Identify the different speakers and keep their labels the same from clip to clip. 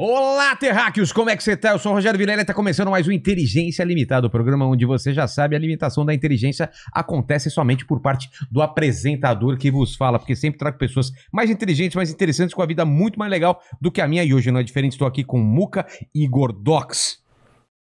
Speaker 1: Olá, terráqueos! Como é que você tá? Eu sou o Rogério Vilela e tá começando mais um Inteligência Limitada, o programa onde você já sabe a limitação da inteligência acontece somente por parte do apresentador que vos fala, porque sempre trago pessoas mais inteligentes, mais interessantes, com a vida muito mais legal do que a minha e hoje não é diferente, estou aqui com Muca e Gordox.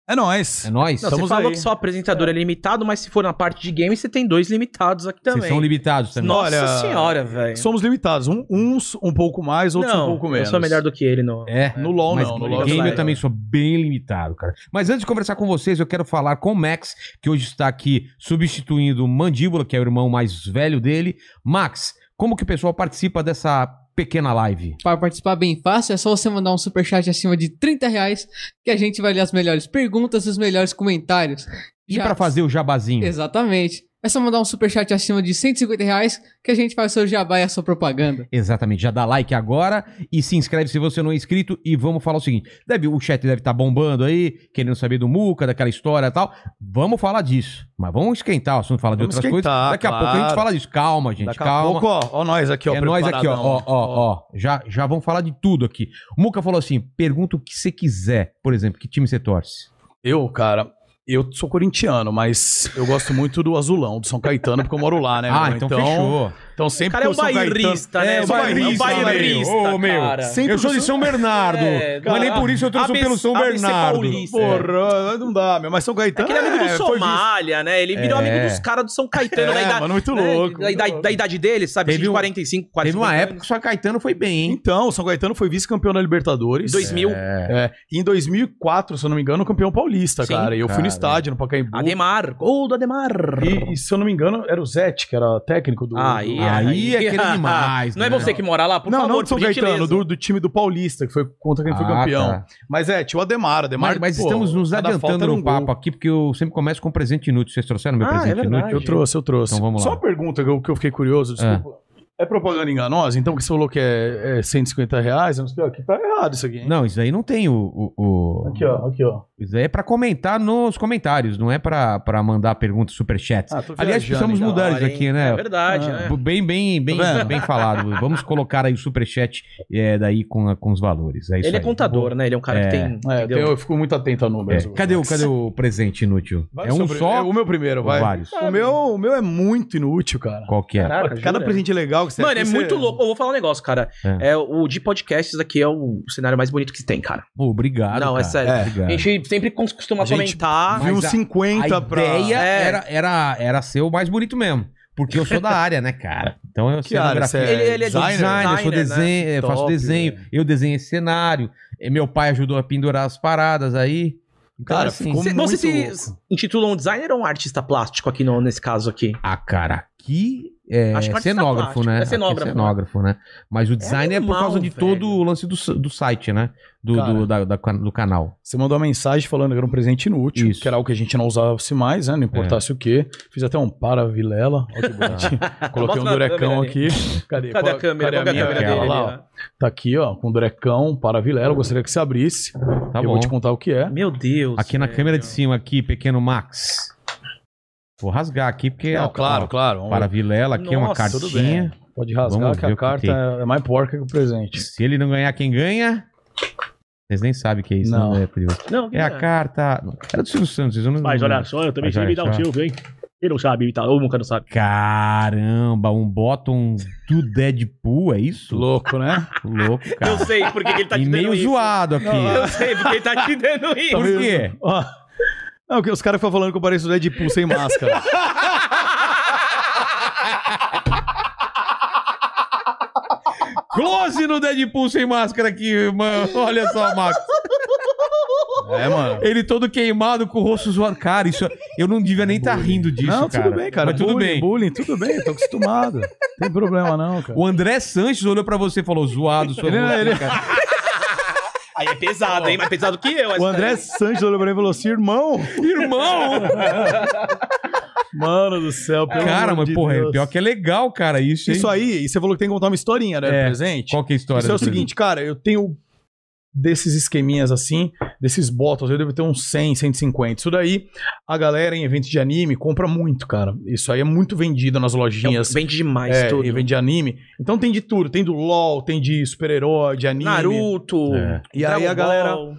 Speaker 2: É nóis.
Speaker 1: É nóis?
Speaker 3: Não, você falou que só apresentador é. limitado, mas se for na parte de game, você tem dois limitados aqui também.
Speaker 1: Vocês são limitados também.
Speaker 3: Nossa
Speaker 2: Olha,
Speaker 3: senhora, velho.
Speaker 2: Somos limitados. Um- uns um pouco mais, outros
Speaker 3: Não,
Speaker 2: um pouco menos.
Speaker 3: Eu sou melhor do que ele no.
Speaker 1: É.
Speaker 2: No LoL
Speaker 1: Mas
Speaker 2: não, no
Speaker 1: no
Speaker 2: LoL
Speaker 1: game
Speaker 2: não. é.
Speaker 1: eu também sou bem limitado, cara. Mas antes de conversar com vocês, eu quero falar com o Max, que hoje está aqui substituindo o Mandíbula, que é o irmão mais velho dele. Max, como que o pessoal participa dessa pequena live?
Speaker 4: Para participar bem fácil, é só você mandar um superchat acima de 30 reais que a gente vai ler as melhores perguntas e os melhores comentários.
Speaker 1: E para fazer o jabazinho?
Speaker 4: Exatamente. É só mandar um superchat acima de 150 reais que a gente faz o seu jabá e a sua propaganda.
Speaker 1: Exatamente, já dá like agora e se inscreve se você não é inscrito. E vamos falar o seguinte: deve, o chat deve estar bombando aí, querendo saber do Muca, daquela história e tal. Vamos falar disso, mas vamos esquentar o assunto, falar de
Speaker 2: Vamos
Speaker 1: outras coisas.
Speaker 2: esquentar,
Speaker 1: Daqui a pouco a gente
Speaker 2: claro.
Speaker 1: fala disso. Calma, gente,
Speaker 2: Daqui
Speaker 1: calma.
Speaker 2: a pouco, ó, ó nós aqui, ó.
Speaker 1: é nós aqui, ó, ó, ó, ó. Já, já vamos falar de tudo aqui. O Muca falou assim: pergunta o que você quiser, por exemplo, que time você torce?
Speaker 2: Eu, cara, eu sou corintiano, mas eu gosto muito do azulão, do São Caetano, porque eu moro lá, né?
Speaker 1: ah,
Speaker 2: meu?
Speaker 1: então, fechou.
Speaker 2: então sempre
Speaker 3: O cara é
Speaker 2: que
Speaker 3: um
Speaker 2: eu sou
Speaker 3: bairrista,
Speaker 2: Caetano-
Speaker 3: né?
Speaker 2: É,
Speaker 3: Eu
Speaker 2: o
Speaker 3: sou
Speaker 2: bairrista,
Speaker 3: um bairrista,
Speaker 1: meu. Ô, meu.
Speaker 3: cara.
Speaker 2: Sempre
Speaker 1: eu sou
Speaker 2: do
Speaker 1: de São Bernardo,
Speaker 3: É,
Speaker 1: mas nem
Speaker 3: cara,
Speaker 1: por isso eu torço
Speaker 3: ABC
Speaker 1: pelo São
Speaker 3: ABC
Speaker 1: Bernardo.
Speaker 3: Paulista.
Speaker 2: Porra, não dá, meu. Mas São Caetano.
Speaker 3: Aquele amigo do
Speaker 2: é, foi
Speaker 3: Somália, né? Ele virou
Speaker 1: É.
Speaker 3: amigo dos caras do São Caetano, da
Speaker 2: É,
Speaker 3: idade.
Speaker 2: mano, muito
Speaker 3: né?
Speaker 2: louco.
Speaker 3: Da, idade, da idade dele, sabe?
Speaker 1: Teve
Speaker 3: de
Speaker 1: um-
Speaker 3: 45, 45.
Speaker 1: Teve uma época que o São Caetano foi bem, hein?
Speaker 2: Então, o São Caetano foi vice-campeão da Libertadores.
Speaker 3: 2000.
Speaker 1: É.
Speaker 2: É, e em 2004, se eu não me engano, campeão paulista,
Speaker 3: Sim,
Speaker 2: cara. E eu fui
Speaker 1: cara.
Speaker 2: no estádio, no Pacaembu.
Speaker 3: Ademar, gol do Ademar.
Speaker 2: E, e se eu não me engano, era o Zete, que era técnico do.
Speaker 3: Aí,
Speaker 2: do...
Speaker 1: Aí é querer demais,
Speaker 3: Não é
Speaker 1: né?
Speaker 3: você que mora lá, por
Speaker 2: não,
Speaker 3: favor,
Speaker 2: não do São
Speaker 3: por gentileza.
Speaker 2: Caetano, do, do time do Paulista, que foi contra quem foi
Speaker 1: Ah,
Speaker 2: campeão.
Speaker 1: tá.
Speaker 2: Mas é, tinha o Ademar, Ademar.
Speaker 1: mas mas
Speaker 2: pô,
Speaker 1: estamos nos
Speaker 2: cada falta
Speaker 1: adiantando
Speaker 2: era um
Speaker 1: no papo
Speaker 2: gol.
Speaker 1: aqui, porque eu sempre começo com presente inútil. Vocês trouxeram meu
Speaker 3: Ah, é
Speaker 1: presente
Speaker 3: verdade.
Speaker 1: inútil?
Speaker 2: Eu trouxe, eu trouxe.
Speaker 1: Então vamos lá.
Speaker 2: Só uma pergunta que eu, que eu fiquei curioso, desculpa. É. propaganda enganosa? Então, que você falou que é, é 150 reais, eu não sei, ó, aqui tá errado isso aqui, hein?
Speaker 1: Não, isso aí não tem o. o- o-
Speaker 2: Aqui, ó, aqui, ó.
Speaker 1: Isso aí é pra comentar nos comentários, não é pra, pra mandar perguntas superchats.
Speaker 2: Ah, tô
Speaker 1: Aliás,
Speaker 2: viajando,
Speaker 1: precisamos
Speaker 2: então.
Speaker 1: mudar
Speaker 3: Olha,
Speaker 1: isso aqui,
Speaker 3: hein?
Speaker 1: né?
Speaker 3: É verdade,
Speaker 2: Ah.
Speaker 3: né?
Speaker 1: B- Bem, bem, bem,
Speaker 2: Tá vendo?
Speaker 1: bem falado. Vamos colocar aí o superchat é, daí com, a- com os valores. É isso
Speaker 3: Ele é
Speaker 1: aí.
Speaker 3: contador, né? Ele é um cara
Speaker 1: É.
Speaker 3: que tem.
Speaker 2: É, eu,
Speaker 3: entendeu?
Speaker 2: tenho- eu fico muito atento a
Speaker 1: É.
Speaker 2: números.
Speaker 1: Cadê, o, cadê o presente inútil?
Speaker 2: Vai
Speaker 1: é um
Speaker 2: sobre-
Speaker 1: só
Speaker 2: o meu primeiro,
Speaker 1: ou
Speaker 2: vai.
Speaker 1: vários?
Speaker 2: O meu, o meu é muito inútil, cara.
Speaker 1: Qual que é?
Speaker 3: Caraca,
Speaker 2: Cada
Speaker 3: jura?
Speaker 2: presente legal que você
Speaker 3: Mano, é
Speaker 2: você-
Speaker 3: muito louco. Eu vou falar um negócio, cara.
Speaker 1: É.
Speaker 3: É. o de podcasts aqui é o cenário mais bonito que tem, cara.
Speaker 1: Pô, obrigado.
Speaker 3: Não, é
Speaker 1: cara.
Speaker 3: sério.
Speaker 2: É.
Speaker 1: Obrigado.
Speaker 3: A gente sempre cons- costuma
Speaker 2: A gente-
Speaker 3: comentar.
Speaker 5: tá
Speaker 2: Viu
Speaker 1: Mas
Speaker 2: uns
Speaker 1: a-
Speaker 2: 50
Speaker 1: a
Speaker 2: pra.
Speaker 1: ideia
Speaker 3: É.
Speaker 1: era, era, era ser o mais bonito mesmo. Porque eu sou da área, né, cara? Então eu
Speaker 2: Que área você é?
Speaker 3: Ele- ele é
Speaker 1: Sou
Speaker 2: designer?
Speaker 1: designer, eu sou
Speaker 3: Designer, né?
Speaker 1: desenho, eu faço
Speaker 2: Top,
Speaker 1: desenho,
Speaker 2: velho.
Speaker 1: eu desenho esse cenário, e meu pai ajudou a pendurar as paradas aí. Então,
Speaker 2: Cara,
Speaker 1: assim,
Speaker 2: ficou
Speaker 3: Cê-
Speaker 2: muito
Speaker 3: você se
Speaker 2: louco.
Speaker 3: intitula um designer ou um artista plástico aqui no, nesse caso aqui?
Speaker 1: Ah, cara, aqui é
Speaker 3: Acho que artista
Speaker 1: cenógrafo,
Speaker 3: plástico.
Speaker 1: né?
Speaker 3: É
Speaker 1: Aqui
Speaker 3: cenógrafo,
Speaker 1: cenógrafo, né? Mas o design é, por
Speaker 3: animal,
Speaker 1: causa de
Speaker 3: velho.
Speaker 1: todo o lance do, do site, né? Do,
Speaker 2: Cara.
Speaker 1: do, da- da- do canal.
Speaker 2: Você mandou uma mensagem falando que era um presente inútil,
Speaker 1: Isso.
Speaker 2: que era algo que a gente não usasse mais, né? Não importasse o quê. Fiz até um para Vilela. Olha que bonitinho. Coloquei um
Speaker 3: Mostra a câmera
Speaker 2: durecão
Speaker 3: ali.
Speaker 2: aqui. Cadê?
Speaker 3: Cadê a
Speaker 2: Qual-
Speaker 3: câmera?
Speaker 2: Cadê a
Speaker 3: Qual que é
Speaker 2: minha?
Speaker 3: a câmera
Speaker 2: Aquela
Speaker 3: dele?
Speaker 2: lá, ó.
Speaker 3: ali,
Speaker 2: Tá aqui, ó, com durecão, para Vilela. Eu gostaria que você abrisse.
Speaker 1: Tá
Speaker 2: eu
Speaker 1: bom.
Speaker 2: vou te contar o que é.
Speaker 3: ó? Meu Deus.
Speaker 1: Aqui na
Speaker 3: velho.
Speaker 1: câmera de cima, aqui, pequeno Max. Vou rasgar aqui, porque.
Speaker 2: Não,
Speaker 1: ó,
Speaker 2: claro,
Speaker 1: ó,
Speaker 2: claro. Vamos
Speaker 1: Para
Speaker 2: ver.
Speaker 1: Vilela, aqui é uma
Speaker 3: Nossa,
Speaker 2: tudo bem.
Speaker 1: cartinha.
Speaker 2: Pode rasgar,
Speaker 1: Vamos
Speaker 2: que
Speaker 1: ver
Speaker 2: a
Speaker 1: o que que
Speaker 2: carta é mais porca que o presente.
Speaker 1: Se ele não ganhar, quem ganha? Vocês nem sabem o que é isso,
Speaker 2: Não.
Speaker 1: não, é, Priu?
Speaker 3: Não,
Speaker 1: É a carta. Era do Silvio Santos, vocês não
Speaker 5: Mas olha só, eu também
Speaker 1: Mas
Speaker 5: sei
Speaker 1: olha
Speaker 3: um
Speaker 5: imitar o
Speaker 1: só.
Speaker 5: um Silvio, hein? Ele não sabe imitar, ou nunca não sabe.
Speaker 1: Caramba, um bottom do Deadpool, é isso?
Speaker 2: Louco, né?
Speaker 1: Louco, cara.
Speaker 3: Eu sei por que que ele tá
Speaker 1: e
Speaker 3: te
Speaker 1: meio
Speaker 3: dando isso.
Speaker 1: zoado aqui.
Speaker 3: Eu sei porque ele tá te dando isso.
Speaker 1: Por quê?
Speaker 2: Ó. Não, que os caras ficam falando que eu pareço o Deadpool sem máscara.
Speaker 1: Close no Deadpool sem máscara aqui, mano. Olha só, Max.
Speaker 2: é, mano.
Speaker 1: Ele todo queimado com o rosto zoado. Cara, isso, eu não devia nem estar tá rindo disso,
Speaker 2: não,
Speaker 1: cara.
Speaker 2: tudo bem, cara.
Speaker 1: Mas tudo
Speaker 2: Bullying,
Speaker 1: bem.
Speaker 2: Bullying, tudo bem, tô acostumado. não tem problema, não, cara.
Speaker 1: O André Sanches olhou pra você e falou, zoado, seu
Speaker 2: Ele-
Speaker 1: rosto,
Speaker 2: ele-
Speaker 1: cara.
Speaker 3: Aí é pesado, hein? Mais pesado que eu.
Speaker 2: é O André Sanches olhou pra mim e falou assim: irmão,
Speaker 1: Irmão!
Speaker 2: Mano do céu, pelo
Speaker 1: cara,
Speaker 2: amor
Speaker 1: mas
Speaker 2: um de
Speaker 1: porra, é
Speaker 2: Deus.
Speaker 1: pior que é legal, cara, isso, hein?
Speaker 2: Isso aí, e você falou que tem que contar uma historinha, né?
Speaker 1: É,
Speaker 2: presente.
Speaker 1: Qual que é a história?
Speaker 2: Isso é o
Speaker 1: do presente?
Speaker 2: seguinte, cara, eu tenho desses esqueminhas assim, desses bottles, eu devo ter uns 100, 150. Isso daí, a galera em eventos de anime compra muito, cara. Isso aí é muito vendido nas lojinhas.
Speaker 3: Vende demais
Speaker 2: É,
Speaker 3: tudo.
Speaker 2: e vende anime. Então tem de tudo. Tem do LOL, tem de super-herói, de anime.
Speaker 3: Naruto.
Speaker 1: É.
Speaker 2: E aí a galera.
Speaker 3: Ball.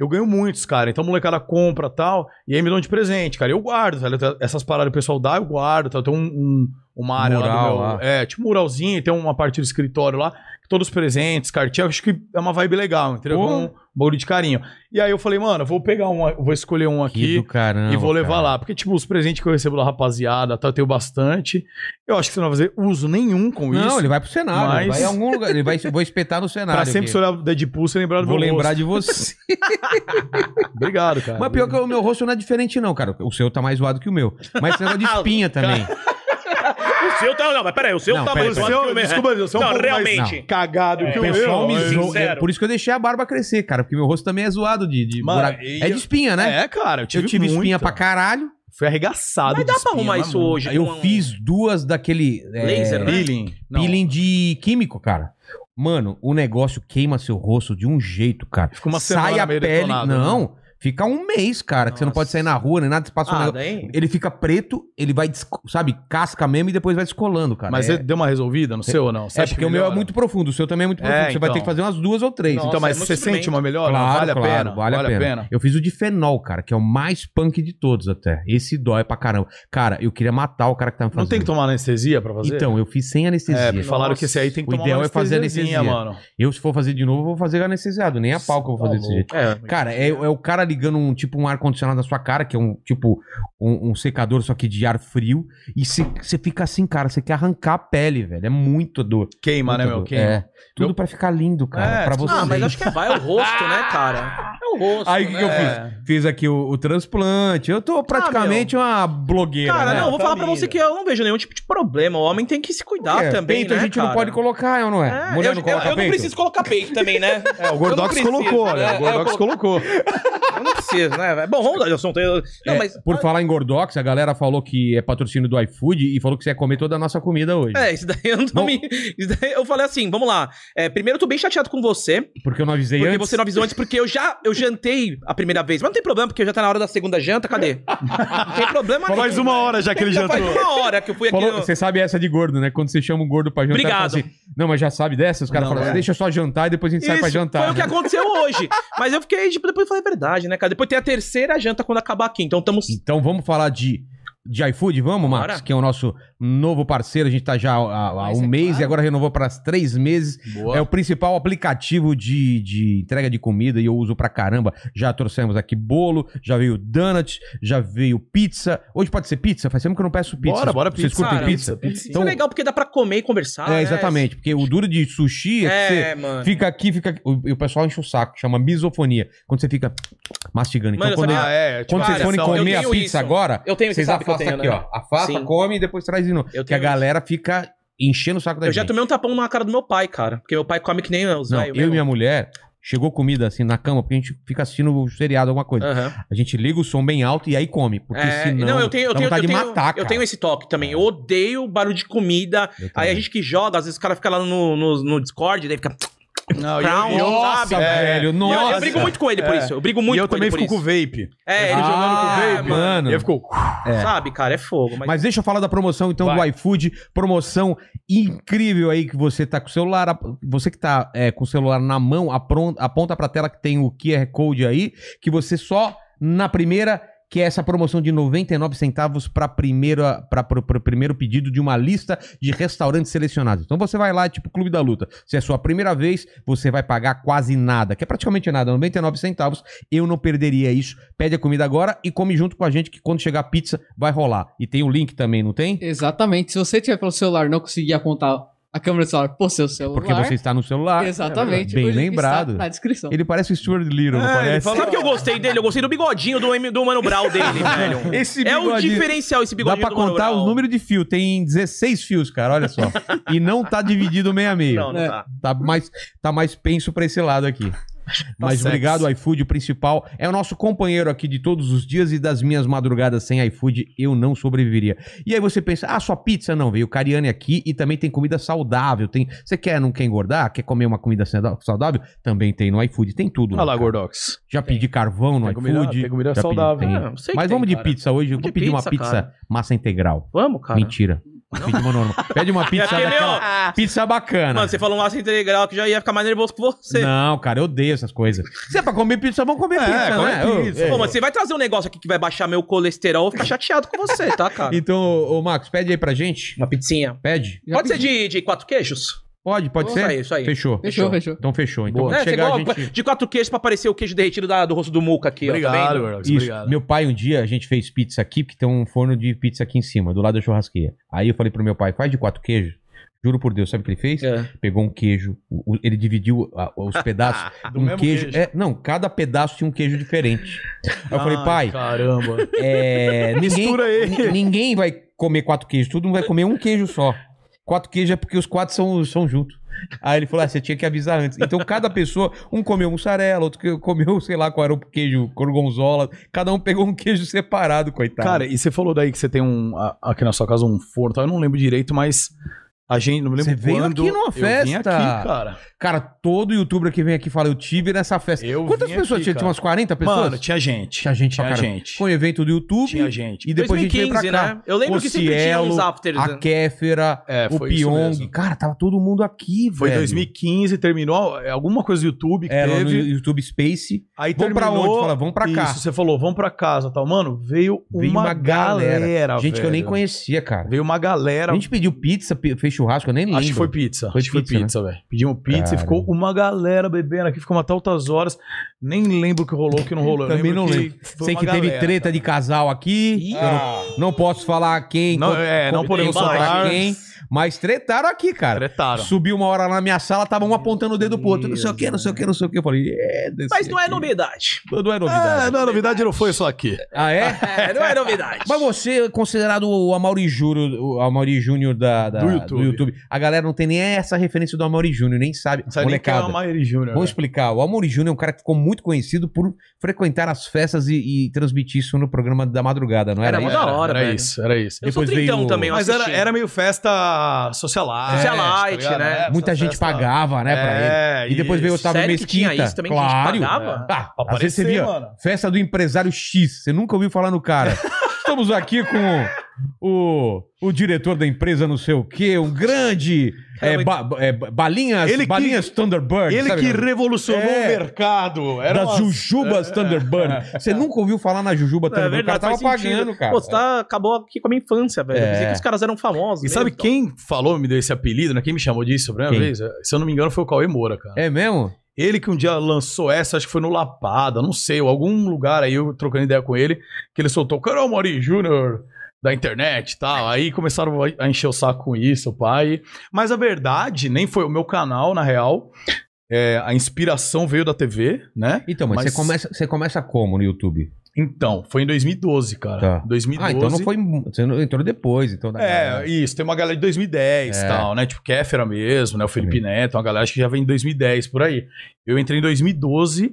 Speaker 2: Eu ganho muitos, cara. Então a molecada compra e tal. E aí me dão de presente, cara. Eu guardo, tá? Essas paradas que o pessoal dá, eu guardo. Tá? Tem um, um- uma área
Speaker 1: Mural
Speaker 2: lá, do
Speaker 1: lá.
Speaker 2: meu, É, tipo um muralzinho. Tem uma parte do escritório lá. que Todos os presentes, cartinha. eu Acho que é uma vibe legal, entendeu?
Speaker 1: Pô.
Speaker 2: Com um bagulho de carinho. E aí eu falei, mano, eu vou pegar um, eu vou escolher um
Speaker 1: Que
Speaker 2: aqui.
Speaker 1: do caramba.
Speaker 2: E vou levar
Speaker 1: cara.
Speaker 2: lá, porque, tipo, os presentes que eu recebo da rapaziada, tá, eu tenho bastante. Eu acho que você não vai fazer uso nenhum com
Speaker 1: Não,
Speaker 2: isso.
Speaker 1: ele vai pro cenário.
Speaker 2: mas-
Speaker 1: Vai em algum lugar. Ele vai, vou espetar no cenário.
Speaker 2: Pra sempre
Speaker 1: aqui.
Speaker 2: se olhar o Deadpool, você lembrar do
Speaker 1: Vou
Speaker 2: meu
Speaker 1: lembrar
Speaker 2: rosto.
Speaker 1: de você.
Speaker 2: Obrigado, cara.
Speaker 1: Mas pior que o meu rosto não é diferente, não, cara. O seu tá mais zoado que o meu. Mas esse negócio de espinha também.
Speaker 5: O seu tá. Não, mas peraí, o seu
Speaker 1: Não,
Speaker 5: tá
Speaker 1: peraí,
Speaker 5: mais
Speaker 1: peraí.
Speaker 5: zoado que o meu.
Speaker 2: Desculpa, eu sou um
Speaker 5: Não,
Speaker 2: pouco mais-
Speaker 5: realmente.
Speaker 2: cagado
Speaker 5: É,
Speaker 2: que
Speaker 1: O
Speaker 2: o meu.
Speaker 1: pessoal me
Speaker 5: eu-
Speaker 1: zoa. É
Speaker 5: sincero.
Speaker 1: por isso que eu deixei a barba crescer, cara. Porque meu rosto também é zoado de. de
Speaker 2: Mano,
Speaker 1: buraco.
Speaker 2: e-
Speaker 1: É de espinha, né?
Speaker 2: É, cara, eu tive,
Speaker 1: eu tive espinha
Speaker 2: muita.
Speaker 1: pra caralho.
Speaker 2: Fui arregaçado
Speaker 3: Mas dá
Speaker 2: de
Speaker 3: pra
Speaker 2: espinha,
Speaker 3: arrumar
Speaker 2: mas
Speaker 3: isso
Speaker 2: muito.
Speaker 3: hoje.
Speaker 1: Aí eu
Speaker 3: com um a-
Speaker 1: fiz duas daquele. é,
Speaker 3: Laser, né?
Speaker 2: Peeling. Não.
Speaker 1: Peeling de químico, cara. Mano, o negócio queima seu rosto de um jeito, cara.
Speaker 2: Fica uma
Speaker 1: Sai
Speaker 2: semana né?
Speaker 1: a
Speaker 2: meio
Speaker 1: pele.
Speaker 2: detonado,
Speaker 1: não, fica um mês, cara, que você não
Speaker 3: Nossa.
Speaker 1: pode sair na rua nem nada. Você passa um
Speaker 3: Ah,
Speaker 1: negócio-
Speaker 3: daí?
Speaker 1: Ele fica preto, ele vai, desco- sabe, casca mesmo e depois vai descolando, cara.
Speaker 2: Mas
Speaker 1: é,
Speaker 2: você deu uma resolvida no seu ou não? Você
Speaker 1: é
Speaker 2: acha
Speaker 1: porque
Speaker 2: que
Speaker 1: o meu é
Speaker 2: melhora?
Speaker 1: muito profundo, o seu também é muito
Speaker 2: É,
Speaker 1: profundo. Você vai
Speaker 2: então.
Speaker 1: ter que fazer umas duas ou três.
Speaker 3: Nossa,
Speaker 2: Então, mas
Speaker 3: é muito
Speaker 2: você sente
Speaker 3: experimento.
Speaker 2: uma melhora? vale a pena.
Speaker 1: Vale, a pena. Eu fiz o de fenol, cara, que é o mais punk de todos até. Esse dói pra caramba. Cara, eu queria matar o cara que tá me fazendo.
Speaker 2: Não tem que tomar anestesia pra fazer?
Speaker 1: Então, eu fiz sem
Speaker 2: É,
Speaker 1: anestesia.
Speaker 2: me falaram que esse aí tem que
Speaker 1: O
Speaker 2: tomar
Speaker 1: ideal
Speaker 2: uma
Speaker 1: é fazer
Speaker 2: anestesiazinha,
Speaker 1: anestesia.
Speaker 2: mano.
Speaker 1: Eu, se for fazer de novo, eu vou fazer anestesiado. Nem a pau que eu vou fazer desse jeito.
Speaker 3: É.
Speaker 1: Cara, é, é o cara ligando um tipo um ar-condicionado na sua cara, que é um tipo um, um secador, só que de ar frio, e você fica assim, cara, você quer arrancar a pele, velho. É muito dor.
Speaker 2: Queima, né,
Speaker 1: Muita
Speaker 2: meu?
Speaker 1: dor.
Speaker 2: Queima.
Speaker 1: É. Tudo
Speaker 2: Meu-
Speaker 1: pra ficar lindo, cara.
Speaker 2: É,
Speaker 1: pra
Speaker 2: tudo
Speaker 1: você.
Speaker 3: Ah, mas
Speaker 1: mesmo.
Speaker 3: acho que vai o rosto, né, cara? É o rosto.
Speaker 1: Aí o que,
Speaker 3: né?
Speaker 1: que eu
Speaker 2: É.
Speaker 1: fiz? Fiz aqui o, o transplante. Eu tô praticamente uma blogueira.
Speaker 3: Ah, É. Cara,
Speaker 1: né?
Speaker 3: não, eu vou falar pra
Speaker 2: Família.
Speaker 3: você que eu não vejo nenhum tipo de problema. O homem tem que se cuidar
Speaker 1: É,
Speaker 3: também,
Speaker 1: peito
Speaker 3: né,
Speaker 1: a gente não
Speaker 3: cara?
Speaker 1: pode colocar, ou não é?
Speaker 3: É,
Speaker 1: Mulher
Speaker 3: eu,
Speaker 1: não
Speaker 3: eu-
Speaker 1: coloca
Speaker 3: eu não
Speaker 1: peito?
Speaker 3: preciso colocar peito também, né?
Speaker 2: É, o Gordox
Speaker 3: Eu não preciso,
Speaker 2: colocou, né?
Speaker 3: né?
Speaker 2: O Gordox
Speaker 3: É, eu-
Speaker 2: colocou.
Speaker 3: Eu não preciso, né? velho? Bom, vamos lá, Josson. tem- Não,
Speaker 1: É,
Speaker 3: mas...
Speaker 1: Por falar em Gordox, a galera falou que é patrocínio do iFood e falou que você ia comer toda a nossa comida hoje.
Speaker 3: É, isso daí eu não
Speaker 1: Bom.
Speaker 3: tô me... Isso daí eu falei assim, vamos lá. É, primeiro, eu tô bem chateado com você,
Speaker 1: Porque eu não avisei
Speaker 3: porque
Speaker 1: antes.
Speaker 3: você não avisou antes, porque eu já eu jantei a primeira vez. Mas não tem problema, porque já tá na hora da segunda janta, cadê? Não tem problema
Speaker 2: Faz
Speaker 3: nenhum.
Speaker 2: uma hora já que ele
Speaker 3: Já
Speaker 2: jantou.
Speaker 3: faz uma hora que eu fui aqui
Speaker 1: Falou-
Speaker 3: no...
Speaker 1: Você sabe essa de gordo, né? Quando você chama um gordo pra jantar, ele fala
Speaker 3: Obrigado.
Speaker 1: assim, não, mas já sabe dessa? Os caras
Speaker 2: Não,
Speaker 1: falam, assim,
Speaker 2: é.
Speaker 1: deixa eu só jantar e depois a gente sai pra
Speaker 3: Isso,
Speaker 1: jantar. né?"
Speaker 3: Foi o que aconteceu hoje. Mas eu fiquei, tipo, depois eu falei, é verdade, né, cara? Depois tem a terceira janta quando acabar aqui. Então estamos.
Speaker 1: Então vamos falar de, de iFood, vamos, Marcos?
Speaker 3: Bora.
Speaker 1: Que é o nosso novo parceiro. A gente tá já há, há
Speaker 4: Mas
Speaker 1: um
Speaker 4: é
Speaker 1: mês
Speaker 4: claro.
Speaker 1: e agora renovou para três meses. É
Speaker 2: Boa.
Speaker 1: o principal aplicativo de, de entrega de comida e eu uso pra caramba. Já trouxemos aqui bolo, já veio donut, já veio pizza. Hoje pode ser pizza? Faz tempo que eu não peço pizza.
Speaker 2: Bora, bora
Speaker 1: Vocês
Speaker 2: pizza.
Speaker 1: curtem
Speaker 3: Cara,
Speaker 1: pizza?
Speaker 3: Isso é legal porque dá pra comer e conversar.
Speaker 1: é,
Speaker 3: né?
Speaker 1: exatamente. Porque o duro de sushi é, que você
Speaker 3: É, mano.
Speaker 1: Fica aqui, fica aqui. O, e o pessoal enche o saco, chama misofonia. Quando você fica mastigando. Então,
Speaker 3: Mano,
Speaker 1: quando,
Speaker 3: sabe-
Speaker 2: Ah, é. tipo,
Speaker 1: quando vocês
Speaker 3: cara,
Speaker 1: forem
Speaker 2: são-
Speaker 3: eu
Speaker 1: comer a
Speaker 3: tenho
Speaker 1: pizza
Speaker 3: isso.
Speaker 1: agora,
Speaker 3: Eu tenho, você
Speaker 1: vocês
Speaker 3: sabe que eu
Speaker 1: afastam
Speaker 3: tenho,
Speaker 1: aqui,
Speaker 3: né?
Speaker 1: ó. Afasta,
Speaker 3: Sim.
Speaker 1: come e depois traz de novo.
Speaker 3: Eu
Speaker 1: Que a
Speaker 3: tenho
Speaker 1: galera fica enchendo o saco da
Speaker 3: Eu
Speaker 1: gente.
Speaker 3: já tomei um tapão na cara do meu pai, cara. Porque meu pai come que nem os
Speaker 1: Não, eu
Speaker 3: velhos né,
Speaker 1: e
Speaker 3: mesmo.
Speaker 1: minha mulher, chegou comida assim na cama, porque a gente fica assistindo o seriado, alguma coisa.
Speaker 3: Aham.
Speaker 1: A gente liga o som bem alto e aí come. Porque
Speaker 3: Ah. É,
Speaker 1: senão.
Speaker 3: não, eu tenho, eu
Speaker 1: dá
Speaker 3: tenho, eu
Speaker 1: vontade
Speaker 3: tenho,
Speaker 1: de matar,
Speaker 3: eu
Speaker 1: cara. É.
Speaker 3: tenho esse toque também. Eu odeio barulho de comida.
Speaker 1: Eu
Speaker 3: Aí
Speaker 1: também.
Speaker 3: a gente que joga, às vezes o cara fica lá no, no, no Discord, daí fica.
Speaker 2: Não, e eu-
Speaker 3: Crown,
Speaker 2: e eu-
Speaker 1: Nossa,
Speaker 2: sabe? É.
Speaker 1: velho.
Speaker 3: E eu,
Speaker 1: Nossa.
Speaker 3: eu brigo muito com ele por
Speaker 2: É.
Speaker 3: isso. Eu brigo muito
Speaker 2: e eu
Speaker 3: com
Speaker 2: também
Speaker 3: ele por
Speaker 2: fico com
Speaker 3: isso.
Speaker 2: vape.
Speaker 3: É, ele
Speaker 1: Ah,
Speaker 3: jogando com o mano.
Speaker 1: mano.
Speaker 2: E eu fico.
Speaker 1: É.
Speaker 3: Sabe, cara, é fogo. Mas,
Speaker 1: Mas deixa eu falar da promoção então do iFood, promoção incrível aí que você tá com o celular, ap- você que tá é, com o celular na mão, apron- aponta pra tela que tem o QR Code aí, que você só na primeira que é essa promoção de 99 centavos para primeira para o primeiro pedido de uma lista de restaurantes selecionados. Então você vai lá, tipo Clube da Luta. Se é sua primeira vez, você vai pagar quase nada, que é praticamente nada, 99 centavos. Eu não perderia isso. Pede a comida agora e come junto com a gente, que quando chegar a pizza vai rolar. E tem o link também, não tem?
Speaker 4: Exatamente. Se você tiver pelo celular e não conseguir apontar a câmera do celular pro seu celular.
Speaker 1: Porque você está no celular.
Speaker 4: Exatamente.
Speaker 1: Bem
Speaker 4: o link
Speaker 1: lembrado.
Speaker 4: Está na descrição.
Speaker 1: Ele parece o Stuart Little, não
Speaker 2: É, ele
Speaker 1: parece?
Speaker 2: fala-
Speaker 3: Sabe o que eu gostei dele? Eu gostei do bigodinho do, M- do Mano Brown dele, velho.
Speaker 1: Esse
Speaker 3: É o
Speaker 1: bigodinho-
Speaker 3: diferencial esse
Speaker 1: Dá
Speaker 3: bigodinho
Speaker 1: pra
Speaker 3: do Mano
Speaker 1: contar
Speaker 3: Brown.
Speaker 1: os números de fio. Tem 16 fios, cara, olha só. e não tá dividido meio a meio.
Speaker 3: Não, não
Speaker 4: É.
Speaker 3: tá.
Speaker 1: Tá mais, tá mais penso pra esse lado aqui. Mas
Speaker 2: certo.
Speaker 1: obrigado, iFood, o principal. É o nosso companheiro aqui de todos os dias e das minhas madrugadas sem iFood, eu não sobreviveria. E aí você pensa, ah, só pizza não, veio Cariani aqui e também tem comida saudável. Tem, você quer, não quer engordar? Quer comer uma comida sauda- saudável? Também tem no iFood, tem tudo.
Speaker 2: Olha "Ah lá,
Speaker 1: cara.
Speaker 2: Gordox.
Speaker 1: Já pedi carvão no
Speaker 2: Tem comida-
Speaker 1: iFood.
Speaker 2: tem comida
Speaker 1: já pedi-
Speaker 2: saudável.
Speaker 1: tem.
Speaker 3: Ah, eu sei que
Speaker 1: É. Mas
Speaker 3: tem,
Speaker 1: vamos de
Speaker 3: cara.
Speaker 1: pizza hoje, eu
Speaker 3: Vamos
Speaker 1: vou
Speaker 3: de
Speaker 1: pedir uma
Speaker 3: pizza,
Speaker 1: pizza
Speaker 3: cara.
Speaker 1: massa integral.
Speaker 3: Vamos, cara. ah,
Speaker 1: Mentira. Pede uma normal. Pede uma
Speaker 5: E
Speaker 1: pizza
Speaker 5: aquele,
Speaker 1: daquela-
Speaker 5: ó,
Speaker 1: Pizza bacana.
Speaker 3: Mano, você falou um aço integral que já ia ficar mais nervoso que você.
Speaker 1: Não, cara, eu odeio essas coisas. Se é pra comer pizza, vamos comer
Speaker 2: É,
Speaker 1: pizza,
Speaker 2: come
Speaker 1: né? Eu-
Speaker 2: pizza.
Speaker 1: é.
Speaker 3: Pô, mas você vai trazer um negócio aqui que vai baixar meu colesterol, eu vou ficar chateado com você, tá,
Speaker 2: assim?
Speaker 3: cara?
Speaker 1: Então, ô, ô, Max, pede aí pra gente.
Speaker 3: Uma pizzinha.
Speaker 1: Pede?
Speaker 4: Já
Speaker 3: pode
Speaker 4: pedi.
Speaker 3: ser de, de quatro queijos?
Speaker 1: Pode, pode
Speaker 3: Isso
Speaker 1: ser?
Speaker 3: aí, isso aí.
Speaker 1: Fechou.
Speaker 4: Fechou, fechou.
Speaker 1: Então fechou. Então,
Speaker 2: Boa.
Speaker 1: quando
Speaker 3: É, você
Speaker 1: chegar a
Speaker 3: coloca
Speaker 1: gente...
Speaker 3: De quatro queijos pra aparecer o queijo derretido da- do rosto do Muca aqui, ó. tá
Speaker 2: Obrigado,
Speaker 3: vendo?
Speaker 2: Gordox.
Speaker 1: Isso.
Speaker 2: Obrigado.
Speaker 1: Meu pai, um dia, a gente fez pizza aqui, porque tem um forno de pizza aqui em cima, do lado da churrasqueira. Aí eu falei pro meu pai, faz de quatro queijos. Juro por Deus, sabe o que ele fez?
Speaker 3: É.
Speaker 1: Pegou um queijo, o- o- ele dividiu a- os pedaços.
Speaker 2: Do
Speaker 1: um
Speaker 2: mesmo
Speaker 1: queijo.
Speaker 2: queijo.
Speaker 1: é, não, cada pedaço tinha um queijo diferente. Aí eu falei,
Speaker 2: Ai,
Speaker 1: pai,
Speaker 2: Caramba.
Speaker 1: É, ninguém,
Speaker 2: Ah, então. Mistura ele.
Speaker 1: ni- Ninguém vai comer quatro queijos, todo mundo vai comer um queijo só. Quatro queijos é porque os quatro são, são juntos. Aí ele falou: ah, você tinha que avisar antes. Então cada pessoa, um comeu mussarela, outro que- comeu, sei lá qual era o queijo, gorgonzola. Cada um pegou um queijo separado, coitado.
Speaker 2: Cara, e você falou daí que você tem um. a- Aqui na sua casa um forno. tá? Eu não lembro direito, mas. A gente não me lembro
Speaker 1: Você veio
Speaker 2: quando
Speaker 1: aqui numa
Speaker 2: Eu vim
Speaker 1: festa.
Speaker 2: aqui, cara.
Speaker 1: Cara, todo youtuber que vem aqui fala: eu tive nessa festa.
Speaker 2: Eu
Speaker 1: Quantas
Speaker 2: vim
Speaker 1: pessoas
Speaker 2: aqui,
Speaker 1: tinha?
Speaker 2: cara.
Speaker 1: Tinha umas 40 pessoas?
Speaker 2: Mano, tinha gente.
Speaker 1: Tinha gente pra
Speaker 2: Tinha
Speaker 1: caramba.
Speaker 2: gente.
Speaker 1: Foi um evento do YouTube.
Speaker 2: Tinha gente.
Speaker 1: E depois a gente veio pra cá.
Speaker 3: né? Eu lembro que sempre tinha
Speaker 1: Ocielo,
Speaker 3: uns afters.
Speaker 1: A
Speaker 3: né?
Speaker 1: Kéfera,
Speaker 2: É,
Speaker 1: o
Speaker 2: foi isso
Speaker 1: Pyong.
Speaker 2: mesmo.
Speaker 1: Cara, tava todo mundo aqui,
Speaker 2: Foi
Speaker 1: velho.
Speaker 2: 2015, terminou é, alguma coisa do YouTube que
Speaker 1: Era no
Speaker 2: teve.
Speaker 1: YouTube Space.
Speaker 2: Aí
Speaker 1: Vamos pra
Speaker 2: terminou-
Speaker 1: onde? Fala, vamos pra cá.
Speaker 2: Isso, você falou, vamos pra casa tal. Mano, veio,
Speaker 1: Veio
Speaker 2: uma,
Speaker 1: uma galera.
Speaker 2: galera.
Speaker 1: gente que eu nem
Speaker 2: velho.
Speaker 1: conhecia, cara.
Speaker 2: Veio uma galera.
Speaker 1: A gente pediu pizza, pe- fez churrasco, eu nem lembro.
Speaker 2: Acho que foi pizza.
Speaker 1: Foi
Speaker 2: acho que foi
Speaker 1: pizza, né?
Speaker 2: pizza, velho. Pedimos pizza
Speaker 1: Cara.
Speaker 2: e ficou uma galera bebendo aqui, ficou até altas horas. Nem lembro o que rolou, o que não rolou. Eu
Speaker 1: Também não
Speaker 2: que
Speaker 1: lembro.
Speaker 2: foi
Speaker 1: Sei
Speaker 2: uma
Speaker 1: que teve
Speaker 2: galera. tá
Speaker 1: treta de casal aqui. eu não, não posso falar quem.
Speaker 2: ah. Não,
Speaker 1: co-
Speaker 2: é, não
Speaker 1: co-
Speaker 2: podemos
Speaker 1: quem contra
Speaker 2: falar.
Speaker 1: Quem, mas tretaram aqui, cara.
Speaker 2: Tretaram.
Speaker 1: Subiu uma hora lá na minha sala, tava um apontando o dedo pro outro. Não sei o que, não sei o que, não sei o que. Eu falei, é, desse
Speaker 3: Mas não é
Speaker 1: aqui.
Speaker 3: novidade.
Speaker 1: Não é
Speaker 2: É,
Speaker 1: novidade.
Speaker 2: não, a novidade não foi só aqui.
Speaker 1: Ah, é?
Speaker 3: É, não é novidade.
Speaker 1: Mas você é considerado o Amaury Júnior, o Amaury Júnior da, da-
Speaker 2: Do YouTube.
Speaker 1: A galera não tem nem essa referência do Amaury Júnior, nem sabe.
Speaker 2: Não sabe nem quem é
Speaker 1: Molecada.
Speaker 2: o Maíri Júnior.
Speaker 1: Vou
Speaker 2: velho.
Speaker 1: explicar. O Amaury Júnior é um cara que ficou muito conhecido por frequentar as festas e, e transmitir isso no programa da madrugada, não É, era,
Speaker 3: Era
Speaker 1: isso?
Speaker 3: Da hora,
Speaker 2: era
Speaker 3: velho.
Speaker 2: isso, era isso.
Speaker 3: eu sou
Speaker 1: depois veio
Speaker 3: trintão
Speaker 1: o-
Speaker 3: também, eu
Speaker 2: Mas era,
Speaker 3: assisti.
Speaker 2: era meio festa
Speaker 1: É,
Speaker 2: socialite.
Speaker 3: Socialite,
Speaker 2: ligado?
Speaker 3: né?
Speaker 2: Essa
Speaker 1: tá Muita gente
Speaker 2: festa-
Speaker 1: pagava, né, pra ele.
Speaker 2: É,
Speaker 1: E depois veio o Otávio
Speaker 3: Sério que
Speaker 1: Mesquita.
Speaker 3: tinha isso também, que a gente
Speaker 1: claro.
Speaker 3: pagava?
Speaker 1: Ah,
Speaker 2: Pra
Speaker 1: às vezes você
Speaker 2: aparecer,
Speaker 1: via
Speaker 2: mano.
Speaker 1: festa do empresário X. Você nunca ouviu falar no cara. Estamos aqui com o, o diretor da empresa não sei o quê, um grande
Speaker 3: Cara,
Speaker 1: é,
Speaker 3: mas-
Speaker 1: ba- é, ba- balinhas,
Speaker 2: Ele que-
Speaker 1: balinhas Thunderbird.
Speaker 2: Ele
Speaker 1: sabe?
Speaker 2: que revolucionou
Speaker 1: É.
Speaker 2: o mercado. Era
Speaker 1: das
Speaker 2: uma-
Speaker 1: Jujubas Thunderbird. Você nunca ouviu falar na Jujuba
Speaker 3: É
Speaker 1: Thunderbird.
Speaker 3: verdade,
Speaker 1: o cara tava
Speaker 3: faz sentido.
Speaker 1: pagando, cara.
Speaker 3: Pô, você tá, acabou aqui com a minha infância, velho. Eu pensei
Speaker 1: É.
Speaker 3: que os caras eram famosos. né? Então,
Speaker 2: E sabe
Speaker 3: mesmo,
Speaker 2: quem falou, me deu esse apelido, né? Quem me chamou disso a primeira
Speaker 1: Quem?
Speaker 2: vez? Se eu não me engano, foi o Cauê Moura, cara.
Speaker 1: É mesmo?
Speaker 2: Ele que um dia lançou essa, acho que foi no Lapada, não sei, ou algum lugar aí, eu trocando ideia com ele, que ele soltou, cara, é o Mauri Júnior da internet e tal. Aí começaram a- a encher o saco com isso, o pai. Mas a verdade, nem foi o meu canal, na real. É, a inspiração veio da TV, né?
Speaker 1: Então, mas,
Speaker 2: Mas-
Speaker 1: Você, começa, você começa como no YouTube?
Speaker 2: Então, foi em 2012, cara.
Speaker 1: Tá.
Speaker 2: 2012.
Speaker 1: Ah, então não foi. Você não entrou depois. Então,
Speaker 2: É, isso, tem uma galera de 2010 e
Speaker 1: É.
Speaker 2: tal, né? Tipo, Kéfera mesmo, né? O Felipe Neto, uma galera acho que já vem em 2010 por aí. Eu entrei em 2012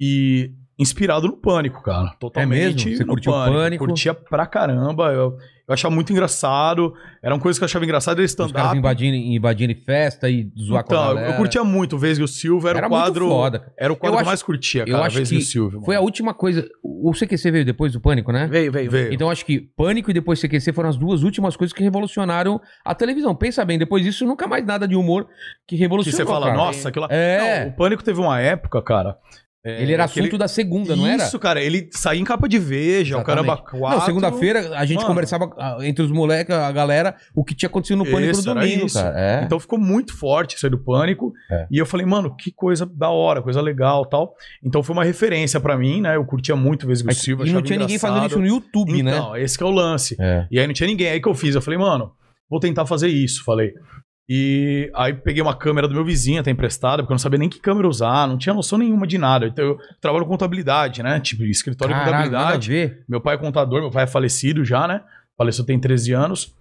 Speaker 2: e inspirado no pânico, cara. Totalmente.
Speaker 1: mesmo? Você
Speaker 2: no
Speaker 1: curtiu o Pânico?
Speaker 2: Curtia pra caramba. Eu, eu achava muito engraçado. Eram coisas que eu achava engraçado, era
Speaker 1: Os caras
Speaker 2: stand-up.
Speaker 1: invadindo, invadindo festa e zoar com a
Speaker 2: Então,
Speaker 1: galera.
Speaker 2: eu curtia muito o Vesgo Silva, era, o quadro.
Speaker 1: Muito foda, cara.
Speaker 2: Era o quadro
Speaker 1: Eu
Speaker 2: que eu
Speaker 1: acho-
Speaker 2: mais curtia,
Speaker 1: eu
Speaker 2: cara.
Speaker 1: acho
Speaker 2: Vesgo
Speaker 1: que
Speaker 2: Silva.
Speaker 1: Foi a última coisa. O CQC veio depois do Pânico, né?
Speaker 3: né? Veio, veio.
Speaker 2: Veio.
Speaker 1: Então acho que Pânico e depois CQC foram as duas últimas coisas que revolucionaram a televisão. Pensa bem, depois disso nunca mais nada de humor que
Speaker 2: que
Speaker 1: revolucionou.
Speaker 2: você fala,
Speaker 1: cara.
Speaker 2: nossa, aquilo lá.
Speaker 1: É.
Speaker 2: Não, o Pânico teve uma época, cara. é,
Speaker 1: Ele era
Speaker 2: que
Speaker 1: assunto da segunda, não era?
Speaker 2: Isso, cara, ele saía em capa de veja,
Speaker 1: Exatamente.
Speaker 2: o caramba quatro.
Speaker 1: Não, segunda-feira a gente
Speaker 2: Mano.
Speaker 1: conversava ah, entre os moleques, a galera, o que tinha acontecido no Pânico
Speaker 2: Isso,
Speaker 1: no
Speaker 2: era
Speaker 1: domingo,
Speaker 2: isso.
Speaker 1: cara. É.
Speaker 2: Então ficou muito forte isso aí do pânico.
Speaker 1: É.
Speaker 2: E eu falei, mano, que coisa da hora, coisa legal tal. Então foi uma referência pra mim, né? Eu curtia muito o Vesgo
Speaker 1: Mas-
Speaker 2: Silva.
Speaker 1: e não
Speaker 2: achava
Speaker 1: tinha ninguém
Speaker 2: engraçado.
Speaker 1: fazendo isso no YouTube, né?
Speaker 2: Então, esse que é o lance.
Speaker 1: É.
Speaker 2: E aí não tinha ninguém. Aí que eu fiz, eu falei, mano, vou tentar fazer isso, falei. E aí peguei uma câmera do meu vizinho até emprestada, porque eu não sabia nem que câmera usar, não tinha noção nenhuma de nada. Então eu trabalho com contabilidade, né? Tipo, escritório de
Speaker 1: Caralho, nada a
Speaker 2: contabilidade.
Speaker 1: ver.
Speaker 2: Meu pai é contador, meu pai é falecido já, né? Faleceu tem 13 anos.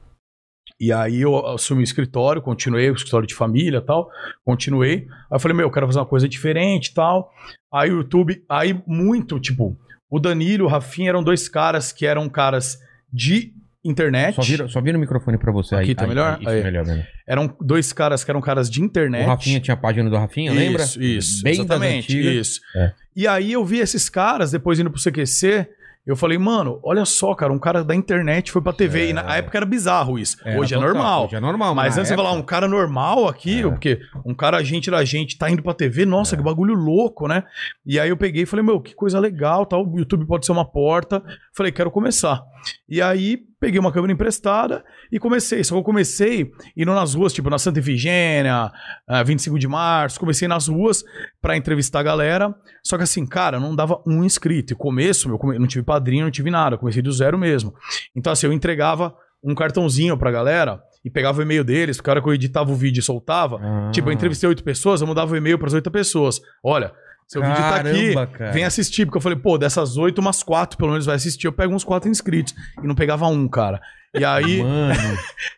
Speaker 2: E aí eu assumi o escritório, continuei, o escritório de família e tal, continuei. Aí eu falei, meu, eu quero fazer uma coisa diferente e tal. Aí o YouTube, aí muito, tipo, o Danilo e o Rafinha eram dois caras que eram caras de internet.
Speaker 1: Só vira, só vira o microfone pra você aí.
Speaker 2: Aqui tá
Speaker 1: aí,
Speaker 2: melhor?
Speaker 1: aí, Isso, é
Speaker 2: Aí.
Speaker 1: melhor, melhor.
Speaker 2: Eram dois caras que eram caras de internet.
Speaker 1: O Rafinha tinha a página do Rafinha, lembra?
Speaker 2: Isso, isso.
Speaker 1: Bem das
Speaker 2: exatamente,
Speaker 1: antigas.
Speaker 2: isso.
Speaker 1: É.
Speaker 2: E aí eu vi esses caras, depois indo pro CQC, eu falei, mano, olha só, cara, um cara da internet foi pra TV. E na época era bizarro isso.
Speaker 1: Era
Speaker 2: Hoje é
Speaker 1: total,
Speaker 2: normal.
Speaker 1: Hoje é normal,
Speaker 2: Mas
Speaker 1: na
Speaker 2: antes você falar,
Speaker 1: época- É.
Speaker 2: um cara normal aqui, porque um cara agente da gente tá indo pra TV, nossa, que bagulho louco, né? E aí eu peguei e falei, meu, que coisa legal, tal, o YouTube pode ser uma porta. Falei, quero começar. E aí peguei uma câmera emprestada e comecei. Só que eu comecei indo nas ruas, tipo na Santa Efigênia, ah, 25 de março, comecei nas ruas pra entrevistar a galera. Só que assim, cara, não dava um inscrito. E começo, meu, come- não tive padrinho, não tive nada, comecei do zero mesmo. Então assim, eu entregava um cartãozinho pra galera e pegava o e-mail deles, porque a hora que eu editava o vídeo e soltava,
Speaker 1: Ah.
Speaker 2: tipo, eu entrevistei oito pessoas, eu mandava o e-mail pras oito pessoas. Olha, seu vídeo tá
Speaker 1: Caramba,
Speaker 2: aqui,
Speaker 1: cara.
Speaker 2: vem assistir, porque eu falei, pô, dessas oito, umas quatro pelo menos vai assistir, eu pego uns quatro inscritos. E não pegava um, cara. E aí,
Speaker 1: Mano,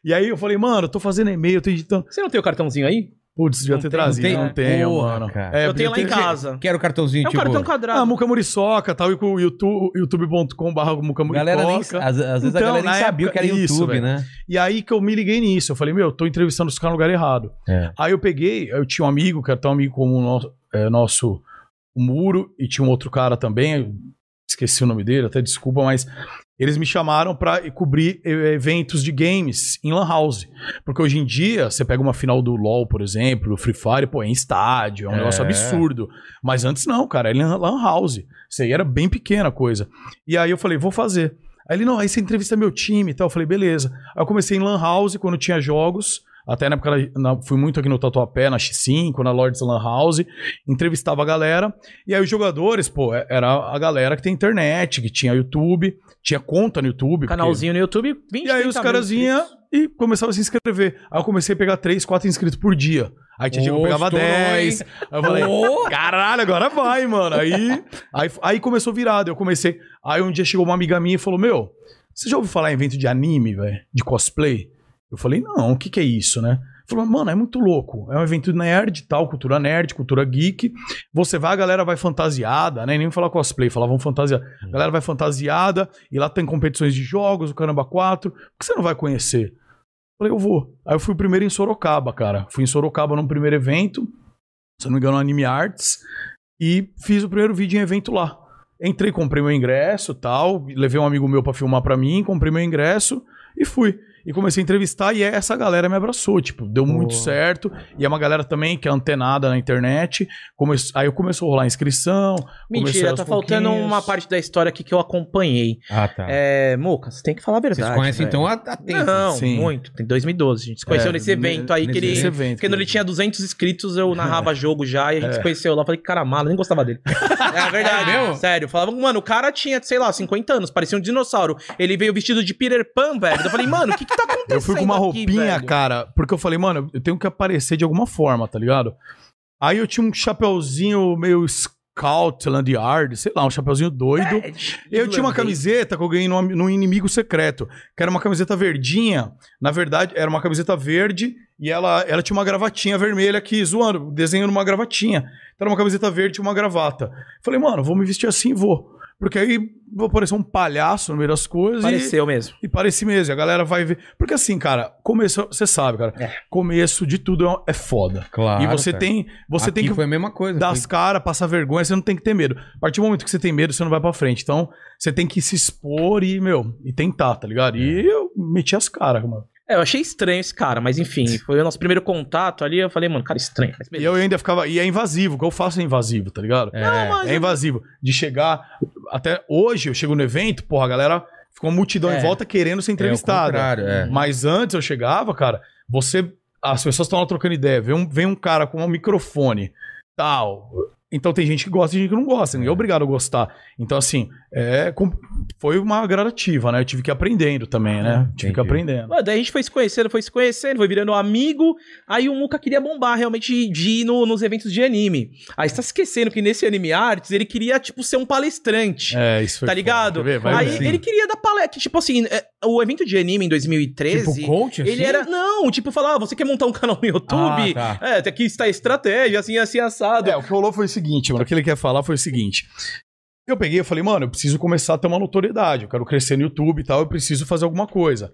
Speaker 2: e aí eu falei, mano, eu tô fazendo e-mail, eu tô editando.
Speaker 3: Você não tem o cartãozinho aí?
Speaker 2: Putz, devia
Speaker 3: Não
Speaker 2: ter
Speaker 3: tem,
Speaker 2: trazido.
Speaker 1: não tem?
Speaker 2: Não tenho,
Speaker 1: Porra,
Speaker 2: mano.
Speaker 1: cara.
Speaker 2: É,
Speaker 3: eu
Speaker 2: podia
Speaker 3: tenho lá em
Speaker 2: ter-
Speaker 3: casa.
Speaker 1: quero o cartãozinho,
Speaker 3: É um
Speaker 1: tipo...
Speaker 3: cartão
Speaker 2: Ah,
Speaker 3: quadrado.
Speaker 2: Muca Muriçoca, tal, e com o YouTube, youtube.com.br Muca
Speaker 1: Galera nem, às,
Speaker 2: Muriçoca.
Speaker 1: às vezes
Speaker 2: Então,
Speaker 1: a galera
Speaker 2: na
Speaker 1: nem sabia o que
Speaker 2: época-
Speaker 1: era
Speaker 2: isso,
Speaker 1: YouTube,
Speaker 2: velho.
Speaker 1: né?
Speaker 2: E aí que eu me liguei nisso. Eu falei, meu, eu tô entrevistando os caras no lugar errado.
Speaker 1: É.
Speaker 2: Aí eu peguei, eu tinha um amigo, que era tão amigo como o nosso, é, nosso Muro, e tinha um outro cara também, eu esqueci o nome dele, até desculpa, mas eles me chamaram pra ir cobrir eh, eventos de games em Lan House. Porque hoje em dia, você pega uma final do LoL, por exemplo, do Free Fire, pô, é em estádio, é um
Speaker 1: É.
Speaker 2: negócio absurdo. Mas antes não, cara, era em Lan House. Isso aí era bem pequena a coisa. E aí eu falei, vou fazer. Aí ele, não, aí você entrevista meu time e tal. Eu falei, beleza. Aí eu comecei em Lan House quando tinha jogos. Até na época, na- fui muito aqui no Tatuapé, na X5, na Lords Lan House. Entrevistava a galera. E aí os jogadores, pô, é- era a galera que tem internet, que tinha YouTube, tinha conta no YouTube. porque-
Speaker 3: Canalzinho no YouTube, 20
Speaker 2: E aí
Speaker 3: 30
Speaker 2: os caras
Speaker 3: mil
Speaker 2: vinham
Speaker 3: inscritos.
Speaker 2: e começavam a se inscrever. Aí eu comecei a pegar 3, 4 inscritos por dia. Aí tinha dia que eu
Speaker 1: Ô,
Speaker 2: pegava
Speaker 1: estourou,
Speaker 2: 10.
Speaker 1: hein?
Speaker 2: Aí eu falei, caralho, agora vai, mano. Aí, aí, aí começou virado. Eu comecei. Aí um dia chegou uma amiga minha e falou: Meu, você já ouviu falar em evento de anime, velho? De cosplay? Eu falei, não, o que, que é isso, né? Falou, mano, é muito louco. É um evento nerd, tal, cultura nerd, cultura geek. Você vai, a galera vai fantasiada, né? Nem falar cosplay, falavam fantasiada. A galera vai fantasiada e lá tem competições de jogos, o Caramba 4. Por que você não vai conhecer? Falei, eu vou. Aí eu fui primeiro em Sorocaba, cara. Fui em Sorocaba num primeiro evento, se eu não me engano, Anime Arts, e fiz o primeiro vídeo em evento lá. Entrei, comprei meu ingresso tal, levei um amigo meu pra filmar pra mim, comprei meu ingresso e fui. E comecei a entrevistar e essa galera me abraçou, tipo, deu muito certo. E é uma galera também que é antenada na internet. Come... Aí eu começou a rolar a inscrição. começou
Speaker 3: Mentira,
Speaker 2: aos
Speaker 3: tá faltando
Speaker 2: pouquinhos.
Speaker 3: uma parte da história aqui que eu acompanhei.
Speaker 1: Ah, tá.
Speaker 3: É, Muca, você tem que falar a verdade.
Speaker 1: Vocês conhecem,
Speaker 3: velho.
Speaker 1: então, há, há tempo.
Speaker 3: Não,
Speaker 2: sim.
Speaker 3: muito. Tem 2012, a gente se conheceu
Speaker 2: É,
Speaker 3: nesse evento aí que
Speaker 1: nesse
Speaker 3: ele...
Speaker 2: Esse
Speaker 1: evento.
Speaker 2: evento. É.
Speaker 3: Porque quando ele tinha 200 inscritos, eu narrava jogo já e a gente se conheceu lá. Eu Falei, que cara mala, eu nem gostava dele. é verdade.
Speaker 1: É mesmo?
Speaker 3: Sério, eu falava, mano, o cara tinha, sei lá, 50 anos, parecia um dinossauro. Ele veio vestido de Peter Pan, velho. Eu falei, mano, o que que tá acontecendo?
Speaker 2: Eu fui com uma
Speaker 3: aqui,
Speaker 2: roupinha,
Speaker 3: velho?
Speaker 2: cara, porque eu falei, mano, eu tenho que aparecer de alguma forma, tá ligado? Aí eu tinha um chapeuzinho meio Scotland Yard, sei lá, um chapeuzinho doido.
Speaker 3: É, de-
Speaker 2: eu tinha uma
Speaker 3: irlandês.
Speaker 2: camiseta que eu ganhei num, num inimigo secreto, que era uma camiseta verdinha. Na verdade, era uma camiseta verde e ela, ela tinha uma gravatinha vermelha aqui, zoando, desenhando uma gravatinha. Então era uma camiseta verde e uma gravata. Falei, mano, vou me vestir assim e vou. Porque aí vou parecer um palhaço no meio das coisas. e-
Speaker 3: Pareceu mesmo.
Speaker 2: e parece mesmo, e a galera vai ver. Porque assim, cara, começo, você sabe, cara, começo de tudo é- é foda.
Speaker 1: É. Claro.
Speaker 2: e você
Speaker 1: cara.
Speaker 2: tem, você
Speaker 1: Aqui
Speaker 2: tem que
Speaker 1: Foi assim. a mesma coisa.
Speaker 2: dar
Speaker 1: foi-
Speaker 2: as caras, passar vergonha, você não tem que ter medo. A partir do momento que você tem medo, você não vai pra frente. Então, você tem que se expor e, meu, e tentar, tá ligado?
Speaker 1: É.
Speaker 2: E eu meti as caras, mano.
Speaker 3: É, eu achei estranho esse cara, mas enfim, foi o nosso primeiro contato ali. Eu falei, mano, cara, estranho. Mas
Speaker 2: E
Speaker 3: beleza.
Speaker 2: eu ainda ficava. E é invasivo, o que eu faço é invasivo, tá ligado?
Speaker 1: É.
Speaker 2: É invasivo. De chegar. Até hoje eu chego no evento, porra, a galera ficou uma multidão em volta querendo ser
Speaker 1: É o
Speaker 2: entrevistada.
Speaker 1: contrário, é.
Speaker 2: Mas antes eu chegava, cara, você. As pessoas estão lá trocando ideia. Vem um, vem um cara com um microfone, tal. Então tem gente que gosta e gente que não gosta. Ninguém é obrigado a gostar. Então, assim, é, com- foi uma gradativa, né? Eu tive que ir aprendendo também, né? tive que
Speaker 1: entendi.
Speaker 2: ir aprendendo.
Speaker 3: Mano, daí a gente foi se conhecendo, foi se conhecendo, foi virando amigo. Aí o Muka queria bombar realmente de ir no- nos eventos de anime. Aí você tá esquecendo que nesse Anime Arts ele queria, tipo, ser um palestrante.
Speaker 2: É, isso foi.
Speaker 3: Tá
Speaker 2: foda.
Speaker 3: ligado?
Speaker 2: Quer ver? Vai
Speaker 3: aí
Speaker 2: ver.
Speaker 3: ele queria dar palestra. Tipo assim, é, o evento de anime em 2013.
Speaker 1: Tipo coach,
Speaker 2: assim?
Speaker 3: Ele era. Não, tipo, falar, ah, você quer montar um canal no YouTube?
Speaker 1: Ah, tá.
Speaker 3: É, aqui está a estratégia, assim, assim, assado.
Speaker 2: É, o que rolou foi o seguinte, mano. O que ele quer falar foi o seguinte. Eu peguei e falei, mano, eu preciso começar a ter uma notoriedade. Eu quero crescer no YouTube e tal, eu preciso fazer alguma coisa.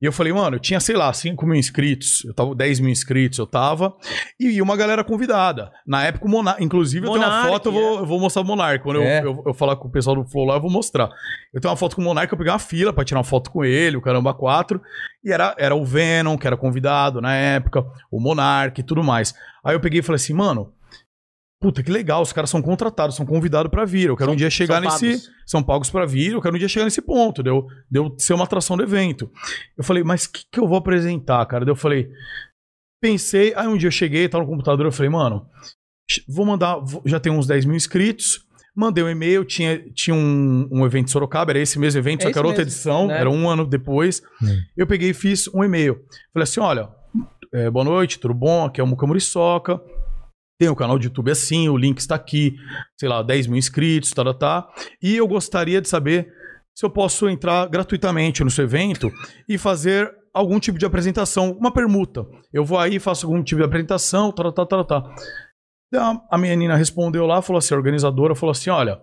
Speaker 2: E eu falei, mano, eu tinha, sei lá, 5 mil inscritos, eu tava 10 mil inscritos, eu tava. E, e uma galera convidada. Na época, o Monar... inclusive, eu tenho
Speaker 3: Monark,
Speaker 2: uma foto, eu vou, eu vou mostrar o Monark. Quando eu-
Speaker 1: É.
Speaker 2: eu, eu, falar com o pessoal do Flow lá, eu vou mostrar. Eu tenho uma foto com o Monark, eu peguei uma fila pra tirar uma foto com ele, o Caramba 4. E era, era o Venom, que era convidado na época, o Monark e tudo mais. Aí eu peguei e falei assim, mano, puta que legal, os caras são contratados, são convidados pra vir. Eu quero um dia chegar
Speaker 3: são
Speaker 2: nesse.
Speaker 3: pagos.
Speaker 2: São pagos pra vir, eu quero um dia chegar nesse ponto, deu deu ser uma atração do evento. Eu falei, mas o que, que eu vou apresentar, cara? Daí eu falei, pensei, aí um dia eu cheguei, tava no computador, eu falei, mano, vou mandar, vou- já tem uns 10 mil inscritos. Mandei um e-mail, tinha, tinha um, um evento em Sorocaba, era esse mesmo evento,
Speaker 3: É
Speaker 2: só que
Speaker 3: isso
Speaker 2: era outra
Speaker 3: mesmo,
Speaker 2: edição,
Speaker 3: né?
Speaker 2: era um ano depois.
Speaker 1: Hum.
Speaker 2: Eu peguei e fiz um e-mail. Falei assim: olha, é, boa noite, tudo bom? Aqui é o Muca Muriçoca. Tem o canal do YouTube assim, o link está aqui, sei lá, 10 mil inscritos, tá, tá, tá. E eu gostaria de saber se eu posso entrar gratuitamente no seu evento e fazer algum tipo de apresentação, uma permuta. Eu vou aí, faço algum tipo de apresentação, tá, tá, tá, tá. tá. Daí A a menina respondeu lá, falou assim, a organizadora falou assim, olha,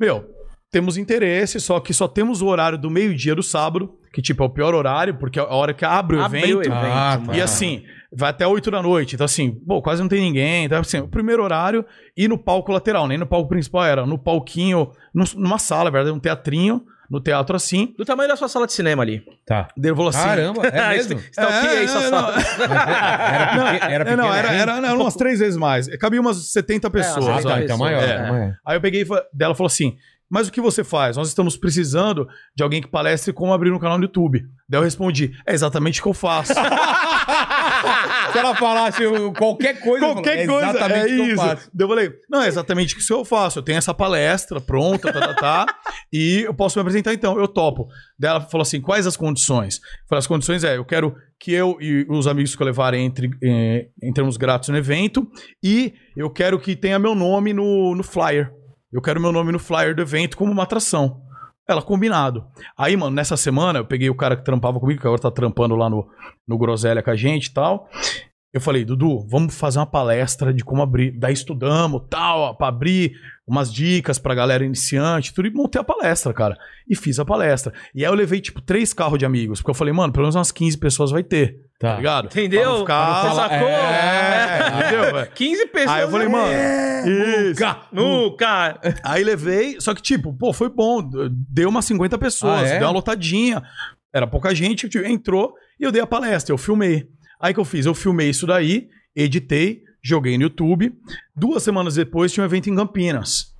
Speaker 2: meu, temos interesse, só que só temos o horário do meio-dia do sábado, que tipo é o pior horário, porque é a hora que abre o
Speaker 3: Abriu
Speaker 2: evento.
Speaker 3: o evento.
Speaker 1: Ah, tá.
Speaker 2: E assim, vai até 8 da noite. Então, assim, pô, quase não tem ninguém. Então, assim, o primeiro horário e no palco lateral, nem no palco principal era. No palquinho, num- numa sala, na verdade, um teatrinho, no teatro assim.
Speaker 3: Do tamanho da sua sala de cinema ali.
Speaker 1: Tá.
Speaker 2: Daí ele falou assim.
Speaker 1: Caramba, é
Speaker 3: Está-
Speaker 1: mesmo?
Speaker 3: está ok
Speaker 2: É,
Speaker 3: aí sua
Speaker 2: é,
Speaker 3: sala.
Speaker 1: Era pequeno, era
Speaker 2: É,
Speaker 1: pequeno.
Speaker 2: não, era,
Speaker 1: assim?
Speaker 2: era, era umas três vezes mais. Cabia umas 70 pessoas.
Speaker 1: Ah,
Speaker 3: Exato.
Speaker 1: tá,
Speaker 2: ó.
Speaker 1: então maior.
Speaker 2: É.
Speaker 1: maior.
Speaker 2: Aí eu peguei e fa- dela e falou assim: Mas o que você faz? Nós estamos precisando de alguém que palestre como abrir um canal no YouTube. Daí eu respondi: É exatamente o que eu faço.
Speaker 1: Ah, Se ela falasse o- qualquer coisa, eu
Speaker 2: Qualquer
Speaker 1: falo,
Speaker 2: coisa,
Speaker 1: exatamente
Speaker 2: é
Speaker 1: o que eu
Speaker 2: isso.
Speaker 1: faço.
Speaker 2: Daí eu falei, não, é exatamente isso que eu faço. Eu tenho essa palestra pronta, tá, tá, tá, e eu posso me apresentar então, eu topo. Daí ela falou assim, quais as condições? Eu falei, as condições é, eu quero que eu e os amigos que eu levar entre, eh, entremos grátis no evento e eu quero que tenha meu nome no, no flyer. Eu quero meu nome no flyer do evento como uma atração. Ela, combinado. Aí, mano, nessa semana, eu peguei o cara que trampava comigo, que agora tá trampando lá no, no Groselha com a gente e tal. Eu falei, Dudu, vamos fazer uma palestra de como abrir. Daí estudamos, tal, ó, pra abrir umas dicas pra galera iniciante, tudo. E montei a palestra, cara. E fiz a palestra. E aí eu levei, tipo, três carros de amigos. Porque eu falei, mano, pelo menos umas 15 pessoas vai ter. Tá,
Speaker 1: Tá.
Speaker 2: ligado? Pra
Speaker 3: Entendeu?
Speaker 2: não ficar-
Speaker 3: Você
Speaker 1: Pra não falar-
Speaker 3: sacou?
Speaker 1: É.
Speaker 3: É.
Speaker 2: Entendeu, velho?
Speaker 3: 15 pessoas.
Speaker 2: Aí eu falei, mano. é Isso.
Speaker 3: Nunca!
Speaker 2: Aí levei, só que tipo, pô, foi bom, deu umas 50 pessoas,
Speaker 1: Ah, é?
Speaker 2: deu uma lotadinha, era pouca gente, tipo, entrou e eu dei a palestra, eu filmei. Aí que eu fiz? Eu filmei isso daí, editei, joguei no YouTube. Duas semanas depois tinha um evento em Campinas.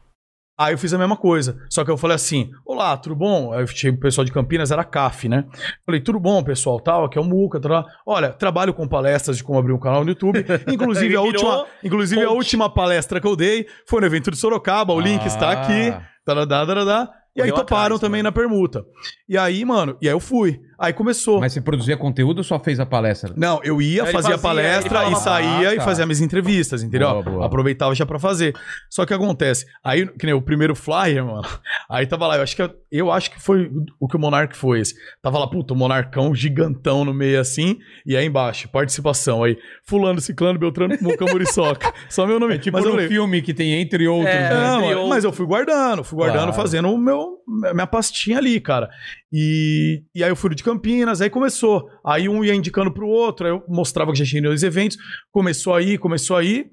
Speaker 2: Aí eu fiz a mesma coisa, só que eu falei assim: Olá, tudo bom? Aí eu cheguei pro pessoal de Campinas, era a CAF, né? Falei, tudo bom, pessoal, tal, aqui é o Muca, tal. Olha, trabalho com palestras de como abrir um canal no YouTube. Inclusive, a
Speaker 3: Virou
Speaker 2: última, inclusive a
Speaker 3: coach.
Speaker 2: última palestra que eu dei foi no evento de Sorocaba, o link está
Speaker 1: Ah,
Speaker 2: aqui. tá Taradá, taradá. E aí
Speaker 3: Correu
Speaker 2: toparam
Speaker 3: atrás,
Speaker 2: também na permuta. E aí, mano, e aí eu fui. Aí começou.
Speaker 1: Mas você produzia conteúdo ou só fez a palestra?
Speaker 2: Não, eu ia,
Speaker 3: Aí ele
Speaker 2: fazia a
Speaker 3: fazia,
Speaker 2: palestra
Speaker 3: ele
Speaker 2: e
Speaker 3: falava,
Speaker 2: saía
Speaker 1: "Ah,
Speaker 2: e
Speaker 1: tá."
Speaker 2: fazia minhas entrevistas, entendeu?
Speaker 1: Boa, boa.
Speaker 2: Aproveitava já pra fazer. Só que acontece, aí, que nem o primeiro flyer, mano, aí tava lá, eu acho que, eu- eu acho que foi o que o Monark foi esse. Tava lá, puta, o Monarcão gigantão no meio assim, e aí embaixo, participação, aí, fulano, ciclano, beltrano, muca, muriçoca. Só meu nome.
Speaker 1: Tipo
Speaker 2: Mas eu
Speaker 1: no
Speaker 2: falei,
Speaker 1: filme que tem entre outros.
Speaker 3: É.
Speaker 1: né?
Speaker 2: não,
Speaker 3: entre
Speaker 2: mano, mas eu fui guardando, fui guardando,
Speaker 1: Claro.
Speaker 2: fazendo o meu, minha pastinha ali, cara. E, e aí eu fui de Campinas, aí começou. Aí um ia indicando pro outro, aí eu mostrava que já tinha ido aos eventos. Começou aí, começou aí.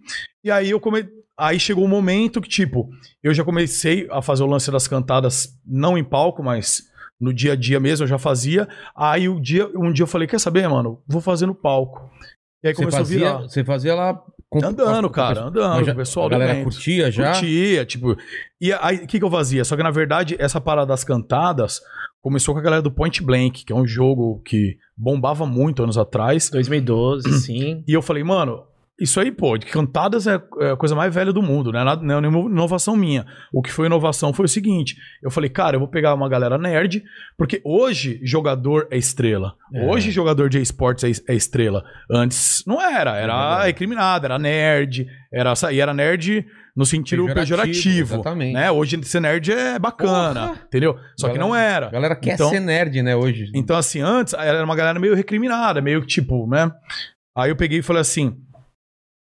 Speaker 2: E aí eu come... Aí chegou um momento que, tipo, eu já comecei a fazer o lance das cantadas, não em palco, mas no dia a dia mesmo, eu já fazia. Aí um dia, um dia eu falei, quer saber, mano? Vou fazer no palco. E aí
Speaker 1: Você
Speaker 2: começou a
Speaker 1: fazia,
Speaker 2: virar. Tá
Speaker 1: você fazia lá... com-
Speaker 2: Andando,
Speaker 1: com-
Speaker 2: cara, tá andando,
Speaker 1: Mas já-
Speaker 2: o pessoal
Speaker 1: a
Speaker 2: do
Speaker 1: galera
Speaker 2: evento.
Speaker 1: curtia já?
Speaker 2: Curtia, tipo. E aí, o que, que eu fazia? Só que, na verdade, essa parada das cantadas começou com a galera do Point Blank, que é um jogo que bombava muito anos atrás.
Speaker 3: 2012, sim.
Speaker 2: E eu falei, mano, Isso aí, pô, de cantadas é é a coisa mais velha do mundo, né? Nada- Não é nenhuma inovação minha. O que foi inovação foi o seguinte: eu falei, cara, eu vou pegar uma galera nerd, porque hoje jogador é estrela. Hoje jogador de esportes é, es- é estrela. Antes não era,
Speaker 1: É
Speaker 2: era recriminado, era nerd, era, sa- e era nerd no sentido
Speaker 1: Pejorativo,
Speaker 2: pejorativo.
Speaker 1: exatamente.
Speaker 2: Né? Hoje ser nerd é bacana, entendeu? Só que não
Speaker 1: A
Speaker 2: era.
Speaker 1: galera quer
Speaker 2: Então-
Speaker 1: ser nerd, né, hoje.
Speaker 2: Então, assim, antes era uma galera meio recriminada, meio que tipo, né? Aí eu peguei e falei assim: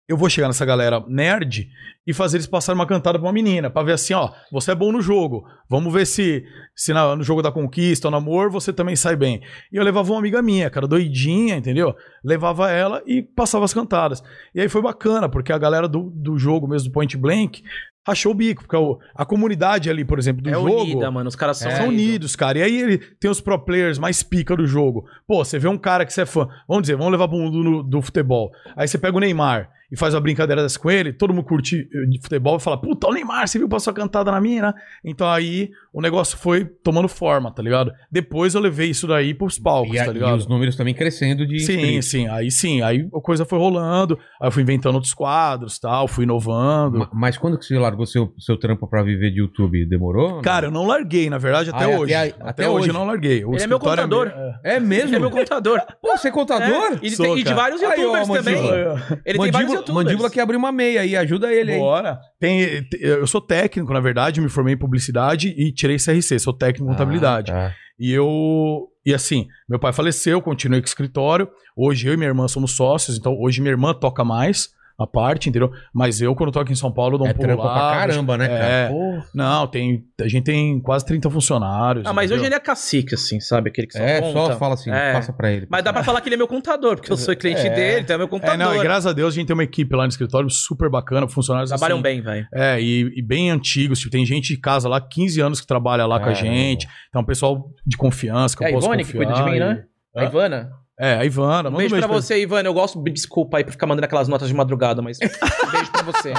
Speaker 2: eu vou chegar nessa galera nerd e fazer eles passarem uma cantada pra uma menina, pra ver assim, ó, você é bom no jogo, vamos ver se, se na- no jogo da conquista ou no amor você também sai bem. E eu levava uma amiga minha, cara, doidinha, entendeu? Levava ela e passava as cantadas. E aí foi bacana, porque a galera do, do jogo mesmo, do Point Blank, rachou o bico, porque o- a comunidade ali, por exemplo, do
Speaker 3: é
Speaker 2: jogo. É.
Speaker 3: unida, mano. Os
Speaker 1: É,
Speaker 3: caras são,
Speaker 2: Então,
Speaker 1: então.
Speaker 2: São unidos, cara. E aí ele tem os pro players mais pica do jogo. Pô, você vê um cara que você é fã. Vamos dizer, vamos levar pro mundo no- do futebol. Aí você pega o Neymar e faz uma brincadeira dessa com ele, todo mundo curte eh, de futebol e fala, puta, o Neymar, você viu, passou a cantada na minha, né? Então aí o negócio foi tomando forma, tá ligado? Depois eu levei isso daí pros palcos,
Speaker 1: e, a-
Speaker 2: tá
Speaker 1: e
Speaker 2: ligado?
Speaker 1: os números também crescendo de
Speaker 2: Sim,
Speaker 1: inscritos.
Speaker 2: sim, aí sim, aí a coisa foi rolando, aí eu fui inventando outros quadros tal, fui inovando.
Speaker 1: Ma- Mas quando que você largou seu, seu trampo pra viver de YouTube? Demorou?
Speaker 2: Cara, eu não larguei, na verdade, até
Speaker 1: Ah, é,
Speaker 2: hoje.
Speaker 1: até-
Speaker 2: Até,
Speaker 1: até
Speaker 2: hoje
Speaker 1: hoje.
Speaker 2: eu não larguei. O
Speaker 3: Ele é meu
Speaker 2: escritório
Speaker 3: contador.
Speaker 2: meu- é.
Speaker 1: é mesmo?
Speaker 3: É meu contador.
Speaker 1: Pô, você é contador?
Speaker 3: É, e, de-
Speaker 2: Sou,
Speaker 3: e de
Speaker 2: cara.
Speaker 3: vários
Speaker 1: Aí, ó,
Speaker 3: youtubers
Speaker 1: mandíbula.
Speaker 3: também.
Speaker 1: Mandíbula.
Speaker 3: Ele tem vários
Speaker 1: mandíbula,
Speaker 3: youtubers.
Speaker 1: mandíbula
Speaker 2: é
Speaker 1: que abriu uma meia aí, ajuda ele aí.
Speaker 2: Bora. Tem, te- eu sou técnico, na verdade, me formei em publicidade e tirei CRC, sou técnico em contabilidade.
Speaker 1: Ah, tá.
Speaker 2: E eu. E assim, meu pai faleceu, continuei com o escritório. Hoje eu e minha irmã somos sócios, então hoje minha irmã toca mais a parte, entendeu? Mas eu, quando eu tô aqui em São Paulo, eu dou um
Speaker 1: É
Speaker 2: pulo
Speaker 1: trampo pra
Speaker 2: lá.
Speaker 1: caramba, né, cara?
Speaker 2: É.
Speaker 1: Porra.
Speaker 2: Não, tem. A gente tem quase 30 funcionários.
Speaker 3: Ah, mas hoje
Speaker 2: entendeu?
Speaker 3: ele é cacique, assim, sabe? Aquele que só
Speaker 1: É,
Speaker 3: conta.
Speaker 1: só fala assim,
Speaker 3: É.
Speaker 1: passa pra ele.
Speaker 3: Mas dá pra falar que ele é meu contador, porque eu sou cliente
Speaker 2: É.
Speaker 3: dele, então é meu
Speaker 2: É,
Speaker 3: contador.
Speaker 2: não, e graças a Deus a gente tem uma equipe lá no escritório super bacana, funcionários
Speaker 3: Trabalham
Speaker 2: assim,
Speaker 3: bem, velho.
Speaker 2: É, e, e bem antigos. Tipo, tem gente de casa lá, 15 anos que trabalha lá com a
Speaker 1: Caramba.
Speaker 2: gente. Então, pessoal de confiança, que
Speaker 3: É
Speaker 2: eu
Speaker 3: a
Speaker 2: posso
Speaker 3: Ivone que
Speaker 2: confiar.
Speaker 3: cuida de mim,
Speaker 2: e-
Speaker 3: né? A
Speaker 2: Hã?
Speaker 3: Ivana?
Speaker 2: É, a Ivana.
Speaker 3: Um
Speaker 2: Manda
Speaker 3: beijo pra
Speaker 2: pra-
Speaker 3: você, Ivana. Eu gosto, desculpa aí por ficar mandando aquelas notas de madrugada, mas um beijo pra você.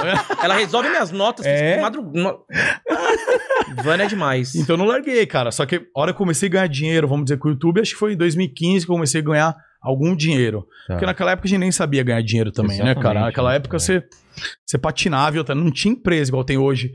Speaker 3: Ela resolve minhas notas
Speaker 2: É?
Speaker 3: de madrugada. Ivana é demais.
Speaker 2: Então, eu não larguei, cara. Só que a hora que eu comecei a ganhar dinheiro, vamos dizer, com o YouTube, acho que foi em 2015 que eu comecei a ganhar algum dinheiro.
Speaker 1: Tá.
Speaker 2: Porque naquela época a gente nem sabia ganhar dinheiro também, né, cara?
Speaker 1: Exatamente,
Speaker 2: Naquela
Speaker 1: né,
Speaker 2: época
Speaker 3: é.
Speaker 1: cara?
Speaker 2: você, você patinava e outra, não tinha empresa igual tem hoje.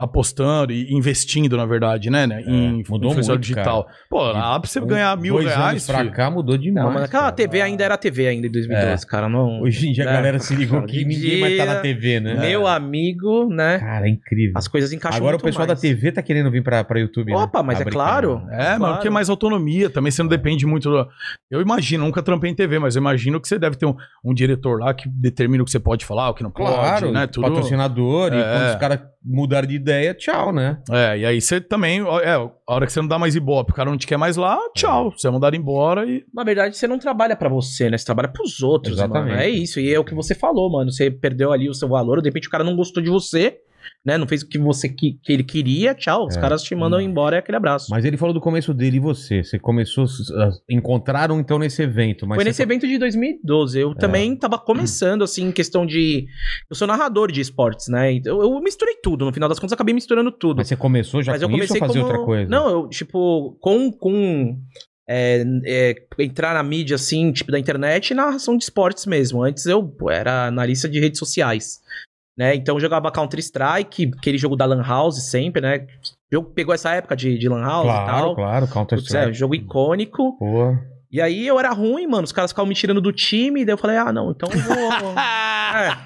Speaker 2: Apostando e investindo, na verdade, né?
Speaker 3: É,
Speaker 2: né em
Speaker 1: mudou
Speaker 2: influenciador
Speaker 1: muito,
Speaker 2: digital. Pô, lá pra você
Speaker 1: Um-
Speaker 2: ganhar mil
Speaker 1: dois
Speaker 2: reais.
Speaker 1: anos pra
Speaker 2: filho.
Speaker 1: cá mudou demais.
Speaker 3: Não, mano, aquela
Speaker 1: cara.
Speaker 3: TV ainda era TV ainda em 2012,
Speaker 1: É.
Speaker 3: cara. Não...
Speaker 1: Hoje em dia a
Speaker 3: É.
Speaker 1: galera se ligou
Speaker 3: Cara,
Speaker 1: que
Speaker 3: hoje em
Speaker 1: ninguém mais tá
Speaker 3: dia,
Speaker 1: na TV, né?
Speaker 3: Meu
Speaker 1: É.
Speaker 3: amigo, né?
Speaker 1: Cara, é incrível.
Speaker 3: As coisas encaixam
Speaker 1: Agora o
Speaker 3: muito
Speaker 1: pessoal
Speaker 3: mais.
Speaker 1: da TV tá querendo vir pra, pra YouTube. né?
Speaker 3: Opa, mas é
Speaker 1: Abrir
Speaker 3: claro.
Speaker 1: canal.
Speaker 2: É, mano, porque é mais autonomia também, você não depende muito. do- Eu imagino, nunca trampei em TV, mas eu imagino que você deve ter um, um diretor lá que determina o que você pode falar, o que não
Speaker 1: Claro,
Speaker 2: pode, né? Tudo.
Speaker 1: patrocinador, e
Speaker 2: É.
Speaker 1: quando os caras mudaram de ideia, tchau, né?
Speaker 2: É, e aí você também, ó, é, a hora que você não dá mais ibope, o cara não te quer mais lá, tchau. Você é mandado embora e.
Speaker 3: Na verdade, você não trabalha pra você, né? Você trabalha pros outros,
Speaker 1: Exatamente.
Speaker 3: mano. É isso. E é o que você falou, mano. Você perdeu ali o seu valor, de repente o cara não gostou de você, né? Não fez o que você que, que ele queria, tchau. Os
Speaker 1: É.
Speaker 3: caras te mandam embora, é aquele abraço.
Speaker 1: Mas ele falou do começo dele e você. Você começou. ah, Encontraram então nesse evento. Mas
Speaker 3: Foi
Speaker 1: você- É.
Speaker 3: nesse evento de 2012. Eu também tava começando, assim, em questão de. Eu sou narrador de esportes, né? Então eu misturei tudo. No final das contas, eu acabei misturando tudo.
Speaker 1: Mas você começou já
Speaker 3: Mas
Speaker 1: com
Speaker 3: eu comecei
Speaker 1: isso ou fazer
Speaker 3: como...
Speaker 1: outra coisa?
Speaker 3: Não, eu, tipo, com. com é, é, entrar na mídia, assim, tipo, da internet e narração de esportes mesmo. Antes eu pô, era analista de redes sociais. Né? Então eu jogava Counter-Strike, aquele jogo da Lan House sempre, né? Eu pegou essa época de, de Lan House e
Speaker 1: Claro,
Speaker 3: tal.
Speaker 1: claro,
Speaker 3: Putz, é,
Speaker 1: Counter-Strike.
Speaker 3: jogo icônico.
Speaker 1: Pô.
Speaker 3: E aí eu era ruim, mano. Os caras ficavam me tirando do time. Daí eu falei, ah, não, então eu vou. é.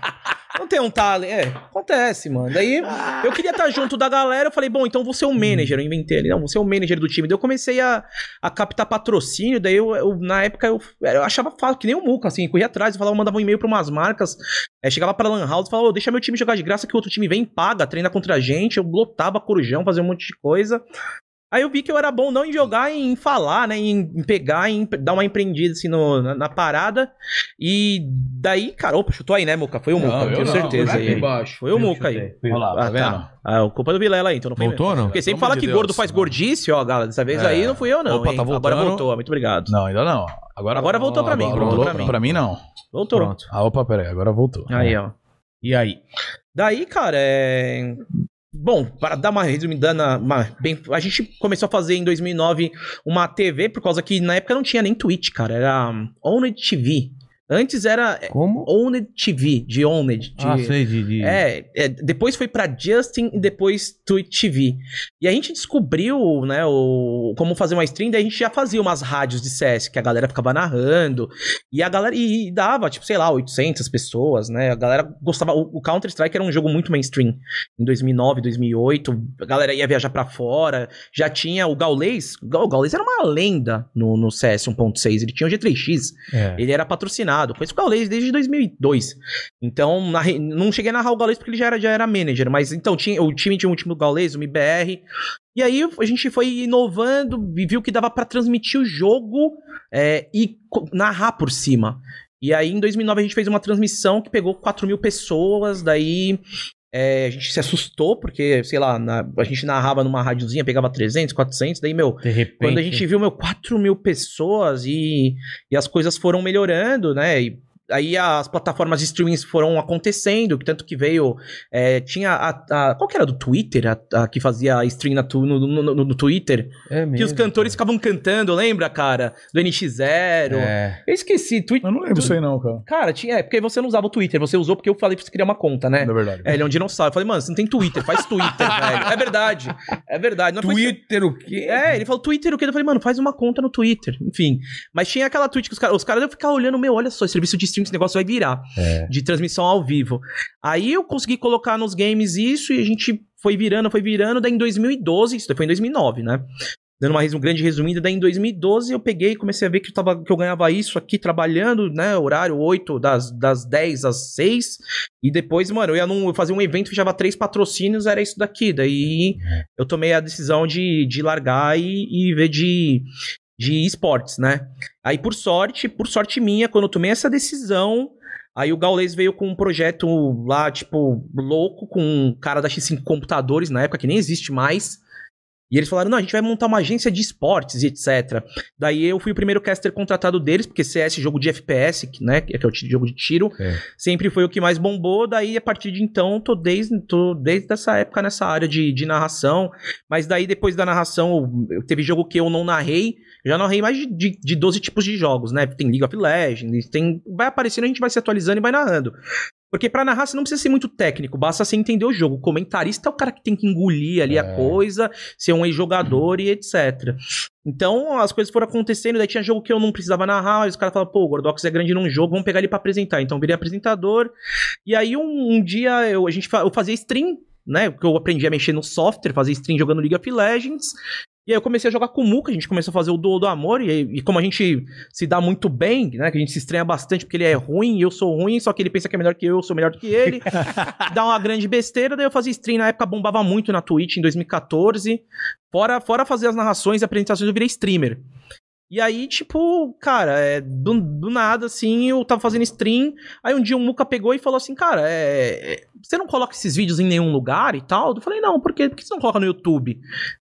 Speaker 3: Não tem um talento. É, acontece, mano. Daí eu queria estar junto da galera. Eu falei, bom, então vou ser o manager. Eu inventei ele. Não, vou ser o manager do time. Daí eu comecei a, a captar patrocínio. Daí eu, eu- na época, eu, eu achava fácil, que nem o Muca, assim. Corria atrás, eu falava, eu mandava um e-mail pra umas marcas. Aí chegava pra Lan House e falava, ô, deixa meu time jogar de graça que o outro time vem, paga, treina contra a gente. Eu lotava corujão, fazia um monte de coisa. Aí eu vi que eu era bom não em jogar, em falar, né? Em em pegar, em dar uma empreendida assim no- na, na parada. E daí, cara, opa, chutou aí, né, Muca? Foi o Muca, eu tenho certeza. aí.
Speaker 2: embaixo.
Speaker 3: Foi o Muca aí.
Speaker 2: Olha lá, tá
Speaker 3: Ah,
Speaker 2: vendo?
Speaker 3: tá. Ah, culpa do Vilela aí, então não foi
Speaker 1: Voltou ou
Speaker 3: mesmo.
Speaker 1: não?
Speaker 3: Porque sempre
Speaker 2: Pelo
Speaker 3: fala
Speaker 2: amor
Speaker 3: que
Speaker 2: de
Speaker 3: gordo
Speaker 2: Deus,
Speaker 3: faz
Speaker 2: não.
Speaker 3: gordice, ó, galera. Dessa vez
Speaker 2: É.
Speaker 3: aí não fui eu, não.
Speaker 2: Opa,
Speaker 3: hein?
Speaker 2: tá
Speaker 3: Agora
Speaker 2: voltando.
Speaker 3: voltou, muito obrigado.
Speaker 2: Não, ainda não. Agora,
Speaker 3: Agora voltou pra mim,
Speaker 2: Agora
Speaker 3: voltou pra
Speaker 2: voltou
Speaker 3: mim.
Speaker 2: pra mim, não.
Speaker 3: Voltou.
Speaker 1: Pronto.
Speaker 2: Ah, opa, peraí, agora voltou.
Speaker 3: Aí, ó.
Speaker 1: E aí?
Speaker 3: Daí, cara, é. Bom, para dar uma resumida, na- uma- bem, a gente começou a fazer em 2009 uma TV, por causa que na época não tinha nem Twitch, cara. Era um, Only TV. Antes era é,
Speaker 1: Como?
Speaker 3: Owned TV, de Owned. De,
Speaker 1: Ah, sei, de... de-
Speaker 3: é, é, depois foi pra Justin e depois Twitch TV. E a gente descobriu, né, o, como fazer uma stream, daí a gente já fazia umas rádios de CS que a galera ficava narrando. E a galera e, e dava, tipo, sei lá, 800 pessoas, né? A galera gostava o, o Counter Strike era um jogo muito mainstream. Em 2009, 2008, a galera ia viajar pra fora, já tinha o Gaules, o Gaules era uma lenda no, no CS 1.6, ele tinha o G3X.
Speaker 1: é.
Speaker 3: Ele era patrocinado. Conheço o Gaules desde 2002. Então, na re- não cheguei a narrar o Gaules porque ele já era, já era manager. Mas então, tinha, o time tinha um time do Gaules, uma IBR. E aí a gente foi inovando e viu que dava pra transmitir o jogo é, e co- narrar por cima. E aí, em 2009, a gente fez uma transmissão que pegou 4 mil pessoas. Daí é, a gente se assustou, porque, sei lá, na- a gente narrava numa rádiozinha, pegava 300, 400. Daí, meu,
Speaker 1: De repente...
Speaker 3: quando a gente viu, meu, 4 mil pessoas e, e as coisas foram melhorando, né? E aí as plataformas de streaming foram acontecendo, que tanto que veio. é, tinha a, a- Qual que era do Twitter? A, a que fazia a stream na tu- no, no- no- no Twitter?
Speaker 1: É
Speaker 3: que os
Speaker 1: mesmo,
Speaker 3: cantores ficavam cantando, lembra, cara? Do NX0.
Speaker 1: É.
Speaker 3: Eu esqueci, Twitter.
Speaker 2: Eu não lembro isso aí, não, cara.
Speaker 3: Cara, tinha, é porque você não usava o Twitter, você usou porque eu falei pra você criar uma conta, né?
Speaker 2: Na verdade.
Speaker 3: É, ele é um dinossauro. Eu falei, mano, você não tem Twitter, faz Twitter, velho. É verdade. É verdade. Não foi-
Speaker 1: Twitter o quê?
Speaker 3: é, ele falou Twitter o quê? Eu falei, mano, faz uma conta no Twitter. Enfim. Mas tinha aquela tweet que os caras. Os caras iam ficar olhando, meu, olha só, esse serviço de stream, esse negócio vai virar.
Speaker 1: É.
Speaker 3: De transmissão ao vivo. Aí eu consegui colocar nos games isso e a gente foi virando, foi virando. Daí em 2012, isso daí foi em 2009, né? Dando uma resu- grande resumida, daí em 2012 eu peguei e comecei a ver que eu, tava, que eu ganhava isso aqui trabalhando, né? Horário 8, das, das 10 às 6. E depois, mano, eu ia num, eu fazia um evento, fechava três patrocínios, era isso daqui. Daí eu tomei a decisão de, de largar e, e ver de, de esportes, né? Aí, por sorte, por sorte minha, quando eu tomei essa decisão, aí o Gaules veio com um projeto lá, tipo, louco, com um cara da X5 Computadores, na época que nem existe mais. E eles falaram, não, a gente vai montar uma agência de esportes e etc. Daí eu fui o primeiro caster contratado deles, porque CS, jogo de FPS, que, né, que é o ti- jogo de tiro,
Speaker 1: É.
Speaker 3: sempre foi o que mais bombou. Daí, a partir de então, tô desde, tô desde essa época nessa área de, de narração. Mas daí, depois da narração, eu- eu- teve jogo que eu não narrei. Eu já narrei mais de, de, de 12 tipos de jogos, né? Tem League of Legends, tem... Vai aparecendo, a gente vai se atualizando e vai narrando. Porque pra narrar você não precisa ser muito técnico, basta você entender o jogo. O comentarista é o cara que tem que engolir ali
Speaker 1: É.
Speaker 3: a coisa, ser um ex-jogador e etc. Então as coisas foram acontecendo, daí tinha jogo que eu não precisava narrar, e os caras falavam, pô, o Gordox é grande num jogo, vamos pegar ele pra apresentar. Então eu virei apresentador. E aí um, um dia eu, a gente, fa- eu fazia stream, né? Porque eu aprendi a mexer no software, fazia stream jogando League of Legends. E aí eu comecei a jogar com o Muca, a gente começou a fazer o Duo do Amor, e, aí- e como a gente se dá muito bem, né? Que a gente se estranha bastante porque ele é ruim, e eu sou ruim, só que ele pensa que é melhor que eu, eu sou melhor do que ele. dá uma grande besteira, daí eu fazia stream na época, bombava muito na Twitch em 2014. Fora, fora fazer as narrações e apresentações, eu virei streamer. E aí, tipo, cara, é, do, do nada, assim, eu tava fazendo stream. Aí um dia o Muca pegou e falou assim, cara, é, é, você não coloca esses vídeos em nenhum lugar e tal? Eu falei, não, por quê? Por que você não coloca no YouTube?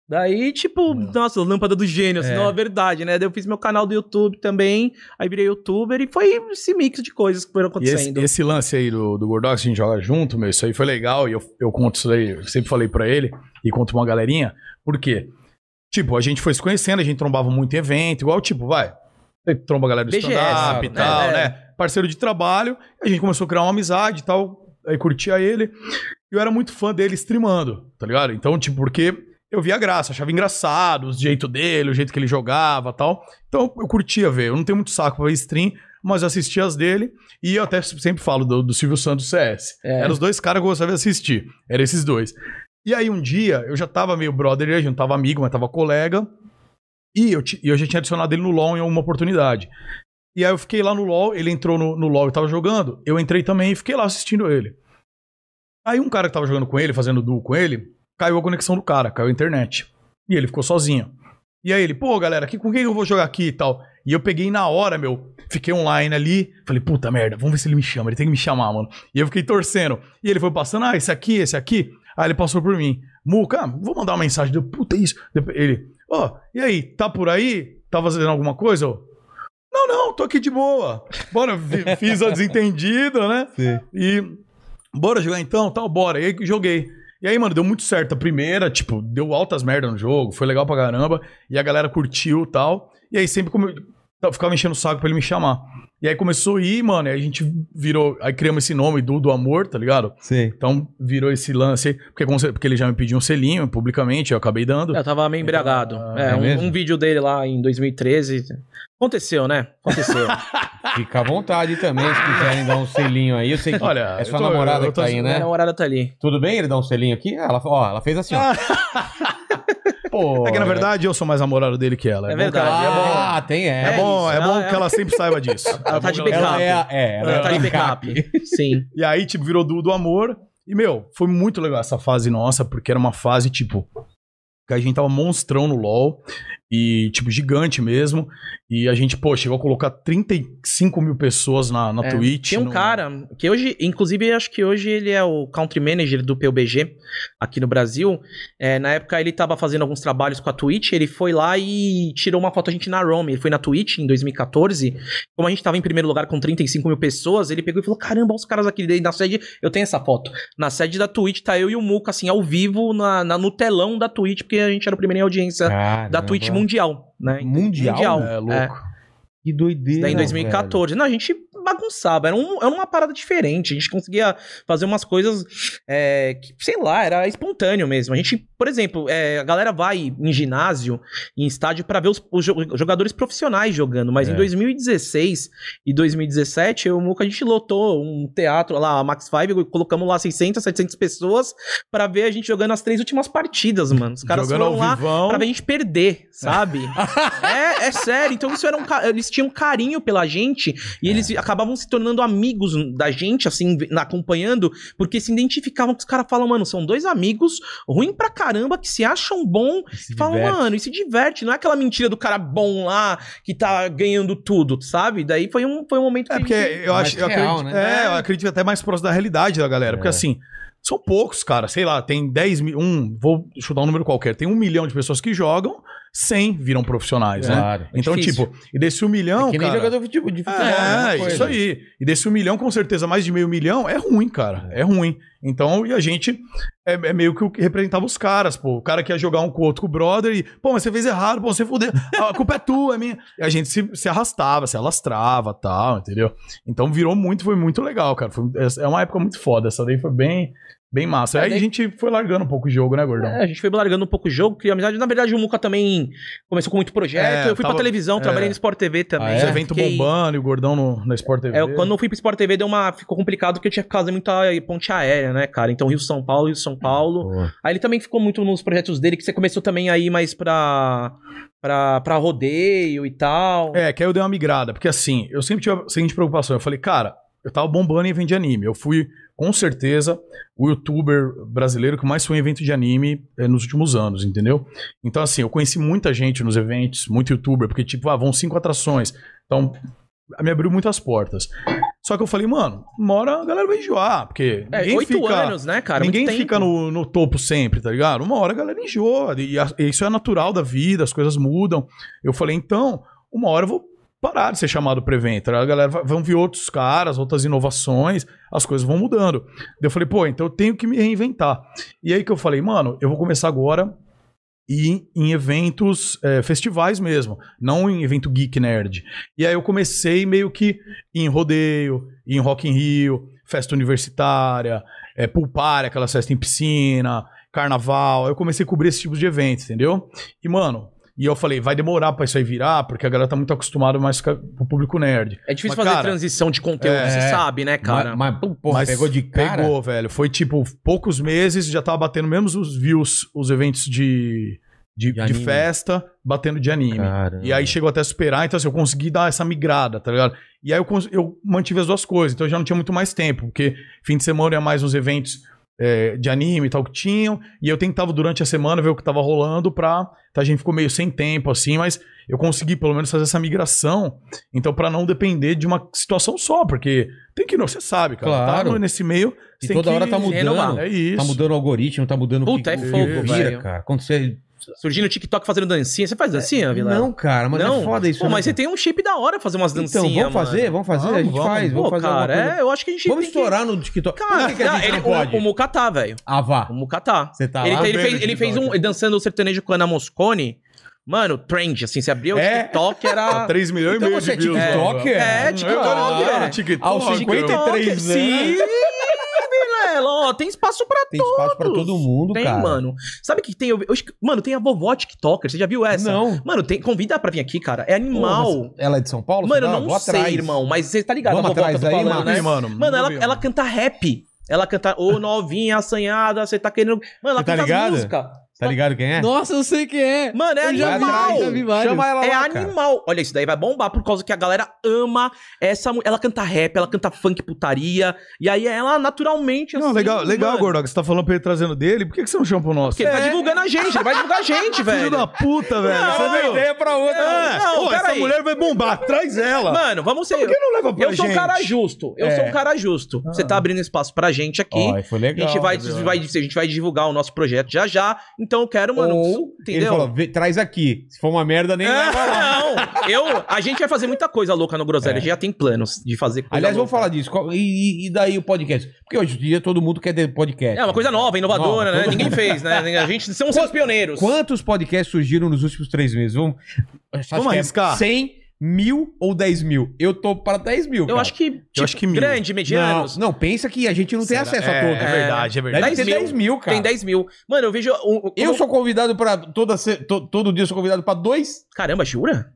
Speaker 3: Daí, tipo, nossa, lâmpada do gênio, assim,
Speaker 1: É.
Speaker 3: não, é verdade, né? Daí eu fiz meu canal do YouTube também, aí virei youtuber e foi esse mix de coisas que foram
Speaker 2: E esse,
Speaker 3: acontecendo.
Speaker 2: esse lance aí do, do Gordox, a gente joga junto, meu, isso aí foi legal. E eu, eu conto isso aí, eu sempre falei pra ele, e conto pra uma galerinha. Por quê? Tipo, a gente foi se conhecendo, a gente trombava muito em evento, igual, tipo, vai. Você tromba a galera do
Speaker 3: BGS,
Speaker 2: stand-up e
Speaker 3: né?
Speaker 2: tal,
Speaker 3: É.
Speaker 2: né? Parceiro de trabalho, a gente começou a criar uma amizade e tal. Aí curtia ele. E eu era muito fã dele streamando, tá ligado? Então, tipo, porque eu via graça, achava engraçado o jeito dele, o jeito que ele jogava e tal. Então eu curtia ver. Eu não tenho muito saco pra ver stream, mas eu assistia as dele. E eu até sempre falo do, do Silvio Santos CS.
Speaker 3: É.
Speaker 2: Eram os dois caras que eu gostava de assistir. Eram esses dois. E aí um dia, eu já tava meio brother, a gente não tava amigo, mas tava colega. E eu, ti- e eu já tinha adicionado ele no LoL em uma oportunidade. E aí eu fiquei lá no LoL, ele entrou no, no LoL e tava jogando. Eu entrei também e fiquei lá assistindo ele. Aí um cara que tava jogando com ele, fazendo duo com ele, caiu a conexão do cara, caiu a internet. E ele ficou sozinho. E aí ele, pô, galera, que, com quem eu vou jogar aqui e tal? E eu peguei na hora, meu, fiquei online ali, falei, puta merda, vamos ver se ele me chama, ele tem que me chamar, mano. E eu fiquei torcendo. E ele foi passando, ah, esse aqui, esse aqui. Aí ele passou por mim. Muca, ah, vou mandar uma mensagem. Deu, puta, é isso. Depois Ele, ó, e aí, tá por aí? Tá fazendo alguma coisa? Eu, Não, não, tô aqui de boa. Bora, vi- fiz a desentendida, né?
Speaker 1: Sim.
Speaker 2: E bora jogar então, tal, bora. E aí que joguei. E aí, mano, deu muito certo a primeira, tipo, deu altas merda no jogo, foi legal pra caramba, e a galera curtiu e tal. E aí sempre como eu Eu ficava enchendo o saco pra ele me chamar. E aí começou a ir, mano, e aí a gente virou. Aí criamos esse nome, do, do Amor, tá ligado?
Speaker 1: Sei.
Speaker 2: Então virou esse lance aí, porque, com cer- porque ele já me pediu um selinho publicamente, eu acabei dando.
Speaker 3: É, Eu tava meio embriagado. é,
Speaker 1: é
Speaker 3: um-
Speaker 1: mesmo?
Speaker 3: um, vídeo dele lá em 2013. Aconteceu, né? Aconteceu.
Speaker 1: Fica à vontade também, se quiserem dar um selinho aí. Eu sei que
Speaker 2: Olha,
Speaker 1: é sua
Speaker 2: eu tô-
Speaker 1: namorada
Speaker 2: eu
Speaker 1: que
Speaker 2: tô- assim,
Speaker 1: tá aí, né?
Speaker 3: Minha namorada tá ali.
Speaker 1: Tudo bem ele dar um selinho aqui? Ah, Ela, ó, ela fez assim, ó. Pô,
Speaker 2: É que na verdade eu sou mais namorado dele que ela.
Speaker 3: É
Speaker 2: bom que ela-
Speaker 3: verdade, é bom.
Speaker 1: Ah, tem
Speaker 2: É,
Speaker 1: essa.
Speaker 2: bom,
Speaker 3: isso.
Speaker 2: é bom
Speaker 3: Ela-
Speaker 2: que ela sempre saiba disso.
Speaker 3: Ela
Speaker 2: É
Speaker 3: tá
Speaker 2: bom
Speaker 3: de
Speaker 2: que
Speaker 1: Ela
Speaker 2: ela-
Speaker 1: é, a- é, ela
Speaker 3: Ela tá
Speaker 1: é
Speaker 3: de
Speaker 1: a
Speaker 3: backup.
Speaker 1: backup.
Speaker 3: Sim.
Speaker 2: E aí, tipo, virou do, do amor. E, meu, foi muito legal essa fase nossa, porque era uma fase, tipo, que a gente tava monstrão no LoL. E, tipo, gigante mesmo. E a gente, pô, chegou a colocar 35 mil pessoas na, na
Speaker 3: É,
Speaker 2: Twitch.
Speaker 3: Tinha um
Speaker 2: no-
Speaker 3: cara que hoje, inclusive, acho que hoje ele é o country manager do PUBG aqui no Brasil. É, na época ele tava fazendo alguns trabalhos com a Twitch, ele foi lá e tirou uma foto a gente na Rome. Ele foi na Twitch em 2014. Como a gente tava em primeiro lugar com 35 mil pessoas, ele pegou e falou: caramba, olha os caras aqui dentro da sede. Eu tenho essa foto. Na sede da Twitch tá eu e o Muca, assim, ao vivo, na, na- no telão da Twitch, porque a gente era o primeiro em audiência
Speaker 1: Caramba.
Speaker 3: da Twitch mundial, né?
Speaker 1: Mundial?
Speaker 2: É, louco.
Speaker 1: Que doideira.
Speaker 3: Daí em
Speaker 1: velho.
Speaker 3: 2014. Não, a gente bagunçava. Era, um- era uma parada diferente. A gente conseguia fazer umas coisas é, que, sei lá, era espontâneo mesmo. A gente, por exemplo, é, a galera vai em ginásio, em estádio, pra ver os, os jo- jogadores profissionais jogando. Mas
Speaker 1: É.
Speaker 3: em 2016 e 2017, eu e o Muca, a gente lotou um teatro lá, a Max Five, e colocamos lá 600, 700 pessoas pra ver a gente jogando as três últimas partidas, mano. Os caras
Speaker 2: Jogando
Speaker 3: foram lá
Speaker 2: ao vivão.
Speaker 3: pra ver a gente perder, sabe? é, é sério. Então isso era um ca- eles tinham um carinho pela gente
Speaker 2: É.
Speaker 3: e eles acabavam se tornando amigos da gente, assim, na- acompanhando, porque se identificavam que os caras falam, mano, são dois amigos ruim pra caramba que se acham bom
Speaker 1: Se
Speaker 3: e falam,
Speaker 1: diverte.
Speaker 3: mano, e se diverte. Não é aquela mentira do cara bom lá que tá ganhando tudo, sabe? Daí foi um, foi um momento
Speaker 2: É
Speaker 3: que-
Speaker 2: porque eu
Speaker 1: Mais
Speaker 2: acho. Eu
Speaker 1: real,
Speaker 2: acredito,
Speaker 1: né?
Speaker 2: É, eu acredito até mais próximo da realidade da galera. Porque
Speaker 1: É.
Speaker 2: assim, são poucos, cara. Sei lá, tem 10 mil. Um, vou chutar um número qualquer. Tem um milhão de pessoas que jogam, 100 viram profissionais, né?
Speaker 1: Claro.
Speaker 2: Então,
Speaker 3: difícil.
Speaker 2: tipo, e desse um milhão.
Speaker 1: É que nem
Speaker 2: cara,
Speaker 1: jogador de futebol. de futebol, né?
Speaker 2: É,
Speaker 1: Uma coisa.
Speaker 2: isso aí. E desse um milhão, com certeza, mais de meio milhão é ruim, cara. É ruim. Então, e a gente é, é meio que o que representava os caras, pô. O cara que ia jogar um com o outro com o brother e, pô, mas você fez errado, pô, você fudeu. A culpa é tua, é minha. E a gente se, se arrastava, se alastrava tal, entendeu? Então virou muito, foi muito legal, cara. Foi- é- é uma época muito foda. Essa daí foi bem, bem massa.
Speaker 3: É,
Speaker 2: Aí a
Speaker 3: daí-
Speaker 2: gente foi largando um pouco o jogo, né, gordão?
Speaker 3: É, a gente foi largando um pouco o jogo, criou amizade. Na verdade, o Muca também começou com muito projeto.
Speaker 2: É,
Speaker 3: eu fui
Speaker 2: tava-
Speaker 3: pra televisão,
Speaker 2: é.
Speaker 3: trabalhei no Sport TV também.
Speaker 1: Ah, é?
Speaker 2: Os
Speaker 3: já
Speaker 2: eventos
Speaker 3: fiquei-
Speaker 2: bombando e o gordão no, na Sport TV.
Speaker 3: É, quando eu fui pro Sport TV deu uma, ficou complicado porque eu tinha que fazer muita ponte aérea, né, cara? Então Rio-São Paulo, Rio-São Paulo.
Speaker 1: Pô.
Speaker 3: Aí ele também ficou muito nos projetos dele, que você começou também aí mais pra, pra, pra rodeio e tal.
Speaker 2: É, que aí eu dei uma migrada, porque assim, eu sempre tive a seguinte preocupação. Eu falei, cara, eu tava bombando em evento de anime. Eu fui, com certeza, o youtuber brasileiro que mais foi em evento de anime eh, nos últimos anos, entendeu? Então, assim, eu conheci muita gente nos eventos, muito youtuber, porque, tipo, ah, vão cinco atrações. Então, me abriu muitas portas. Só que eu falei, mano, uma hora a galera vai enjoar, porque.
Speaker 3: É,
Speaker 2: ninguém
Speaker 3: oito
Speaker 2: fica-
Speaker 3: anos, né, cara?
Speaker 2: Ninguém
Speaker 3: Muito tempo.
Speaker 2: fica no, no topo sempre, tá ligado? Uma hora a galera enjoa. E a- e isso é natural da vida, as coisas mudam. Eu falei, então, uma hora eu vou parar de ser chamado para evento. A galera vai, vão vir outros caras, outras inovações, as coisas vão mudando. Daí eu falei, pô, então eu tenho que me reinventar. E aí que eu falei, mano, eu vou começar agora e ir em eventos, eh, festivais mesmo, não em evento geek nerd. E aí eu comecei meio que em rodeio, em Rock in Rio, festa universitária, é, pulpar, aquela festa em piscina, carnaval. Eu comecei a cobrir esse tipo de eventos, entendeu? E, mano, e eu falei, vai demorar pra isso aí virar, porque a galera tá muito acostumada mais com a- com o público nerd.
Speaker 3: É
Speaker 2: Mas,
Speaker 3: difícil fazer
Speaker 2: cara,
Speaker 3: transição de conteúdo,
Speaker 2: é,
Speaker 3: você sabe, né, cara?
Speaker 1: Mas, mas, porra,
Speaker 2: Mas
Speaker 1: pegou de cara.
Speaker 2: Pegou, velho. Foi tipo, poucos meses já tava batendo mesmo os views, os eventos de, de,
Speaker 1: De
Speaker 2: de
Speaker 1: anime.
Speaker 2: festa, batendo de anime. E aí chegou até a superar, então assim, eu consegui dar essa migrada, tá ligado? E aí eu, cons- eu mantive as duas coisas, então eu já não tinha muito mais tempo, porque fim de semana ia mais uns eventos é, de anime e tal que tinham, e eu tentava durante a semana ver o que tava rolando pra... Tá, a gente ficou meio sem tempo assim, mas eu consegui pelo menos fazer essa migração, então pra não depender de uma situação só, porque tem que, você sabe, cara,
Speaker 1: Claro.
Speaker 2: tá no- nesse meio...
Speaker 1: E
Speaker 2: tem
Speaker 1: toda
Speaker 2: que
Speaker 1: hora tá
Speaker 2: renovar.
Speaker 1: mudando.
Speaker 2: É isso.
Speaker 1: Tá mudando o algoritmo, tá mudando
Speaker 3: Puta, é
Speaker 1: o que
Speaker 3: fogo,
Speaker 1: vira,
Speaker 3: velho.
Speaker 1: cara. Quando você...
Speaker 3: Surgindo o TikTok fazendo dancinha. Você faz dancinha, Vila?
Speaker 1: Não, cara, mas
Speaker 3: Não?
Speaker 1: é foda isso.
Speaker 3: Pô, mas
Speaker 1: né?
Speaker 3: você tem um chip da hora fazer umas
Speaker 1: Então, vamos
Speaker 3: dancinhas,
Speaker 1: fazer,
Speaker 3: mano.
Speaker 1: vamos fazer, a gente
Speaker 2: Vamos,
Speaker 1: faz, vamos,
Speaker 3: Pô,
Speaker 1: fazer
Speaker 3: cara,
Speaker 1: alguma coisa.
Speaker 3: é, eu acho que a gente
Speaker 1: Vamos
Speaker 3: tem que-
Speaker 1: estourar no TikTok.
Speaker 3: Cara, é,
Speaker 1: Por que que a gente
Speaker 3: ele-
Speaker 1: não pode?
Speaker 3: o, o Mucatá, velho.
Speaker 1: Ah, vá.
Speaker 3: O Mucatá.
Speaker 1: Você tá
Speaker 3: ele,
Speaker 1: lá? então,
Speaker 3: tá- ele
Speaker 2: vendo
Speaker 3: fez,
Speaker 2: o
Speaker 3: ele fez um.
Speaker 2: TikTok.
Speaker 3: Dançando o sertanejo com a Ana Moscone. Mano, trend, assim, você abria
Speaker 1: É?
Speaker 3: o TikTok, era.
Speaker 2: 3 Ah, milhões
Speaker 1: Então
Speaker 2: e meio
Speaker 1: você é
Speaker 2: de views.
Speaker 1: TikToker?
Speaker 3: É, TikTok,
Speaker 2: Ah,
Speaker 3: é.
Speaker 2: TikTok.
Speaker 1: Aos 53
Speaker 3: TikTok,
Speaker 1: né?
Speaker 3: Sim, né? Vilela, ó, tem espaço pra
Speaker 1: Tem espaço pra todo mundo,
Speaker 3: tem,
Speaker 1: cara.
Speaker 3: mano. Sabe o que tem? Eu, eu, acho que- mano, tem a vovó TikToker, você já viu É essa?
Speaker 1: Não.
Speaker 3: Mano, tem, convida pra vir aqui, cara. É animal.
Speaker 1: Porra, ela é de São Paulo?
Speaker 3: mano, eu
Speaker 1: Será?
Speaker 3: não
Speaker 1: Vou
Speaker 3: sei,
Speaker 1: atrás.
Speaker 3: irmão, mas você tá ligado
Speaker 1: Vamos
Speaker 3: a vovó que eu tô
Speaker 1: atrás aí,
Speaker 3: falando,
Speaker 1: Marcos.
Speaker 3: né?
Speaker 2: Sim, mano.
Speaker 3: Mano, ela,
Speaker 2: Não vi,
Speaker 3: ela canta rap. Ela canta, ô novinha, assanhada, você tá querendo. Mano, ela
Speaker 1: Você tá
Speaker 3: canta
Speaker 1: ligado?
Speaker 3: as músicas.
Speaker 1: Tá ligado quem é?
Speaker 4: Nossa, eu sei quem é.
Speaker 3: Mano, é
Speaker 4: Eu já vi,
Speaker 3: animal.
Speaker 4: já vi vários.
Speaker 1: Chama ela lá,
Speaker 3: É
Speaker 1: cara.
Speaker 3: animal. Olha, isso daí vai bombar por causa que a galera ama essa mulher. Ela canta rap, ela canta funk putaria. E aí ela naturalmente.
Speaker 2: Não,
Speaker 3: assim,
Speaker 2: legal, legal,
Speaker 3: mano,
Speaker 2: Gordox. Você tá falando pra ele trazendo dele. Por que, que você não chama pro nosso?
Speaker 3: Porque ele tá
Speaker 2: É,
Speaker 3: divulgando a gente, ele vai divulgar a gente,
Speaker 2: Filho
Speaker 3: velho.
Speaker 2: da puta, velho.
Speaker 1: é
Speaker 2: Você deu ideia.
Speaker 1: pra outra.
Speaker 2: É,
Speaker 3: não,
Speaker 2: pô, essa
Speaker 3: peraí.
Speaker 2: mulher vai bombar. Traz ela.
Speaker 3: Mano, vamos ser.
Speaker 2: Por que não leva pra
Speaker 3: Eu sou um
Speaker 2: gente?
Speaker 3: cara justo. Eu
Speaker 2: É. Ah.
Speaker 3: sou um cara justo. Você tá abrindo espaço pra gente aqui.
Speaker 1: Ó, foi legal.
Speaker 3: a, gente vai,
Speaker 1: entendeu?
Speaker 3: vai- a gente vai divulgar o nosso projeto já já. Então eu quero, mano.
Speaker 1: Ou ele
Speaker 3: entendeu?
Speaker 1: falou, "Vê- traz aqui. Se for uma merda, nem leva lá.
Speaker 3: Não, eu, a gente vai fazer muita coisa louca no
Speaker 2: É.
Speaker 3: Groselha. A gente já tem planos de fazer coisa
Speaker 1: Aliás, vamos
Speaker 3: louca.
Speaker 1: falar disso. Qual- E, e- e daí o podcast? Porque hoje em dia todo mundo quer ter podcast.
Speaker 3: É uma coisa nova, inovadora,
Speaker 1: Nova,
Speaker 3: né?
Speaker 1: todo
Speaker 3: Ninguém fez, né? A gente são os pioneiros.
Speaker 1: Quantos podcasts surgiram nos últimos três meses? Vamos, acho que é
Speaker 2: arriscar?
Speaker 1: 100, mil ou 10 mil? Eu tô para 10 mil.
Speaker 3: Eu acho que, é tipo,
Speaker 2: acho que mil.
Speaker 3: grande,
Speaker 1: não,
Speaker 3: medianos.
Speaker 1: não, pensa que a gente não tem acesso a todos.
Speaker 2: É, é verdade, é
Speaker 1: Deve
Speaker 2: verdade.
Speaker 3: 10
Speaker 1: ter
Speaker 3: mil.
Speaker 1: 10 mil, cara.
Speaker 3: Tem 10 mil. Mano, eu vejo. o- o-
Speaker 1: Eu
Speaker 3: como-
Speaker 1: sou convidado pra. Toda, se- to- todo dia eu sou convidado pra dois.
Speaker 3: Caramba, jura?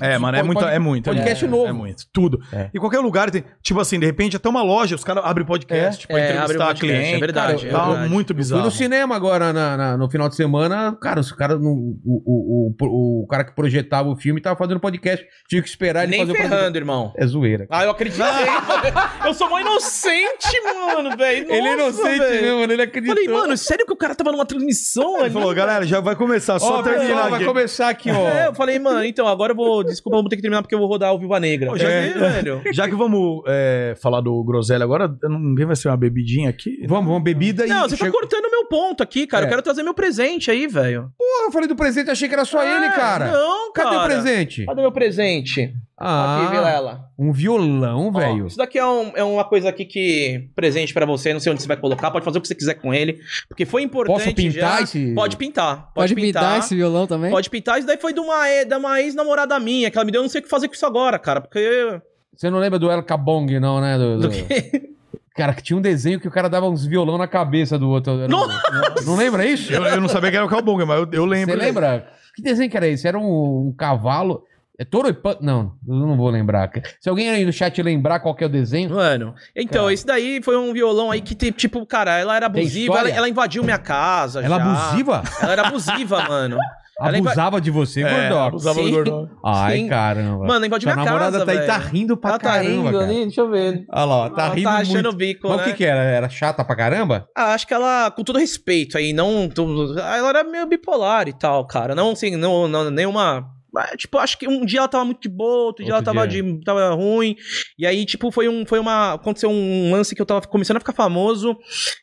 Speaker 2: É, mano, é
Speaker 1: Pod-
Speaker 2: muito,
Speaker 1: pod-
Speaker 2: é muito. é
Speaker 1: podcast
Speaker 2: muito,
Speaker 1: novo.
Speaker 2: É muito. Tudo.
Speaker 1: É.
Speaker 2: E qualquer lugar tem. Tipo assim, de repente, até uma loja, os caras abrem podcast pra
Speaker 3: É, abre um
Speaker 2: entrevistar
Speaker 3: podcast,
Speaker 2: cliente.
Speaker 3: é verdade,
Speaker 2: cara,
Speaker 3: é
Speaker 2: tá
Speaker 3: verdade.
Speaker 2: muito
Speaker 1: Fui
Speaker 2: bizarro.
Speaker 1: no cinema agora na- na- no final de semana. Cara, os cara não- o, o, o, o cara que projetava o filme tava fazendo podcast. Tive que esperar ele
Speaker 3: Nem
Speaker 1: fazer o podcast.
Speaker 3: ferrando, irmão.
Speaker 1: É zoeira.
Speaker 3: Ah, eu acreditei. eu sou mó inocente, mano, velho.
Speaker 1: Ele é
Speaker 3: Nossa,
Speaker 1: inocente
Speaker 3: velho.
Speaker 1: mesmo, mano. Ele acreditou.
Speaker 3: Falei, mano, sério que o cara tava numa transmissão
Speaker 2: Ele
Speaker 3: ali?
Speaker 2: falou, galera, já vai começar,
Speaker 1: Ó,
Speaker 2: só terminar
Speaker 1: pessoal, vai
Speaker 2: aqui.
Speaker 1: começar aqui, ó.
Speaker 3: É, eu falei, mano, então agora eu vou. Desculpa, eu vou ter que terminar porque eu vou rodar o Viva Negra.
Speaker 2: Ô, já
Speaker 3: É,
Speaker 2: vi,
Speaker 3: velho.
Speaker 2: Já que vamos é, falar do Groselha agora, ninguém vai ser uma bebidinha aqui?
Speaker 1: Vamos, vamos, bebida e...
Speaker 3: Não, você tá
Speaker 1: chegou-
Speaker 3: cortando meu ponto aqui,
Speaker 1: É.
Speaker 3: cara. Eu quero trazer meu presente aí, velho.
Speaker 1: Porra, eu falei do presente, achei que era só ele,
Speaker 3: É,
Speaker 1: cara.
Speaker 3: Não, cara.
Speaker 1: Cadê o presente?
Speaker 3: Cadê meu presente? Aqui,
Speaker 1: Ah,
Speaker 3: Vilela.
Speaker 1: um violão,
Speaker 3: Ó,
Speaker 1: velho.
Speaker 3: Isso daqui é, um- é uma coisa aqui que presente pra você, não sei onde você vai colocar, pode fazer o que você quiser com ele, porque foi importante
Speaker 1: Posso pintar
Speaker 3: já.
Speaker 1: esse...
Speaker 3: Pode pintar,
Speaker 4: Pode,
Speaker 3: pode,
Speaker 4: me
Speaker 3: pintar.
Speaker 4: dar esse violão também?
Speaker 3: Pode pintar, isso daí foi de uma, e- da uma ex-namorada minha, que ela me deu, eu não sei o que fazer com isso agora, cara, porque...
Speaker 1: Você não lembra do El Cabong, não, né? Do,
Speaker 3: Do
Speaker 1: do- Cara, que tinha um desenho que o cara dava uns violão na cabeça do outro. Era um- Não, lembra isso?
Speaker 2: Eu, eu não sabia que era o Calbonga, mas eu, eu lembro.
Speaker 1: Você lembra? Que desenho que era esse? Era um, um cavalo... É touro e pan... Não, eu não vou lembrar. Se alguém aí no chat lembrar qual que é o desenho...
Speaker 3: Mano, então,
Speaker 1: Cara.
Speaker 3: esse daí foi um violão aí que, tem, tipo, cara, ela era
Speaker 1: Tem
Speaker 3: abusiva,
Speaker 1: história?
Speaker 3: ela, ela invadiu minha casa
Speaker 1: Ela
Speaker 3: já.
Speaker 1: abusiva?
Speaker 3: Ela era abusiva, mano. Ela inva-
Speaker 1: Abusava de você,
Speaker 2: É,
Speaker 1: Gordox.
Speaker 2: abusava do
Speaker 3: Sim.
Speaker 2: Gordox.
Speaker 1: Ai,
Speaker 3: Sim.
Speaker 1: caramba.
Speaker 3: Mano, ela invadiu
Speaker 1: Sua
Speaker 3: minha
Speaker 1: namorada
Speaker 3: casa,
Speaker 1: tá aí, tá
Speaker 3: velho.
Speaker 1: rindo pra
Speaker 3: Ela tá
Speaker 1: caramba,
Speaker 3: rindo
Speaker 1: cara.
Speaker 3: ali, deixa eu ver.
Speaker 1: Olha lá, ó, tá
Speaker 3: ela
Speaker 1: rindo
Speaker 3: tá achando
Speaker 1: muito.
Speaker 3: o bico,
Speaker 1: Mas
Speaker 3: né?
Speaker 1: o que que era? Era chata pra caramba?
Speaker 3: Ah, acho que ela, com todo respeito aí, não. tu- Ela era meio bipolar e tal, cara. Não, assim, não, não nenhuma. ah, Tipo, acho que um dia ela tava muito de boa, outro dia
Speaker 1: Outro
Speaker 3: ela tava,
Speaker 1: dia.
Speaker 3: de- tava ruim. E aí, tipo, foi um. Foi uma. Aconteceu um lance que eu tava começando a ficar famoso.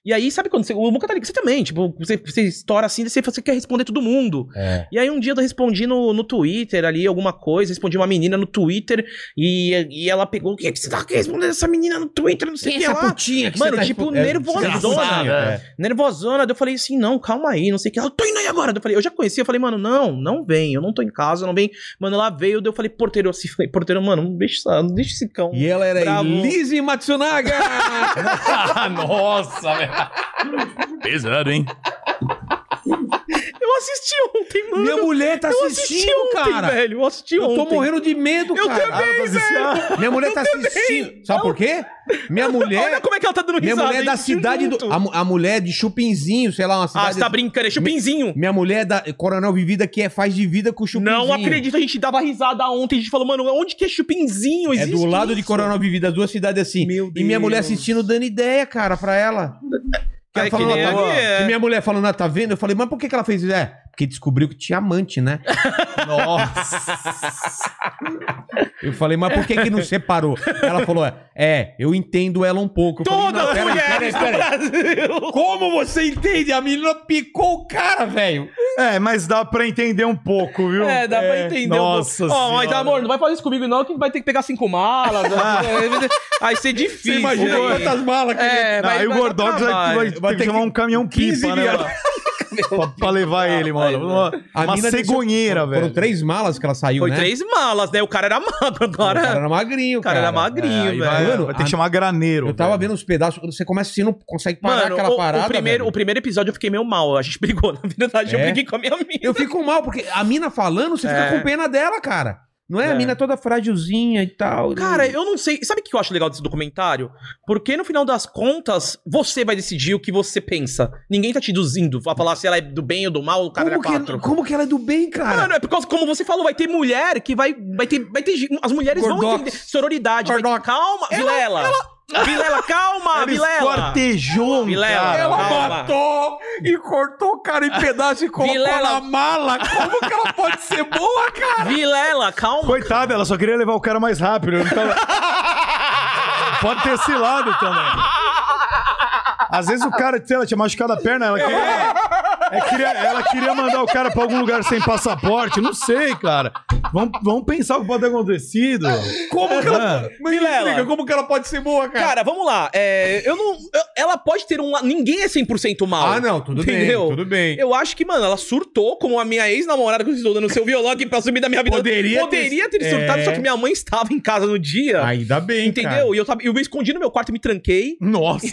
Speaker 3: E aí, sabe quando você. O Muca tá ligado, você também, tipo, você, você estoura assim, você, você quer responder todo mundo.
Speaker 1: É.
Speaker 3: E aí um dia eu respondi no, no Twitter ali alguma coisa, respondi uma menina no Twitter e, e ela pegou. O que, é que você tá respondendo essa menina no Twitter? Não sei o que lá.
Speaker 1: putinha
Speaker 3: é que Mano, você tá tipo, expo- é, nervosona.
Speaker 1: nervosona.
Speaker 3: nervosona. daí Eu falei assim, não, calma aí, não sei o que. Ela, tô indo aí agora. Daí Eu falei, eu já conhecia. Eu falei, mano, não, não vem. Eu não tô em casa, não vem. Mano, ela veio. daí Eu falei, porteiro, assim, falei, porteiro, mano, não deixa, essa- não deixa esse cão.
Speaker 1: E ela era
Speaker 3: Bravo.
Speaker 1: Elise Matsunaga!
Speaker 2: Ah, nossa, velho. Pesado, hein?
Speaker 3: Eu assisti ontem, mano.
Speaker 1: Minha mulher tá
Speaker 3: eu assisti
Speaker 1: assistindo,
Speaker 3: ontem,
Speaker 1: cara.
Speaker 3: velho. Eu assisti
Speaker 1: Eu
Speaker 3: ontem.
Speaker 1: tô morrendo de medo,
Speaker 3: Eu
Speaker 1: cara.
Speaker 3: também, velho.
Speaker 1: Minha mulher tá assistindo. Sabe por quê? Minha
Speaker 3: Olha
Speaker 1: mulher.
Speaker 3: como é que ela tá dando
Speaker 1: Minha
Speaker 3: risada.
Speaker 1: mulher é
Speaker 3: hein?
Speaker 1: da cidade do.
Speaker 3: Junto.
Speaker 1: A, mu- a mulher é de Chupinzinho, sei lá, uma
Speaker 3: Ah,
Speaker 1: cidade.
Speaker 3: você tá brincando, é chupinzinho.
Speaker 1: Minha mulher é da Coronel Vivida que é faz de vida com Chupinzinho.
Speaker 3: Não acredito, a gente dava risada ontem, a gente falou, mano, onde que é chupinzinho?
Speaker 1: É do
Speaker 3: Existe
Speaker 1: lado de
Speaker 3: isso?
Speaker 1: Coronel Vivida, as duas cidades assim.
Speaker 3: Meu
Speaker 1: E minha
Speaker 3: Deus.
Speaker 1: mulher assistindo dando ideia, cara, pra ela. Que ela
Speaker 3: É que
Speaker 1: falando,
Speaker 3: nem
Speaker 1: "Ah, tá-
Speaker 3: ali, é."
Speaker 1: que minha mulher falando, ah, tá vendo? Eu falei, mas por que, que ela fez isso? É, porque descobriu que tinha amante, né?
Speaker 2: Nossa.
Speaker 1: Eu falei, mas por que que não separou? Ela falou, é, eu entendo ela um pouco. Eu falei,
Speaker 3: Todas
Speaker 1: "Não,
Speaker 3: as
Speaker 1: peraí,
Speaker 3: mulheres
Speaker 1: peraí, peraí.
Speaker 3: do Brasil.
Speaker 1: Como você entende? A menina picou o cara, velho.
Speaker 2: É, mas dá pra entender um pouco, viu?
Speaker 3: É, dá pra entender. um
Speaker 2: Nossa
Speaker 3: pouco. Ó, mas
Speaker 2: Senhora.
Speaker 3: amor, não vai fazer isso comigo não, que vai ter que pegar cinco malas. né? vai ser difícil.
Speaker 1: Você imagina
Speaker 3: aí.
Speaker 1: quantas malas que ele-
Speaker 3: É,
Speaker 2: Não,
Speaker 3: vai-
Speaker 2: aí Ah, o
Speaker 3: vai dar
Speaker 2: Gordox vai,
Speaker 3: trabalho.
Speaker 2: vai,
Speaker 1: Vai
Speaker 2: ter que chamar um caminhão
Speaker 1: 15
Speaker 2: pipa, né?
Speaker 1: mil.
Speaker 2: mano? pra, pra
Speaker 3: Ah,
Speaker 2: levar ele, mano. Uma,
Speaker 1: A
Speaker 2: uma
Speaker 1: mina deixou-
Speaker 2: cegonheira,
Speaker 1: Foram
Speaker 2: velho.
Speaker 1: três malas que ela saiu,
Speaker 3: Foi
Speaker 1: né?
Speaker 3: três malas, né? O cara era magro
Speaker 1: O cara
Speaker 3: agora.
Speaker 1: era magrinho,
Speaker 3: O cara era
Speaker 2: É,
Speaker 3: magrinho,
Speaker 2: aí vai,
Speaker 3: velho.
Speaker 1: Mano,
Speaker 2: vai ter
Speaker 1: a-
Speaker 2: que chamar graneiro.
Speaker 1: Eu tava
Speaker 2: velho.
Speaker 1: vendo uns pedaços. Você começa assim, não consegue parar
Speaker 3: Mano,
Speaker 1: aquela
Speaker 3: o,
Speaker 1: parada.
Speaker 3: o, primeiro,
Speaker 1: velho.
Speaker 3: o primeiro episódio eu fiquei meio mal. A gente brigou. Na verdade,
Speaker 1: É?
Speaker 3: eu briguei com a minha mina.
Speaker 1: Eu fico mal, porque a mina falando, você fica
Speaker 3: É.
Speaker 1: com pena dela, cara. Não é? A
Speaker 3: É.
Speaker 1: mina toda frágilzinha e tal.
Speaker 3: Cara, eu não sei. Sabe o que eu acho legal desse documentário? Porque no final das contas, você vai decidir o que você pensa. Ninguém tá te induzindo a falar se ela é do bem ou do mal, o cara
Speaker 1: como
Speaker 3: é quatro.
Speaker 1: que, como que ela é do bem, cara?
Speaker 3: Mano, é por causa, como você falou, vai ter mulher que vai. Vai ter. Vai ter as mulheres vão
Speaker 1: Gordox.
Speaker 3: entender. Sororidade. vai-
Speaker 1: Gordox.
Speaker 3: calma, Vilela. Vilela, calma,
Speaker 2: Ah, Eles
Speaker 3: Vilela.
Speaker 2: cortejou um
Speaker 3: Vilela.
Speaker 2: cara.
Speaker 3: Ela
Speaker 2: velho.
Speaker 3: mata.
Speaker 1: matou e cortou o cara em pedaço e
Speaker 3: Vilela.
Speaker 1: mala. Como que ela pode ser boa, cara?
Speaker 3: Vilela, calma.
Speaker 2: Coitada, ela só queria levar o cara mais rápido. ele tava- Pode ter esse lado também. Às vezes o cara, sei lá, tinha machucado a perna, ela queria, é, queria- ela queria mandar o cara pra algum lugar sem passaporte, não sei, cara. Vamos, vamos pensar o que pode ter acontecido.
Speaker 1: Como que ela. Mas me
Speaker 3: Vilela.
Speaker 1: explica, como que ela pode ser boa, cara?
Speaker 3: Cara, vamos lá. É, eu não. eu- ela pode ter um. la- Ninguém é 100% mal.
Speaker 1: ah, não, tudo
Speaker 3: Entendeu?
Speaker 1: bem. Tudo bem.
Speaker 3: Eu acho que, mano, ela surtou como a minha ex-namorada que eu estou dando seu violão aqui pra subir da minha vida.
Speaker 1: Poderia ter-
Speaker 3: Poderia ter, surtado,
Speaker 1: É.
Speaker 3: só que minha mãe estava em casa no dia.
Speaker 1: Ainda bem, cara.
Speaker 3: entendeu? E eu, tava- eu me escondi no meu quarto e me tranquei.
Speaker 2: Nossa,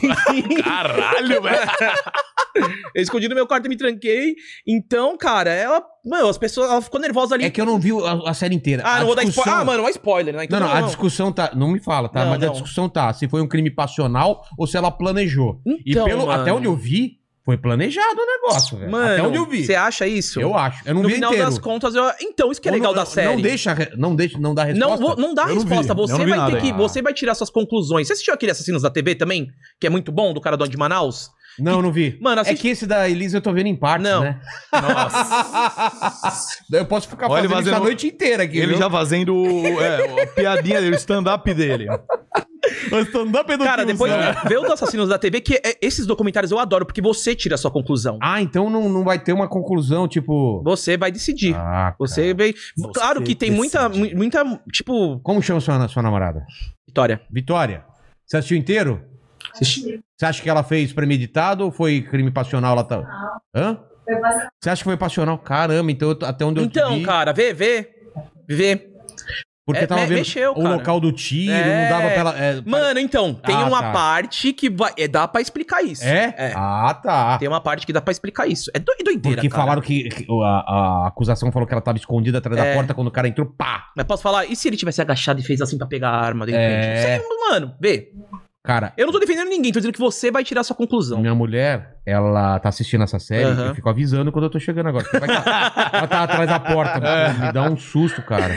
Speaker 2: caralho, velho.
Speaker 3: Eu escondi no meu quarto e me tranquei. Então, cara, ela. Mano, as pessoas. Ela ficou nervosa ali.
Speaker 1: É que eu não vi a, a série inteira.
Speaker 3: Ah,
Speaker 1: A
Speaker 3: não vou dar
Speaker 1: discussão-
Speaker 3: spoiler. Ah, mano, não é spoiler, né?
Speaker 1: Não, não, a discussão tá. Não me fala, tá?
Speaker 3: Não,
Speaker 1: Mas a
Speaker 3: não.
Speaker 1: discussão tá se foi um crime passional ou se ela planejou. E
Speaker 3: Então,
Speaker 1: pelo,
Speaker 3: mano.
Speaker 1: até onde eu vi, foi planejado o negócio, velho.
Speaker 3: Mano,
Speaker 1: Até onde eu vi.
Speaker 3: Você acha isso?
Speaker 1: Eu acho. Eu não
Speaker 3: no
Speaker 1: vi
Speaker 3: final
Speaker 1: inteiro.
Speaker 3: das contas, eu... então, isso que é
Speaker 1: Ou
Speaker 3: legal
Speaker 1: não-
Speaker 3: da série.
Speaker 1: Não deixa, re- não deixa, não dá resposta.
Speaker 3: Não, vou- não dá
Speaker 2: Eu não vi,
Speaker 3: resposta.
Speaker 2: eu
Speaker 3: você
Speaker 2: não vi
Speaker 3: vai
Speaker 2: nada
Speaker 3: ter que.
Speaker 1: ainda.
Speaker 3: Você vai tirar suas conclusões. Você assistiu aquele Assassinos da TV também? Que é muito bom, do cara do de Manaus?
Speaker 1: Não, não vi.
Speaker 3: Mano,
Speaker 1: é
Speaker 3: assiste-
Speaker 1: que esse da Elisa eu tô vendo em partes,
Speaker 3: Não.
Speaker 1: né?
Speaker 2: Nossa.
Speaker 1: Daí eu posso ficar
Speaker 2: Olha,
Speaker 1: fazendo isso a
Speaker 2: fazendo-
Speaker 1: noite inteira aqui,
Speaker 2: Ele
Speaker 1: viu?
Speaker 2: já fazendo o- é, a piadinha dele, o stand-up dele.
Speaker 1: O stand-up do
Speaker 3: Cara, depois
Speaker 2: né?
Speaker 1: tiozão.
Speaker 3: vê o do Assassinos da TV, que é- esses documentários eu adoro, porque você tira a sua conclusão.
Speaker 1: Ah, então não, não vai ter uma conclusão, tipo...
Speaker 3: Você vai decidir.
Speaker 1: Ah,
Speaker 3: Você vem.
Speaker 2: Você
Speaker 3: Claro que tem muita, mu-
Speaker 2: decide.
Speaker 3: muita. Tipo.
Speaker 1: Como chama sua, sua namorada?
Speaker 3: Vitória.
Speaker 1: Vitória, você assistiu inteiro? Você acha que ela fez premeditado ou foi crime passional? Ela tá... Hã? Você acha que foi passional? Caramba, então eu tô- até onde eu te
Speaker 3: Então,
Speaker 1: vi,
Speaker 3: cara, vê, vê. Vê.
Speaker 1: Porque
Speaker 3: é,
Speaker 1: tava
Speaker 3: me-
Speaker 1: vendo
Speaker 3: mexeu,
Speaker 1: o
Speaker 3: cara.
Speaker 1: local do tiro,
Speaker 3: É.
Speaker 1: não dava pra ela... é,
Speaker 3: Mano, então, tem
Speaker 1: Ah,
Speaker 3: uma
Speaker 1: tá.
Speaker 3: parte que vai. é, dá pra explicar isso.
Speaker 1: É? Ah, tá.
Speaker 3: Tem uma parte que dá pra explicar isso. É doi- doideira.
Speaker 1: Porque
Speaker 3: cara.
Speaker 1: falaram que que a, a acusação falou que ela tava escondida atrás da
Speaker 3: É.
Speaker 1: porta quando o cara entrou, pá!
Speaker 3: Mas posso falar, e se ele tivesse agachado e fez assim pra pegar a arma de
Speaker 1: É.
Speaker 3: repente? Você, mano, vê.
Speaker 1: Cara,
Speaker 3: Eu não tô defendendo ninguém, tô dizendo que você vai tirar sua conclusão.
Speaker 1: minha mulher, ela tá assistindo essa série,
Speaker 3: Aham.
Speaker 1: eu fico avisando quando eu tô chegando agora. porque vai que ela, ela tá atrás da
Speaker 3: É.
Speaker 1: porta, me dá um susto, cara.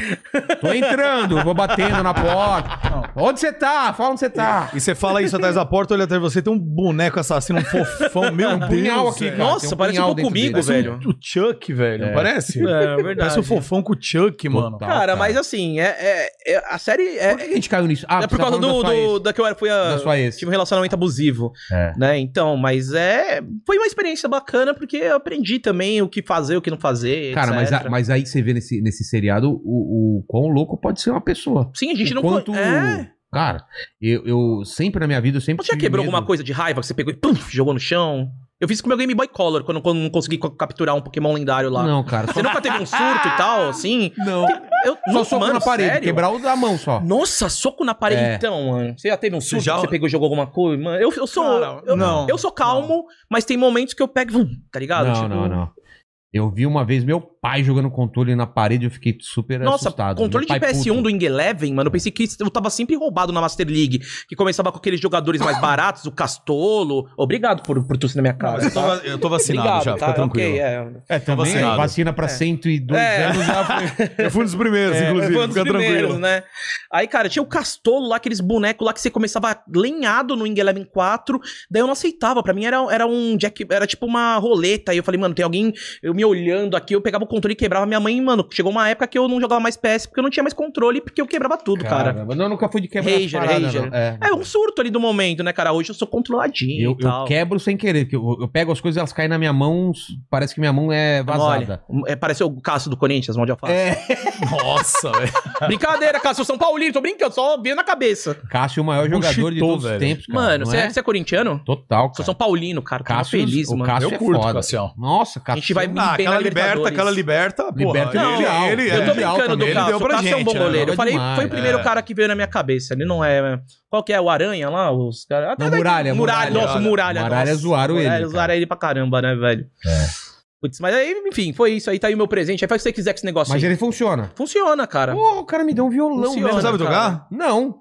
Speaker 1: Tô entrando, vou batendo na porta. Onde você tá? Fala onde você tá.
Speaker 2: E você fala isso atrás da porta, olha atrás de você, tem um boneco assassino, um fofão, meu Deus.
Speaker 1: É punhal aqui,
Speaker 2: velho.
Speaker 1: cara.
Speaker 3: Nossa,
Speaker 1: tem um
Speaker 3: parece um
Speaker 1: punhal
Speaker 3: pouco
Speaker 1: dentro assim.
Speaker 3: comigo,
Speaker 1: dele.
Speaker 3: velho.
Speaker 2: O Chuck, velho, não parece?
Speaker 3: É,
Speaker 2: Parece o fofão com o Chuck, mano.
Speaker 1: Total,
Speaker 3: Cara, mas assim, é, é- é- a série é,
Speaker 1: Por que a gente caiu nisso? Ah,
Speaker 3: é por causa do, do- da que eu era, fui a,
Speaker 1: Da sua ex.
Speaker 3: tive um relacionamento abusivo,
Speaker 1: É.
Speaker 3: né? Então, mas é foi uma experiência bacana porque eu aprendi também o que fazer, o que não fazer,
Speaker 1: Cara, mas,
Speaker 3: etc.
Speaker 1: a- mas aí você vê nesse, nesse seriado o, o quão louco pode ser uma pessoa.
Speaker 3: sim, a gente não
Speaker 1: Enquanto,
Speaker 3: é.
Speaker 1: Cara, eu, eu sempre na minha vida, eu sempre.
Speaker 3: Você já
Speaker 1: tive
Speaker 3: quebrou
Speaker 1: medo.
Speaker 3: alguma coisa de raiva que você pegou e pum, jogou no chão? Eu fiz isso com meu Game Boy Color quando, quando não consegui co- capturar um Pokémon lendário lá.
Speaker 1: Não, cara. Só,
Speaker 3: Você nunca teve um surto e tal, assim?
Speaker 1: não.
Speaker 3: Eu
Speaker 1: Só soco na parede.
Speaker 3: sério?
Speaker 1: Quebrar o da mão só.
Speaker 3: Nossa, soco na parede
Speaker 1: É.
Speaker 3: então, mano. Você já teve um surto?
Speaker 2: já-
Speaker 3: que Você pegou e jogou alguma coisa? Mano, eu, eu sou.
Speaker 2: Cara,
Speaker 3: eu,
Speaker 2: não.
Speaker 3: eu sou calmo, mas tem momentos que eu pego. vum, Tá ligado?
Speaker 1: não,
Speaker 3: Tipo,
Speaker 1: não, não. Eu vi uma vez meu pai jogando controle na parede e eu fiquei super
Speaker 3: Nossa,
Speaker 1: É assustado.
Speaker 3: controle de
Speaker 1: Meu pai é
Speaker 3: PS1
Speaker 1: puto.
Speaker 3: do Ing Eleven, mano, eu pensei que eu tava sempre roubado na Master League, que começava com aqueles jogadores mais baratos, o Castolo. Obrigado por, por tossir na minha cara.
Speaker 2: Eu tô,
Speaker 3: tá?
Speaker 2: eu tô vacinado
Speaker 3: Obrigado,
Speaker 2: já,
Speaker 3: tá?
Speaker 2: fica tranquilo.
Speaker 3: Ok, é.
Speaker 1: É, também
Speaker 2: vacinado.
Speaker 1: é, vacina pra 102
Speaker 3: É.
Speaker 1: anos já foi.
Speaker 2: Eu fui um dos primeiros, inclusive,
Speaker 3: Foi um dos
Speaker 2: fica
Speaker 3: primeiros,
Speaker 2: tranquilo.
Speaker 3: né? Aí, cara, tinha o Castolo lá, aqueles bonecos lá que você começava lenhado no Ing Eleven 4. Daí eu não aceitava. Pra mim era, era um Jack. Era tipo uma roleta. Aí eu falei, mano, tem alguém eu me olhando aqui. Eu pegava o controle e quebrava. Minha mãe, mano, chegou uma época que eu não jogava mais PS porque eu não tinha mais controle, porque eu quebrava tudo, cara.
Speaker 1: Caramba, não, eu nunca fui de quebrar as
Speaker 3: Rager,
Speaker 1: paradas,
Speaker 3: Rager.
Speaker 1: não. É.
Speaker 3: É um surto ali do momento, né, cara? Hoje eu sou controladinho
Speaker 1: Eu,
Speaker 3: e
Speaker 1: eu
Speaker 3: tal.
Speaker 1: quebro sem querer, porque eu, eu pego as coisas e elas caem na minha mão, parece que minha mão é vazada. É.
Speaker 3: Olha, é, pareceu o Cássio do Corinthians, mão de alface.
Speaker 2: Nossa, velho.
Speaker 3: Brincadeira, Cássio, eu sou São Paulino, tô brincando, só veio na cabeça.
Speaker 1: Cássio é o maior
Speaker 2: Um
Speaker 1: jogador de
Speaker 2: chitô,
Speaker 1: todos os
Speaker 2: velho.
Speaker 1: tempos, cara.
Speaker 3: mano,
Speaker 1: não
Speaker 3: você
Speaker 1: é?
Speaker 3: é, você é corintiano?
Speaker 1: Total,
Speaker 3: Sou
Speaker 1: cara.
Speaker 3: São Paulino, cara. tô
Speaker 1: Cássio,
Speaker 3: feliz,
Speaker 1: o
Speaker 3: mano.
Speaker 1: Cássio
Speaker 2: Eu
Speaker 1: é
Speaker 2: curto,
Speaker 1: foda.
Speaker 2: Cassião.
Speaker 1: Nossa, Cássio. é um
Speaker 3: A gente vai
Speaker 5: Ah,
Speaker 3: bem na
Speaker 5: aquela liberta,
Speaker 3: Libertadores.
Speaker 5: aquela liberta, porra.
Speaker 1: Liberta
Speaker 5: ele,
Speaker 1: mundial.
Speaker 5: ele
Speaker 3: Eu
Speaker 5: é.
Speaker 3: tô
Speaker 1: mundial
Speaker 3: brincando
Speaker 1: também,
Speaker 3: do
Speaker 1: ele
Speaker 3: Cássio.
Speaker 5: deu
Speaker 3: O
Speaker 5: pra
Speaker 3: Cássio é um
Speaker 5: gente,
Speaker 3: bom
Speaker 5: né?
Speaker 3: goleiro. Eu
Speaker 1: Joga
Speaker 3: falei,
Speaker 1: demais,
Speaker 3: foi o primeiro
Speaker 2: é.
Speaker 3: cara que veio na minha cabeça. Ele não é. Qual que é? O Aranha lá? Os caras. até
Speaker 1: Não,
Speaker 3: daí-
Speaker 1: Muralha,
Speaker 3: Muralha.
Speaker 1: Muralha.
Speaker 3: Nossa, o Muralha.
Speaker 1: Muralha
Speaker 3: nossa.
Speaker 1: zoaram ele,
Speaker 3: Muralha
Speaker 1: cara.
Speaker 3: Zoaram ele pra caramba, né, velho? Putz, mas aí, enfim, foi isso aí. Tá aí o meu presente. Aí faz o que você quiser com esse negócio
Speaker 1: Mas
Speaker 3: aí.
Speaker 1: ele funciona.
Speaker 3: Funciona, cara.
Speaker 1: Pô, o cara me deu um violão
Speaker 3: Tá. Funciona.
Speaker 1: mesmo.
Speaker 5: Você sabe
Speaker 3: cara.
Speaker 5: tocar?
Speaker 1: Não,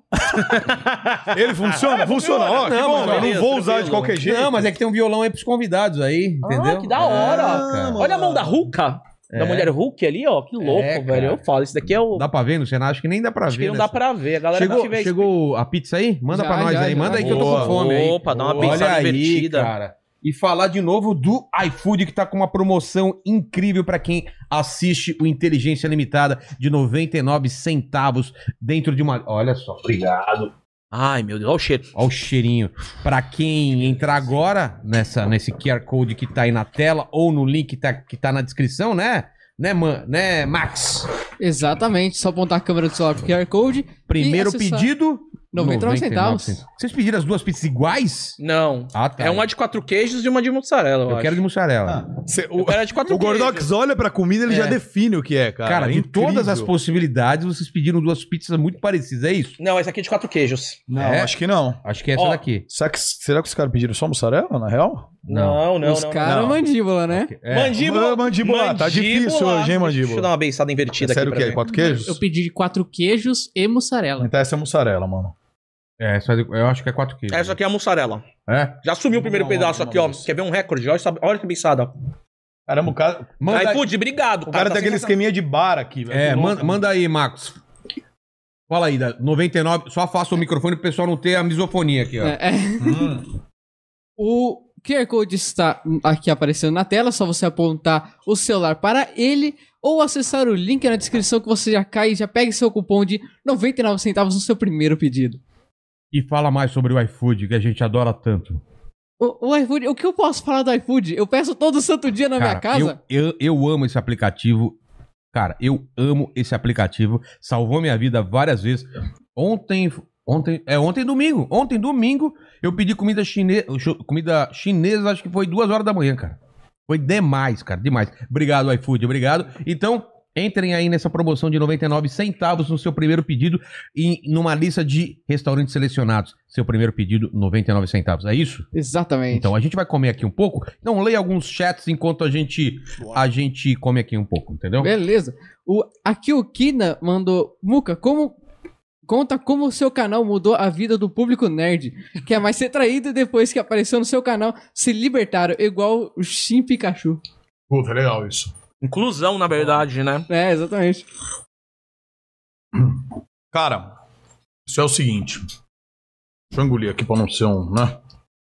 Speaker 5: Ele funciona? funciona. Ó, que
Speaker 1: Não,
Speaker 5: bom,
Speaker 1: mas
Speaker 5: eu não
Speaker 3: beleza,
Speaker 5: vou usar
Speaker 3: tranquilo.
Speaker 5: de qualquer jeito.
Speaker 1: não, mas é que tem um violão aí pros convidados aí, entendeu?
Speaker 3: Ah, que da hora.
Speaker 1: É, cara.
Speaker 3: Olha a mão da Hulka. Da
Speaker 1: É.
Speaker 3: mulher Hulk ali, ó. Que louco,
Speaker 1: É, cara.
Speaker 3: velho. Eu falo, isso daqui é o.
Speaker 1: Dá pra ver no cenário? Acho que nem dá pra
Speaker 3: Acho
Speaker 1: ver.
Speaker 3: que não dá
Speaker 1: nessa-
Speaker 3: pra ver. A galera não
Speaker 1: Chegou,
Speaker 3: tiver
Speaker 1: chegou a pizza aí? Manda
Speaker 4: Já,
Speaker 1: pra nós
Speaker 4: já,
Speaker 1: aí.
Speaker 4: já.
Speaker 1: Manda aí que eu tô
Speaker 3: Boa.
Speaker 1: com fome aí.
Speaker 3: Opa, dá uma
Speaker 1: Olha
Speaker 3: pensada
Speaker 1: aí,
Speaker 3: divertida.
Speaker 1: cara. E falar de novo do iFood, que tá com uma promoção incrível pra quem assiste o Inteligência Limitada de 99 centavos dentro de uma. Olha só, obrigado.
Speaker 3: Ai, meu Deus, olha o cheiro.
Speaker 1: Olha o cheirinho. Pra quem entrar agora nessa, nesse QR Code que tá aí na tela ou no link que tá, que tá na descrição, né? Né, man, né, Max?
Speaker 4: Exatamente, só apontar a câmera do celular pro QR Code.
Speaker 1: Primeiro
Speaker 4: E acessar-
Speaker 1: pedido.
Speaker 4: 99
Speaker 1: centavos. Vocês pediram as duas pizzas iguais?
Speaker 3: Não.
Speaker 1: Ah, tá.
Speaker 3: É uma de quatro queijos e uma de mozzarela, eu,
Speaker 1: Eu
Speaker 3: acho.
Speaker 1: quero de mussarela.
Speaker 5: Cê-
Speaker 3: Eu
Speaker 5: o,
Speaker 3: quero a de quatro
Speaker 5: o Gordox olha pra comida, ele
Speaker 3: É.
Speaker 5: já define o que é, cara.
Speaker 1: Cara,
Speaker 5: É
Speaker 1: de
Speaker 5: incrível.
Speaker 1: todas as possibilidades, vocês pediram duas pizzas muito parecidas, é isso?
Speaker 3: Não, essa aqui é de quatro queijos.
Speaker 5: Não,
Speaker 1: É?
Speaker 5: acho que não.
Speaker 1: Acho que é essa
Speaker 3: Ó,
Speaker 1: daqui.
Speaker 5: Será que, será que os caras pediram só mussarela, na real?
Speaker 3: Não, não, não.
Speaker 4: Os
Speaker 3: não.
Speaker 4: caras
Speaker 5: não.
Speaker 4: mandíbula, né?
Speaker 1: É.
Speaker 5: Ah, mandíbula, tá difícil hoje, hein, mandíbula?
Speaker 3: Deixa eu dar uma beiçada invertida
Speaker 5: É sério o
Speaker 3: aqui.
Speaker 5: quê?
Speaker 3: pra mim.
Speaker 5: Quatro queijos?
Speaker 4: Eu pedi quatro queijos e mussarela.
Speaker 5: Então essa é mussarela, mano.
Speaker 1: É, só de- eu acho que é quatro quilos.
Speaker 3: Essa aqui é a mussarela.
Speaker 1: É?
Speaker 3: Já sumiu o primeiro
Speaker 5: Não,
Speaker 3: pedaço
Speaker 5: não,
Speaker 3: aqui, ó.
Speaker 5: não.
Speaker 3: Quer ver um recorde? Olha, essa- olha que beiçada.
Speaker 5: Caramba, o cara,
Speaker 1: Manda, aí-
Speaker 3: iFood, obrigado. Tá
Speaker 5: o cara
Speaker 2: tá
Speaker 5: tem aquele esqueminha de bar aqui, velho.
Speaker 1: é,
Speaker 5: Que louco,
Speaker 1: manda, manda aí, Marcos. Fala aí, da 99. Só afasta o microfone pro pessoal não ter a misofonia aqui, ó.
Speaker 4: É, é. O QR Code está aqui aparecendo na tela, é só você apontar o celular para ele ou acessar o link na descrição que você já cai e já pega seu cupom de 99 centavos no seu primeiro pedido.
Speaker 1: E fala mais sobre o iFood, que a gente adora tanto.
Speaker 4: O, o iFood, o que eu posso falar do iFood? Eu peço todo santo dia na minha
Speaker 1: Cara,
Speaker 4: casa.
Speaker 1: Eu, eu, eu amo esse aplicativo. Cara, eu amo esse aplicativo. Salvou minha vida várias vezes. Ontem. Ontem, é ontem domingo. Ontem domingo eu pedi comida chinesa, comida chinesa, acho que foi duas horas da manhã, cara. Foi demais, cara, demais. Obrigado iFood, obrigado. Então, entrem aí nessa promoção de 99 centavos no seu primeiro pedido e numa lista de restaurantes selecionados. Seu primeiro pedido 99 centavos. É isso?
Speaker 4: Exatamente.
Speaker 1: Então a gente vai comer aqui um pouco. Então leia alguns chats enquanto a gente a gente come aqui um pouco, entendeu?
Speaker 4: Beleza. O, aqui o Kina mandou. Muca, como. Conta como o seu canal mudou a vida do público nerd, que é mais ser traído depois que apareceu no seu canal, se libertaram, igual o Shin Pikachu.
Speaker 2: Puta, é legal isso.
Speaker 3: Inclusão, na verdade, né?
Speaker 4: É, exatamente.
Speaker 2: Cara, isso é o seguinte. Deixa eu engolir aqui pra não ser um, né?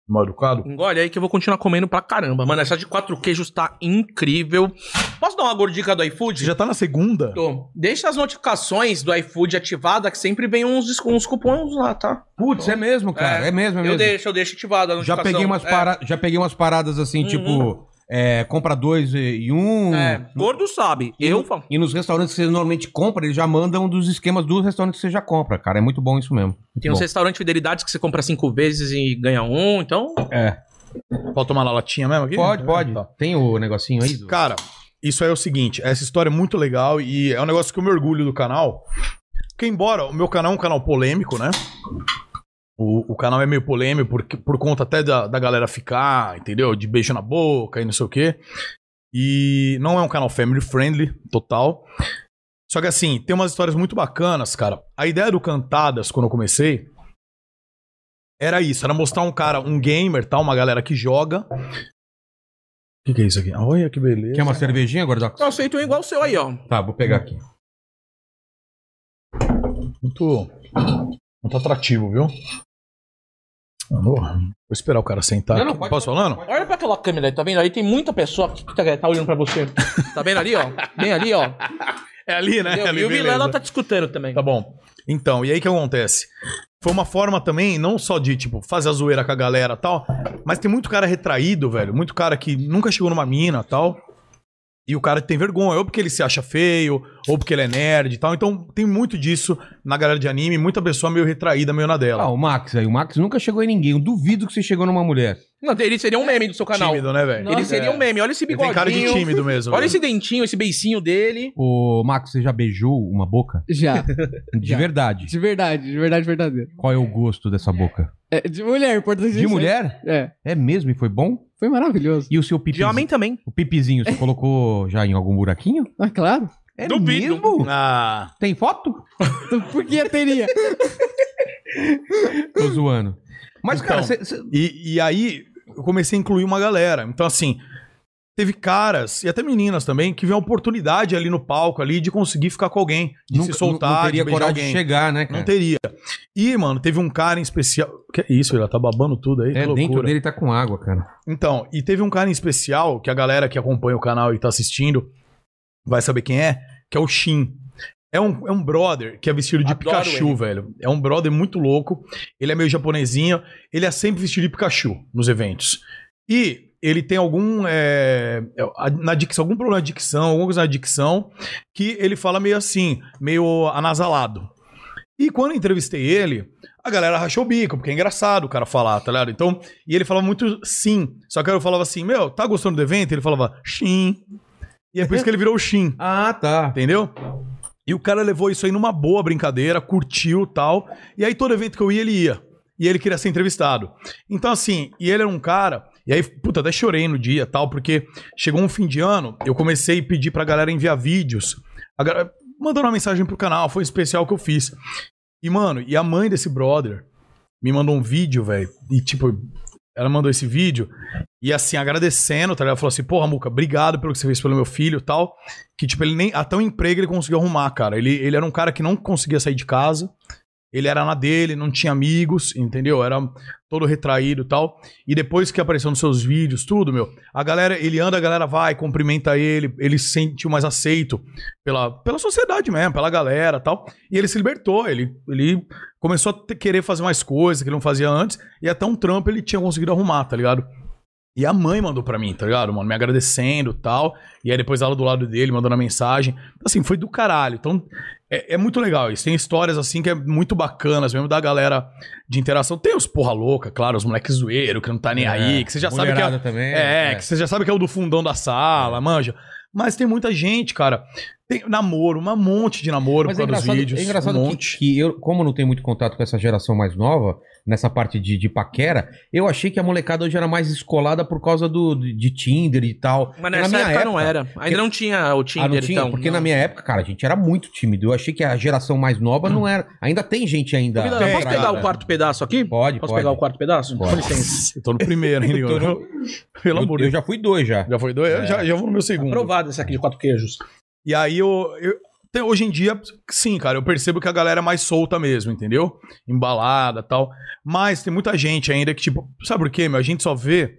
Speaker 2: Mal educado.
Speaker 3: Engole aí que eu vou continuar comendo pra caramba. Mano, essa de quatro queijos tá incrível. Posso dar uma gordica do iFood?
Speaker 5: Você já tá na segunda?
Speaker 3: Tô. Deixa as notificações do iFood ativada, que sempre vem uns, descu- uns cupons lá, tá?
Speaker 1: Putz, é mesmo, cara. É, mesmo, é
Speaker 3: Eu
Speaker 1: mesmo.
Speaker 3: deixo, eu deixo ativada a
Speaker 1: já
Speaker 3: notificação.
Speaker 1: peguei umas
Speaker 3: É,
Speaker 1: para... já peguei umas paradas assim,
Speaker 3: Uhum.
Speaker 1: tipo, é, compra dois e e um.
Speaker 3: É, um gordo sabe. Eu falo.
Speaker 1: E nos restaurantes que você normalmente compra, eles já mandam dos esquemas dos restaurantes que você já compra, cara. É muito bom isso mesmo. Muito
Speaker 3: Tem um uns
Speaker 1: bom.
Speaker 3: restaurantes fidelidades que você compra cinco vezes e ganha um, então.
Speaker 1: É.
Speaker 2: Pode tomar na latinha mesmo aqui?
Speaker 1: Pode, pode.
Speaker 2: Tá.
Speaker 1: Tem o negocinho aí? do-
Speaker 2: Cara, isso aí é o seguinte. Essa história é muito legal e é um negócio que eu me orgulho do canal. Porque embora o meu canal é um canal polêmico, né? O, o canal é meio polêmico por, por conta até da, da galera ficar, entendeu? De beijo na boca e não sei o quê. E não é um canal family friendly, total. Só que assim, tem umas histórias muito bacanas, cara. A ideia do Cantadas, quando eu comecei, era isso. Era mostrar um cara, um gamer, tal, uma galera que joga. O que, que é isso aqui? Olha que beleza.
Speaker 3: é
Speaker 1: Quer uma cervejinha, Gordox?
Speaker 3: Eu aceito um igual o seu aí, ó.
Speaker 1: Tá, vou pegar aqui.
Speaker 2: Muito, muito atrativo, viu? Vou vou esperar o cara sentar.
Speaker 1: Não, não,
Speaker 2: aqui.
Speaker 1: pode-
Speaker 2: Posso falando?
Speaker 3: Olha pra aquela câmera aí, tá vendo? Aí tem muita pessoa que tá, tá olhando pra você. Tá vendo ali, ó? Bem ali, ó.
Speaker 2: É ali, né? É ali,
Speaker 3: e o Milan,
Speaker 2: beleza.
Speaker 3: ela tá te escutando também.
Speaker 2: Tá bom. Então, e aí o que acontece? Foi uma forma também, não só de, tipo, fazer a zoeira com a galera e tal, mas tem muito cara retraído, velho. Muito cara que nunca chegou numa mina e tal. E o cara tem vergonha, ou porque ele se acha feio, ou porque ele é nerd e tal. Então tem muito disso na galera de anime, muita pessoa meio retraída, meio na
Speaker 1: Ah,
Speaker 2: dela.
Speaker 1: o Max aí. O Max nunca chegou em ninguém. Eu duvido que você chegou numa mulher.
Speaker 3: Não, ele seria um meme do seu canal.
Speaker 2: Tímido, né, velho?
Speaker 4: Nossa.
Speaker 3: Ele seria um meme. Olha esse
Speaker 2: Ele tem
Speaker 3: bigodinho.
Speaker 2: cara de tímido mesmo.
Speaker 3: Olha
Speaker 2: velho.
Speaker 3: esse dentinho, esse beicinho dele.
Speaker 1: Ô, Max, você já beijou uma boca?
Speaker 4: Já.
Speaker 1: De
Speaker 4: Já.
Speaker 1: verdade.
Speaker 4: De verdade, de verdade verdadeira.
Speaker 1: Qual é o gosto dessa boca?
Speaker 4: É, de mulher, importante.
Speaker 1: De mulher?
Speaker 4: É.
Speaker 1: É mesmo e foi bom?
Speaker 4: Foi maravilhoso.
Speaker 1: E o seu
Speaker 3: De
Speaker 1: pipizinho?
Speaker 3: homem também.
Speaker 1: O pipizinho, você colocou já em algum buraquinho?
Speaker 4: Ah, claro.
Speaker 1: É
Speaker 3: Duvido.
Speaker 1: mesmo?
Speaker 2: Ah,
Speaker 1: Tem foto?
Speaker 4: Então, Por que teria?
Speaker 1: Tá. Tô zoando. Mas, cara,
Speaker 2: Então.
Speaker 1: cê- cê-
Speaker 2: e, e aí eu comecei a incluir uma galera. Então, assim, teve caras e até meninas também que viam a oportunidade ali no palco ali de conseguir ficar com alguém, de
Speaker 1: nunca,
Speaker 2: se soltar,
Speaker 1: não teria
Speaker 2: de beijar
Speaker 1: coragem de
Speaker 2: alguém.
Speaker 1: chegar, né, cara?
Speaker 2: Não teria. E, mano, teve um cara em especial. Que isso, ele tá babando tudo aí, que
Speaker 1: É,
Speaker 2: loucura.
Speaker 1: dentro dele tá com água, cara.
Speaker 2: Então, e teve um cara em especial que a galera que acompanha o canal e tá assistindo vai saber quem é, que é o Shin. É um, é um brother que é vestido de
Speaker 3: Adoro
Speaker 2: Pikachu,
Speaker 3: ele.
Speaker 2: velho. É um brother muito louco. Ele é meio japonesinho. Ele é sempre vestido de Pikachu nos eventos. E ele tem algum. é, é, na dicção, algum problema de dicção, alguma coisa na dicção, que ele fala meio assim, meio anasalado. E quando eu entrevistei ele, a galera rachou o bico, porque é engraçado o cara falar, tá ligado? Então, e ele falava muito sim. Só que eu falava assim, meu, tá gostando do evento? Ele falava, sim. E é por isso que ele virou o Shin,
Speaker 1: Ah, tá.
Speaker 2: entendeu? E o cara levou isso aí numa boa brincadeira, curtiu tal. E aí todo evento que eu ia, ele ia. E ele queria ser entrevistado. Então, assim, e ele era um cara. E aí, puta, até chorei no dia tal, porque chegou um fim de ano, eu comecei a pedir pra galera enviar vídeos. A galera mandando uma mensagem pro canal, foi um especial que eu fiz. E, mano, e a mãe desse brother me mandou um vídeo, velho. E, tipo, ela mandou esse vídeo. E, assim, agradecendo, tá ligado? Ela falou assim: porra, Muca, obrigado pelo que você fez pelo meu filho e tal. Que, tipo, ele nem. Até um emprego ele conseguiu arrumar, cara. Ele, ele era um cara que não conseguia sair de casa. Ele era na dele, não tinha amigos, entendeu? Era todo retraído e tal. E depois que apareceu nos seus vídeos, tudo, meu, a galera, ele anda, a galera vai, cumprimenta ele, ele se sentiu mais aceito pela, pela sociedade mesmo, pela galera e tal. E ele se libertou, ele, ele começou a ter- querer fazer mais coisas que ele não fazia antes, e até um trampo ele tinha conseguido arrumar, tá ligado? E a mãe mandou pra mim, tá ligado, mano? Me agradecendo e tal. E aí depois ela do lado dele, mandando a mensagem. Assim, foi do caralho. Então, é, é muito legal isso. Tem histórias assim que é muito bacanas mesmo da galera de interação. Tem os porra louca, claro, os moleques zoeiro, que não tá
Speaker 1: É,
Speaker 2: nem aí, que você já sabe que é,
Speaker 1: Mulherada também.
Speaker 2: é, que você já sabe que é o do fundão da sala, manja. Mas tem muita gente, cara. Tem namoro, um monte de namoro
Speaker 1: Mas
Speaker 2: por
Speaker 1: é
Speaker 2: causa
Speaker 1: engraçado,
Speaker 2: dos vídeos.
Speaker 1: é engraçado
Speaker 2: um
Speaker 1: que-
Speaker 2: monte.
Speaker 1: que, eu, como não tenho muito contato com essa geração mais nova, nessa parte de, de paquera, eu achei que a molecada hoje era mais escolada por causa do, de, de Tinder e tal.
Speaker 3: Mas nessa época, não era.
Speaker 1: Porque-
Speaker 3: Ainda não tinha o Tinder,
Speaker 1: ah, não tinha?
Speaker 3: então.
Speaker 1: Porque na minha época, cara, a gente era muito tímido. Eu achei que a geração mais nova não era. Ainda tem gente ainda.
Speaker 3: Ô, Vilela,
Speaker 1: Tá. Tem,
Speaker 3: posso pegar
Speaker 1: cara.
Speaker 3: o quarto pedaço aqui?
Speaker 1: Pode,
Speaker 3: Posso
Speaker 1: pode.
Speaker 3: pegar o quarto pedaço?
Speaker 1: Pode.
Speaker 3: Com licença.
Speaker 2: Eu tô no primeiro, hein,
Speaker 1: Eu tô
Speaker 2: Igor? Pelo amor
Speaker 1: Eu,
Speaker 2: de
Speaker 1: eu
Speaker 2: Deus.
Speaker 1: já fui dois já.
Speaker 2: Já foi dois? Eu Já, já vou no meu segundo.
Speaker 3: Aprovado esse aqui de quatro queijos.
Speaker 2: E aí eu. eu- até hoje em dia, sim, cara, eu percebo que a galera é mais solta mesmo, entendeu? Embalada tal. Mas tem muita gente ainda que, tipo, sabe por quê, meu? A gente só vê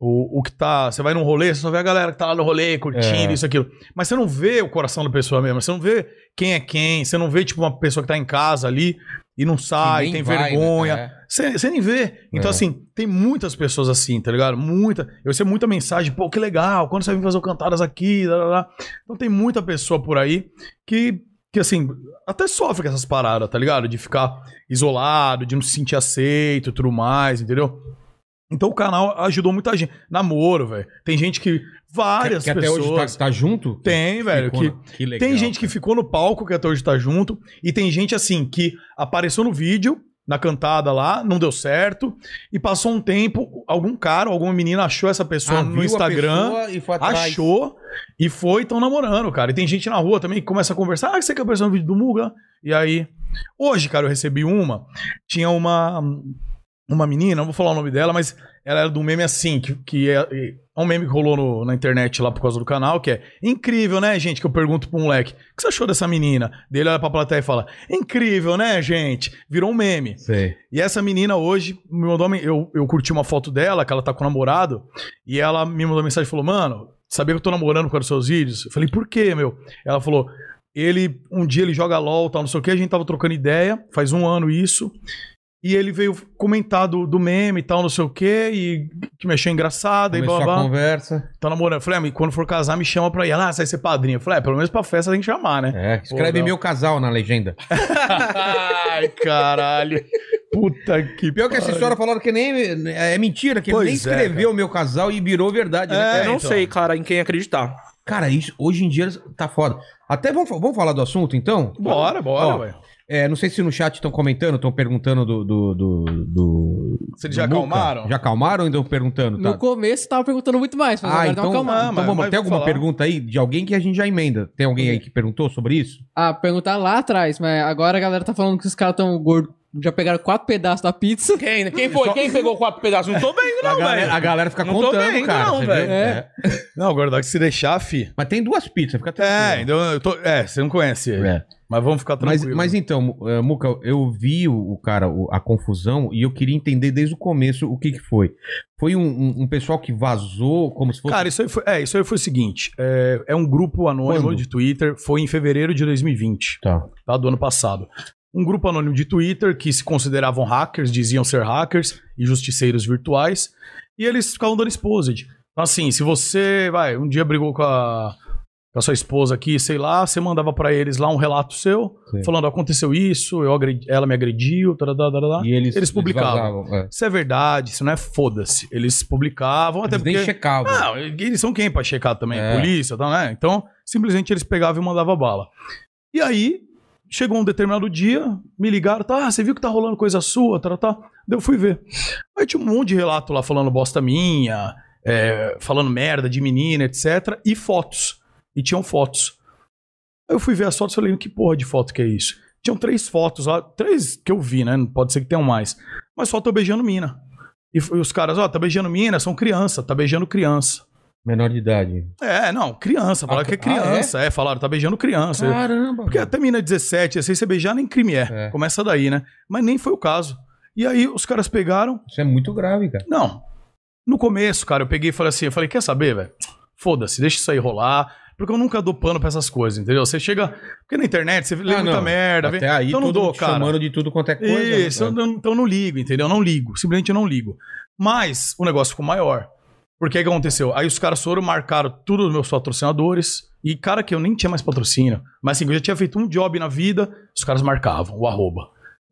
Speaker 2: o, o que tá. Você vai num rolê, você só vê a galera que tá lá no rolê, curtindo,
Speaker 1: É.
Speaker 2: isso, aquilo. Mas você não vê o coração da pessoa mesmo, você não vê quem é quem, você não vê, tipo, uma pessoa que tá em casa ali e não sai,
Speaker 1: E nem
Speaker 2: tem
Speaker 1: vai, né,
Speaker 2: vergonha.
Speaker 1: cara?
Speaker 2: Você você nem vê. Então,
Speaker 1: É.
Speaker 2: assim, tem muitas pessoas assim, tá ligado? Muita. Eu sei muita mensagem, pô, que legal, quando você vem fazer o cantadas aqui, lá, lá, lá. Então tem muita pessoa por aí que, que, assim, até sofre com essas paradas, tá ligado? De ficar isolado, de não se sentir aceito e tudo mais, entendeu? Então o canal ajudou muita gente. Namoro, velho. Tem gente que. Várias
Speaker 1: que, que até
Speaker 2: pessoas.
Speaker 1: hoje tá, tá junto?
Speaker 2: Tem, velho.
Speaker 1: Ficou né?
Speaker 2: Que,
Speaker 1: na- que legal.
Speaker 2: tem gente que ficou no palco, que até hoje tá junto, e tem gente assim que apareceu no vídeo, na cantada lá, não deu certo, e passou um tempo, algum cara, alguma menina achou essa pessoa
Speaker 1: Ah, viu
Speaker 2: no
Speaker 1: a
Speaker 2: Instagram,
Speaker 1: pessoa e foi atrás.
Speaker 2: achou e foi, tão namorando, cara. E tem gente na rua também que começa a conversar, ah, você quer aparecer no vídeo do Muga? E aí, hoje, cara, eu recebi uma, tinha uma uma menina, não vou falar o nome dela, mas ela era de um meme assim, que, que é, é um meme que rolou no- na internet lá por causa do canal, que é incrível, né, gente? Que eu pergunto pro moleque, o que você achou dessa menina? Dele olha pra plateia e fala, incrível, né, gente? Virou um meme.
Speaker 1: Sei.
Speaker 2: E essa menina hoje me mandou. men- Eu, eu curti uma foto dela, que ela tá com o namorado, e ela me mandou mensagem e falou: Mano, sabia que eu tô namorando com os seus vídeos? Eu falei: Por quê, meu? Ela falou. Ele, um dia ele joga LOL, tal, não sei o que, a gente tava trocando ideia, faz um ano isso, e ele veio comentar do, do meme e tal, não sei o que, e que me achou engraçado, e blá,
Speaker 1: Começou
Speaker 2: blá,
Speaker 1: a
Speaker 2: blá.
Speaker 1: conversa.
Speaker 2: Tá namorando. Eu falei, ah, mas quando for casar, me chama pra ir. Ela, ah, você vai ser padrinho. Eu falei, é, pelo menos pra festa tem que chamar, né?
Speaker 1: É, escreve
Speaker 2: não.
Speaker 1: meu casal na legenda.
Speaker 2: Ai, caralho. Puta que
Speaker 1: Pior que essa história falaram que nem é mentira, que ele
Speaker 2: Pois
Speaker 1: nem
Speaker 2: é,
Speaker 1: escreveu meu casal e virou verdade. né?
Speaker 2: É,
Speaker 3: eu não
Speaker 2: então.
Speaker 3: sei, cara, em quem acreditar.
Speaker 1: Cara, isso hoje em dia tá foda. Até vamos, fa- vamos falar do assunto, então?
Speaker 2: Bora, bora,
Speaker 1: Ó,
Speaker 2: velho.
Speaker 1: É, não sei se no chat estão comentando, estão perguntando do. do, do, do-
Speaker 2: Se eles
Speaker 1: do
Speaker 2: já
Speaker 1: Muca.
Speaker 2: acalmaram?
Speaker 1: Já acalmaram ou estão perguntando?
Speaker 4: No
Speaker 1: Tá?
Speaker 4: começo tava perguntando muito mais, mas
Speaker 1: Ah,
Speaker 4: agora
Speaker 1: então,
Speaker 4: dá uma
Speaker 1: então
Speaker 4: acalmada.
Speaker 2: mas-
Speaker 1: vamos,
Speaker 2: mas
Speaker 1: tem
Speaker 2: vou
Speaker 1: alguma
Speaker 2: falar.
Speaker 1: pergunta aí de alguém que a gente já emenda? Tem alguém aí que perguntou sobre isso?
Speaker 4: Ah, perguntar lá atrás, mas agora a galera tá falando que os caras tão gordos. Já pegaram quatro pedaços da pizza.
Speaker 3: Quem, quem foi? Quem pegou quatro pedaços? Não tô vendo,
Speaker 1: a,
Speaker 3: não,
Speaker 1: galera,
Speaker 3: velho.
Speaker 1: a galera fica
Speaker 3: Não tô
Speaker 1: contando,
Speaker 3: vendo,
Speaker 1: cara.
Speaker 3: não,
Speaker 1: você viu?
Speaker 3: velho.
Speaker 1: É.
Speaker 2: Não, agora dá que se deixar, fi.
Speaker 1: Mas tem duas pizzas, fica
Speaker 2: É,
Speaker 1: tranquilo.
Speaker 2: então eu tô. É, você não conhece ele.
Speaker 1: É.
Speaker 2: Mas vamos ficar
Speaker 1: Mas,
Speaker 2: tranquilo.
Speaker 1: mas então, eh, Muca, eu vi o, o cara, o- a confusão, e eu queria entender desde o começo o que, que foi. Foi um, um- um pessoal que vazou como se fosse.
Speaker 2: Cara, isso aí foi, é, isso aí foi o seguinte: é, é um grupo anônimo
Speaker 1: Quando?
Speaker 2: de Twitter, foi em fevereiro de 2020,
Speaker 1: Tá.
Speaker 2: tá? Do ano passado. Um grupo anônimo de Twitter que se consideravam hackers, diziam ser hackers e justiceiros virtuais, e eles ficavam dando exposed. Então, assim, se você, vai, um dia brigou com a, com a sua esposa aqui, sei lá, você mandava pra eles lá um relato seu,
Speaker 1: Sim.
Speaker 2: falando: aconteceu isso, eu agredi- ela me agrediu, tarará, tarará.
Speaker 1: E eles,
Speaker 2: eles publicavam.
Speaker 1: vazavam, é.
Speaker 2: Isso é verdade, isso não é foda-se. Eles publicavam, até
Speaker 1: Eles nem
Speaker 2: porque.
Speaker 1: checavam.
Speaker 2: Não, eles são quem pra checar também?
Speaker 1: É.
Speaker 2: Polícia, tá, né? Então, simplesmente eles pegavam e mandavam bala. E aí, chegou um determinado dia, me ligaram, tá, ah, você viu que tá rolando coisa sua, tá, tá. Daí eu fui ver. Aí tinha um monte de relato lá falando bosta minha, é, falando merda de menina, etc. E fotos. E tinham fotos. Aí eu fui ver as fotos e falei, que porra de foto que é isso? Tinham três fotos lá, três que eu vi, né? Pode ser que tenham mais. Mas só tô beijando mina. E f- e os caras, ó, tá beijando mina, são criança, tá beijando criança.
Speaker 1: Menor de idade.
Speaker 2: É, não, criança, falaram
Speaker 1: Ah,
Speaker 2: que é
Speaker 1: ah, é?
Speaker 2: criança. é? falaram, tá beijando criança.
Speaker 1: Caramba.
Speaker 2: Porque até mina 17, assim, você beijar nem crime é.
Speaker 1: É.
Speaker 2: Começa daí, né? Mas nem foi o caso. E aí os caras pegaram,
Speaker 1: Isso é muito grave, cara.
Speaker 2: não. No começo, cara, eu peguei e falei assim, eu falei, quer saber, velho? Foda-se, deixa isso aí rolar. Porque eu nunca dou pano pra essas coisas, entendeu? Você chega. Porque na internet você lê
Speaker 1: Ah,
Speaker 2: muita
Speaker 1: não.
Speaker 2: merda. vê-
Speaker 1: Até aí,
Speaker 2: então eu não
Speaker 1: todo
Speaker 2: dou,
Speaker 1: mundo te
Speaker 2: cara.
Speaker 1: chamando de tudo quanto é coisa. né?
Speaker 2: Isso, eu não- então eu não ligo, entendeu? Eu Não ligo, simplesmente eu não ligo. Mas o negócio ficou maior. Porque aí o que aconteceu? Aí os caras foram, marcaram tudo os meus patrocinadores. E, cara, que eu nem tinha mais patrocínio. Mas assim, eu já tinha feito um job na vida, os caras marcavam, o arroba.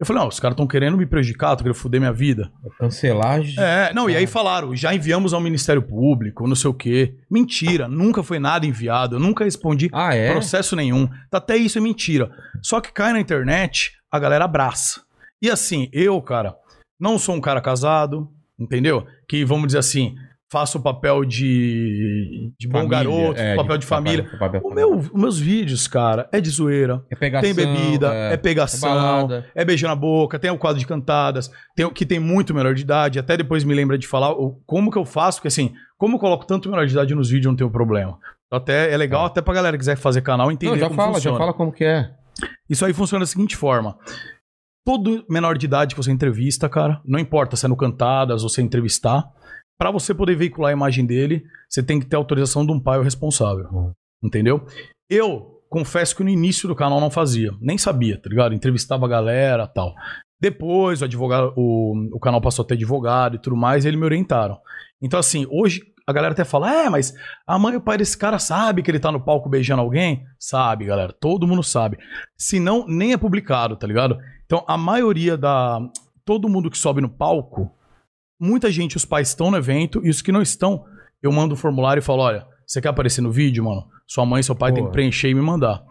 Speaker 2: Eu falei, não, os caras estão querendo me prejudicar, estão querendo fuder minha vida.
Speaker 1: Cancelagem.
Speaker 2: É, não, e aí falaram, já enviamos ao Ministério Público, não sei o quê. Mentira, nunca foi nada enviado, eu nunca respondi
Speaker 1: Ah, é?
Speaker 2: processo nenhum. Tá, Até isso é mentira. Só que cai na internet, a galera abraça. E assim, eu, cara, não sou um cara casado, entendeu? Que, vamos dizer assim, faço o papel de, de bom
Speaker 1: Família,
Speaker 2: garoto,
Speaker 1: é,
Speaker 2: papel de, família.
Speaker 1: papel- papel-
Speaker 2: O meu, os meus vídeos, cara, é de zoeira.
Speaker 1: É pegação,
Speaker 2: tem bebida, é,
Speaker 1: é
Speaker 2: pegação,
Speaker 1: balada.
Speaker 2: é, beijo na boca, tem o quadro de cantadas, tem o que tem muito menor de idade, até depois me lembra de falar o- como que eu faço, porque assim, como eu coloco tanto menor de idade nos vídeos, eu não tenho problema. Até é legal até pra galera que quiser fazer canal entender
Speaker 1: Não, já
Speaker 2: como
Speaker 1: fala,
Speaker 2: funciona.
Speaker 1: já fala como que é.
Speaker 2: Isso aí funciona da seguinte forma. Todo menor de idade que você entrevista, cara, não importa se é no Cantadas ou se é entrevistar, pra você poder veicular a imagem dele, você tem que ter autorização de um pai ou responsável.
Speaker 1: Uhum.
Speaker 2: Entendeu? Eu confesso que no início do canal não fazia, nem sabia, tá ligado? Entrevistava a galera tal. Depois o advogado, o, o canal passou a ter advogado e tudo mais, e eles me orientaram. Então, assim, hoje a galera até fala: é, mas a mãe e o pai desse cara sabe que ele tá no palco beijando alguém? Sabe, galera, todo mundo sabe. Se não, nem é publicado, tá ligado? Então, a maioria da. Todo mundo que sobe no palco, muita gente, os pais estão no evento e os que não estão, eu mando o formulário e falo: olha, você quer aparecer no vídeo, mano? Sua mãe e seu pai tem que
Speaker 1: Pô.
Speaker 2: preencher e me mandar.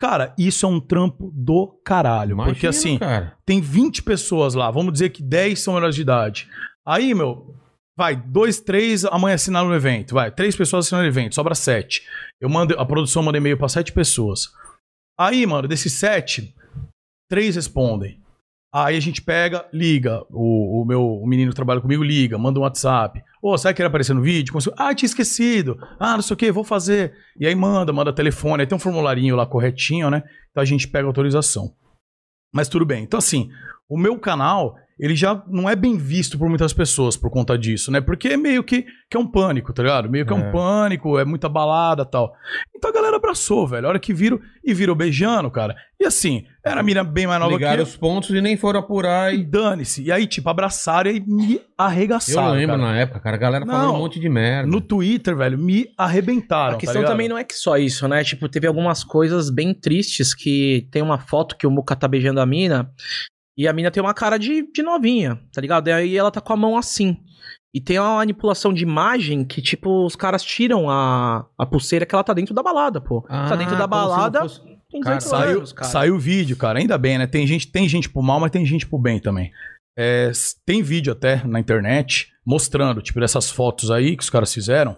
Speaker 2: Cara, isso é um trampo do caralho. porque
Speaker 1: Imagina,
Speaker 2: assim,
Speaker 1: cara.
Speaker 2: tem 20 pessoas lá, vamos dizer que 10 são menores de idade. Aí, meu, vai, dois, três amanhã assinaram o evento, vai, três pessoas assinaram o evento, sobra sete. Eu mando, a produção manda e-mail pra sete pessoas. Aí, mano, desses sete, três respondem. Aí a gente pega, liga, o, o meu o menino que trabalha comigo liga, manda um WhatsApp. Ô, sabe que era aparecer no vídeo? Consigo- Ah, tinha esquecido. Ah, não sei o que, vou fazer. E aí manda, manda telefone. Aí tem um formulário lá corretinho, né? Então a gente pega a autorização. Mas tudo bem. Então, assim, o meu canal, ele já não é bem visto por muitas pessoas por conta disso, né? Porque é meio que, que é um pânico, tá ligado? Meio que é, um pânico, é muita balada tal. Então a galera abraçou, velho. A hora que viram, e viram beijando, cara. E assim, era a mina bem mais nova que
Speaker 1: Ligaram
Speaker 2: eu.
Speaker 1: os pontos e nem foram apurar.
Speaker 2: E
Speaker 1: E...
Speaker 2: dane-se. E aí, tipo, abraçaram e me
Speaker 1: Eu
Speaker 2: arregaçaram.
Speaker 1: lembro
Speaker 2: cara.
Speaker 1: na época, cara, a galera
Speaker 2: Não.
Speaker 1: falando um monte de merda.
Speaker 2: No Twitter, velho, me arrebentaram.
Speaker 3: A questão
Speaker 2: tá
Speaker 3: também não é que só isso, né? Tipo, teve algumas coisas bem tristes que tem uma foto que o Muca tá beijando a mina e a mina tem uma cara de, de novinha, tá ligado? E aí ela tá com a mão assim. E tem uma manipulação de imagem que, tipo, os caras tiram a, a pulseira que ela tá dentro da balada, pô. tá dentro da
Speaker 1: como se não
Speaker 3: balada
Speaker 1: fosse-
Speaker 3: com
Speaker 1: Cara,
Speaker 3: 18
Speaker 2: Saiu,
Speaker 3: anos, é cara.
Speaker 2: saiu o vídeo, cara. Ainda bem, né? Tem gente, tem gente pro mal, mas tem gente pro bem também. É, s- tem vídeo até na internet mostrando, tipo, dessas fotos aí que os caras fizeram.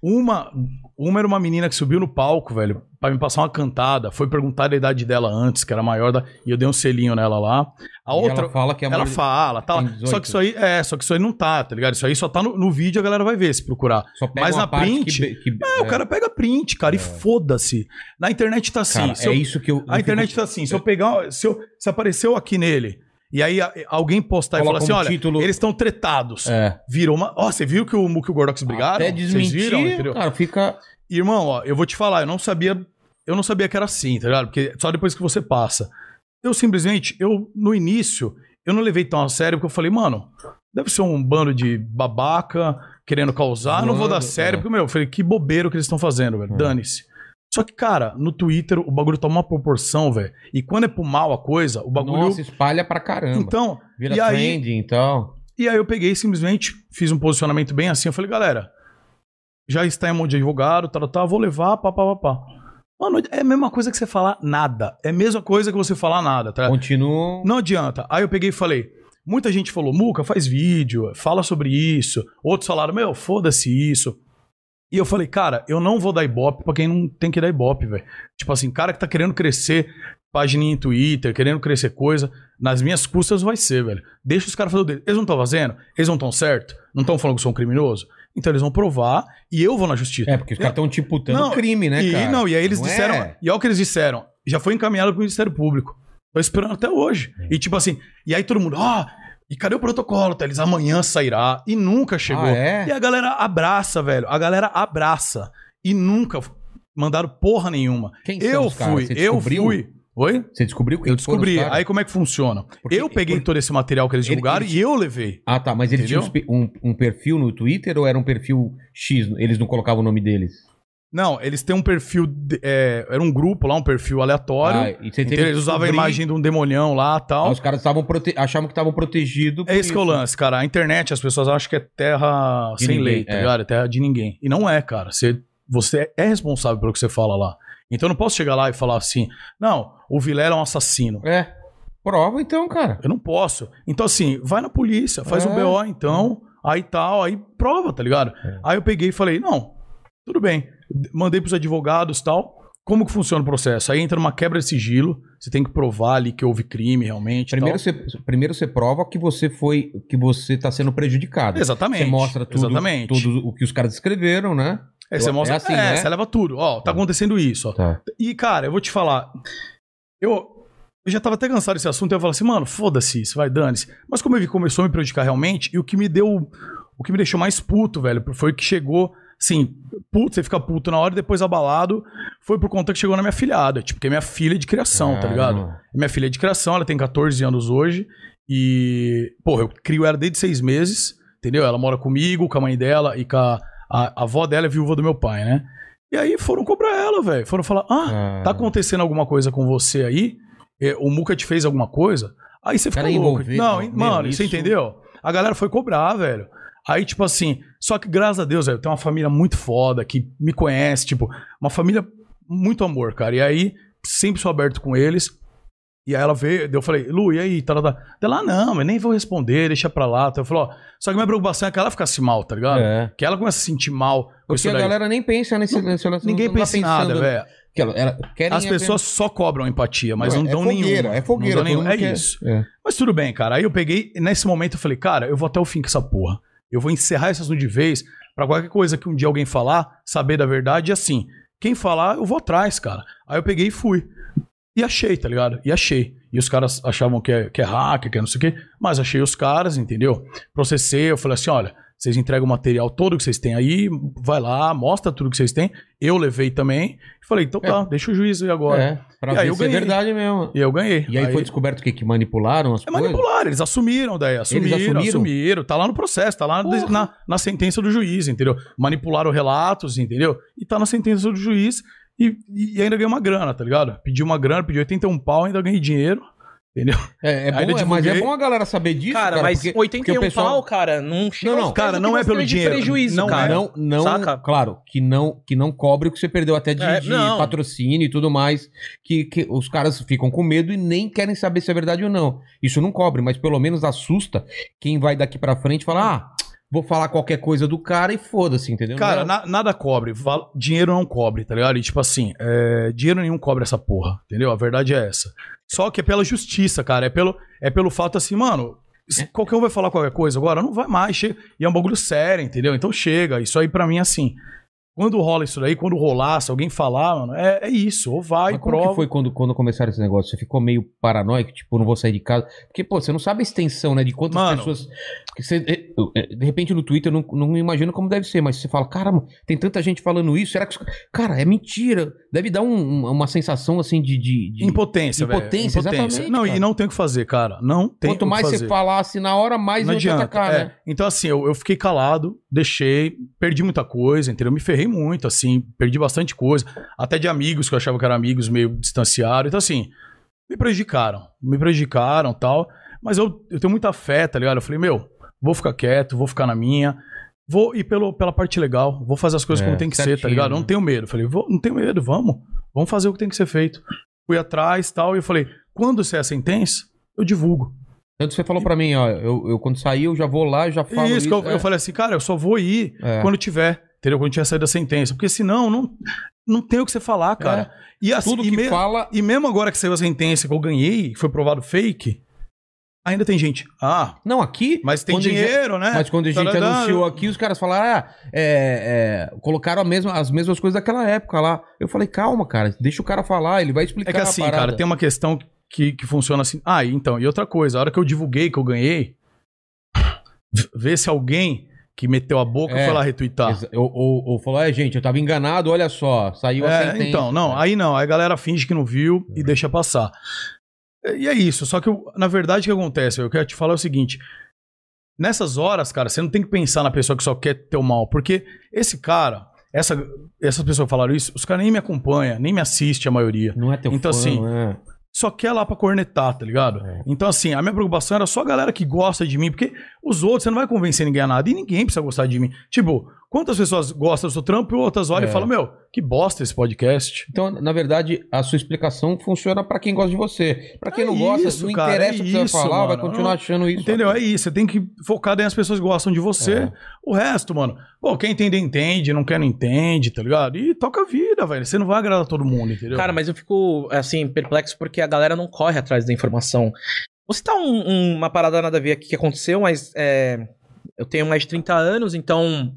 Speaker 2: Uma, uma era uma menina que subiu no palco, velho, pra me passar uma cantada. Foi perguntar a idade dela antes, que era maior, da, e eu dei um selinho nela lá. A
Speaker 1: E
Speaker 2: outra.
Speaker 1: ela fala que é
Speaker 2: Ela
Speaker 1: uma...
Speaker 2: fala, tal.
Speaker 1: tem 18.
Speaker 2: Só que isso aí, é, só que isso aí não tá, tá ligado? Isso aí só tá no, no vídeo, a galera vai ver se procurar.
Speaker 1: Só pega
Speaker 2: mas
Speaker 1: uma
Speaker 2: na
Speaker 1: parte
Speaker 2: print-
Speaker 1: que be- que-
Speaker 2: É, o cara pega print, cara,
Speaker 1: É.
Speaker 2: e foda-se. Na internet tá assim.
Speaker 1: Cara,
Speaker 2: se eu-
Speaker 1: é isso que eu...
Speaker 2: a internet tá assim, se eu pegar, se, eu, se apareceu aqui nele, e aí a- alguém postar e falar
Speaker 1: Coloca
Speaker 2: assim,
Speaker 1: um
Speaker 2: olha,
Speaker 1: título-
Speaker 2: eles estão tretados.
Speaker 1: É.
Speaker 2: Virou uma... Ó, você viu que o Muki e o Gordox brigaram?
Speaker 1: Até
Speaker 2: Vocês
Speaker 1: desmentir,
Speaker 2: viram, entendeu?
Speaker 1: cara, fica...
Speaker 2: Irmão, ó, eu vou te falar, eu não sabia, eu não sabia que era assim, tá ligado? Porque só depois que você passa. Eu simplesmente, eu no início, eu não levei tão a sério porque eu falei, mano, deve ser um bando de babaca querendo causar, não vou
Speaker 1: Mano,
Speaker 2: dar sério,
Speaker 1: é.
Speaker 2: porque meu, eu falei, que bobeiro que eles estão fazendo, velho.
Speaker 1: É.
Speaker 2: Dane-se. Só que, cara, no Twitter o bagulho toma uma proporção, velho. E quando é pro mal a coisa, o bagulho
Speaker 1: Nossa, espalha pra caramba.
Speaker 2: então,
Speaker 1: Vira então,
Speaker 2: e aí-
Speaker 1: trending e tal.
Speaker 2: e aí eu peguei e simplesmente fiz um posicionamento bem assim. Eu falei, galera, já está em mão de advogado, tal, tal, vou levar, pá, pá, pá, pá. Mano, é a mesma coisa que você falar nada. É a mesma coisa que você falar nada, tá?
Speaker 1: Continua...
Speaker 2: Não adianta. Aí eu peguei e falei. Muita gente falou, Muca, faz vídeo, fala sobre isso. Outros falaram, meu, foda-se isso. E eu falei, cara, eu não vou dar ibope pra quem não tem que dar ibope, velho. Tipo assim, cara que tá querendo crescer página em Twitter, querendo crescer coisa, nas minhas custas vai ser, velho. Deixa os caras fazer o dele. Eles não estão fazendo? Eles não estão certo? Não estão falando que eu sou um criminoso? Então eles vão provar e eu vou na justiça.
Speaker 1: É, porque os caras estão te putando
Speaker 2: Não,
Speaker 1: crime, né,
Speaker 2: e,
Speaker 1: cara?
Speaker 2: Não, e aí eles
Speaker 1: Não
Speaker 2: disseram.
Speaker 1: é?
Speaker 2: E olha o que eles disseram. Já foi encaminhado pro Ministério Público. Tô esperando até hoje.
Speaker 1: É.
Speaker 2: E tipo assim, e aí todo mundo, ó, e cadê o protocolo? Tá? Eles amanhã sairá. E nunca chegou.
Speaker 1: Ah, é?
Speaker 2: E a galera abraça, velho. A galera abraça. E nunca mandaram porra nenhuma.
Speaker 1: Quem são
Speaker 2: eu
Speaker 1: os caras?
Speaker 2: fui,
Speaker 1: Você
Speaker 2: eu
Speaker 1: descobriu?
Speaker 2: fui. Oi?
Speaker 1: Você descobriu que
Speaker 2: Eu descobri. Aí como é que funciona?
Speaker 1: Porque-
Speaker 2: eu peguei
Speaker 1: porque-
Speaker 2: todo esse material que eles
Speaker 1: Ele-
Speaker 2: divulgaram
Speaker 1: eles-
Speaker 2: e eu levei.
Speaker 1: Ah, tá. Mas eles tinham
Speaker 2: Entendeu?
Speaker 1: um, um perfil no Twitter ou era um perfil X? Eles não colocavam o nome deles?
Speaker 2: Não, eles têm um perfil. de- é, era um grupo lá, um perfil aleatório.
Speaker 1: Ah, e você teve
Speaker 2: Entendeu?
Speaker 1: que
Speaker 2: Eles usavam a
Speaker 1: descobrir-
Speaker 2: imagem de um demonião lá
Speaker 1: Ah,
Speaker 2: tal.
Speaker 1: os caras estavam prote- achavam que estavam protegidos. por
Speaker 2: É esse que é o
Speaker 1: isso.
Speaker 2: lance, cara. A internet, as pessoas acham que é terra
Speaker 1: De
Speaker 2: sem
Speaker 1: ninguém,
Speaker 2: lei, tá
Speaker 1: é.
Speaker 2: ligado? É terra de ninguém. E não é, cara. Você, você é responsável pelo que você fala lá. Então eu não posso chegar lá e falar assim, não, o Vilela é um assassino.
Speaker 1: É. Prova então, cara.
Speaker 2: Eu não posso. Então, assim, vai na polícia, faz
Speaker 1: É.
Speaker 2: um BO então, aí tal, aí prova, tá ligado?
Speaker 1: É.
Speaker 2: Aí eu peguei e falei, não, tudo bem. Mandei pros advogados tal. Como que funciona o processo? Aí entra uma quebra de sigilo, você tem que provar ali que houve crime realmente.
Speaker 1: Primeiro
Speaker 2: tal.
Speaker 1: você, primeiro você prova que você foi. que você tá sendo prejudicado.
Speaker 2: Exatamente.
Speaker 1: Você mostra tudo,
Speaker 2: Exatamente.
Speaker 1: tudo o que os caras escreveram, né?
Speaker 2: É, você
Speaker 1: É
Speaker 2: mostra,
Speaker 1: assim,
Speaker 2: é,
Speaker 1: né?
Speaker 2: você leva tudo. Ó, tá acontecendo isso, ó.
Speaker 1: Tá.
Speaker 2: E, cara, eu vou te falar. Eu, eu já tava até cansado desse assunto. Eu falei assim, mano, foda-se isso, vai, dane-se. Mas como eu vi que começou a me prejudicar realmente, e o que me deu. O que me deixou mais puto, velho, foi que chegou. Assim, puto, você fica puto na hora e depois abalado. Foi por conta que chegou na minha filhada. Tipo, que é minha filha de criação,
Speaker 1: Ah,
Speaker 2: tá ligado? Minha filha é de criação, ela tem 14 anos hoje. E, porra, eu crio ela desde seis meses, entendeu? Ela mora comigo, com a mãe dela e com a, a- a avó dela, é viúva do meu pai, né? E aí foram cobrar ela, velho. Foram falar: ah,
Speaker 1: É.
Speaker 2: tá acontecendo alguma coisa com você aí? É, o Muca te fez alguma coisa? Aí você
Speaker 1: Cara,
Speaker 2: ficou louco.
Speaker 1: envolver-
Speaker 2: Não,
Speaker 1: não,
Speaker 2: hein,
Speaker 1: meu,
Speaker 2: mano,
Speaker 1: isso-
Speaker 2: você entendeu? A galera foi cobrar, velho. Aí, tipo assim, só que graças a Deus, velho, tem uma família muito foda que me conhece, tipo, uma família muito amor, cara. E aí, sempre sou aberto com eles. E aí ela veio, daí eu falei, Lu, e aí? Tal, tal. tal. Ela, "Ah, não, mas nem vou responder, deixa pra lá. Então, eu falei, ó, só que minha preocupação é que ela ficasse mal, tá ligado?
Speaker 1: É.
Speaker 2: Que ela começa a se sentir mal com
Speaker 1: Porque
Speaker 2: isso
Speaker 1: a
Speaker 2: daí.
Speaker 1: galera nem pensa nesse nesse lance.
Speaker 2: Ninguém
Speaker 1: não tá
Speaker 2: pensa em nada,
Speaker 1: pensando
Speaker 2: velho.
Speaker 1: O
Speaker 6: que ela, ela- querem
Speaker 2: As pessoas só cobram empatia, mas
Speaker 6: Ué,
Speaker 2: não
Speaker 6: é
Speaker 2: dão
Speaker 6: fogueira,
Speaker 2: nenhuma.
Speaker 6: é fogueira,
Speaker 2: Não dão
Speaker 6: todo
Speaker 2: nenhuma.
Speaker 6: mundo
Speaker 2: É
Speaker 6: quer.
Speaker 2: isso.
Speaker 6: É.
Speaker 2: Mas tudo bem, cara. Aí eu peguei, e nesse momento eu falei, cara, eu vou até o fim com essa porra. Eu vou encerrar esse assunto de vez, pra qualquer coisa que um dia alguém falar, saber da verdade, e assim, quem falar, eu vou atrás, cara. Aí eu peguei e fui. E achei, tá ligado? E achei. E os caras achavam que é, que é hacker, que é não sei o quê, mas achei os caras, entendeu? Processei, eu falei assim, olha, vocês entregam o material todo que vocês têm aí, vai lá, mostra tudo que vocês têm. Eu levei também. Falei, então tá, deixa o juízo aí agora.
Speaker 1: É, pra
Speaker 2: E
Speaker 1: ver
Speaker 2: aí eu
Speaker 1: se é
Speaker 2: ganhei.
Speaker 1: verdade mesmo.
Speaker 2: E eu ganhei.
Speaker 1: E aí, foi descoberto o quê? Que manipularam as
Speaker 2: É
Speaker 1: coisas?
Speaker 2: manipular, eles assumiram daí, assumiram, assumiram,
Speaker 1: assumiram?
Speaker 2: tá lá no processo, tá lá de- na, na sentença do juiz, entendeu? Manipularam relatos, entendeu? E tá na sentença do juiz e, e ainda ganhei uma grana, tá ligado? Pedi uma grana, pedi 81 pau, ainda ganhei dinheiro.
Speaker 1: É, é
Speaker 2: Aí eu
Speaker 1: bom, é, mas é
Speaker 2: divulguei.
Speaker 1: bom a galera saber disso,
Speaker 3: Cara,
Speaker 1: cara,
Speaker 3: mas
Speaker 1: porque-
Speaker 3: 81
Speaker 1: pessoal-
Speaker 3: pau, cara, não chega
Speaker 1: Não, não,
Speaker 3: aos pés
Speaker 2: cara,
Speaker 3: do que
Speaker 2: não é
Speaker 3: você
Speaker 2: pelo
Speaker 3: teve de
Speaker 2: dinheiro,
Speaker 3: prejuízo,
Speaker 2: não
Speaker 3: cara.
Speaker 1: Não, não,
Speaker 3: Saca?
Speaker 1: claro, que não, que não cobre o que você perdeu até de,
Speaker 3: É,
Speaker 1: de
Speaker 3: não.
Speaker 1: patrocínio e tudo mais, que, que os caras ficam com medo e nem querem saber se é verdade ou não. Isso não cobre, mas pelo menos assusta quem vai daqui pra frente e fala, ah, vou falar qualquer coisa do cara e foda-se, entendeu?
Speaker 2: Cara,
Speaker 1: Não, é
Speaker 2: na- nada cobre, val- dinheiro não cobre, tá ligado? E tipo assim, é, dinheiro nenhum cobre essa porra, entendeu? A verdade é essa. Só que é pela justiça, cara, é pelo, é pelo fato assim, mano,
Speaker 1: É.
Speaker 2: se qualquer um vai falar qualquer coisa agora, não vai mais, chega, e é um bagulho sério, entendeu? Então chega, isso aí pra mim é assim, quando rola isso daí, quando rolar, se alguém falar, mano, é, é isso, ou vai,
Speaker 1: Mas como
Speaker 2: prova.
Speaker 1: que foi quando, quando começaram esse negócio? Você ficou meio paranoico, tipo, não vou sair de casa? Porque, pô, você não sabe a extensão, né? De quantas
Speaker 2: Mano.
Speaker 1: pessoas. que você- eh, eh, de repente no Twitter eu não, não imagino como deve ser, mas você fala, caramba, tem tanta gente falando isso, será que. os- Cara, é mentira. Deve dar um- uma sensação assim de. de- de-
Speaker 2: Impotência, velho.
Speaker 1: Impotência, exatamente,
Speaker 2: Não,
Speaker 1: cara.
Speaker 2: e não tem o que fazer, cara. Não tem
Speaker 1: Quanto
Speaker 2: o que
Speaker 1: mais
Speaker 2: fazer.
Speaker 1: você falasse na hora, mais
Speaker 2: não
Speaker 1: iam te
Speaker 2: adianta.
Speaker 1: atacar,
Speaker 2: é.
Speaker 1: né?
Speaker 2: Então, assim, eu, eu fiquei calado, deixei, perdi muita coisa, entendeu? Eu me ferrei muito, assim, perdi bastante coisa. Até de amigos que eu achava que eram amigos meio distanciaram. Então, assim, me prejudicaram. Me prejudicaram tal. Mas eu, eu tenho muita fé, tá ligado? Eu falei, meu, vou ficar quieto, vou ficar na minha. Vou ir pelo, pela parte legal, vou fazer as coisas
Speaker 1: É,
Speaker 2: como tem que ser, tá
Speaker 1: certinho,
Speaker 2: ligado?
Speaker 1: né?
Speaker 2: Não tenho medo. Eu Falei, vou, não tenho medo, vamos. Vamos fazer o que tem que ser feito. Fui atrás tal, e eu falei, quando sair a sentença, eu divulgo.
Speaker 1: Tanto você falou pra mim, ó, eu, eu quando sair, eu já vou lá, eu já falo.
Speaker 2: Isso, que eu,
Speaker 1: é.
Speaker 2: eu falei assim, cara, eu só vou ir
Speaker 1: É.
Speaker 2: quando tiver, entendeu? Quando tiver saído a sentença. Porque senão, não, não tem o que você falar, cara. E, assim,
Speaker 1: É. Tudo
Speaker 2: e,
Speaker 1: que
Speaker 2: me-
Speaker 1: fala.
Speaker 2: e mesmo agora que saiu a sentença que eu ganhei, que foi provado fake, ainda tem gente. Ah,
Speaker 1: Não, aqui.
Speaker 2: mas tem
Speaker 1: Quando já-
Speaker 2: dinheiro, né?
Speaker 1: Mas quando a gente
Speaker 2: Tadadá.
Speaker 1: anunciou aqui, os caras falaram, ah, é, é, colocaram a mesma- as mesmas coisas daquela época lá. Eu falei, calma, cara, deixa o cara falar, ele vai explicar
Speaker 2: É que assim,
Speaker 1: a parada.
Speaker 2: cara, tem uma questão que, que funciona assim. Ah, e então, e outra coisa, a hora que eu divulguei que eu ganhei, vê se alguém que meteu a boca
Speaker 1: É,
Speaker 2: foi lá retweetar.
Speaker 1: Exa- Ou, ou, ou falou, é, gente, eu tava enganado, olha só, saiu a
Speaker 2: É,
Speaker 1: sentença.
Speaker 2: então, não, aí não, aí a galera finge que não viu e deixa passar. E é isso, só que eu- na verdade o que acontece, eu quero te falar o seguinte, nessas horas, cara, você não tem que pensar na pessoa que só quer teu mal, porque esse cara, essa, essas pessoas que falaram isso, os caras nem me acompanham, nem me assistem a maioria.
Speaker 1: Não é teu
Speaker 2: Então,
Speaker 1: fã,
Speaker 2: assim,
Speaker 1: não é.
Speaker 2: Só quer lá pra cornetar, tá ligado? Então, assim, a minha preocupação era só a galera que gosta de mim, porque os outros, você não vai convencer ninguém a nada. E ninguém precisa gostar de mim. Tipo, quantas pessoas gostam do seu trampo e outras olham
Speaker 1: É.
Speaker 2: e falam, meu, que bosta esse podcast.
Speaker 1: Então, na verdade, a sua explicação funciona pra quem gosta de você. Pra quem
Speaker 2: É
Speaker 1: não gosta,
Speaker 2: isso,
Speaker 1: não
Speaker 2: cara,
Speaker 1: interessa
Speaker 2: é
Speaker 1: o que você vai
Speaker 2: isso,
Speaker 1: falar, vai
Speaker 2: mano.
Speaker 1: continuar
Speaker 2: Não,
Speaker 1: achando isso.
Speaker 2: Entendeu? É isso. Você tem que focar daí nas pessoas que gostam de você.
Speaker 1: É.
Speaker 2: O resto, mano. Pô, quem entende, entende. Não quer, não entende, tá ligado? E toca a vida, velho. Você não vai agradar todo mundo, entendeu?
Speaker 3: Cara, mas eu fico, assim, perplexo porque a galera não corre atrás da informação. Você tá um- um- uma parada nada a ver aqui que aconteceu, mas é, eu tenho mais de 30 anos, então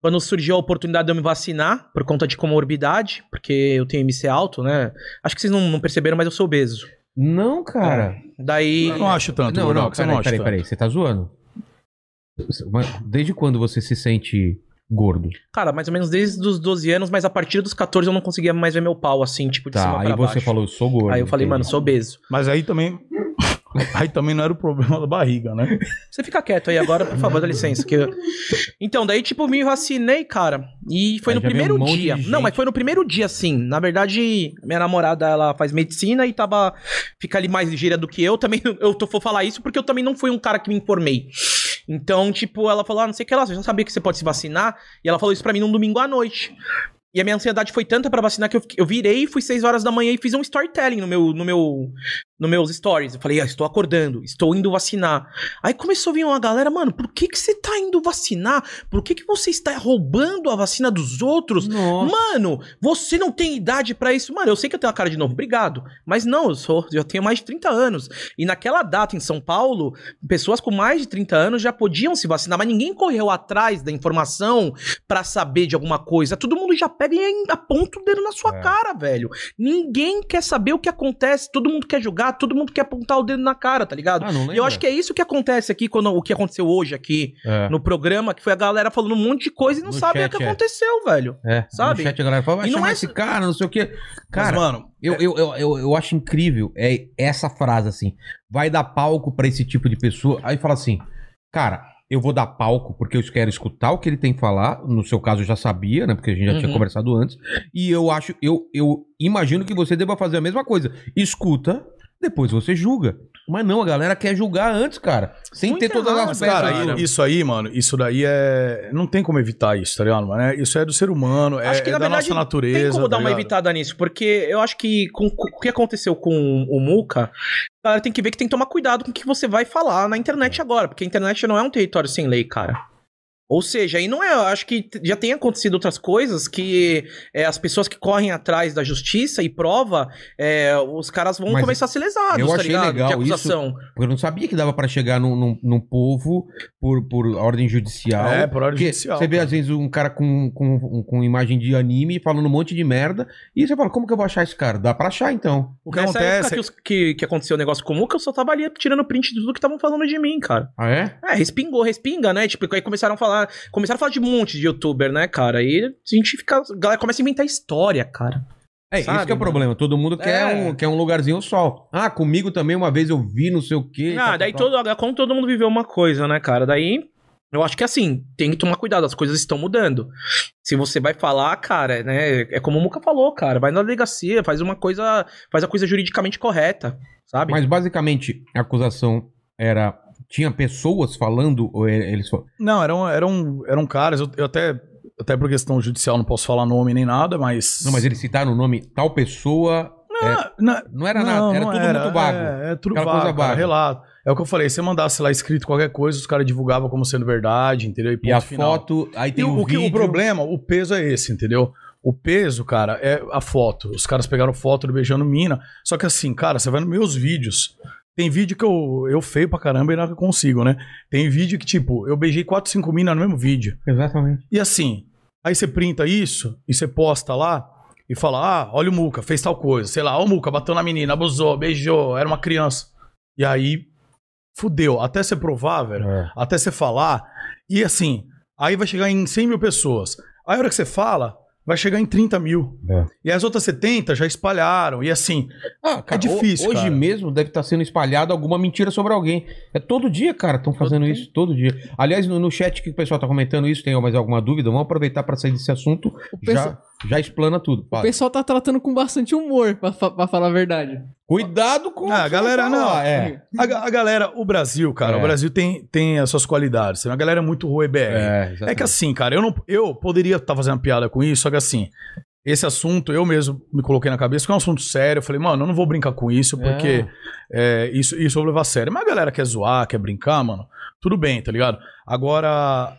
Speaker 3: quando surgiu a oportunidade de eu me vacinar por conta de comorbidade, porque eu tenho MC alto, né? Acho que vocês não, não perceberam, mas eu sou obeso.
Speaker 1: Não, cara.
Speaker 3: Daí.
Speaker 2: eu É. não acho tanto.
Speaker 1: Não,
Speaker 2: Gordão,
Speaker 1: não,
Speaker 2: que você não
Speaker 1: peraí,
Speaker 2: acha
Speaker 1: peraí,
Speaker 2: tanto.
Speaker 1: peraí, você tá zoando? Mas Desde quando você se sente gordo?
Speaker 3: Cara, mais ou menos desde os 12 anos, mas a partir dos 14 eu não conseguia mais ver meu pau, assim, tipo, de
Speaker 1: Tá,
Speaker 3: cima
Speaker 1: aí
Speaker 3: pra
Speaker 1: você
Speaker 3: baixo.
Speaker 1: falou, eu sou gordo.
Speaker 3: aí eu falei,
Speaker 1: entendi.
Speaker 3: mano, sou obeso.
Speaker 2: Mas aí também. aí também não era o problema da barriga, né?
Speaker 3: Você fica quieto aí agora, por favor, dá licença. que eu- Então, daí, tipo, me vacinei, cara. E foi
Speaker 1: Aí já veio um
Speaker 3: no primeiro
Speaker 1: monte
Speaker 3: dia.
Speaker 1: de
Speaker 3: Não,
Speaker 1: gente.
Speaker 3: mas foi no primeiro dia, sim. Na verdade, minha namorada, ela faz medicina e tava. Fica ali mais ligeira do que eu. Também, eu tô, vou falar isso porque eu também não fui um cara que me informei. Então, tipo, ela falou, ah, não sei o que lá, você já sabia que você pode se vacinar? E ela falou isso pra mim num domingo à noite. E a minha ansiedade foi tanta pra vacinar que eu, fiquei- eu virei, fui 6 horas da manhã e fiz um storytelling no meu, no meu nos meus stories. Eu falei, ah, estou acordando, estou indo vacinar. Aí começou a vir uma galera, mano, por que, que você tá indo vacinar? Por que, que você está roubando a vacina dos outros?
Speaker 4: Nossa.
Speaker 3: Mano, você não tem idade pra isso. Mano, eu sei que eu tenho a cara de novo, obrigado. Mas não, eu sou, eu tenho mais de 30 anos. E naquela data em São Paulo, pessoas com mais de 30 anos já podiam se vacinar, mas ninguém correu atrás da informação pra saber de alguma coisa. Todo mundo já pega e ainda aponta o dedo na sua
Speaker 1: É.
Speaker 3: cara, velho. Ninguém quer saber o que acontece, todo mundo quer julgar, todo mundo quer apontar o dedo na cara, tá ligado?
Speaker 1: Ah, não
Speaker 3: E eu acho que é isso que acontece aqui, quando o que aconteceu hoje aqui
Speaker 1: É.
Speaker 3: no programa, que foi a galera falando um monte de coisa e não
Speaker 1: No
Speaker 3: sabe o
Speaker 1: chat,
Speaker 3: que
Speaker 1: é.
Speaker 3: aconteceu, velho.
Speaker 1: É,
Speaker 3: Sabe?
Speaker 1: No chat a galera fala, vai
Speaker 3: E não
Speaker 1: chamar
Speaker 3: é-
Speaker 1: esse cara, não sei o quê. Cara,
Speaker 2: Mas, mano,
Speaker 1: eu, eu, eu, eu, eu acho incrível é essa frase assim. Vai dar palco pra esse tipo de pessoa. Aí fala assim, cara, eu vou dar palco porque eu quero escutar o que ele tem que falar. No seu caso eu já sabia, né? Porque a gente já tinha
Speaker 3: Uhum.
Speaker 1: conversado antes. E eu acho, eu, eu imagino que você deva fazer a mesma coisa. Escuta, depois você julga. Mas não, a galera quer julgar antes, cara. Sem
Speaker 3: Muito
Speaker 1: ter todas
Speaker 3: errado,
Speaker 1: as peças.
Speaker 2: Cara,
Speaker 1: né?
Speaker 2: Cara, e- e- e- isso aí, mano, isso daí é. Não tem como evitar isso, tá ligado, mano? É- isso é do ser humano, é,
Speaker 3: Acho que,
Speaker 2: é
Speaker 3: na
Speaker 2: da
Speaker 3: verdade,
Speaker 2: nossa natureza.
Speaker 3: Tem como dar
Speaker 2: tá
Speaker 3: uma
Speaker 2: ligado?
Speaker 3: evitada nisso, porque eu acho que com, com o que aconteceu com o Muca, a galera tem que ver que tem que tomar cuidado com o que você vai falar na internet agora, porque a internet não é um território sem lei, cara. Ou seja, aí não é. eu Acho que t- já tem acontecido outras coisas que é, as pessoas que correm atrás da justiça e prova, é, os caras vão
Speaker 1: Mas
Speaker 3: começar a ser lesados,
Speaker 1: eu
Speaker 3: tá
Speaker 1: achei
Speaker 3: ligado?
Speaker 1: legal
Speaker 3: de
Speaker 1: isso.
Speaker 3: acusação.
Speaker 1: Porque eu não sabia que dava pra chegar num, num, num povo por, por ordem judicial.
Speaker 2: É, por ordem
Speaker 1: Porque
Speaker 2: judicial.
Speaker 1: Você vê,
Speaker 2: cara.
Speaker 1: às vezes, um cara com, com, com imagem de anime falando um monte de merda. E você fala, como que eu vou achar esse cara? Dá pra achar, então.
Speaker 2: O que
Speaker 3: Nessa época
Speaker 2: acontece.
Speaker 3: que, os- que, que aconteceu o negócio com o Muca, eu só tava ali tirando print de tudo que estavam falando de mim, cara.
Speaker 1: Ah, é?
Speaker 3: É, respingou, respinga, né? Tipo, aí começaram a falar. Começaram a falar de um monte de youtuber, né, cara? Aí a gente fica. A galera começa a inventar história, cara.
Speaker 1: É,
Speaker 3: Sabe,
Speaker 1: isso que é o
Speaker 3: né?
Speaker 1: problema. Todo mundo quer,
Speaker 3: É.
Speaker 1: um, quer um lugarzinho ao sol. Ah, comigo também, uma vez eu vi não sei o quê. tal,
Speaker 3: ah,
Speaker 1: tal,
Speaker 3: daí
Speaker 1: tal.
Speaker 3: todo, agora, como todo mundo viveu uma coisa, né, cara? Daí. Eu acho que assim, tem que tomar cuidado, as coisas estão mudando. Se você vai falar, cara, né? É como o Muca falou, cara, vai na delegacia, faz uma coisa. Faz a coisa juridicamente correta, sabe?
Speaker 1: Mas, basicamente, a acusação era... Tinha pessoas falando, ou e- eles falam,
Speaker 2: Não, eram, eram, eram caras, eu, eu até. Até por questão judicial não posso falar nome nem nada, mas.
Speaker 1: Não, mas eles citaram o nome, tal pessoa.
Speaker 2: Ah, na-
Speaker 1: Não É. era
Speaker 2: não,
Speaker 1: nada, era
Speaker 2: não
Speaker 1: tudo muito vago.
Speaker 2: É, é tudo
Speaker 1: Aquela
Speaker 2: vago,
Speaker 1: coisa
Speaker 2: cara,
Speaker 1: vaga.
Speaker 2: relato. É o que eu falei, se você mandasse lá escrito qualquer coisa, os caras divulgavam como sendo verdade, entendeu?
Speaker 1: E
Speaker 2: ponto
Speaker 1: a
Speaker 2: final.
Speaker 1: foto, aí
Speaker 2: E
Speaker 1: tem
Speaker 2: o,
Speaker 1: o,
Speaker 2: o que, o
Speaker 1: vídeo.
Speaker 2: problema, o peso é esse, entendeu? O peso, cara, é a foto. Os caras pegaram foto do beijando mina. Só que assim, cara, você vai nos meus vídeos. Tem vídeo que eu, eu feio pra caramba e não consigo, né? Tem vídeo que, tipo, eu beijei 4, 5 minas no mesmo vídeo.
Speaker 1: Exatamente.
Speaker 2: E assim, aí você printa isso e você posta lá e fala: ah, olha o Muca, fez tal coisa. Sei lá, ó, o Muca bateu na menina, abusou, beijou, era uma criança. E aí, fudeu. Até você provar,
Speaker 1: É.
Speaker 2: velho até você falar. E assim, aí vai chegar em 100 mil pessoas. Aí a hora que você fala, vai chegar em 30 mil.
Speaker 1: É.
Speaker 2: E as outras 70 já espalharam. E assim,
Speaker 1: Ah, cara,
Speaker 2: É difícil,
Speaker 1: ho- Hoje
Speaker 2: cara.
Speaker 1: mesmo deve estar sendo espalhado alguma mentira sobre alguém. É todo dia, cara, estão fazendo isso, todo dia. Aliás, no, no chat que o pessoal tá comentando isso, tem mais alguma dúvida? Vamos aproveitar para sair desse assunto.
Speaker 4: O pessoal,
Speaker 1: Já, já explana tudo.
Speaker 4: o
Speaker 1: Fala.
Speaker 4: pessoal tá tratando com bastante humor, pra, fa- pra falar a verdade.
Speaker 1: Cuidado com.
Speaker 2: Ah,
Speaker 1: o que
Speaker 2: galera,
Speaker 1: você vai falar,
Speaker 2: não,
Speaker 1: É.
Speaker 2: a, ga- a galera, o Brasil, cara,
Speaker 1: É.
Speaker 2: o Brasil tem, tem as suas qualidades. A galera é muito rua EBR. É,
Speaker 1: exatamente.
Speaker 2: que assim, cara, eu, não, eu poderia estar fazendo piada com isso, só que assim, esse assunto eu mesmo me coloquei na cabeça, que é um assunto sério. Eu falei, mano, eu não vou brincar com isso, porque.
Speaker 1: É.
Speaker 2: É, isso, isso eu vou levar a sério. Mas a galera quer zoar, quer brincar, mano, tudo bem, tá ligado? Agora,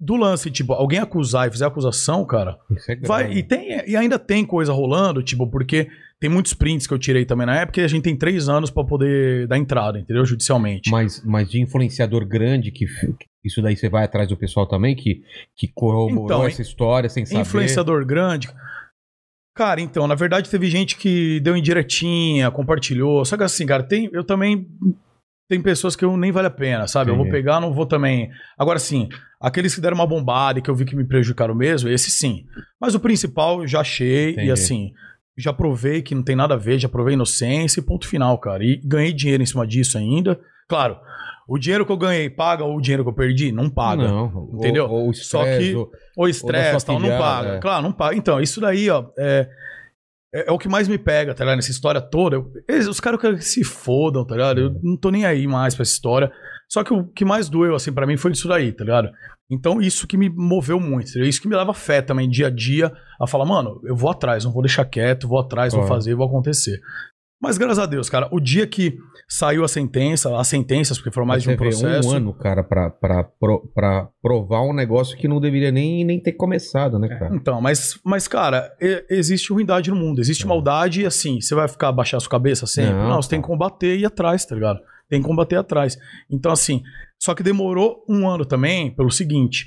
Speaker 2: do lance, tipo, alguém acusar e fizer acusação, cara,
Speaker 1: Isso é
Speaker 2: vai.
Speaker 1: grave.
Speaker 2: E, tem, e ainda tem coisa rolando, tipo, porque tem muitos prints que eu tirei também na época e a gente tem três anos pra poder dar entrada, entendeu? Judicialmente.
Speaker 1: Mas, mas de influenciador grande que. que Isso daí você vai atrás do pessoal também que, que corroborou
Speaker 2: Então,
Speaker 1: essa história sem saber.
Speaker 2: Influenciador grande. Cara, então, na verdade teve gente que deu indiretinha, compartilhou. Só que assim, cara, tem, eu também. Tem pessoas que eu nem vale a pena, sabe? Eu vou
Speaker 1: Entendi.
Speaker 2: pegar, não vou também. Agora sim, aqueles que deram uma bombada e que eu vi que me prejudicaram mesmo, esse sim. Mas o principal eu já achei
Speaker 1: Entendi.
Speaker 2: e assim, já provei que não tem nada a ver, já provei inocência e ponto final, cara. E ganhei dinheiro em cima disso ainda. Claro, o dinheiro que eu ganhei paga ou o dinheiro que eu perdi? Não paga.
Speaker 1: Não,
Speaker 2: Entendeu?
Speaker 1: Ou, ou
Speaker 2: Só
Speaker 1: estresse,
Speaker 2: que-
Speaker 1: ou-
Speaker 2: Ou
Speaker 1: Ou da
Speaker 2: estresse,
Speaker 1: sua
Speaker 2: tal, não
Speaker 1: afilhada,
Speaker 2: paga.
Speaker 1: é.
Speaker 2: Claro, não paga. Então, isso daí, ó, é, é, é o que mais me pega, tá ligado? Nessa história toda. Eu- eles- os caras querem que se fodam, tá ligado?
Speaker 1: Uhum.
Speaker 2: Eu não tô nem aí mais pra essa história. Só que o que mais doeu, assim, pra mim foi isso daí, tá ligado? Então, isso que me moveu muito, entendeu? isso que me leva a fé também, dia a dia, a falar, mano, eu vou atrás, não vou deixar quieto, vou atrás, vou
Speaker 1: Claro.
Speaker 2: fazer, vou acontecer. Mas graças a Deus, cara, o dia que saiu a sentença, as sentenças, porque foram mais de um
Speaker 1: Você vê,
Speaker 2: processo.
Speaker 1: Um ano, cara, pra, pra, pro- pra provar um negócio que não deveria nem, nem ter começado, né, cara?
Speaker 2: Então, mas, mas cara, e- existe ruindade no mundo, existe maldade e assim, você vai ficar baixar sua cabeça sempre?
Speaker 1: É. Não,
Speaker 2: Não, você tem que combater e ir atrás, tá ligado? Tem que combater atrás. Então, assim, só que demorou um ano também pelo seguinte: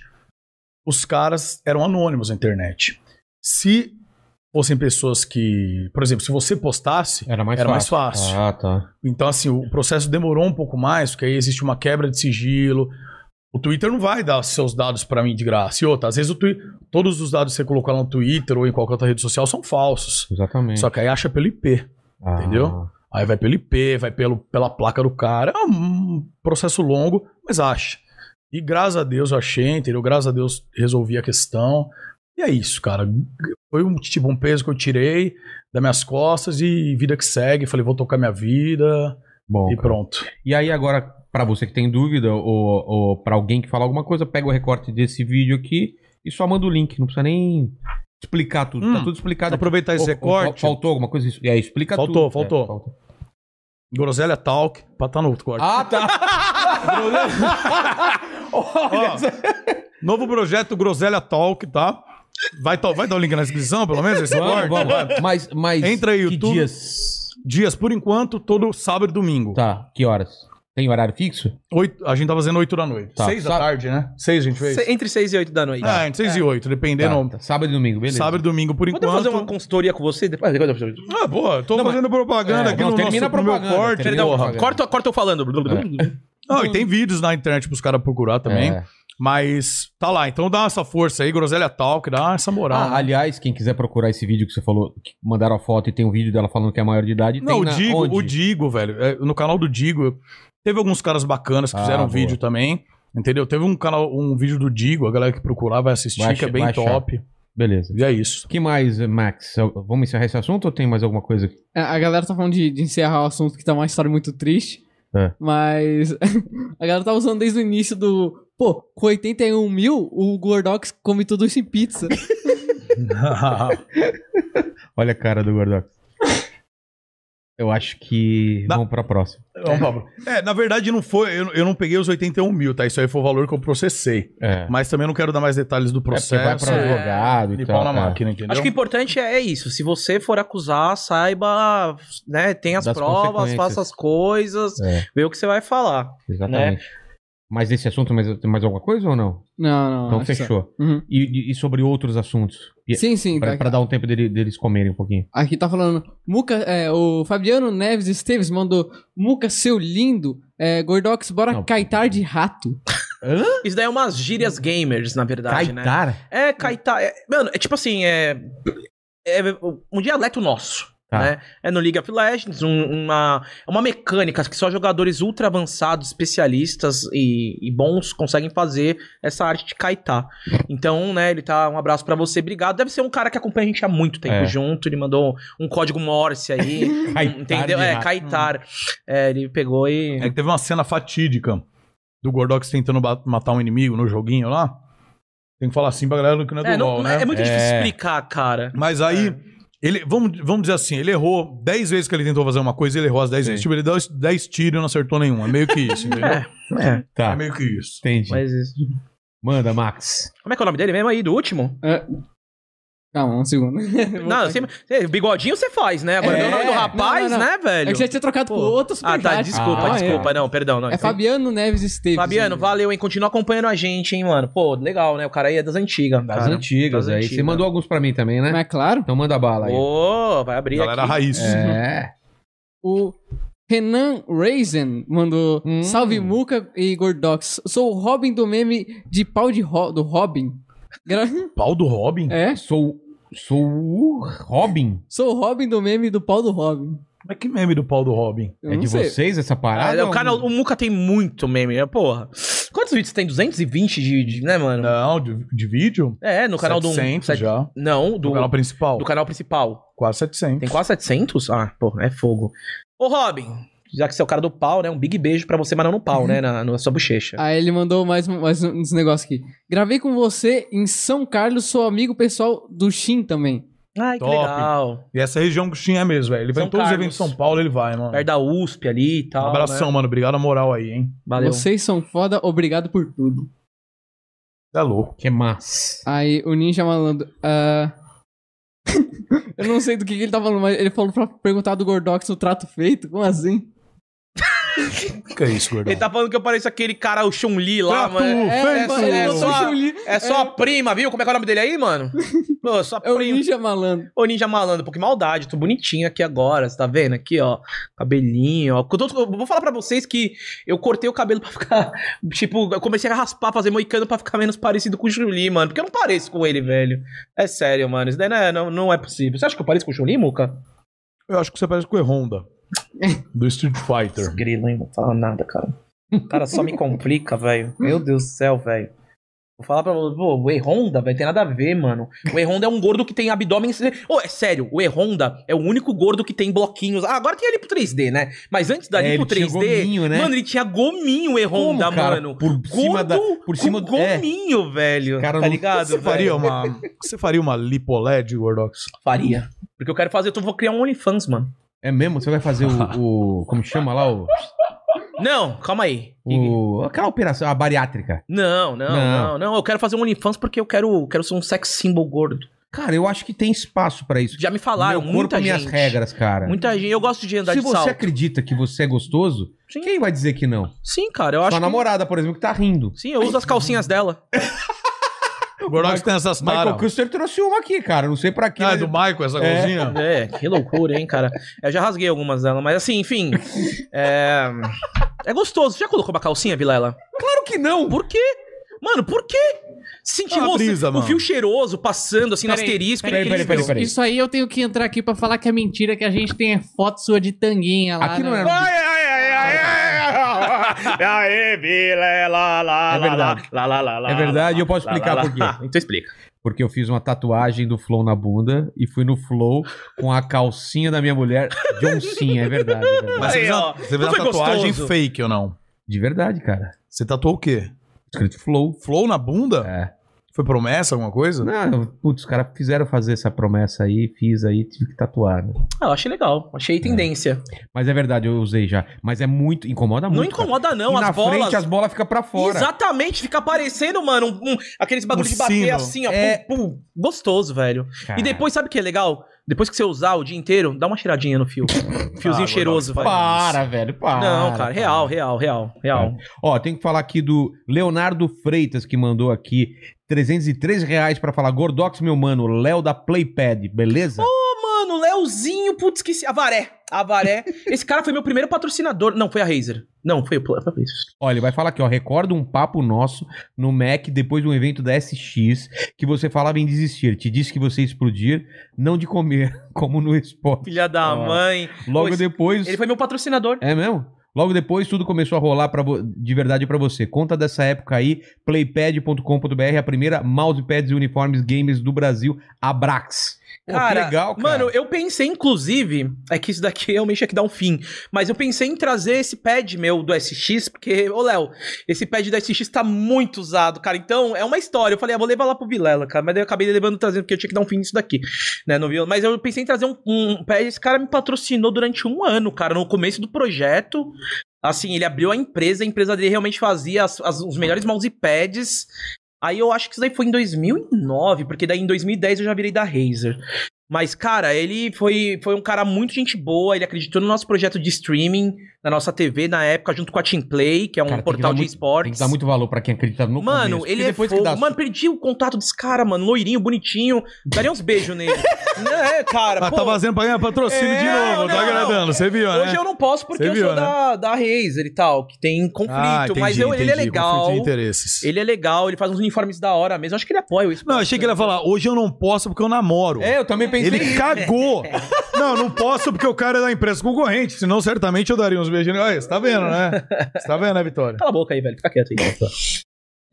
Speaker 2: os caras eram anônimos na internet. Se fossem pessoas que, por exemplo, se você postasse,
Speaker 1: Era mais
Speaker 2: era mais
Speaker 1: fácil.
Speaker 2: fácil.
Speaker 1: Ah, tá.
Speaker 2: Então, assim, o processo demorou um pouco mais, porque aí existe uma quebra de sigilo. O Twitter não vai dar seus dados pra mim de graça. E outra, às vezes o Twi- todos os dados que você colocar no Twitter ou em qualquer outra rede social são falsos.
Speaker 1: Exatamente.
Speaker 2: Só que aí acha pelo IP.
Speaker 1: Ah,
Speaker 2: entendeu? Aí vai pelo IP, vai pelo, pela placa do cara. É um processo longo, mas acha. E graças a Deus eu achei, entendeu? Graças a Deus resolvi a questão. E é isso, cara. Foi um tipo um peso que eu tirei das minhas costas e vida que segue. Falei, vou tocar minha vida
Speaker 1: Bom,
Speaker 2: e
Speaker 1: cara.
Speaker 2: pronto.
Speaker 1: E aí agora, pra você que tem dúvida ou, ou para alguém que fala alguma coisa, pega o recorte desse vídeo aqui e só manda o link. Não precisa nem explicar tudo.
Speaker 2: Hum,
Speaker 1: tá tudo explicado. aqui.
Speaker 2: Aproveitar esse
Speaker 1: Ou- ou fal-
Speaker 2: recorte.
Speaker 1: Faltou alguma coisa? É, explica
Speaker 2: Faltou,
Speaker 1: tudo.
Speaker 2: faltou.
Speaker 1: É, faltou.
Speaker 2: Groselha Talk, pra tá no outro corte.
Speaker 1: Ah, tá.
Speaker 2: Ó, novo projeto Groselha Talk, tá? Vai, tá- vai dar o link na descrição, pelo menos, esse corte?
Speaker 1: vamos, vamos. Mas, mas
Speaker 2: Entra aí,
Speaker 1: que
Speaker 2: YouTube.
Speaker 1: dias?
Speaker 2: Dias, por enquanto, todo sábado e domingo.
Speaker 1: Tá, que horas? Tem horário fixo?
Speaker 2: Oito, a gente tá fazendo 8 da noite.
Speaker 1: Tá.
Speaker 2: Seis da
Speaker 1: Sá-
Speaker 2: tarde, né? Seis a gente fez?
Speaker 3: Se- Entre 6 e 8 da noite.
Speaker 2: Ah, entre seis e oito, dependendo.
Speaker 1: Tá, tá. Sábado e domingo, beleza.
Speaker 2: Sábado e domingo, por
Speaker 3: Podemos
Speaker 2: enquanto.
Speaker 3: fazer uma consultoria com você? Depois...
Speaker 2: Ah, boa, eu tô
Speaker 1: Não, mas-
Speaker 2: fazendo propaganda
Speaker 1: É,
Speaker 2: aqui
Speaker 1: não,
Speaker 2: no
Speaker 1: termina
Speaker 2: nosso,
Speaker 1: a
Speaker 2: no meu
Speaker 1: propaganda,
Speaker 2: corte.
Speaker 1: termina a
Speaker 2: porra.
Speaker 1: propaganda.
Speaker 3: Corta, corta eu falando.
Speaker 2: É. Não, e tem vídeos na internet pros caras procurar também.
Speaker 1: É.
Speaker 2: Mas tá lá, então dá essa força aí, Groselha Talk, dá essa moral.
Speaker 1: Ah, aliás, quem quiser procurar esse vídeo que você falou, que mandaram a foto e tem um vídeo dela falando que é maior de idade,
Speaker 2: Não,
Speaker 1: tem
Speaker 2: o
Speaker 1: na-
Speaker 2: Digo,
Speaker 1: onde?
Speaker 2: o Digo, velho. é, no canal do Digo, teve alguns caras bacanas que
Speaker 1: Ah,
Speaker 2: fizeram
Speaker 1: boa.
Speaker 2: vídeo também. Entendeu? Teve um canal, um vídeo do Digo, a galera que procurar vai assistir,
Speaker 1: Vai
Speaker 2: que é
Speaker 1: ach-
Speaker 2: bem
Speaker 1: vai achar.
Speaker 2: top.
Speaker 1: Beleza.
Speaker 2: E é isso.
Speaker 1: O que mais, Max? Vamos encerrar esse assunto ou tem mais alguma coisa?
Speaker 4: A a galera tá falando de, de encerrar o assunto que tá uma história muito triste.
Speaker 1: É.
Speaker 4: Mas a galera tá usando desde o início do. Pô, com 81 mil, o Gordox come tudo isso em pizza.
Speaker 1: É Olha a cara do Gordox. Eu acho que.
Speaker 2: Na-
Speaker 1: Vamos pra próxima.
Speaker 2: Vamos, Pablo. É, na verdade, não foi. Eu, eu não peguei os 81 mil, tá? Isso aí foi o valor que eu processei.
Speaker 1: É.
Speaker 2: Mas também não quero dar mais detalhes do
Speaker 1: Processo, É vai
Speaker 2: processo.
Speaker 1: pra advogado
Speaker 2: e
Speaker 1: e
Speaker 2: pau
Speaker 1: tal.
Speaker 2: na
Speaker 1: é.
Speaker 2: máquina, entendeu?
Speaker 3: Acho que o importante é, é isso. Se você for acusar, saiba, né? Tem as
Speaker 1: Das
Speaker 3: provas,
Speaker 1: consequências.
Speaker 3: faça as coisas,
Speaker 1: É,
Speaker 3: vê o que você vai falar.
Speaker 2: né?
Speaker 1: exatamente. Mas esse assunto, mais, tem mais alguma coisa ou não?
Speaker 4: Não, não.
Speaker 1: então
Speaker 4: acho que-
Speaker 1: fechou.
Speaker 4: Uhum.
Speaker 1: E, e- e sobre outros assuntos? E-
Speaker 4: Sim, sim.
Speaker 1: pra,
Speaker 4: tá-
Speaker 1: pra dar um tempo dele- deles comerem um pouquinho.
Speaker 4: Aqui tá falando, Muca, é, o Fabiano Neves Esteves mandou, Muca, seu lindo, é, Gordox, bora
Speaker 1: Não.
Speaker 4: caitar de rato.
Speaker 3: Isso daí é umas gírias gamers, na verdade, né?
Speaker 1: Caitar?
Speaker 3: É, Caetá. é- mano, é tipo assim, é. É um dialeto nosso.
Speaker 1: Tá.
Speaker 3: Né? É no League of Legends, um- uma, é uma mecânica que só jogadores ultra avançados, especialistas e, e bons conseguem fazer essa arte de Kaitá. Então, né, ele tá. Um abraço pra você, obrigado. Deve ser um cara que acompanha a gente há muito tempo
Speaker 1: É.
Speaker 3: junto, ele mandou um código Morse aí.
Speaker 1: Caitar
Speaker 3: entendeu?
Speaker 1: de
Speaker 3: É,
Speaker 1: rato.
Speaker 3: Kaitar. É, ele pegou e.
Speaker 2: É que teve uma cena fatídica do Gordox tentando ba- matar um inimigo no joguinho lá. Tem que falar assim pra galera que não é do
Speaker 3: É, não-
Speaker 2: LoL, né?
Speaker 3: é muito difícil
Speaker 1: É.
Speaker 3: explicar, cara.
Speaker 2: Mas aí,
Speaker 3: É.
Speaker 2: ele, vamos, vamos dizer assim, ele errou 10 vezes que ele tentou fazer uma coisa, ele errou as 10
Speaker 1: Sim.
Speaker 2: vezes. Tipo, ele deu 10 tiros e não acertou nenhum. É meio que isso, entendeu? É,
Speaker 3: É,
Speaker 1: Tá,
Speaker 2: meio que isso.
Speaker 1: entendi.
Speaker 3: mas.
Speaker 1: Manda, Max.
Speaker 3: Como é que é o nome dele mesmo aí, do último?
Speaker 4: Calma, um segundo.
Speaker 3: Não, você, é, bigodinho você faz, né? Agora
Speaker 4: É.
Speaker 3: é o nome do rapaz,
Speaker 4: Não, não,
Speaker 3: né,
Speaker 4: É que
Speaker 3: velho?
Speaker 4: você tinha trocado
Speaker 3: Pô.
Speaker 4: por outro super
Speaker 3: Ah, tá,
Speaker 4: chat.
Speaker 3: desculpa,
Speaker 4: Ah, é.
Speaker 3: desculpa. Não, perdão, não.
Speaker 4: É Fabiano Neves Esteves. né?
Speaker 3: Fabiano, valeu, hein? Continua acompanhando a gente, hein, mano. Pô, legal, né? O cara aí é das antigas.
Speaker 1: Das
Speaker 3: cara.
Speaker 1: antigas
Speaker 3: das
Speaker 1: aí.
Speaker 3: antigas.
Speaker 1: Você mandou alguns pra mim também, né?
Speaker 4: Mas é claro,
Speaker 1: Então manda bala aí.
Speaker 3: Ô, vai abrir
Speaker 2: Galera
Speaker 3: aqui.
Speaker 2: raiz.
Speaker 1: É.
Speaker 4: o Renan Raisin mandou,
Speaker 1: Hum.
Speaker 4: salve Muca e Gordox, sou o Robin do meme de pau de ro do Robin. Gra-
Speaker 2: Pau do Robin?
Speaker 4: é,
Speaker 1: Sou. Sou o Robin.
Speaker 4: sou o Robin do meme do pau do Robin.
Speaker 2: Mas que meme do pau do Robin?
Speaker 4: Eu
Speaker 1: é
Speaker 4: não
Speaker 1: de
Speaker 4: sei.
Speaker 1: vocês essa
Speaker 3: Ah,
Speaker 1: parada?
Speaker 3: o canal, o Muca tem muito meme, né? Porra. Quantos vídeos tem? 220 de, de- né, mano?
Speaker 2: Não, de, de vídeo?
Speaker 3: É, no canal do...
Speaker 2: 700
Speaker 3: sete-
Speaker 2: já.
Speaker 3: Não,
Speaker 2: Do,
Speaker 3: do, um.
Speaker 2: canal principal.
Speaker 3: do canal principal.
Speaker 2: Quase 700.
Speaker 3: Tem quase 700? Ah, pô, é fogo. Ô, Robin, já que você é o cara do pau, né? Um big beijo pra você, mas não no
Speaker 4: Uhum.
Speaker 3: pau, né? Na, na sua bochecha.
Speaker 4: Aí ele mandou mais, um- mais uns negócios aqui. Gravei com você em São Carlos, sou amigo pessoal do Shin também.
Speaker 3: Ai, que
Speaker 5: Top.
Speaker 3: legal.
Speaker 5: E essa região que
Speaker 2: é
Speaker 5: tinha mesmo, velho. Ele vai
Speaker 3: São
Speaker 5: em todos os
Speaker 3: Carlos.
Speaker 5: eventos de São Paulo, ele vai, mano.
Speaker 3: Perto da USP ali e tal.
Speaker 5: Um abração,
Speaker 3: né?
Speaker 5: mano. Obrigado a moral aí, hein?
Speaker 3: Valeu.
Speaker 4: Vocês são foda, obrigado por tudo.
Speaker 5: Tá louco.
Speaker 1: Que massa.
Speaker 4: Aí o Ninja Malandro. ah, Eu não sei do que, que ele tá falando, mas ele falou pra perguntar do Gordox no trato feito. Como assim?
Speaker 5: Que é isso, gordão?
Speaker 3: Ele tá falando que eu pareço aquele cara, o Chun-Li lá,
Speaker 5: Trato
Speaker 3: mano.
Speaker 4: é,
Speaker 5: feito.
Speaker 4: mano,
Speaker 3: é
Speaker 4: eu
Speaker 3: só-
Speaker 4: sou o Chun-Li.
Speaker 3: É só a prima, viu? Como é que é o nome dele aí, mano? Pô, sua
Speaker 4: É o
Speaker 3: prima.
Speaker 4: Ninja Malandro.
Speaker 3: Ô, ninja malandro, pô, que maldade. Tô bonitinho aqui agora, você tá vendo? Aqui, ó. Cabelinho, ó. Eu tô- eu vou falar pra vocês que eu cortei o cabelo pra ficar. Tipo, eu comecei a raspar, fazer moicano pra ficar menos parecido com o Juli, mano. Porque eu não pareço com ele, velho. É sério, mano. Isso daí não é, não, não é possível. Você acha que eu pareço com o Juli, Muca?
Speaker 5: Eu acho que você parece com o Honda. do Street
Speaker 1: Uhum.
Speaker 5: Fighter.
Speaker 3: Grilo, hein? Não fala nada, cara. O cara só me complica, velho. Meu
Speaker 1: Hum.
Speaker 3: Deus do céu, velho. Vou falar pra você, pô, o E-Honda, velho, tem nada a ver, mano. O E-Honda é um gordo que tem abdômen. Ô, é sério, o E-Honda é o único gordo que tem bloquinhos. Ah, agora tem ali pro 3D, né? Mas antes da
Speaker 1: É,
Speaker 3: ali
Speaker 1: ele
Speaker 3: pro
Speaker 1: tinha
Speaker 3: 3D.
Speaker 1: gominho, né?
Speaker 3: Mano, ele tinha gominho o
Speaker 1: Como,
Speaker 3: E-Honda,
Speaker 1: cara?
Speaker 3: mano.
Speaker 1: Por cima da. Por cima
Speaker 3: com
Speaker 1: do. É.
Speaker 3: gominho, velho.
Speaker 1: Cara,
Speaker 3: tá
Speaker 1: não-
Speaker 3: ligado?
Speaker 5: Você
Speaker 3: velho?
Speaker 5: faria uma. Você faria uma lipoled, Gordox?
Speaker 3: Faria. Porque eu quero fazer, eu tô- vou criar um OnlyFans, mano.
Speaker 1: É mesmo? Você vai fazer o. o- como chama lá? O,
Speaker 3: Não, calma aí.
Speaker 1: o- aquela operação, a bariátrica.
Speaker 3: Não, não,
Speaker 1: Não.
Speaker 3: não, não, Eu quero fazer um OnlyFans porque eu quero, quero ser um sex symbol gordo.
Speaker 1: Cara, eu acho que tem espaço pra isso.
Speaker 3: Já me
Speaker 1: Meu
Speaker 3: falaram,
Speaker 1: corpo,
Speaker 3: muita gente.
Speaker 1: minhas regras, cara.
Speaker 3: Muita gente. Eu gosto de andar
Speaker 1: Se
Speaker 3: de
Speaker 1: você
Speaker 3: salto.
Speaker 1: acredita que você é gostoso,
Speaker 3: Sim.
Speaker 1: quem vai dizer que não?
Speaker 3: Sim, cara, eu
Speaker 1: Sua
Speaker 3: acho que...
Speaker 1: namorada, por exemplo, que tá rindo.
Speaker 3: Sim, eu uso as calcinhas dela.
Speaker 5: O Gordox tem essas
Speaker 1: Michael
Speaker 5: taras.
Speaker 1: Custer trouxe uma aqui, cara. Não sei pra quê.
Speaker 5: Ah, é
Speaker 1: mas-
Speaker 5: do Michael, essa
Speaker 1: É.
Speaker 5: golzinha?
Speaker 3: É, que loucura, hein, cara. Eu já rasguei algumas dela, mas assim, enfim. É, é gostoso. Você já colocou uma calcinha, Vilela?
Speaker 1: Claro que não!
Speaker 3: Por quê? Mano, por quê? Sentir
Speaker 5: Ah,
Speaker 3: o-
Speaker 5: brisa,
Speaker 3: o
Speaker 5: mano.
Speaker 3: fio cheiroso passando assim no
Speaker 4: Peraí,
Speaker 3: asterisco.
Speaker 1: peraí,
Speaker 3: incrível.
Speaker 1: peraí, peraí.
Speaker 4: Isso aí eu tenho que entrar aqui pra falar que é mentira, que a gente tem foto sua de tanguinha lá.
Speaker 1: Aqui não
Speaker 4: né?
Speaker 1: era.
Speaker 6: Ai, ai, ai, ai, ai, ai. Aê, Bila, lá, lá, lá,
Speaker 1: É
Speaker 6: lá,
Speaker 1: verdade.
Speaker 6: lá, lá, lá, lá.
Speaker 1: É verdade, eu posso
Speaker 6: lá,
Speaker 1: explicar
Speaker 6: lá,
Speaker 1: por quê.
Speaker 3: Então explica.
Speaker 1: Porque eu fiz uma tatuagem do Flow na bunda e fui no Flow com a calcinha da minha mulher de oncinha, é verdade. é verdade.
Speaker 5: Mas você
Speaker 3: Aí,
Speaker 5: fez uma,
Speaker 3: ó.
Speaker 5: você fez
Speaker 3: Não
Speaker 5: uma
Speaker 3: foi
Speaker 5: tatuagem
Speaker 3: gostoso?
Speaker 5: fake ou não?
Speaker 1: De verdade, cara.
Speaker 5: Você tatuou o quê?
Speaker 1: Escrito Flow.
Speaker 5: Flow na bunda?
Speaker 1: É.
Speaker 5: Foi promessa, alguma coisa?
Speaker 1: Não, eu- putz, os caras fizeram fazer essa promessa aí, fiz aí, tive que tatuar. né?
Speaker 3: Ah, eu achei legal.
Speaker 1: É.
Speaker 3: Achei tendência.
Speaker 1: Mas é verdade, eu usei já. Mas é muito. Incomoda muito.
Speaker 3: Não
Speaker 1: cara.
Speaker 3: incomoda, não.
Speaker 1: E
Speaker 3: As
Speaker 1: na
Speaker 3: bolas.
Speaker 1: frente as bolas ficam pra fora.
Speaker 3: Exatamente, fica aparecendo, mano, um- um- aqueles bagulho
Speaker 5: Um
Speaker 3: de bater
Speaker 5: sino.
Speaker 3: assim, ó.
Speaker 1: É.
Speaker 3: Pum, pum. gostoso, velho.
Speaker 1: Cara,
Speaker 3: E depois, sabe o que é legal? Depois que você usar o dia inteiro, dá uma cheiradinha no fio. Fiozinho
Speaker 5: Ah,
Speaker 3: cheiroso, velho.
Speaker 1: Para, velho, para. É.
Speaker 3: Não, cara, real, real, real, real.
Speaker 1: Ó, tem que falar aqui do Leonardo Freitas, que mandou aqui 303 reais pra falar. Gordox, meu mano, Léo da Playpad, beleza?
Speaker 3: Mano, Leozinho, putz, esqueci. A Varé. A Varé. Esse cara foi meu primeiro patrocinador. Não, foi a Razer. Não, foi o Pla-
Speaker 1: Olha, ele vai falar aqui, ó. Recorda um papo nosso no Mac depois de um evento da SX que você falava em desistir. Te disse que você ia explodir, não de comer, como no esporte.
Speaker 3: Filha da
Speaker 1: Ah.
Speaker 3: mãe.
Speaker 1: Logo
Speaker 3: Pois,
Speaker 1: depois.
Speaker 3: Ele foi meu patrocinador.
Speaker 1: É mesmo? Logo depois, tudo começou a rolar pra vo- de verdade pra você. Conta dessa época aí, playpad.com.br, a primeira mousepads e uniformes games do Brasil, Abrax. Pô, que legal, cara.
Speaker 3: Mano, eu pensei, inclusive, é que isso daqui realmente tinha que dar um fim. Mas eu pensei em trazer esse pad meu do SX, porque, ô Léo, esse pad do SX tá muito usado, cara. Então, é uma história. Eu falei, ah, vou levar lá pro Vilela, cara. Mas daí eu acabei levando trazendo, porque eu tinha que dar um fim nisso daqui, né? No Vilela. Mas eu pensei em trazer um, um pad. Esse cara me patrocinou durante um ano, cara, no começo do projeto. Assim, ele abriu a empresa, a empresa dele realmente fazia as- as- os melhores mousepads. Aí eu acho que isso daí foi em 2009, porque daí em 2010 eu já virei da Razer. Mas, cara, ele foi, foi um cara muito gente boa, ele acreditou no nosso projeto de streaming, na nossa TV na época, junto com a Teamplay, que é um
Speaker 1: Cara, tem que dar
Speaker 3: portal de
Speaker 1: muito-
Speaker 3: esportes.
Speaker 1: Tem que dar muito valor pra quem acredita no
Speaker 3: Mano,
Speaker 1: começo,
Speaker 3: ele
Speaker 1: porque
Speaker 3: é
Speaker 1: depois
Speaker 3: fogo.
Speaker 1: que dá...
Speaker 3: Mano, perdi o contato desse cara, mano. Loirinho, bonitinho. Daria uns beijos nele. é, cara.
Speaker 5: Ah,
Speaker 3: pô,
Speaker 5: tá fazendo pra ganhar patrocínio
Speaker 3: É,
Speaker 5: de novo,
Speaker 3: não,
Speaker 5: tá agradando, você viu, né?
Speaker 3: Hoje é um eu não posso porque
Speaker 5: Cê
Speaker 3: eu
Speaker 5: viu,
Speaker 3: sou
Speaker 5: né?
Speaker 3: da, da Razer e tal, que tem conflito.
Speaker 5: Ah, entendi,
Speaker 3: mas eu- ele é
Speaker 5: entendi,
Speaker 3: legal.
Speaker 5: conflito de interesses.
Speaker 3: Ele é legal, ele faz uns uniformes da hora mesmo. Acho que ele apoia né? isso.
Speaker 5: Não, eu achei que ele ia falar, hoje eu não posso porque eu namoro.
Speaker 1: É, eu também pensei...
Speaker 5: Ele cagou. Não, não posso porque o cara é da empresa concorrente, senão certamente eu daria uns beijinhos. Olha, você tá vendo, né? Você tá vendo, né, Vitória?
Speaker 3: Cala a boca aí, velho. Fica quieto aí.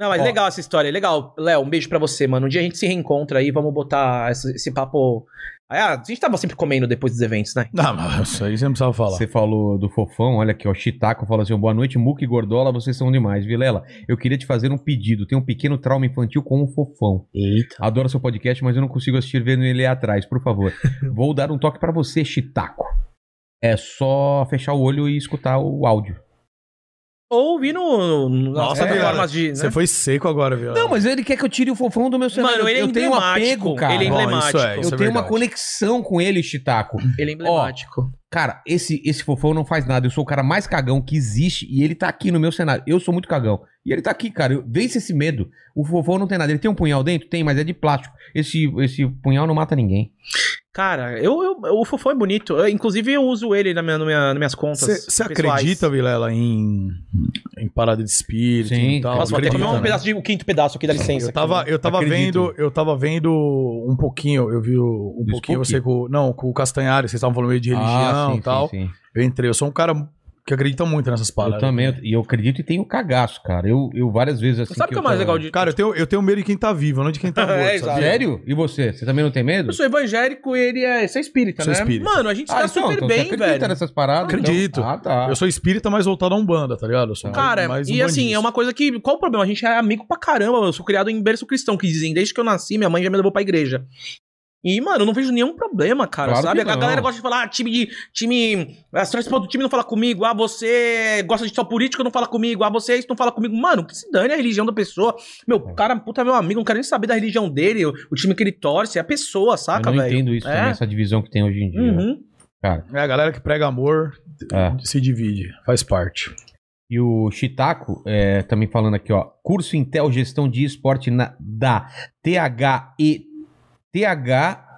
Speaker 3: Não, mas
Speaker 1: Ó.
Speaker 3: legal essa história, legal. Léo, um beijo pra você, mano. Um dia a gente se reencontra aí, vamos botar esse, esse papo. Ah, a gente tava sempre comendo depois dos eventos, né?
Speaker 2: Não, mas isso aí você né? não precisava falar.
Speaker 1: Você falou do fofão, olha aqui, ó. Chitaco fala assim: ó, boa noite, Muca e Gordola, vocês são demais. Vilela, eu queria te fazer um pedido. Tenho um pequeno trauma infantil com o fofão.
Speaker 3: Eita.
Speaker 1: Adoro seu podcast, mas eu não consigo assistir vendo ele atrás, por favor. Vou dar um toque pra você, Chitaco. É só fechar o olho e escutar o áudio.
Speaker 3: Ou vi no, no- nas
Speaker 2: Nossa,
Speaker 3: plataformas de. né?
Speaker 2: Você foi seco agora, viu?
Speaker 1: Não, mas ele quer que eu tire o fofão do meu celular.
Speaker 3: Mano, ele é
Speaker 1: eu tenho um
Speaker 3: emblemático.
Speaker 1: apego, cara.
Speaker 3: Ele é
Speaker 2: Bom,
Speaker 3: emblemático.
Speaker 2: isso é,
Speaker 1: eu
Speaker 2: isso é
Speaker 1: tenho uma
Speaker 2: verdade.
Speaker 1: conexão com ele, Chitaco.
Speaker 3: Ele é emblemático.
Speaker 1: Cara, esse, esse fofão não faz nada. Eu sou o cara mais cagão que existe e ele tá aqui no meu cenário. Eu sou muito cagão. E ele tá aqui, cara. Eu, vence esse medo. O fofão não tem nada. Ele tem um punhal dentro? Tem, mas é de plástico. Esse, esse punhal não mata ninguém.
Speaker 3: Ah, Cara, eu, eu- o Fofão é bonito. Eu, inclusive, eu uso ele na minha, na minha- nas minhas contas.
Speaker 2: Você
Speaker 3: pessoais.
Speaker 2: acredita, Vilela, em, em parada de espírito
Speaker 1: Sim,
Speaker 2: e tal?
Speaker 1: Eu
Speaker 3: Nossa, vou até
Speaker 1: acredito,
Speaker 3: comer um
Speaker 1: né?
Speaker 3: pedaço de, o quinto pedaço aqui, dá licença.
Speaker 2: Eu tava, eu tava
Speaker 1: Acredito.
Speaker 2: vendo, eu tava vendo um pouquinho, eu vi o- um
Speaker 1: Do
Speaker 2: pouquinho
Speaker 1: Spook?
Speaker 2: você com, não, com o Castanhari, vocês estavam falando meio de religião e tal.
Speaker 1: é assim, sim, sim.
Speaker 2: Eu entrei, eu sou um cara que acredita muito nessas
Speaker 1: Eu
Speaker 2: paradas.
Speaker 1: também. eu- E eu acredito e tenho cagaço, cara. Eu, eu várias vezes assim.
Speaker 3: Sabe o que, é o mais
Speaker 1: eu
Speaker 3: legal
Speaker 1: tava-
Speaker 3: de.
Speaker 2: Cara, eu tenho, eu tenho medo de quem tá vivo, não de quem tá
Speaker 3: É,
Speaker 2: morto. sabe?
Speaker 3: exato.
Speaker 1: Sério? E você? Você também não tem medo?
Speaker 3: eu sou evangélico e ele é. Você é espírita,
Speaker 2: Sou
Speaker 3: né?
Speaker 2: espírita.
Speaker 3: Mano, a gente tá super
Speaker 1: Ah, então, você
Speaker 3: bem,
Speaker 1: acredita
Speaker 3: velho.
Speaker 1: nessas paradas? então?
Speaker 2: Acredito.
Speaker 1: Ah, tá.
Speaker 2: Eu sou espírita, mas voltado a Umbanda, tá ligado? Eu sou mais-
Speaker 3: Cara,
Speaker 1: um
Speaker 2: mais
Speaker 3: e assim,
Speaker 2: umbandista.
Speaker 3: é uma coisa que. Qual o problema? A gente é amigo pra caramba. Eu sou criado em berço cristão, que dizem. Desde que eu nasci, minha mãe já me levou pra igreja. E, mano, eu não vejo nenhum problema, cara.
Speaker 1: Claro
Speaker 3: sabe?
Speaker 1: que
Speaker 3: A
Speaker 1: não.
Speaker 3: galera gosta de falar, ah, time de. time. é As principais do time não fala comigo. Ah, você gosta de só político, não fala comigo. Ah, você isso não fala comigo. Mano, que se dane a religião da pessoa. Meu,
Speaker 1: É.
Speaker 3: o cara, puta meu amigo, não quero nem saber da religião dele, o, o time que ele torce, é a pessoa,
Speaker 1: Eu
Speaker 3: saca,
Speaker 1: não
Speaker 3: velho?
Speaker 1: entendo isso
Speaker 3: É.
Speaker 1: também, essa divisão que tem hoje em dia.
Speaker 3: Uhum.
Speaker 2: É, a galera que prega amor
Speaker 1: É.
Speaker 2: se divide, faz parte.
Speaker 1: E o Chitaco é, também falando aqui, ó. Curso Intel Gestão de Esporte na- da THE. TH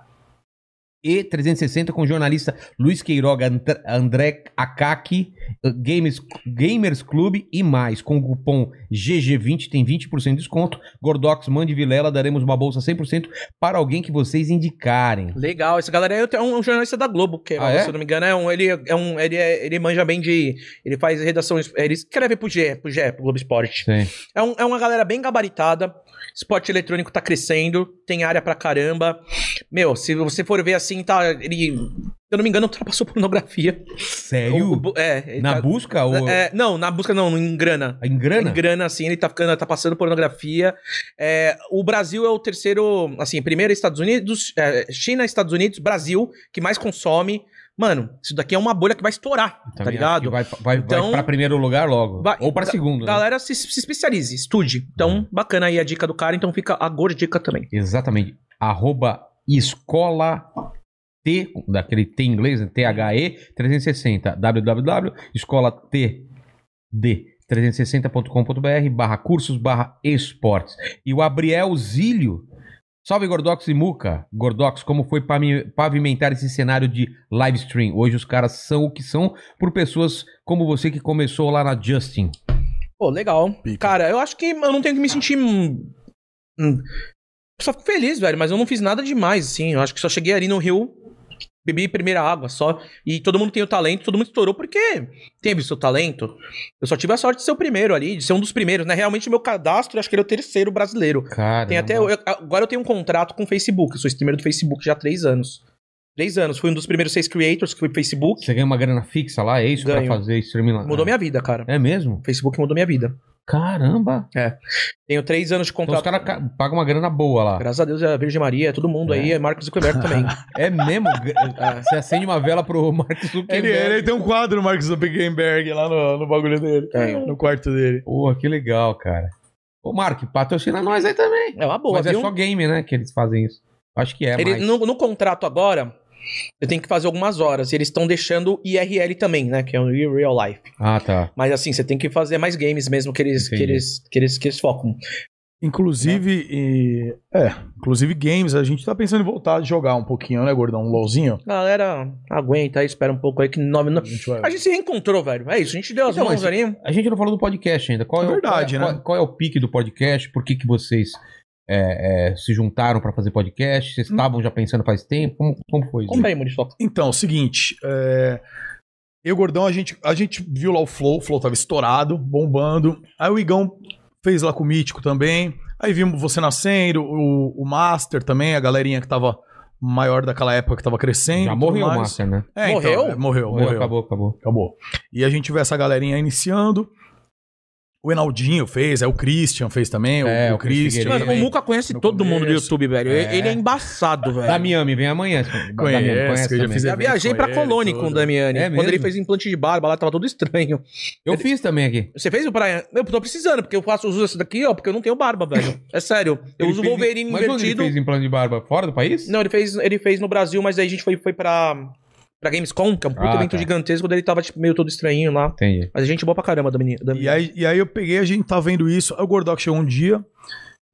Speaker 1: e 360 com o jornalista Luiz Queiroga, Ant- André Akaki, Games, Gamers Club e mais. Com o cupom GG20 tem 20% de desconto. Gordox, Mande Vilela, daremos uma bolsa 100% para alguém que vocês indicarem.
Speaker 3: Legal, esse galera é um, um jornalista da Globo, que
Speaker 1: Ah, é?
Speaker 3: se eu não me engano, é um, ele, é um, ele, é- ele manja bem de. Ele faz redação. Ele escreve pro GE, pro GE, pro Globo Esporte.
Speaker 1: Sim.
Speaker 3: É, um- é uma galera bem gabaritada. Esporte eletrônico tá crescendo, tem área pra caramba. Meu, se você for ver assim, tá. Ele. Se eu não me engano, ultrapassou pornografia. O- o
Speaker 1: Sério?
Speaker 3: bu- é, ele
Speaker 1: Na
Speaker 3: tá-
Speaker 1: busca? Ou...
Speaker 3: é, não, na busca não, em grana.
Speaker 1: Em grana?
Speaker 3: Em grana, assim, ele tá ficando, tá passando pornografia. É, o Brasil é o terceiro, assim, primeiro é Estados Unidos, é, China, Estados Unidos, Brasil, que mais consome. Mano, isso daqui é uma bolha que vai estourar, tá
Speaker 1: Também acho que
Speaker 3: ligado?
Speaker 1: Vai, vai,
Speaker 3: Então-
Speaker 1: vai pra primeiro lugar logo.
Speaker 3: Vai-
Speaker 1: Ou pra segundo. né?
Speaker 3: Galera, se, se especialize, estude. Então,
Speaker 1: Uhum.
Speaker 3: bacana aí a dica do cara, então fica a gordica também.
Speaker 1: Exatamente. Arroba escola T, daquele T em inglês, né? THE 360, www.escolatd 360.com.br barra cursos barra esportes. E o Abriel Zílio. Salve Gordox e Muca. Gordox, como foi pami- pavimentar esse cenário de live stream? Hoje os caras são o que são por pessoas como você que começou lá na Justin.
Speaker 3: Pô, legal.
Speaker 2: Pica.
Speaker 3: Cara, eu acho que eu não tenho que me sentir. hum, hum. Eu Só fico feliz, velho, mas eu não fiz nada demais, assim. Eu acho que só cheguei ali no Rio, bebi primeira água só. E todo mundo tem o talento, todo mundo estourou porque teve o seu talento. Eu só tive a sorte de ser o primeiro ali, de ser um dos primeiros, né? Realmente, meu cadastro, eu acho que ele é o terceiro brasileiro.
Speaker 1: Cara.
Speaker 3: Tem até, eu- agora eu tenho um contrato com o Facebook, eu sou streamer do Facebook já há três anos. Três anos, fui um dos primeiros seis creators que fui pro Facebook.
Speaker 1: Você ganha uma grana fixa lá, é isso?
Speaker 3: Ganho.
Speaker 1: Pra fazer streaming lá.
Speaker 3: Mudou minha vida, cara.
Speaker 1: É mesmo?
Speaker 3: O Facebook mudou minha vida.
Speaker 1: Caramba!
Speaker 3: Tenho três anos de
Speaker 1: Então
Speaker 3: contrato.
Speaker 1: os caras ca- pagam uma grana boa lá.
Speaker 3: Graças a Deus, é a Virgem Maria, todo mundo aí, é Marcos Zuckerberg também.
Speaker 1: É mesmo? Gra- Você acende uma vela pro Mark
Speaker 2: Ele,
Speaker 1: Zuckerberg.
Speaker 2: ele tem um quadro, do Marcos Zuckerberg, lá no, no bagulho dele,
Speaker 3: É.
Speaker 2: no quarto dele.
Speaker 1: Porra, que legal, cara. Ô, Mark, patrocina nós aí também.
Speaker 3: É uma boa,
Speaker 1: Mas
Speaker 3: viu?
Speaker 1: é só
Speaker 2: um-
Speaker 1: game, né, que eles fazem isso. Acho que é,
Speaker 3: Ele-
Speaker 1: mas...
Speaker 3: no, no contrato agora, eu tenho que fazer algumas horas. E eles estão deixando IRL também, né? Que é o Real Life.
Speaker 1: Ah, tá.
Speaker 3: Mas assim, você tem que fazer mais games mesmo que eles, que
Speaker 1: Entendi.
Speaker 3: eles, que eles, que eles focam.
Speaker 2: Inclusive, e- é, inclusive games, a gente tá pensando em voltar a jogar um pouquinho, né, gordão? Um LOLzinho.
Speaker 3: Galera, aguenta aí, espera um pouco aí que nove.
Speaker 2: A gente vai...
Speaker 3: A gente se reencontrou, velho. É isso, a gente deu as
Speaker 1: Então,
Speaker 3: mãos
Speaker 1: mas-
Speaker 3: ali.
Speaker 1: A gente não falou do podcast ainda. Qual é, o-
Speaker 2: Verdade,
Speaker 1: qual é-
Speaker 2: né?
Speaker 1: Qual, qual é o pique do podcast? Por que que vocês é, é, se juntaram pra fazer podcast?
Speaker 2: Hum.
Speaker 1: Vocês estavam já pensando faz tempo? Como, como foi isso?
Speaker 3: Compra aí, Muriçoca.
Speaker 2: Então, seguinte, é, eu e o Gordão, a gente, a gente viu lá o Flow, o Flow tava estourado, bombando. Aí o Igão fez lá com o Mítico também. Aí vimos você nascendo, o, o Master também, a galerinha que tava maior daquela época que tava crescendo.
Speaker 1: Já
Speaker 2: é, tudo
Speaker 1: morreu o
Speaker 2: mais.
Speaker 1: Master, né?
Speaker 2: É, então,
Speaker 3: Morreu?
Speaker 2: é, morreu, morreu.
Speaker 1: Acabou, acabou.
Speaker 2: Acabou. E a gente vê essa galerinha iniciando. O Enaldinho fez, é o Christian fez também, o-
Speaker 1: É,
Speaker 2: o,
Speaker 1: o Chris
Speaker 2: Christian.
Speaker 1: Figueiredo.
Speaker 3: Mano, o
Speaker 2: também.
Speaker 3: Muca conhece
Speaker 2: No
Speaker 3: todo mundo do
Speaker 2: começo.
Speaker 3: YouTube, velho.
Speaker 2: É.
Speaker 3: Ele é embaçado, velho.
Speaker 1: Da Miami, vem amanhã. Damiani,
Speaker 2: Conheço, que eu já
Speaker 1: também.
Speaker 2: fiz
Speaker 3: Já viajei
Speaker 2: evento
Speaker 3: pra
Speaker 2: com
Speaker 3: Colônia
Speaker 2: ele,
Speaker 3: com o
Speaker 2: tudo.
Speaker 3: Damiani.
Speaker 1: É
Speaker 3: Quando
Speaker 1: mesmo?
Speaker 3: ele fez implante de barba lá, tava todo estranho.
Speaker 1: Eu fiz também aqui.
Speaker 3: Você fez o Brian? Eu tô precisando, porque eu faço uso desse daqui, ó, porque eu não tenho barba, velho. É sério. Eu
Speaker 1: Ele
Speaker 3: uso
Speaker 1: fez-
Speaker 3: Wolverine
Speaker 1: Mas onde
Speaker 3: invertido.
Speaker 1: ele fez implante de barba? Fora do país?
Speaker 3: Não, ele fez, ele fez no Brasil, mas aí a gente foi, foi pra, pra Gamescom, que é um puta
Speaker 1: Ah,
Speaker 3: evento
Speaker 1: tá.
Speaker 3: gigantesco, daí ele tava tipo, meio todo estranhinho lá.
Speaker 1: Entendi.
Speaker 3: Mas a gente é boa pra caramba da menina.
Speaker 2: E aí, e aí eu peguei, a gente tá vendo isso. Aí o Gordox chegou um dia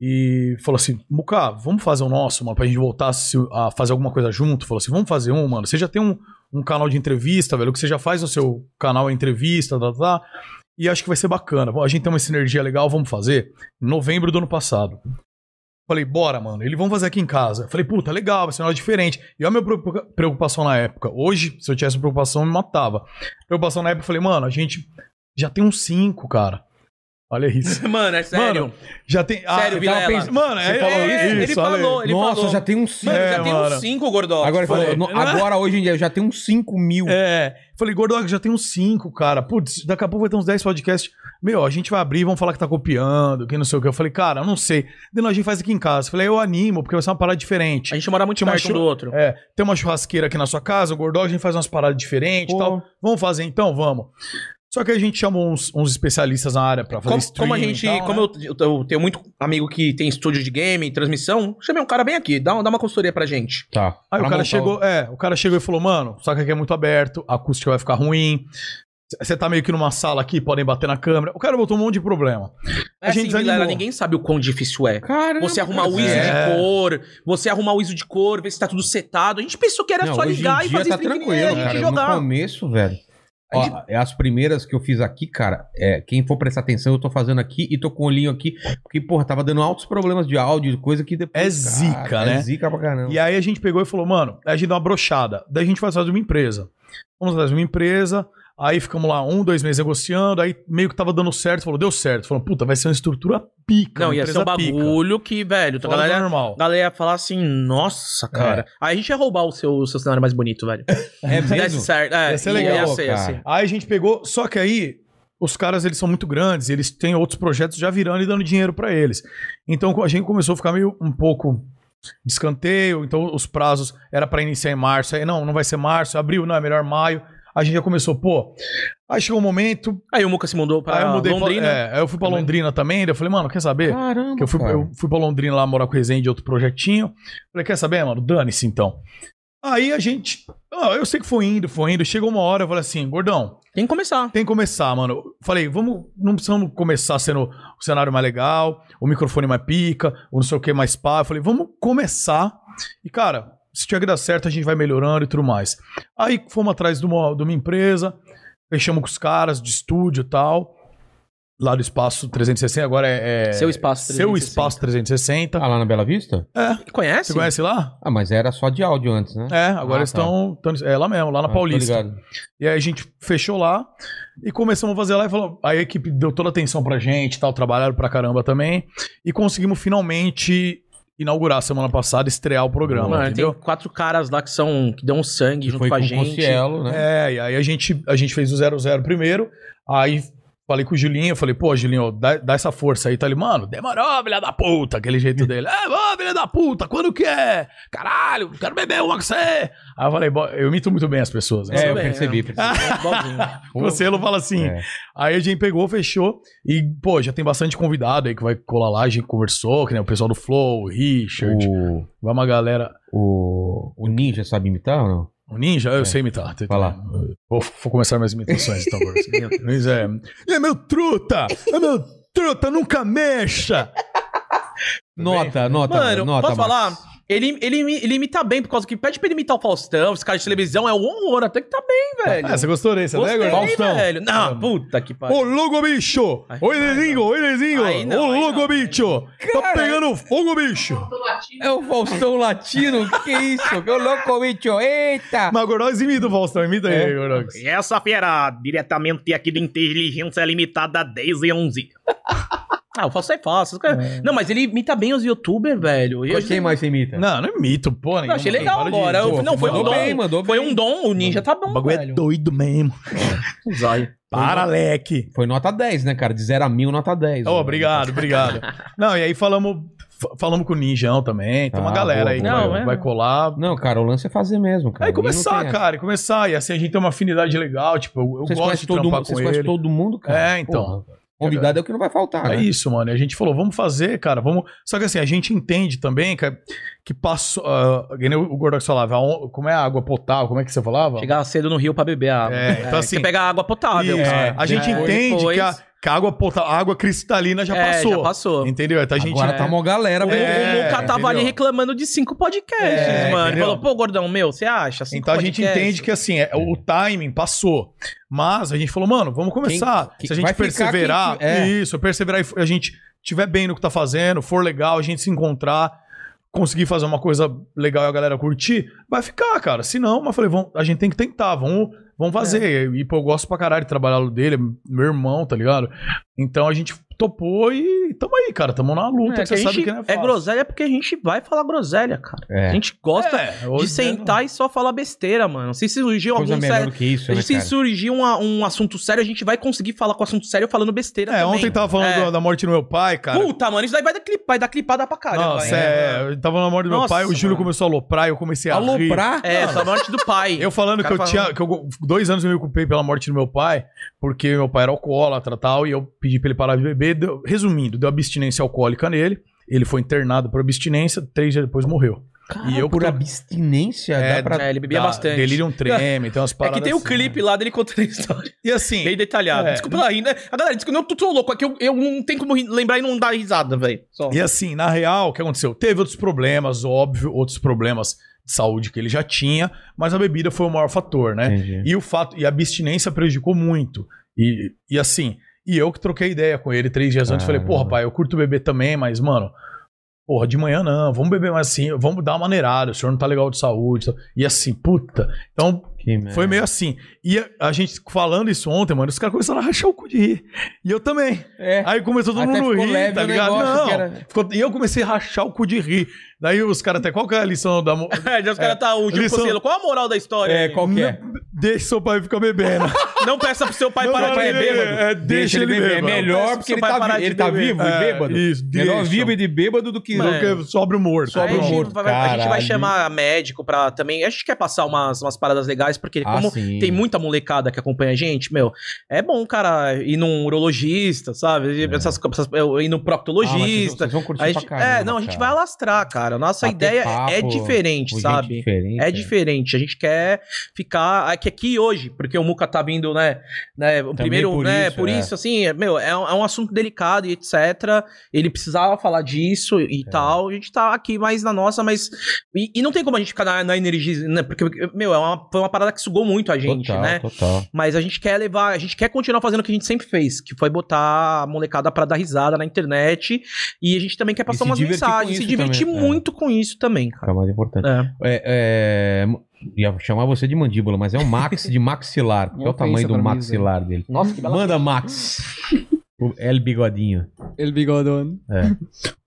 Speaker 2: e falou assim: Muka, vamos fazer o nosso, mano, pra gente voltar a se- a fazer alguma coisa junto. Falou assim: vamos fazer um, mano. Você já tem um, um canal de entrevista, velho. O que você já faz no seu canal é entrevista, tá, tá, tá. E acho que vai ser bacana. A gente tem uma sinergia legal, vamos fazer. Novembro do ano passado. Falei, bora, mano. Eles vão fazer aqui em casa. Falei, puta, legal, vai ser um negócio diferente. E olha a minha preocupa- preocupação na época. Hoje, se eu tivesse preocupação, eu me matava. Preocupação na época, eu falei, mano, a gente já tem uns cinco, cara. Olha isso.
Speaker 3: Mano, é sério. Ah,
Speaker 2: Mano, Já tem. ah,
Speaker 3: Sério,
Speaker 2: você tava
Speaker 3: Vilela.
Speaker 2: pensando- Mano, é,
Speaker 3: falou
Speaker 2: é,
Speaker 3: isso? Ele
Speaker 2: olha aí.
Speaker 3: falou, ele-
Speaker 1: Nossa,
Speaker 3: falou.
Speaker 1: já tem um 5.
Speaker 3: Mano, já
Speaker 2: é,
Speaker 3: tem
Speaker 2: mano.
Speaker 3: uns 5 gordox.
Speaker 1: Agora, ele
Speaker 3: Foi.
Speaker 1: falou, "No- agora hoje em dia, já tem uns 5 mil.
Speaker 2: É. Falei, Gordox, já tem uns cinco, cara. Putz, daqui a pouco vai ter uns 10 podcasts. Meu, a gente vai abrir, vão falar que tá copiando, que não sei o que. Eu falei, cara, eu não sei. Daí nós, a gente faz aqui em casa. Falei, eu animo, porque vai ser uma parada diferente.
Speaker 3: A gente mora muito
Speaker 2: Tinha uma
Speaker 3: perto um do
Speaker 2: chu-
Speaker 3: outro.
Speaker 2: É, tem uma churrasqueira aqui na sua casa, o Gordox, a gente faz umas paradas diferentes e tal. Vamos fazer então? Vamos. Só que a gente chamou uns, uns especialistas na área pra fazer
Speaker 3: Como, como a
Speaker 2: streaming e
Speaker 3: gente.
Speaker 2: tal,
Speaker 3: como
Speaker 2: né?
Speaker 3: eu, eu tenho muito amigo que tem estúdio de game, transmissão, chamei um cara bem aqui, dá, dá uma consultoria pra gente.
Speaker 1: Tá.
Speaker 2: Aí
Speaker 1: Pra
Speaker 2: o cara
Speaker 1: montar
Speaker 2: chegou, é, o cara chegou e falou, mano, só que aqui é muito aberto, a acústica vai ficar ruim. Você tá meio que numa sala aqui, podem bater na câmera. O cara botou um monte de problema.
Speaker 3: É
Speaker 2: A gente
Speaker 3: assim, Vilela,
Speaker 2: desanimou.
Speaker 3: ninguém sabe o quão difícil é.
Speaker 4: Cara,
Speaker 3: Você arrumar o ISO
Speaker 2: É.
Speaker 3: de cor, você arrumar o ISO de cor, ver se tá tudo setado. A gente pensou que era
Speaker 1: Não,
Speaker 3: só
Speaker 1: hoje em
Speaker 3: ligar e
Speaker 1: dia
Speaker 3: fazer
Speaker 1: tá
Speaker 3: streaming
Speaker 1: tranquilo,
Speaker 3: e a gente
Speaker 2: é
Speaker 1: cara.
Speaker 3: jogar.
Speaker 1: No começo, velho. Ó, As primeiras que eu fiz aqui, cara, é, quem for prestar atenção, eu tô fazendo aqui e tô com o olhinho aqui, porque, porra, tava dando altos problemas de áudio, de coisa que depois.
Speaker 2: É zica,
Speaker 1: Cara, É
Speaker 2: né?
Speaker 1: zica pra caramba.
Speaker 2: E aí a gente pegou e falou, mano, a gente dá uma brochada. Daí a gente vai atrás de uma empresa. Vamos atrás de uma empresa. Aí ficamos lá um, dois meses negociando. Aí meio que tava dando certo. Falou, deu certo. Falou, puta, vai ser uma estrutura pica. é
Speaker 3: Não,
Speaker 2: uma
Speaker 3: ia ser um
Speaker 2: empresa pica.
Speaker 3: bagulho que, velho, a
Speaker 2: Fora do
Speaker 3: Então, galera,
Speaker 2: normal.
Speaker 3: a galera ia falar assim,
Speaker 2: É.
Speaker 3: nossa, cara. Aí a gente ia roubar o seu, o seu cenário mais bonito, velho.
Speaker 1: é
Speaker 3: Desse certo. É,
Speaker 2: Ia ser legal,
Speaker 3: Ia ser, ia
Speaker 1: cara.
Speaker 3: ser.
Speaker 2: Aí a gente pegou, só que aí os caras eles são muito grandes, eles têm outros projetos já virando e dando dinheiro pra eles. Então a gente começou a ficar meio um pouco de escanteio, então os prazos era pra iniciar em março, aí não, não vai ser março, abril, não, é melhor maio. A gente já começou, pô. Aí chegou um momento,
Speaker 3: Aí o Muca se mudou pra
Speaker 2: aí Ah, eu mudei
Speaker 3: Londrina.
Speaker 2: pra, é, aí eu fui pra
Speaker 3: Também.
Speaker 2: Londrina também, daí eu falei, mano, quer saber?
Speaker 1: Caramba.
Speaker 2: Que eu fui,
Speaker 1: cara.
Speaker 2: eu fui pra Londrina lá morar com o Resende, outro projetinho. Falei, quer saber, mano? Dane-se então. Aí a gente. ah, eu sei que foi indo, foi indo. Chegou uma hora, eu falei assim, gordão,
Speaker 3: Tem que começar.
Speaker 2: tem que começar, mano. Falei, vamos. Não precisamos começar sendo o cenário mais legal, o microfone mais pica, o não sei o que mais pá. Eu falei, vamos começar. E, cara, se tiver que dar certo, a gente vai melhorando e tudo mais. Aí fomos atrás de uma, de uma empresa, fechamos com os caras de estúdio e tal. Lá do espaço 360, agora é. é-
Speaker 3: Seu espaço
Speaker 2: Seu
Speaker 3: 360.
Speaker 2: espaço 360.
Speaker 1: Ah, lá na Bela Vista?
Speaker 2: É.
Speaker 3: Conhece?
Speaker 2: Você conhece lá?
Speaker 1: Ah, mas era só de áudio antes, né?
Speaker 2: É, agora
Speaker 1: Ah,
Speaker 2: eles estão. tão- É lá mesmo, lá na
Speaker 1: Ah, tô
Speaker 2: Paulista.
Speaker 1: ligado.
Speaker 2: E aí a gente fechou lá e começamos a fazer lá e falou. Aí a equipe deu toda a atenção pra gente e tal, trabalharam pra caramba também. E conseguimos finalmente inaugurar semana passada, estrear o programa,
Speaker 1: Ah,
Speaker 3: Mano,
Speaker 2: entendeu?
Speaker 3: tem quatro caras lá que são. que dão sangue
Speaker 1: Que
Speaker 3: junto
Speaker 1: foi
Speaker 3: com
Speaker 1: com
Speaker 3: a
Speaker 1: o
Speaker 3: gente.
Speaker 1: Cossielo, né?
Speaker 2: É, e aí a gente, a gente fez o 00 primeiro, aí falei com o Julinho, eu falei, pô, Julinho, ó, dá, dá essa força aí, tá ele, mano, demorou, filha da puta, aquele jeito
Speaker 1: Hum.
Speaker 2: dele, é, ô, filha da puta, quando que é? Caralho, quero beber uma com você. Aí eu falei, "Bo- eu imito muito bem as pessoas, né?
Speaker 1: É, eu
Speaker 3: Tudo bem,
Speaker 1: percebi.
Speaker 3: é.
Speaker 1: percebi.
Speaker 3: Igualzinho.
Speaker 2: O Marcelo fala assim,
Speaker 1: É.
Speaker 2: aí a gente pegou, fechou, e, pô, já tem bastante convidado aí que vai colar lá, a gente conversou, que nem o pessoal do Flow, o Richard,
Speaker 1: O,
Speaker 2: vai uma galera...
Speaker 1: o, o Ninja sabe imitar ou não?
Speaker 2: O Ninja, eu
Speaker 1: É.
Speaker 2: sei imitar. Tem-
Speaker 1: Vai lá.
Speaker 2: Vou, vou começar minhas imitações, então. agora. Mas é. Ele é meu truta! É meu truta, nunca mexa!
Speaker 1: Nota, nota,
Speaker 3: Mano,
Speaker 1: nota.
Speaker 3: posso
Speaker 1: Marcos.
Speaker 3: falar? Ele, ele, ele imita bem, por causa que pede pra ele imitar o Faustão, esse cara de televisão é um horror, até que tá bem, velho.
Speaker 2: Ah, você gostou desse, né,
Speaker 3: Gostei,
Speaker 2: Gordon? Faustão.
Speaker 3: velho. Não, puta que pariu.
Speaker 2: Ô, louco, bicho!
Speaker 3: Ai,
Speaker 2: Oi,
Speaker 3: ai,
Speaker 2: Nezinho,
Speaker 3: não.
Speaker 2: oi, Nezinho!
Speaker 3: Aí não,
Speaker 2: Ô,
Speaker 3: aí
Speaker 2: louco,
Speaker 3: não.
Speaker 2: bicho! Tá pegando fogo, bicho!
Speaker 1: É o Faustão Latino? que que é isso? Que louco, bicho! Eita!
Speaker 2: Mas Gordox imita o Faustão, imita
Speaker 1: É.
Speaker 2: aí, Gordox.
Speaker 6: E essa fera, diretamente aqui da Inteligência Limitada 10 e 11.
Speaker 3: Ah, o Fausto é fácil. Não, mas ele imita bem os youtubers, velho. E eu-
Speaker 1: Quem mais você imita?
Speaker 2: Não, não é mito, porra.
Speaker 3: Eu achei legal agora. Eu- não, foi um
Speaker 1: mandou
Speaker 3: dom.
Speaker 1: bem, mandou
Speaker 3: foi
Speaker 1: bem.
Speaker 3: um dom. O ninja tá bom,
Speaker 2: O bagulho é
Speaker 3: velho.
Speaker 2: doido mesmo. Para, leque.
Speaker 1: Foi nota 10, né, cara? De 0 a 1000, nota 10.
Speaker 2: Ô, obrigado, obrigado. não, e aí falamos, fa- falamos com o Ninjão também. Tem uma
Speaker 1: Ah,
Speaker 2: galera
Speaker 1: boa,
Speaker 2: aí que
Speaker 3: boa.
Speaker 2: vai,
Speaker 3: Não, é.
Speaker 2: vai colar.
Speaker 1: Não, cara, o lance é fazer mesmo, cara.
Speaker 2: Aí
Speaker 1: E não
Speaker 2: começar,
Speaker 1: tem essa.
Speaker 2: cara, e começar. E assim a gente tem uma afinidade legal. Tipo, eu, eu
Speaker 1: Vocês
Speaker 2: gosto
Speaker 1: conhecem
Speaker 2: de
Speaker 1: todo
Speaker 2: trampar
Speaker 1: mundo,
Speaker 2: com
Speaker 1: vocês
Speaker 2: ele.
Speaker 1: conhecem todo mundo, cara.
Speaker 2: É, então.
Speaker 1: Porra, convidado é o que não vai faltar,
Speaker 2: É
Speaker 1: né?
Speaker 2: isso, mano. E a gente falou, vamos fazer, cara, vamos. Só que assim, a gente entende também que, que passou. ah, que nem o Gordox falava, a on- como é a água potável? Como é que você falava?
Speaker 3: Chegar cedo no rio pra beber água.
Speaker 2: É, então assim-
Speaker 3: Você pega água potável,
Speaker 2: Isso.
Speaker 3: cara.
Speaker 2: a gente
Speaker 3: É,
Speaker 2: entende
Speaker 3: depois-
Speaker 2: que, a, que a água potável, a água cristalina já
Speaker 3: É,
Speaker 2: passou.
Speaker 3: já passou.
Speaker 2: Entendeu? Então a gente.
Speaker 1: Agora tá mó galera,
Speaker 3: O,
Speaker 1: velho.
Speaker 2: É,
Speaker 3: o Muca tava
Speaker 2: entendeu?
Speaker 3: ali reclamando de cinco podcasts,
Speaker 2: É,
Speaker 3: mano. Ele
Speaker 2: entendeu?
Speaker 3: falou, pô, gordão, meu, você acha? Cinco
Speaker 2: Então a gente
Speaker 3: podcasts?
Speaker 2: entende que assim, é- o timing passou. Mas a gente falou, mano, vamos começar.
Speaker 1: quem-
Speaker 2: Se a
Speaker 1: vai
Speaker 2: gente
Speaker 1: ficar
Speaker 2: perseverar,
Speaker 1: quem- é.
Speaker 2: isso, perseverar e f- a gente tiver bem no que tá fazendo, for legal, a gente se encontrar, conseguir fazer uma coisa legal e a galera curtir, vai ficar, cara. Se não, mas falei, vamos, a gente tem que tentar, vamos, vamos
Speaker 3: É.
Speaker 2: fazer. E pô, eu gosto pra caralho de trabalhar o dele, é meu irmão, tá ligado? Então a gente topou e tamo aí, cara. Tamo na
Speaker 3: É,
Speaker 2: luta,
Speaker 3: que
Speaker 2: que você
Speaker 3: a
Speaker 2: sabe
Speaker 3: gente
Speaker 2: que não é
Speaker 3: é
Speaker 2: fácil.
Speaker 3: groselha porque a gente vai falar groselha, cara.
Speaker 1: É.
Speaker 3: A gente gosta
Speaker 2: É, hoje
Speaker 3: de
Speaker 2: mesmo.
Speaker 3: sentar e só falar besteira, mano. Se surgir
Speaker 1: Coisa
Speaker 3: algum
Speaker 1: melhor
Speaker 3: sério...
Speaker 1: do que isso, né,
Speaker 3: Se
Speaker 1: cara?
Speaker 3: surgir um, um assunto sério, a gente vai conseguir falar com o assunto sério falando besteira
Speaker 2: É,
Speaker 3: também.
Speaker 2: ontem tava falando
Speaker 3: É.
Speaker 2: do- da morte do meu pai, cara.
Speaker 3: Puta, mano, isso daí vai dar, clip, vai dar clipada pra caralho.
Speaker 2: Nossa,
Speaker 3: vai. né?
Speaker 2: é, eu tava na morte do meu
Speaker 3: Nossa,
Speaker 2: pai, o Júlio
Speaker 3: mano.
Speaker 2: começou a aloprar e eu comecei a rir.
Speaker 1: Aloprar?
Speaker 3: É, só a morte do pai.
Speaker 2: Eu falando
Speaker 3: O
Speaker 2: que eu
Speaker 3: cara
Speaker 2: tinha, que eu dois anos eu me ocupei pela morte do meu pai, porque meu pai era alcoólatra e tal, e eu pedi pra ele parar de beber. deu- resumindo, deu abstinência alcoólica nele, ele foi internado por abstinência, três dias depois morreu. e eu
Speaker 1: por
Speaker 2: tô-
Speaker 1: abstinência, dá
Speaker 2: É,
Speaker 1: pra...
Speaker 3: É, ele bebia
Speaker 2: Dá-
Speaker 3: bastante.
Speaker 2: Delirium um treme, tem umas
Speaker 3: É
Speaker 2: paradas.
Speaker 3: que tem o
Speaker 2: assim,
Speaker 3: clipe
Speaker 2: né?
Speaker 3: lá dele contando a história.
Speaker 2: E assim,
Speaker 3: Bem detalhado.
Speaker 2: É.
Speaker 3: Desculpa lá ainda. A galera disse que eu tô, tô louco aqui. Eu, eu não tenho como ri- lembrar e não dar risada, velho. Só.
Speaker 2: E assim, na real, o que aconteceu? Teve outros problemas, óbvio, outros problemas de saúde que ele já tinha, mas a bebida foi o maior fator, né?
Speaker 1: Entendi.
Speaker 2: E o fato, e a abstinência prejudicou muito. E, e assim, e eu que troquei ideia com ele três dias antes, falei,
Speaker 1: Caramba.
Speaker 2: porra, pai, eu curto beber também, mas, mano, porra, de manhã não, vamos beber mais assim, vamos dar uma maneirada, o senhor não tá legal de saúde. E assim, puta. Então,
Speaker 1: Que merda.
Speaker 2: foi meio assim. E a, a gente falando isso ontem, mano, os caras começaram a rachar o cu de rir. E eu também.
Speaker 1: É.
Speaker 2: Aí começou todo
Speaker 1: Até
Speaker 2: mundo
Speaker 1: ficou
Speaker 2: rir,
Speaker 1: leve
Speaker 2: tá
Speaker 1: o
Speaker 2: ligado?
Speaker 1: negócio,
Speaker 2: Não.
Speaker 1: que era-
Speaker 2: Ficou- E eu comecei a rachar o cu de rir. Daí os caras até, qual que é a lição da, mo-
Speaker 3: É, já os caras tá o Gil
Speaker 2: Eles são-
Speaker 3: Conselho. Qual a moral da história?
Speaker 1: É,
Speaker 3: gente?
Speaker 1: qual que é?
Speaker 2: Deixa seu pai ficar bebendo.
Speaker 3: Não peça pro seu pai
Speaker 2: Não,
Speaker 3: parar
Speaker 2: não,
Speaker 3: de
Speaker 2: não,
Speaker 3: beber,
Speaker 2: não,
Speaker 3: mano.
Speaker 2: É, deixa, ele beber.
Speaker 1: É
Speaker 2: mano.
Speaker 1: melhor porque
Speaker 3: Seu
Speaker 1: ele
Speaker 3: pai
Speaker 1: tá,
Speaker 3: parar
Speaker 1: vi-
Speaker 3: de
Speaker 1: ele tá
Speaker 3: beber.
Speaker 1: vivo e
Speaker 2: É,
Speaker 1: bêbado.
Speaker 2: isso,
Speaker 1: melhor
Speaker 2: deixa.
Speaker 1: vivo e de bêbado do que...
Speaker 3: Mano,
Speaker 2: Só que sobra o morto.
Speaker 1: Sobra
Speaker 3: Aí
Speaker 1: o
Speaker 3: a, gente
Speaker 1: morto,
Speaker 3: vai, a gente vai
Speaker 1: caralho.
Speaker 3: chamar médico pra também. A gente quer passar umas, umas paradas legais, porque
Speaker 1: Ah,
Speaker 3: é, como
Speaker 1: sim.
Speaker 3: tem muita molecada que acompanha a gente, meu, é bom, cara, ir num urologista, sabe? Essas, essas, eu ir no proctologista.
Speaker 1: É. Ah, mas vocês vão- vocês vão curtir
Speaker 3: A gente-
Speaker 1: pra caramba,
Speaker 3: é, não, a gente
Speaker 1: cara.
Speaker 3: vai alastrar, cara. Nossa
Speaker 1: Bater
Speaker 3: ideia é- é
Speaker 1: papo
Speaker 3: diferente,
Speaker 1: Com gente
Speaker 3: sabe?
Speaker 1: diferente,
Speaker 3: É diferente, a gente quer ficar aqui, aqui hoje, porque o Muca tá vindo, né? né o primeiro,
Speaker 1: por
Speaker 3: né?
Speaker 1: isso,
Speaker 3: por
Speaker 1: é.
Speaker 3: isso, assim, é, meu, é, um- é um assunto delicado e etc. Ele precisava falar disso e
Speaker 1: É.
Speaker 3: tal. A gente tá aqui mais na nossa, mas. E, e não tem como a gente ficar na, na energia, né? Porque, meu, é uma, foi uma parada que sugou muito a gente,
Speaker 1: total,
Speaker 3: né?
Speaker 1: Total.
Speaker 3: Mas a gente quer levar, a gente quer continuar fazendo o que a gente sempre fez, que foi botar a molecada pra dar risada na internet. E a gente também quer passar
Speaker 1: se
Speaker 3: umas
Speaker 1: divertir com
Speaker 3: mensagens, se
Speaker 1: isso
Speaker 3: divertir
Speaker 1: também, é.
Speaker 3: muito com isso também, cara.
Speaker 1: Fica mais importante.
Speaker 3: É.
Speaker 1: É, é, ia chamar você de mandíbula, mas é um max de maxilar. Qual é o
Speaker 4: Uma
Speaker 1: tamanho
Speaker 4: ofensa
Speaker 1: do
Speaker 4: pra mim,
Speaker 1: maxilar dele?
Speaker 4: Nossa, que
Speaker 1: Manda, Max. O L Bigodinho.
Speaker 4: Ele bigodone.
Speaker 1: É.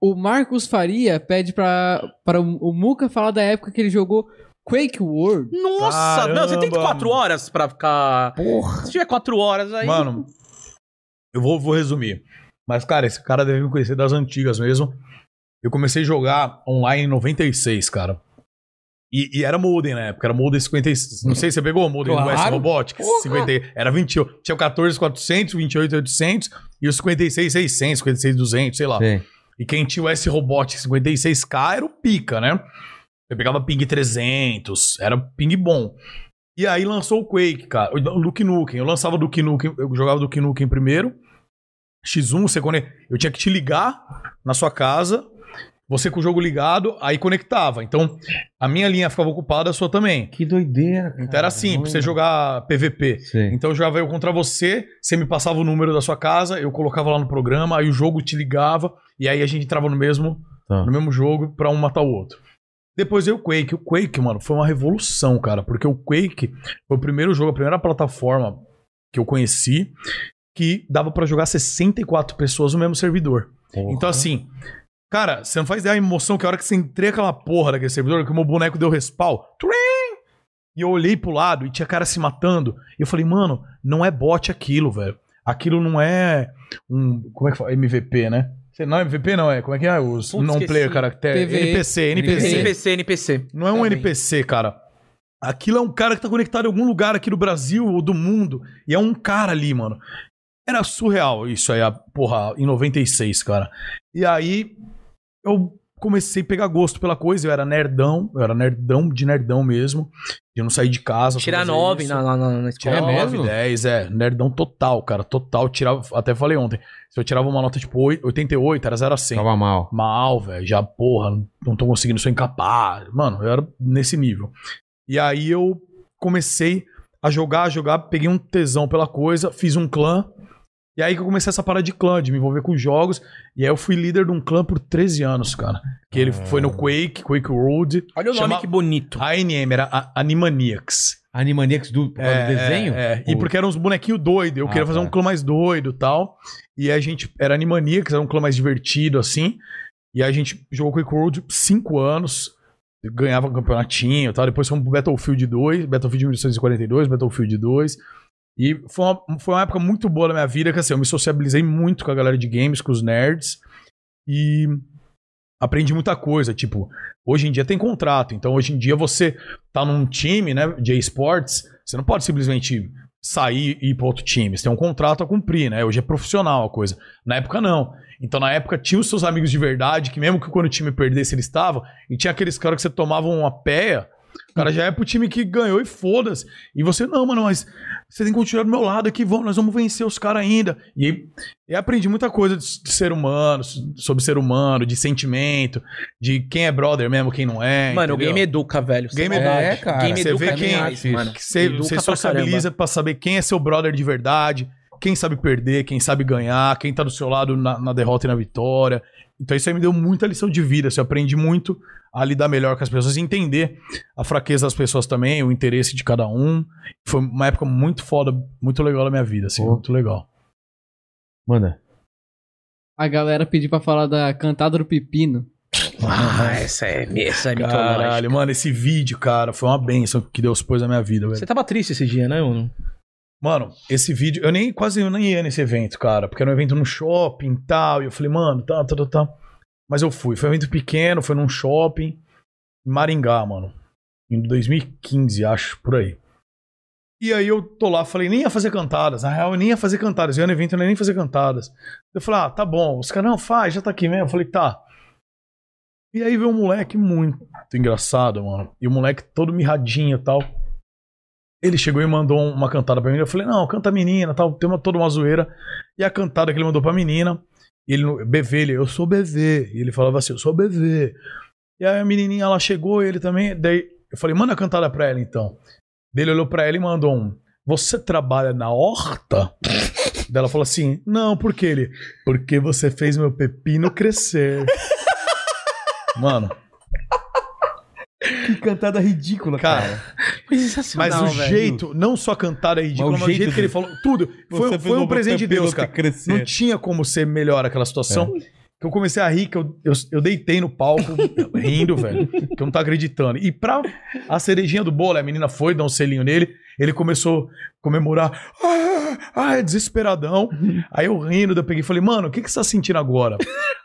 Speaker 4: O Marcos Faria pede pra, para o o Muca falar da época que ele jogou Quake World.
Speaker 3: Nossa,
Speaker 2: Caramba,
Speaker 3: não, você tem quatro
Speaker 2: mano.
Speaker 3: horas pra ficar.
Speaker 2: Porra.
Speaker 3: Se tiver quatro horas aí.
Speaker 2: Mano, eu vou, vou resumir. Mas, cara, esse cara deve me conhecer das antigas mesmo. Eu comecei a jogar online em 96, cara. E, e era modem na época, era modem 56. Não sei se você pegou o modem do
Speaker 1: Claro.
Speaker 2: S Robotics. 50, e- era 20, tinha o 14400, 28800 e o 56600, 56200, sei lá.
Speaker 1: Sei.
Speaker 2: E quem tinha o S-Robotics 56K era o pica, né? Eu pegava ping 300, era ping bom. E aí lançou o Quake, cara. O Duke Nukem. Eu lançava o Duke Nukem, eu jogava o Duke Nukem primeiro. X1, você conect... eu tinha que te ligar na sua casa, você com o jogo ligado, aí conectava. Então, a minha linha ficava ocupada, a sua também.
Speaker 1: Que doideira, cara.
Speaker 2: Então era assim, pra você jogar PVP.
Speaker 1: Sei.
Speaker 2: Então eu jogava eu contra você, você me passava o número da sua casa, eu colocava lá no programa, aí o jogo te ligava, e aí a gente entrava no mesmo,
Speaker 1: Tá.
Speaker 2: no mesmo jogo pra um matar o outro. Depois veio o Quake. O Quake, mano, foi uma revolução, cara, porque o Quake foi o primeiro jogo, a primeira plataforma que eu conheci que dava pra jogar 64 pessoas no mesmo servidor. Então, assim, cara, você não faz ideia a emoção que a hora que você entrei aquela porra daquele servidor, que o meu boneco deu respawn. trim, E eu olhei pro lado e tinha cara se matando. E eu falei, mano, não é bot aquilo, velho. Aquilo não é um. Como é que fala? MVP, né? Você- Não é MVP, não, é. Como é que é? Os
Speaker 3: Putz,
Speaker 2: non-player
Speaker 3: esqueci.
Speaker 2: caractere.
Speaker 4: PVE.
Speaker 2: NPC, NPC.
Speaker 3: NPC, NPC.
Speaker 2: Não é um
Speaker 4: Também.
Speaker 2: NPC, cara. Aquilo é um cara que tá conectado em algum lugar aqui do Brasil ou do mundo. E é um cara ali, mano. Era surreal isso aí, a, porra, em 96, cara. E aí eu comecei a pegar gosto pela coisa. Eu era nerdão, eu era nerdão de nerdão mesmo. Eu não saí de casa. pra
Speaker 3: Tirar
Speaker 2: fazer
Speaker 3: 9
Speaker 2: é isso.
Speaker 3: na, na, na- na
Speaker 2: Tirar
Speaker 3: escola.
Speaker 1: É
Speaker 2: 9,
Speaker 1: mesmo?
Speaker 2: 10, é. Nerdão total, cara. Total. Tirava, até falei ontem. Se eu tirava uma nota tipo oito- 88, era 0 a 100
Speaker 1: Tava mal.
Speaker 2: mal, velho, já, porra, não tô conseguindo, sou incapaz. Mano, eu era nesse nível. E aí eu comecei a jogar, a jogar, peguei um tesão pela coisa, fiz um clã. E aí que eu comecei essa parada de clã, de me envolver com jogos. E aí eu fui líder de um clã por 13 anos, cara. Que ele foi no Quake, Quake World.
Speaker 3: Olha o nome
Speaker 2: Chama- Ah,
Speaker 3: que bonito.
Speaker 2: A ANM era a Animaniacs.
Speaker 1: Animaniacs do, por causa do desenho?
Speaker 2: É, e porque eram uns bonequinhos doidos. Eu
Speaker 1: Ah,
Speaker 2: queria fazer
Speaker 1: tá.
Speaker 2: um clã mais doido e tal. E a gente era Animaniacs, era um clã mais divertido, assim. E a gente jogou Quick World cinco anos. Ganhava um campeonatinho e tal. Depois fomos pro Battlefield 2, Battlefield 1942, Battlefield 2. E foi uma, foi uma época muito boa da minha vida, que assim, eu me sociabilizei muito com a galera de games, com os nerds. E aprendi muita coisa. Tipo, hoje em dia tem contrato. Então, hoje em dia você tá num time, né, de esportes, você não pode simplesmente sair e ir para outro time. Você tem um contrato a cumprir, né? Hoje é profissional a coisa. Na época, não. Então, na época, tinha os seus amigos de verdade, que mesmo que quando o time perdesse, eles estavam, e tinha aqueles caras que você tomava uma peia, o cara já é pro time que ganhou e foda-se. E você, não, mano, mas você tem que continuar do meu lado aqui, vamos, nós vamos vencer os caras ainda. E aí, eu aprendi muita coisa de, s- de ser humano, s- sobre ser humano, de sentimento, de quem é brother mesmo, quem não é.
Speaker 3: Mano, o
Speaker 2: entendeu?
Speaker 3: game educa, velho. sem
Speaker 2: Game
Speaker 3: maldade.
Speaker 1: educa, cara.
Speaker 3: Game
Speaker 2: É, Você
Speaker 3: educa é
Speaker 2: vê quem-
Speaker 3: demais,
Speaker 1: isso.
Speaker 3: mano.
Speaker 2: que você,
Speaker 3: Educa
Speaker 2: você
Speaker 3: pra
Speaker 2: sociabiliza
Speaker 3: caramba.
Speaker 2: pra saber quem é seu brother de verdade, quem sabe perder, quem sabe ganhar, quem tá do seu lado na, na derrota e na vitória. Então isso aí me deu muita lição de vida. Assim, eu aprendi muito a lidar melhor com as pessoas, e entender a fraqueza das pessoas também, o interesse de cada um. Foi uma época muito foda, muito legal da minha vida, assim,
Speaker 1: Pô.
Speaker 2: muito legal.
Speaker 1: Manda.
Speaker 4: A galera pediu pra falar da cantada do pepino.
Speaker 3: Ah, essa é, essa é mitológica.
Speaker 2: Caralho, mano, esse vídeo, cara, foi uma benção que Deus pôs na minha vida, velho.
Speaker 3: Você tava triste esse dia, né, Uno?
Speaker 2: Mano, esse vídeo, eu nem quase eu nem ia nesse evento, cara, porque era um evento no shopping e tal, e eu falei, mano, tá, tá, tá, tá. Mas eu fui, foi um evento pequeno, foi num shopping em Maringá, mano. Em 2015, acho, por aí. E aí eu tô lá, falei, nem ia fazer cantadas. Na real, eu nem ia fazer cantadas. Eu ia no evento, eu não ia nem fazer cantadas. Eu falei, ah, tá bom. Os caras, não, faz, já tá aqui mesmo. Eu falei, tá. E aí veio um moleque muito engraçado, mano. E o moleque todo mirradinho e tal. Ele chegou e mandou um, uma cantada pra mim. Eu falei, não, canta a menina, tal, tem uma, toda uma zoeira. E a cantada que ele mandou pra menina, ele, no- BV, ele, eu sou BV. E ele falava assim, eu sou BV. E aí a menininha, ela chegou, ele também, daí eu falei, manda a cantada pra ela então. Daí Ele olhou pra ela e mandou um, você trabalha na horta? Daí ela falou assim, não, por quê? Ele, porque você fez meu pepino crescer. Mano,
Speaker 1: Que cantada ridícula,
Speaker 2: cara. Mas o jeito, não só a cantada é ridícula, mas o jeito, que ele falou, tudo. Foi, foi um presente de Deus, cara. Não tinha como ser melhor aquela situação. Que eu comecei a rir, que eu, eu, eu deitei no palco, rindo, velho. Que eu não tava acreditando. E pra a cerejinha do bolo, a menina foi dar um selinho nele, ele começou a comemorar. Ah, ah, desesperadão. Aí eu rindo, daí eu peguei e falei, mano, o que, que você tá sentindo agora?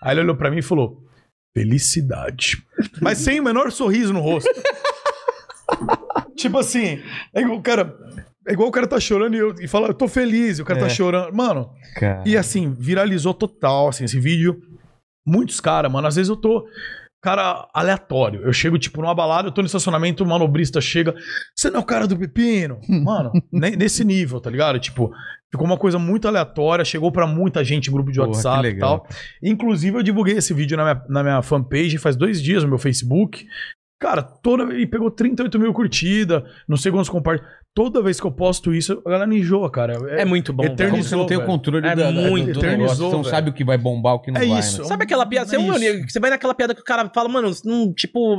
Speaker 2: Aí ele olhou pra mim e falou: felicidade. Mas sem o menor sorriso no rosto. tipo assim, é igual o cara. É igual o cara tá chorando e, eu, e fala, eu tô feliz, e o cara tá chorando. Mano,
Speaker 1: Cara.
Speaker 2: e assim, viralizou total, assim, esse vídeo. Muitos caras, mano, às vezes eu tô. Cara, aleatório. Eu chego, tipo, numa balada, eu tô no estacionamento, o manobrista chega. Você não é o cara do pepino? Mano, ne- nesse nível, tá ligado? Tipo, ficou uma coisa muito aleatória, chegou pra muita gente, grupo de
Speaker 1: Porra, que
Speaker 2: WhatsApp e
Speaker 1: legal.
Speaker 2: tal. Inclusive, eu divulguei esse vídeo na minha, na minha fanpage faz dois dias no meu Facebook. Cara, toda. E pegou 38 mil curtidas, não sei quantos compartilhamentos. Toda vez que eu posto isso, a galera enjoa, cara.
Speaker 3: É muito bom.
Speaker 2: Eterno-
Speaker 3: velho.
Speaker 1: Como você não tem o
Speaker 2: velho.
Speaker 1: controle
Speaker 3: É
Speaker 1: da- da-
Speaker 3: muito,
Speaker 1: do
Speaker 2: eternizou,
Speaker 1: negócio, você não
Speaker 2: velho.
Speaker 1: sabe o que vai bombar, o que não
Speaker 2: É
Speaker 1: vai,
Speaker 2: isso.
Speaker 1: né?
Speaker 3: Sabe aquela piada? Você,
Speaker 2: É isso.
Speaker 3: reuniu- você vai naquela piada que o cara fala, mano, não, tipo,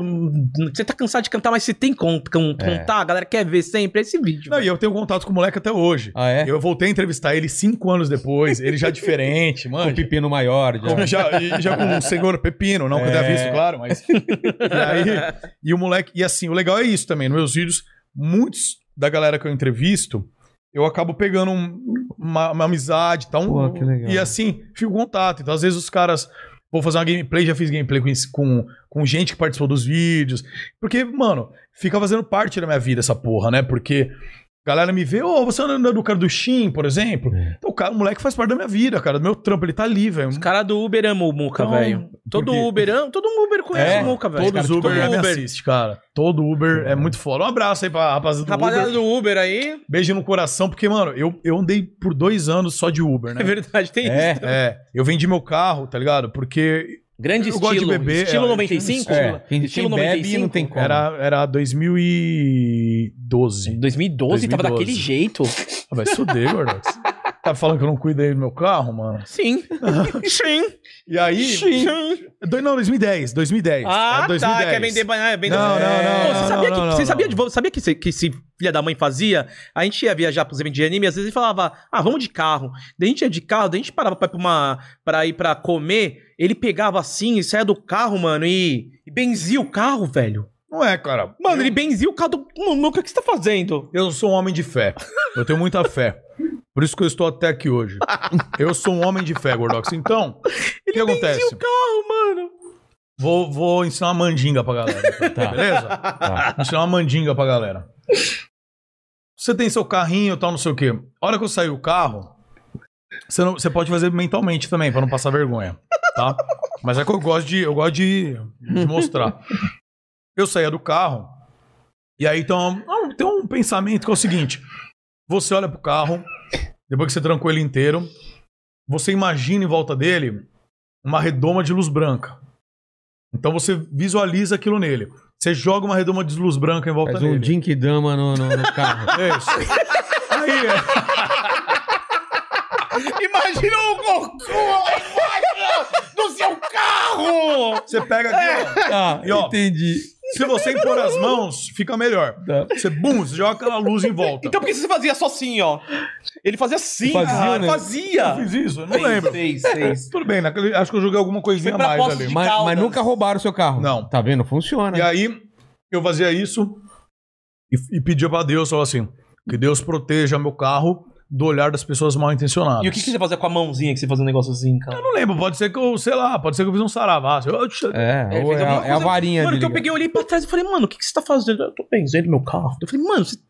Speaker 3: você tá cansado de cantar, mas você tem que
Speaker 2: É.
Speaker 3: contar, a galera quer ver sempre esse vídeo.
Speaker 2: Não,
Speaker 3: velho.
Speaker 2: e eu tenho contato com o moleque até hoje.
Speaker 1: Ah, é?
Speaker 2: Eu voltei a entrevistar ele cinco anos depois, ele já diferente,
Speaker 1: Com
Speaker 2: mano.
Speaker 1: o pepino maior. já.
Speaker 2: Como é já, e já com o senhor Pepino, não que eu tenha
Speaker 1: É.
Speaker 2: visto, claro, mas. E, aí, e o moleque. E assim, o legal é isso também. Nos meus vídeos, muitos da galera que eu entrevisto, eu acabo pegando um- uma, uma amizade tal, um-
Speaker 1: Pô, que legal.
Speaker 2: E assim, fico em contato. Então, às vezes os caras. Vou fazer uma gameplay, já fiz gameplay com, esse- com, com gente que participou dos vídeos. Porque, mano, fica fazendo parte da minha vida essa porra, né? Porque. a Galera me vê, ô, você anda do cara do Shin, por exemplo.
Speaker 1: É.
Speaker 2: Então, o, cara, o moleque faz parte da minha vida, cara. Do meu trampo, ele tá ali, velho.
Speaker 3: Os caras do Uber amam o Muca,
Speaker 2: Então,
Speaker 3: velho. Todo
Speaker 2: porque-
Speaker 3: Uber ama, todo Uber conhece
Speaker 1: É,
Speaker 3: o Muca, velho.
Speaker 2: Todos os
Speaker 3: Todo
Speaker 2: Uber, é assim. me assiste, cara. Todo Uber é muito foda. Um abraço aí pra rapaziada do
Speaker 3: Rapaziada
Speaker 2: Uber.
Speaker 3: do Uber aí,
Speaker 2: Beijo no coração, porque, mano, eu, eu andei por dois anos só de Uber,
Speaker 3: é
Speaker 2: né?
Speaker 3: verdade, tem isso.
Speaker 1: É.
Speaker 2: É, eu vendi meu carro, tá ligado? Porque
Speaker 3: Grande
Speaker 2: Eu
Speaker 3: estilo.
Speaker 2: gosto de beber,
Speaker 3: estilo
Speaker 2: é,
Speaker 3: 95?
Speaker 1: É, quem,
Speaker 3: Estilo
Speaker 1: quem bebe
Speaker 3: 95?
Speaker 1: não tem como.
Speaker 2: era, era 2012.
Speaker 3: 2012, tava
Speaker 2: 2012.
Speaker 3: daquele jeito.
Speaker 2: Ah, Vai foder, gordo. Tá falando que eu não cuidei do meu carro, mano?
Speaker 3: Sim. Sim.
Speaker 2: E aí...
Speaker 3: Sim.
Speaker 2: Doi- Não, 2010, 2010.
Speaker 3: Ah,
Speaker 2: Era
Speaker 3: tá.
Speaker 2: 2010.
Speaker 3: Quer vender banana? Vender... é.
Speaker 2: Não, não, não,
Speaker 3: Pô, Você
Speaker 2: não,
Speaker 3: sabia
Speaker 2: não,
Speaker 3: que,
Speaker 2: não,
Speaker 3: você
Speaker 2: não.
Speaker 3: sabia, de, sabia que, se, que se filha da mãe fazia? A gente ia viajar pros eventos de anime, às vezes ele falava, ah, vamos de carro. Daí a gente ia de carro, daí a gente parava pra ir pra, uma, pra, ir pra comer, ele pegava assim, e saia do carro, mano, e, e benzia o carro, velho.
Speaker 2: Não é, cara.
Speaker 3: Mano, ele benzia o carro do... Mano, o que que você tá fazendo?
Speaker 2: Eu sou um homem de fé. Eu tenho muita fé. Por isso que eu estou até aqui hoje. Eu sou um homem de fé, Gordox. Então, o que acontece?
Speaker 3: Carro, mano.
Speaker 2: Vou, vou ensinar uma mandinga pra galera. então,
Speaker 1: Tá.
Speaker 2: Beleza?
Speaker 1: Tá.
Speaker 2: Vou ensinar uma mandinga pra galera. Você tem seu carrinho e tal, não sei o quê. A hora que eu sair o carro, você, não- você pode fazer mentalmente também, pra não passar vergonha. Tá? Mas é que eu gosto de, eu gosto de, de mostrar. Eu saía do carro, e aí então, ah, tem um pensamento que é o seguinte: você olha pro carro, depois que você trancou ele inteiro, você imagina em volta dele uma redoma de luz branca. Então você visualiza aquilo nele. Você joga uma redoma de luz branca em volta
Speaker 1: Faz um
Speaker 2: dele.
Speaker 1: Jink Dama no, no- no carro.
Speaker 2: É isso. Aí, é.
Speaker 6: Imagina o Goku lá embaixo do seu carro!
Speaker 2: você pega aqui, ó.
Speaker 1: Ah,
Speaker 2: E, ó,
Speaker 1: entendi.
Speaker 2: Se você impor as mãos, fica melhor.
Speaker 1: Tá.
Speaker 2: Você, bum, você joga aquela luz em volta.
Speaker 3: Então por que você fazia só assim, ó? Ele fazia assim,
Speaker 1: Fazia,
Speaker 3: cara.
Speaker 1: né?
Speaker 2: eu
Speaker 3: Fazia.
Speaker 2: fiz isso, eu não lembro. tá
Speaker 3: Seis, seis.
Speaker 2: Tudo bem, naquele- acho que eu joguei alguma coisinha a
Speaker 3: Foi pra
Speaker 2: mais
Speaker 3: posse
Speaker 2: ali.
Speaker 3: de
Speaker 1: Mas, mas
Speaker 3: Caldas.
Speaker 1: nunca roubaram o seu carro.
Speaker 2: Não.
Speaker 1: Tá vendo? Funciona.
Speaker 2: E aí, eu fazia isso e, e pedia pra Deus, falava assim, que Deus proteja meu carro do olhar das pessoas mal intencionadas.
Speaker 3: E o que, que você fazia com a mãozinha que você fazia um negócio assim, cara?
Speaker 2: Eu não lembro, pode ser que eu, sei lá, pode ser que eu fiz um saravá. assim, "Oxa".
Speaker 1: É,
Speaker 3: Ele
Speaker 1: ou
Speaker 3: fez
Speaker 1: é, a-
Speaker 3: alguma
Speaker 1: é a
Speaker 3: coisa-
Speaker 1: varinha
Speaker 3: Mano,
Speaker 1: dele.
Speaker 3: que eu peguei, eu olhei pra trás e falei, mano, o que, que você tá fazendo? Eu tô benzendo meu carro. Eu falei, mano, você tá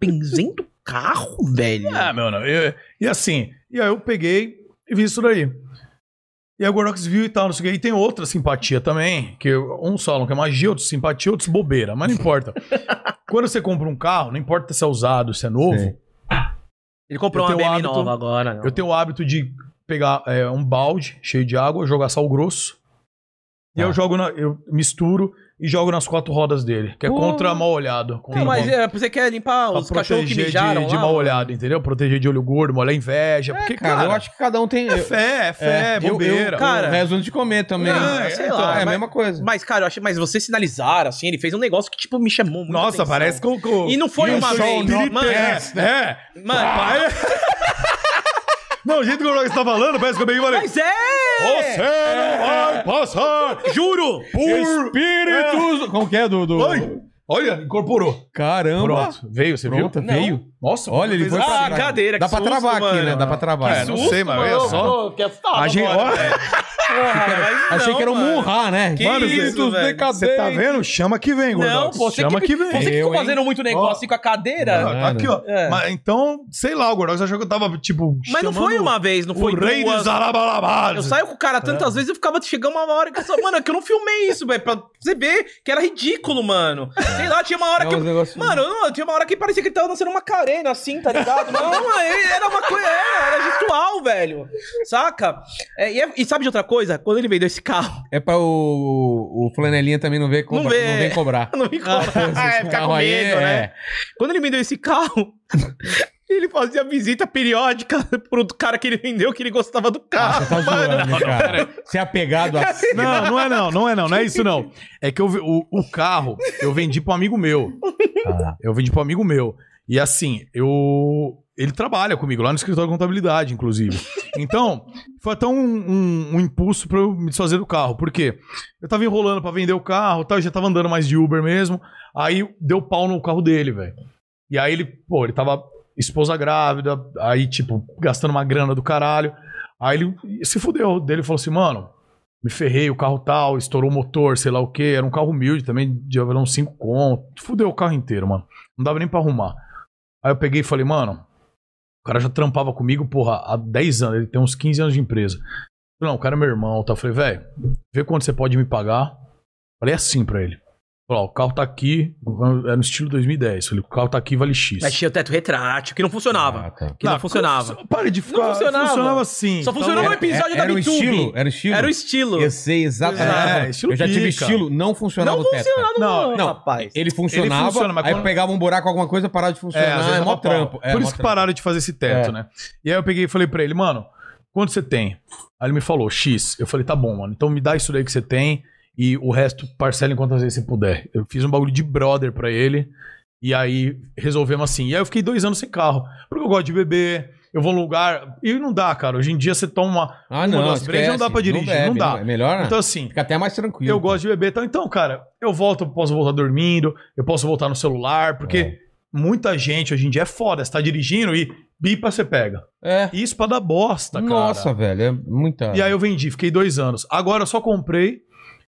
Speaker 3: benzendo o carro, velho?
Speaker 2: Ah, meu não. E, e assim, e aí eu peguei e vi isso daí. E aí o Gordox viu e tal, não sei o quê. E tem outra simpatia também, que eu- uns falam que é magia, outros simpatia, outros bobeira, mas não importa. Quando você compra um carro, não importa se é usado, se é novo,
Speaker 1: Sim.
Speaker 3: Ele comprou
Speaker 2: Eu
Speaker 3: uma
Speaker 2: tenho
Speaker 3: BM
Speaker 2: hábito-
Speaker 3: nova agora. né? não.
Speaker 2: eu tenho o hábito de pegar é, um balde cheio de água, jogar sal grosso. E
Speaker 1: Tá.
Speaker 2: eu jogo na- eu misturo e jogo nas quatro rodas dele, que é
Speaker 1: Pô.
Speaker 2: contra mal olhado. Contra
Speaker 3: Não, mas
Speaker 2: mal-
Speaker 3: é, você quer limpar
Speaker 2: pra
Speaker 3: os cachorros que
Speaker 2: proteger de,
Speaker 3: mijaram lá?
Speaker 2: de mal olhado, entendeu? Proteger de olho gordo, molhar inveja.
Speaker 1: É,
Speaker 2: porque,
Speaker 1: cara, eu acho que cada um tem.
Speaker 2: É fé, é fé, é
Speaker 1: eu-
Speaker 2: bobeira.
Speaker 1: Eu, cara,
Speaker 3: Cara-
Speaker 1: eu rezo antes de comer também.
Speaker 3: Ah,
Speaker 1: é,
Speaker 3: sei
Speaker 1: então,
Speaker 3: lá,
Speaker 1: é a
Speaker 3: mas-
Speaker 1: mesma coisa.
Speaker 3: Mas, cara, eu achei, mas você sinalizar, assim, ele fez um negócio que, tipo, me chamou muito.
Speaker 2: Nossa, parece que eu... que eu-
Speaker 3: E não foi
Speaker 2: eu
Speaker 3: uma
Speaker 2: sou
Speaker 3: vez,
Speaker 2: um
Speaker 3: não, mano.
Speaker 2: É, é.
Speaker 3: Mano,
Speaker 2: Aí- Não, o jeito que o Rogue está falando, parece que eu peguei e falei...
Speaker 3: mas é!
Speaker 2: Você não vai passar
Speaker 3: Juro!
Speaker 2: por...
Speaker 1: Espíritos. Como que é, do. do-
Speaker 2: Oi, Olha, incorporou.
Speaker 1: Caramba.
Speaker 2: Pronto, veio, você
Speaker 1: Pronto,
Speaker 2: viu?
Speaker 1: veio.
Speaker 2: Nossa,
Speaker 1: Olha, ele foi
Speaker 2: fez
Speaker 1: pra
Speaker 2: assim.
Speaker 3: Ah, cadeira, que
Speaker 1: Dá pra
Speaker 3: susto,
Speaker 1: travar aqui,
Speaker 3: mano.
Speaker 1: né? Dá pra travar.
Speaker 2: É, não sei, mas olha só.
Speaker 3: Pô, que é assustado
Speaker 2: A gente...
Speaker 3: agora. né?
Speaker 2: Olha,
Speaker 3: Porra, mas
Speaker 1: Achei
Speaker 3: não,
Speaker 1: que era um
Speaker 3: mano.
Speaker 1: murrar, né?
Speaker 3: Que
Speaker 1: Mano,
Speaker 3: isso,
Speaker 1: espíritos
Speaker 3: velho.
Speaker 1: decadentes.
Speaker 2: Você tá vendo? Chama que vem,
Speaker 3: Não,
Speaker 2: Gordox.
Speaker 3: pô, você
Speaker 2: Chama
Speaker 3: que,
Speaker 2: que vem.
Speaker 3: Você que
Speaker 1: Eu,
Speaker 3: ficou
Speaker 1: hein?
Speaker 3: fazendo muito negócio assim com a cadeira.
Speaker 2: Ah, Aqui, ó.
Speaker 3: É.
Speaker 2: Mas, então, sei lá, o Gordox achou que eu tava, tipo,
Speaker 3: Mas não foi
Speaker 2: chamando
Speaker 3: uma vez, não foi
Speaker 2: o rei
Speaker 3: duas.
Speaker 2: dos Zarabalabares.
Speaker 3: Eu saio com o cara tantas vezes, eu ficava chegando uma hora que eu só, mano, é que eu não filmei isso, velho, pra você ver que era ridículo, mano. Sei lá, tinha uma hora
Speaker 1: É
Speaker 3: que
Speaker 1: uns
Speaker 3: eu-
Speaker 1: negócios-
Speaker 3: Mano, eu não- tinha uma hora que parecia que ele tava dançando uma carena assim, tá ligado? Não, ele- era uma coisa, era, era gestual, velho. Saca? É, e, é- e sabe de outra coisa, quando ele vendeu esse carro,
Speaker 1: É pra o, o Flanelinha também não ver cobrar. Não,
Speaker 3: Não vê.
Speaker 1: vem cobrar.
Speaker 3: não me conta.
Speaker 6: Ah, é, ficar
Speaker 1: Carro
Speaker 6: com
Speaker 1: aí,
Speaker 6: medo, né?
Speaker 1: é.
Speaker 3: Quando ele vendeu esse carro, ele fazia visita periódica pro cara que ele vendeu, que ele gostava do carro.
Speaker 1: Tá zoando, cara. Você é apegado a...
Speaker 2: Não, não é não, não é não, não é isso não. É que eu, ve- o, o carro eu vendi pra um amigo meu. Eu vendi pra um amigo meu. E assim, eu. Ele trabalha comigo lá no escritório de contabilidade, inclusive. Então, foi até um, um- um impulso pra eu me desfazer do carro. Por quê? Eu tava enrolando pra vender o carro tal, eu já tava andando mais de Uber mesmo. Aí deu pau no carro dele, velho. E aí ele, pô, ele tava esposa grávida, aí, tipo, gastando uma grana do caralho. Aí ele se fudeu dele e falou assim, mano, me ferrei, o carro tal, estourou o motor, sei lá o que. Era um carro humilde também, de avião 5 conto. Fudeu o carro inteiro, mano. Não dava nem pra arrumar. Aí eu peguei e falei, mano, o cara já trampava comigo, porra, há 10 anos, ele tem uns 15 anos de empresa. Falei, não, o cara é meu irmão, tá? Eu falei, velho, vê quanto você pode me pagar. Falei assim pra ele. Falei, ó, o carro tá aqui, é no estilo 2010. Falei, o carro tá aqui, vale X.
Speaker 3: Aí Ah, tinha o teto retrátil, que não funcionava.
Speaker 1: Ah, tá.
Speaker 3: Que não, funcionava.
Speaker 2: Pare de ficar.
Speaker 3: funcionava.
Speaker 2: funcionava assim.
Speaker 3: Só funcionou
Speaker 2: Então,
Speaker 3: no episódio
Speaker 1: era
Speaker 3: da
Speaker 1: o
Speaker 3: Bitube.
Speaker 1: estilo, era o estilo.
Speaker 3: Era o estilo.
Speaker 1: Eu sei exatamente.
Speaker 2: É, estilo
Speaker 1: eu já tive
Speaker 2: pica.
Speaker 1: estilo, não funcionava
Speaker 3: Não
Speaker 1: o teto.
Speaker 3: funcionava,
Speaker 2: Não,
Speaker 3: não,
Speaker 1: não.
Speaker 3: rapaz.
Speaker 1: Ele funcionava,
Speaker 2: Ele funciona, mas
Speaker 1: aí
Speaker 2: quando-
Speaker 1: pegava um buraco, alguma coisa, parava de
Speaker 2: É, às
Speaker 1: funcionar.
Speaker 2: vezes
Speaker 1: É,
Speaker 2: dá
Speaker 1: mó
Speaker 2: pau.
Speaker 1: trampo. é,
Speaker 2: Por
Speaker 1: mó
Speaker 2: isso que
Speaker 1: trampo.
Speaker 2: pararam de fazer esse teto,
Speaker 1: É.
Speaker 2: né? E aí eu peguei e falei pra ele, mano, quanto você tem? Aí ele me falou, X. Eu falei, tá bom, mano. Então me dá isso daí que você tem e o resto parcela em quantas vezes você puder. Eu fiz um bagulho de brother pra ele e aí resolvemos assim. E aí eu fiquei dois anos sem carro, porque eu gosto de beber. Eu vou num lugar. E não dá, cara. Hoje em dia você toma uma.
Speaker 1: Ah, não.
Speaker 2: das brejas não dá pra dirigir, não dá.
Speaker 1: É melhor, né?
Speaker 2: Então, assim,
Speaker 1: Fica até mais tranquilo.
Speaker 3: Uhum.
Speaker 2: eu gosto de beber. Então, então, cara, eu volto, eu posso voltar dormindo, eu posso voltar no celular, porque
Speaker 1: É.
Speaker 2: muita gente hoje em dia é foda. Você tá dirigindo e bipa, você pega.
Speaker 1: É.
Speaker 2: Isso pra dar bosta, cara.
Speaker 1: Nossa, velho, é muita.
Speaker 2: E aí eu vendi, fiquei dois anos. Agora eu só comprei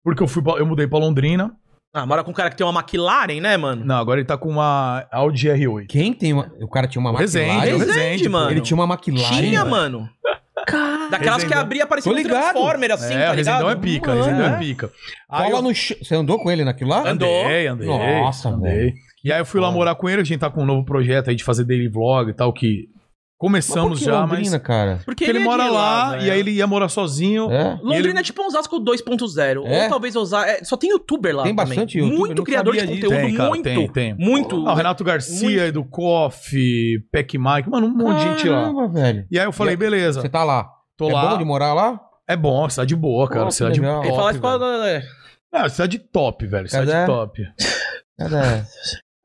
Speaker 2: porque eu fui, pra- eu mudei pra Londrina.
Speaker 3: Ah, mora com um cara que tem uma McLaren, né, mano?
Speaker 2: Não, agora ele tá com uma Audi R8.
Speaker 1: Quem tem uma. O cara tinha uma
Speaker 2: O Resende,
Speaker 1: McLaren.
Speaker 2: o Resende,
Speaker 3: Resende,
Speaker 2: pô.
Speaker 3: é mano.
Speaker 1: Ele tinha uma McLaren.
Speaker 3: Tinha,
Speaker 1: velho.
Speaker 3: mano. Daquelas que
Speaker 2: Resendão.
Speaker 3: abria parecia
Speaker 1: Tô
Speaker 3: um
Speaker 1: ligado.
Speaker 3: Transformer, assim,
Speaker 2: é,
Speaker 3: tá
Speaker 2: o Resendão
Speaker 3: ligado?
Speaker 2: é pica,
Speaker 3: Mano,
Speaker 2: o Resendão é
Speaker 3: é.
Speaker 2: picola.
Speaker 1: Cola no ch- Você andou com ele naquilo lá?
Speaker 3: Andou.
Speaker 2: Andei, andei.
Speaker 1: Nossa,
Speaker 2: andei.
Speaker 1: velho.
Speaker 2: E aí eu fui lá
Speaker 1: foda.
Speaker 2: morar com ele, a gente tá com um novo projeto aí de fazer daily vlog e tal, que começamos
Speaker 1: Mas por que
Speaker 2: já,
Speaker 1: Londrina,
Speaker 2: mas...
Speaker 1: cara.
Speaker 2: Porque
Speaker 3: Porque,
Speaker 2: ele,
Speaker 3: é
Speaker 2: mora
Speaker 3: de
Speaker 2: lá,
Speaker 3: velho.
Speaker 2: e aí ele ia morar sozinho.
Speaker 1: né? É?
Speaker 3: Londrina é tipo Osasco 2.0.
Speaker 1: É?
Speaker 3: Ou talvez Osasco. é, só tem youtuber lá.
Speaker 1: Tem
Speaker 3: também.
Speaker 1: bastante youtuber,
Speaker 3: Muito
Speaker 1: não
Speaker 3: criador de
Speaker 1: sabia disso.
Speaker 3: conteúdo, muito.
Speaker 2: tem, tem.
Speaker 3: Muito.
Speaker 2: Ah, o Renato Garcia, Edu Koff, Peck Mike, mano, um monte de gente lá.
Speaker 1: Caramba, velho.
Speaker 2: E aí eu falei,
Speaker 1: E-
Speaker 2: beleza,
Speaker 1: Você tá lá.
Speaker 2: tô
Speaker 1: é
Speaker 2: lá.
Speaker 1: bom de morar lá?
Speaker 2: É bom, cidade boa, cara.
Speaker 1: Pô,
Speaker 2: cidade
Speaker 1: que legal.
Speaker 2: top.
Speaker 3: Ele fala isso
Speaker 2: velho.
Speaker 3: com
Speaker 2: Ah, cidade top, velho. Cidade
Speaker 1: Cadê?
Speaker 2: top.
Speaker 1: Cadê?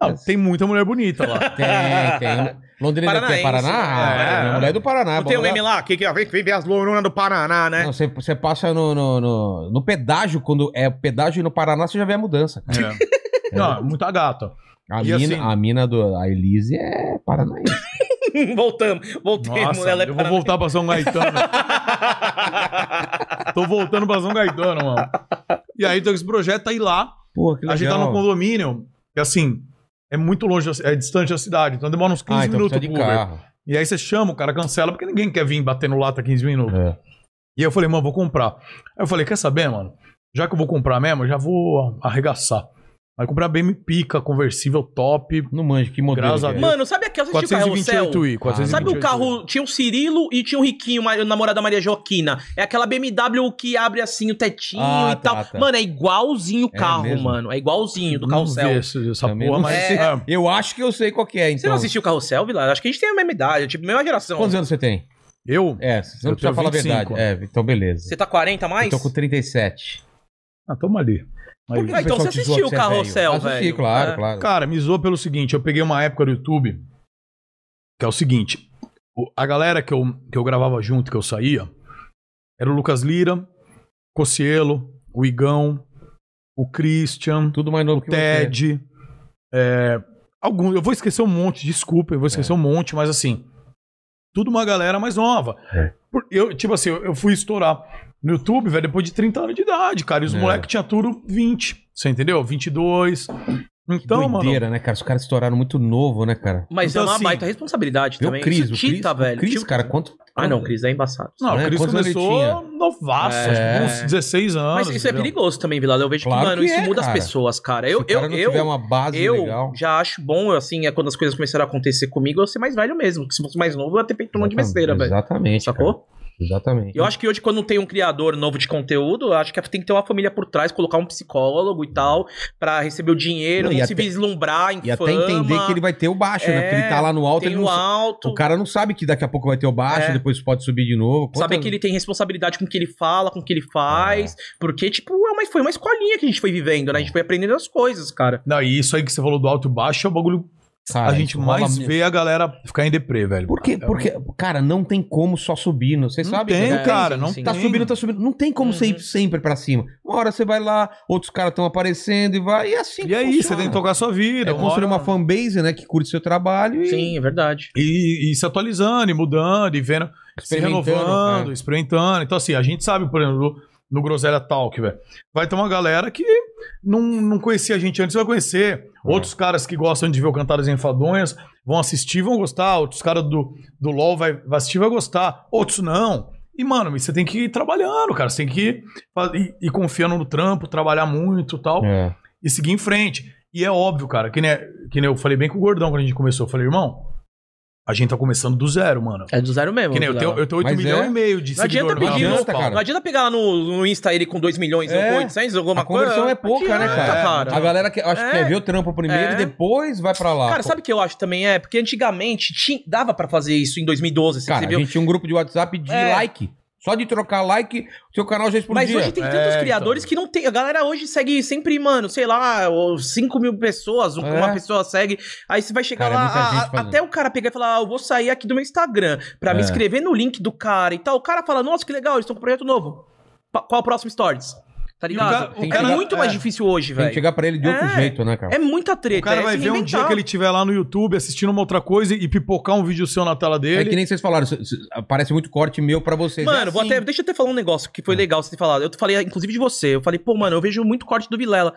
Speaker 2: Ah, tem muita mulher bonita lá.
Speaker 1: né? Tem, tem. Londrina é o quê?
Speaker 3: Paranaense,
Speaker 1: Paraná?
Speaker 2: né?
Speaker 1: Ah, Minha mulher é do Paraná.
Speaker 3: Não tem
Speaker 1: bom
Speaker 3: um meme
Speaker 1: lugar.
Speaker 3: lá, que, que vem, vem as louronas do Paraná, né?
Speaker 1: Não, você, você passa no, no, no, no pedágio, quando é pedágio e no Paraná, você já vê a mudança. cara.
Speaker 2: É. Não, muita gata.
Speaker 1: A,
Speaker 2: E
Speaker 1: mina,
Speaker 2: assim-
Speaker 1: a mina do a Elise é paranaense.
Speaker 3: Voltamos, voltemos.
Speaker 2: Nossa,
Speaker 3: ela é
Speaker 2: eu vou
Speaker 3: paranaense.
Speaker 2: voltar pra São Gaetano. tô voltando pra São Gaetano, mano. E aí, então, esse projeto aí lá.
Speaker 1: Pô, que
Speaker 2: A gente tá num condomínio, que assim, é muito longe, da ci- é distante da cidade. Então demora uns 15
Speaker 1: ah, então
Speaker 2: minutos
Speaker 1: precisa de
Speaker 2: pro Uber.
Speaker 1: carro.
Speaker 2: E aí você chama, o cara cancela, porque ninguém quer vir batendo lata 15 minutos.
Speaker 1: É.
Speaker 2: E aí eu falei, mano, vou comprar. Aí eu falei, quer saber, mano? Já que eu vou comprar mesmo, eu já vou arregaçar. Aí comprar BM Pica, conversível top,
Speaker 1: Não manjo, que modelo.
Speaker 2: Graças a
Speaker 1: que é?
Speaker 2: Deus.
Speaker 3: Mano, sabe aquela você assistiu o carrossel?
Speaker 2: 428i. 428i.
Speaker 3: Sabe o carro? Tinha o Cirilo e tinha o Riquinho, ma- o namorado da Maria Joaquina. É aquela BMW que abre assim o tetinho
Speaker 1: Ah,
Speaker 3: e
Speaker 1: tá,
Speaker 3: tal.
Speaker 1: tá.
Speaker 3: Mano, é igualzinho o
Speaker 1: É
Speaker 3: carro,
Speaker 1: mesmo?
Speaker 3: mano. É igualzinho do
Speaker 2: Não vi
Speaker 3: carrossel.
Speaker 2: esse- essa
Speaker 1: Também
Speaker 2: porra,
Speaker 1: não
Speaker 2: mas...
Speaker 3: sei.
Speaker 2: É.
Speaker 1: Eu acho que eu sei qual que é, então.
Speaker 3: Você não assistiu o carrossel, Vilar? Acho que a gente tem a mesma idade, tipo, mesma geração.
Speaker 2: né?
Speaker 1: Quantos anos você tem?
Speaker 2: Eu?
Speaker 1: É, você
Speaker 2: Eu
Speaker 1: não precisa
Speaker 2: tenho
Speaker 1: falar a
Speaker 2: 25.
Speaker 1: verdade. É, então beleza.
Speaker 3: Você tá 40 a mais?
Speaker 1: Eu tô com 37.
Speaker 2: Ah, tamo ali. Aí-
Speaker 3: Por que Ah,
Speaker 1: O
Speaker 3: então
Speaker 1: pessoal
Speaker 3: você
Speaker 1: te zoa que
Speaker 3: assistiu o
Speaker 1: você é velho.
Speaker 3: Carrossel,
Speaker 1: Ah, assisti,
Speaker 3: velho.
Speaker 1: claro,
Speaker 3: É.
Speaker 1: claro.
Speaker 2: Cara, me zoa pelo seguinte: eu peguei uma época do YouTube, que é o seguinte: o- a galera que eu, que eu gravava junto, que eu saía, era o Lucas Lira, Cocielo, o Igão, o Christian,
Speaker 1: Tudo mais novo
Speaker 2: o
Speaker 1: que você.
Speaker 2: Ted. é, algum, eu vou esquecer um monte, desculpa, eu vou
Speaker 1: É.
Speaker 2: esquecer um monte, mas assim, tudo uma galera mais nova.
Speaker 1: É.
Speaker 2: Por- Eu, tipo assim, eu, eu fui estourar no YouTube, velho, depois de 30 anos de idade, cara. E os
Speaker 1: É.
Speaker 2: moleques tinham tudo 20, você entendeu? 22. Então, mano.
Speaker 1: Doideira, né, cara? Os caras estouraram muito novo, né, cara?
Speaker 3: Mas
Speaker 2: Então,
Speaker 3: é uma
Speaker 2: assim,
Speaker 3: baita responsabilidade
Speaker 1: Vê
Speaker 3: também.
Speaker 1: o Cris,
Speaker 3: Isso
Speaker 1: o Cris,
Speaker 3: tita,
Speaker 1: o
Speaker 3: velho.
Speaker 1: Cris,
Speaker 3: Tita-
Speaker 1: cara, quanto...
Speaker 3: Ah, não, Cris, é embaçado.
Speaker 2: Não,
Speaker 1: né?
Speaker 2: o Cris
Speaker 1: Quantos anos ele
Speaker 2: começou
Speaker 1: tinha?
Speaker 2: novaço,
Speaker 3: É.
Speaker 2: acho que com uns 16 anos.
Speaker 3: Mas isso é
Speaker 2: entendeu?
Speaker 3: perigoso também, Vilar. Eu vejo
Speaker 1: Claro
Speaker 3: que, mano,
Speaker 1: que
Speaker 3: isso
Speaker 1: é,
Speaker 3: muda
Speaker 1: cara.
Speaker 3: as pessoas, cara.
Speaker 1: Se
Speaker 3: Eu,
Speaker 1: o
Speaker 3: eu,
Speaker 1: cara não
Speaker 3: eu,
Speaker 1: tiver uma base
Speaker 3: eu
Speaker 1: legal...
Speaker 3: já acho bom, assim, é quando as coisas começaram a acontecer comigo, eu ser mais velho mesmo. Porque se fosse mais novo, eu ia ter feito um monte de besteira, velho.
Speaker 1: Exatamente.
Speaker 3: Sacou?
Speaker 1: Exatamente.
Speaker 3: E eu acho que hoje, quando tem um criador novo de conteúdo, eu acho que tem que ter uma família por trás, colocar um psicólogo e tal, pra receber o dinheiro,
Speaker 1: Não,
Speaker 3: não,
Speaker 1: e
Speaker 3: se
Speaker 1: até-
Speaker 3: vislumbrar em
Speaker 1: E até
Speaker 3: fama,
Speaker 1: entender que ele vai ter o baixo, né? Porque
Speaker 3: É,
Speaker 1: ele tá lá no alto,
Speaker 3: tem
Speaker 1: ele não
Speaker 3: o
Speaker 1: sa-
Speaker 3: alto,
Speaker 1: O cara não sabe que daqui a pouco vai ter o baixo,
Speaker 3: É.
Speaker 1: depois pode subir de novo.
Speaker 3: saber
Speaker 1: Quantas-
Speaker 3: que ele tem responsabilidade com o que ele fala, com o que ele faz, porque, tipo, é uma, foi uma escolinha que a gente foi vivendo, né? A gente foi aprendendo as coisas, cara.
Speaker 2: Não, e isso aí que você falou do alto e baixo é o bagulho
Speaker 1: Cara,
Speaker 2: a gente
Speaker 1: isso rola
Speaker 2: mais
Speaker 1: mesmo.
Speaker 2: vê a galera ficar em deprê, velho.
Speaker 1: Por quê? Porque, cara, não tem como só subir, não. Você
Speaker 2: Não
Speaker 1: sabe?
Speaker 2: tem,
Speaker 1: né?
Speaker 2: cara,
Speaker 3: sim,
Speaker 2: não
Speaker 3: sim.
Speaker 1: Tá
Speaker 2: tem.
Speaker 1: subindo, tá subindo. Não tem como você
Speaker 3: Uhum.
Speaker 1: ir sempre pra cima. Uma hora você vai lá, outros caras estão aparecendo e vai. E é assim
Speaker 2: E aí, você tem que tocar a sua vida.
Speaker 1: É construir uma
Speaker 2: hora-
Speaker 1: fanbase, né, que curte seu trabalho e
Speaker 3: Sim, é verdade.
Speaker 2: E, e se atualizando, e mudando, e vendo, se
Speaker 1: experimentando,
Speaker 2: renovando,
Speaker 1: né?
Speaker 2: experimentando. Então, assim, a gente sabe, por exemplo, no Groselha Talk, velho, vai ter uma galera que não, não conhecia a gente antes, vai
Speaker 1: É.
Speaker 2: conhecer. Outros caras que gostam de ver o Cantadas Enfadonhas vão assistir, vão gostar. Outros caras do, do LoL vai, vai assistir, vai gostar. Outros não. E, mano, você tem que ir trabalhando, cara. Você tem que ir, fa- ir- ir confiando no trampo, trabalhar muito e tal
Speaker 1: É.
Speaker 2: e seguir em frente. E é óbvio, cara, que nem, que nem eu falei bem com o Gordão quando a gente começou. Eu falei, irmão, a gente tá começando do zero, mano.
Speaker 3: É do zero mesmo.
Speaker 2: que nem eu
Speaker 3: Vilela.
Speaker 2: tenho, eu tenho 8
Speaker 1: Mas
Speaker 2: milhões
Speaker 1: é.
Speaker 2: e meio de
Speaker 3: Não adianta
Speaker 2: seguidor no
Speaker 3: pedir,
Speaker 2: canal,
Speaker 1: não,
Speaker 2: Paulo.
Speaker 1: cara.
Speaker 3: Não adianta pegar lá no, no Insta ele com 2 milhões ou
Speaker 1: É.
Speaker 3: com 800, alguma
Speaker 1: A conversão
Speaker 3: coisa.
Speaker 1: é pouca, né,
Speaker 3: Adianta,
Speaker 1: cara?
Speaker 3: cara?
Speaker 1: A galera que acho que
Speaker 3: É.
Speaker 1: quer ver o trampo primeiro
Speaker 3: É.
Speaker 1: e depois vai pra lá.
Speaker 3: Cara,
Speaker 1: Pô.
Speaker 3: sabe o que eu acho também? É, porque antigamente ti- dava pra fazer isso em 2012, você
Speaker 1: Cara, a
Speaker 3: viu?
Speaker 1: gente tinha um grupo de WhatsApp de
Speaker 3: É.
Speaker 1: like. Só de trocar like, seu canal já
Speaker 3: Mas
Speaker 1: explodia.
Speaker 3: hoje tem
Speaker 2: É,
Speaker 3: tantos
Speaker 2: então.
Speaker 3: criadores que não tem. A galera hoje segue sempre, mano, sei lá, ou 5 mil pessoas, um-
Speaker 1: É.
Speaker 3: uma pessoa segue. Aí você vai chegar
Speaker 1: Cara, é
Speaker 3: lá,
Speaker 1: muita
Speaker 3: a-
Speaker 1: gente
Speaker 3: a-
Speaker 1: fazendo.
Speaker 3: até o cara pegar e falar, ah, eu vou sair aqui do meu Instagram pra me
Speaker 1: É.
Speaker 3: inscrever no link do cara e tal. O cara fala, nossa, que legal, eles estão com um projeto novo. Pa- qual é o próximo Stories? Tá
Speaker 2: E o
Speaker 3: ligado?
Speaker 2: cara- o
Speaker 3: é
Speaker 2: cara-
Speaker 3: muito mais
Speaker 2: é.
Speaker 3: difícil hoje,
Speaker 1: Tem
Speaker 3: velho.
Speaker 1: que chegar pra ele de outro
Speaker 3: É.
Speaker 1: jeito, né, cara?
Speaker 3: É muita treta.
Speaker 2: O cara
Speaker 3: é
Speaker 2: vai
Speaker 3: se
Speaker 2: ver um dia
Speaker 3: inventar.
Speaker 2: que ele estiver lá no YouTube assistindo uma outra coisa e pipocar um vídeo seu na tela
Speaker 1: É,
Speaker 2: dele.
Speaker 1: que nem vocês falaram, se- se- aparece muito corte meu pra vocês.
Speaker 3: Mano,
Speaker 1: é
Speaker 3: vou
Speaker 1: assim.
Speaker 3: até, deixa eu até falar um negócio que
Speaker 1: Hum.
Speaker 3: foi legal você ter falado. Eu falei, inclusive, de você. Eu falei, pô, mano, eu vejo muito corte do Vilela.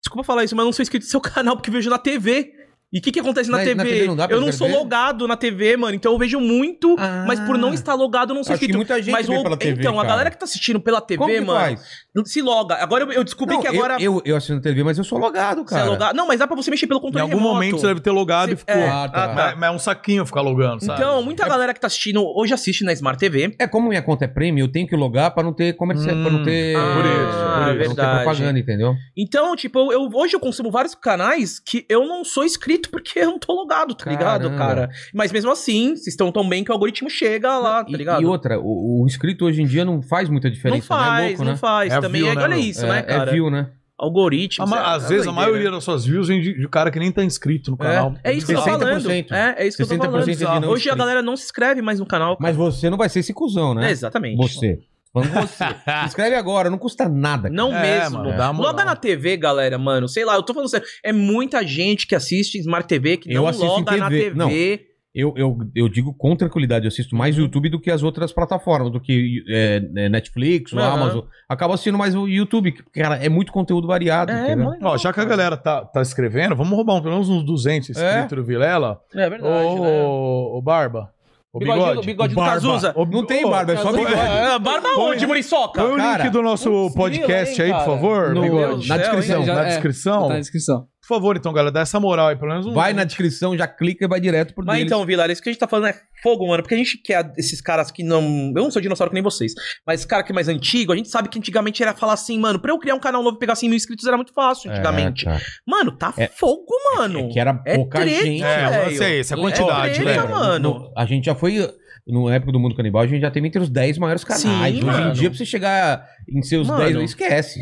Speaker 3: Desculpa falar isso, mas eu não sou inscrito no seu canal porque eu vejo na TV. E o que, que acontece na,
Speaker 1: Na- na
Speaker 3: TV?
Speaker 1: TV não dá pra
Speaker 3: eu não sou
Speaker 1: escrever?
Speaker 3: logado na TV, mano. Então eu vejo muito,
Speaker 1: Ah.
Speaker 3: mas por não estar logado, eu não sou
Speaker 1: Acho que
Speaker 3: inscrito.
Speaker 1: muita gente
Speaker 3: mas
Speaker 1: vê
Speaker 3: o-
Speaker 1: pela TV,
Speaker 3: Então,
Speaker 1: cara.
Speaker 3: a galera que tá assistindo pela TV,
Speaker 1: Como que
Speaker 3: mano,
Speaker 1: faz?
Speaker 3: se loga. Agora eu, eu descobri
Speaker 1: Não,
Speaker 3: que agora.
Speaker 1: eu, eu, eu assino TV, mas eu sou logado,
Speaker 3: você é
Speaker 1: cara.
Speaker 3: logado. Não, mas dá pra você mexer pelo
Speaker 2: em
Speaker 3: controle
Speaker 2: algum
Speaker 3: remoto.
Speaker 2: momento você deve ter logado e
Speaker 3: Você-
Speaker 2: ficou.
Speaker 3: é.
Speaker 1: Ah, tá.
Speaker 3: Ah, tá.
Speaker 2: Mas, mas é um saquinho ficar logando, sabe?
Speaker 3: Então, muita galera que tá assistindo hoje assiste na Smart TV.
Speaker 1: É como minha conta é premium, eu tenho que logar pra não ter comercial,
Speaker 2: Hum,
Speaker 1: pra não ter.
Speaker 3: ah,
Speaker 1: pra
Speaker 3: por isso, por isso.
Speaker 1: Não ter propaganda, entendeu?
Speaker 3: Então, tipo, eu, eu- hoje eu consumo vários canais que eu não sou inscrito porque eu não tô logado, tá ligado,
Speaker 1: Caramba.
Speaker 3: cara? Mas mesmo assim, vocês estão tão bem que o algoritmo chega lá,
Speaker 1: E-
Speaker 3: tá ligado?
Speaker 1: E, outra, o, o inscrito hoje em dia não faz muita diferença.
Speaker 3: não faz,
Speaker 1: né? É louco,
Speaker 3: não
Speaker 1: né?
Speaker 3: faz.
Speaker 2: É
Speaker 3: também
Speaker 2: view,
Speaker 3: é-
Speaker 2: né,
Speaker 3: olha
Speaker 2: meu?
Speaker 3: isso,
Speaker 1: é,
Speaker 3: né,
Speaker 1: é
Speaker 3: cara?
Speaker 1: view, né?
Speaker 3: Algoritmo.
Speaker 2: A ma-
Speaker 3: é-
Speaker 2: às
Speaker 3: é
Speaker 2: vezes a
Speaker 3: doideira.
Speaker 2: maioria das suas views vem de, de cara que nem tá inscrito no canal.
Speaker 3: É isso que eu tô
Speaker 1: 60%.
Speaker 3: falando. É, é isso que eu tô
Speaker 1: 60% de
Speaker 3: falando.
Speaker 1: não
Speaker 3: Hoje a
Speaker 1: inscrito.
Speaker 3: galera não se inscreve mais no canal.
Speaker 1: Mas você não vai ser esse cuzão,
Speaker 3: É,
Speaker 1: né?
Speaker 3: exatamente.
Speaker 1: Você. Tô Falando você. Se Inscreve agora, não custa nada. cara.
Speaker 3: Não
Speaker 2: É,
Speaker 3: mesmo.
Speaker 2: mano, dá uma moral.
Speaker 3: Loga na TV, galera, mano. Sei lá, eu tô falando sério. É muita gente que assiste Smart TV, que
Speaker 1: Eu
Speaker 3: não
Speaker 1: assisto em
Speaker 3: loga na É,
Speaker 1: TV.
Speaker 3: TV.
Speaker 1: Não. Eu, eu, eu digo com tranquilidade, eu assisto mais
Speaker 3: Uhum.
Speaker 1: YouTube do que as outras plataformas, do que é, é, Netflix, ou
Speaker 3: Aham.
Speaker 1: Amazon. Acabo assistindo mais o YouTube, que, cara, é muito conteúdo variado.
Speaker 3: É,
Speaker 1: entendeu?
Speaker 3: mano.
Speaker 2: Ó, já que a galera tá, tá escrevendo, vamos roubar um- pelo menos uns
Speaker 1: É.
Speaker 2: 200 inscritos do Vilela.
Speaker 3: É
Speaker 2: Ô,
Speaker 3: verdade. né?
Speaker 2: ô, ô, Barba. Ô,
Speaker 3: Bigode,
Speaker 2: bigode.
Speaker 3: bigode do
Speaker 1: Barba.
Speaker 3: Cazuza.
Speaker 2: Ô,
Speaker 1: Não tem
Speaker 2: ô,
Speaker 1: barba, é só
Speaker 4: Cazuza.
Speaker 1: bigode.
Speaker 3: É, barba onde, Muriçoca?
Speaker 2: Põe o
Speaker 1: Cara,
Speaker 2: link do nosso
Speaker 3: putz,
Speaker 2: podcast
Speaker 3: grila, hein,
Speaker 2: aí, por
Speaker 3: cara?
Speaker 2: favor,
Speaker 1: No-
Speaker 2: bigode.
Speaker 1: na
Speaker 3: Meu Deus do
Speaker 1: descrição.
Speaker 3: céu,
Speaker 4: hein?
Speaker 2: Na
Speaker 4: é,
Speaker 2: descrição.
Speaker 4: Tá na descrição.
Speaker 2: Por favor, então, galera, dá essa moral aí, pelo menos um.
Speaker 1: Vai na descrição, já clica e vai direto pro
Speaker 3: Mas
Speaker 1: deles.
Speaker 3: então, Vilar, isso que a gente tá falando é fogo, mano. Porque a gente quer esses caras que não. Eu não sou dinossauro que nem vocês. Mas esse cara que é mais antigo, a gente sabe que antigamente era falar assim, mano, pra eu criar um canal novo e pegar 100 mil inscritos era muito fácil antigamente.
Speaker 1: É, cara.
Speaker 3: Mano, tá
Speaker 1: É-
Speaker 3: fogo, mano.
Speaker 1: É que era
Speaker 3: É
Speaker 1: pouca
Speaker 3: treta,
Speaker 1: gente.
Speaker 2: É, o lance é
Speaker 3: velho.
Speaker 2: esse, a quantidade,
Speaker 3: treta,
Speaker 2: velho.
Speaker 1: Cara,
Speaker 3: mano.
Speaker 1: no- a gente já foi. Na época do Mundo Canibal, a gente já teve entre os 10 maiores canais.
Speaker 3: Sim,
Speaker 1: Hoje
Speaker 3: mano.
Speaker 1: em dia, pra você chegar em seus
Speaker 3: Mano.
Speaker 1: 10, esquece.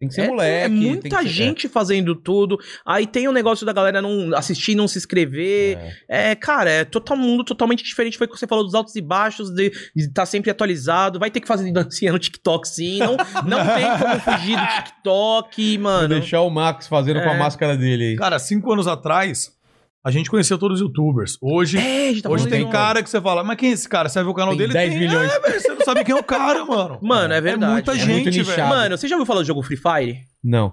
Speaker 1: Tem que ser
Speaker 3: É-
Speaker 1: moleque.
Speaker 3: é
Speaker 1: tem que
Speaker 3: muita
Speaker 1: ser-
Speaker 3: gente fazendo tudo. Aí tem o negócio da galera não assistir, não se inscrever.
Speaker 1: É.
Speaker 3: É, cara, é total mundo totalmente diferente. Foi o que você falou dos altos e baixos, de estar sempre atualizado. Vai ter que fazer dancinha no TikTok, sim. Não, não tem como fugir do TikTok,
Speaker 1: Vou
Speaker 3: mano.
Speaker 1: Deixar o Max fazendo com a
Speaker 3: É.
Speaker 1: máscara dele aí.
Speaker 2: Cara, cinco anos atrás, a gente conhecia todos os youtubers. Hoje.
Speaker 3: É, a gente tá
Speaker 2: Hoje
Speaker 3: falando
Speaker 2: tem
Speaker 3: de-
Speaker 2: cara que você fala, mas quem é esse cara? Você vai ver o canal
Speaker 1: Tem
Speaker 2: dele?
Speaker 1: 10
Speaker 2: tem...
Speaker 1: milhões.
Speaker 2: É, velho, você não sabe quem é o cara, mano.
Speaker 3: Mano, é verdade.
Speaker 2: É muita
Speaker 1: muito
Speaker 2: gente,
Speaker 1: nichado.
Speaker 2: velho.
Speaker 3: Mano, você já ouviu falar do jogo Free Fire?
Speaker 1: Não.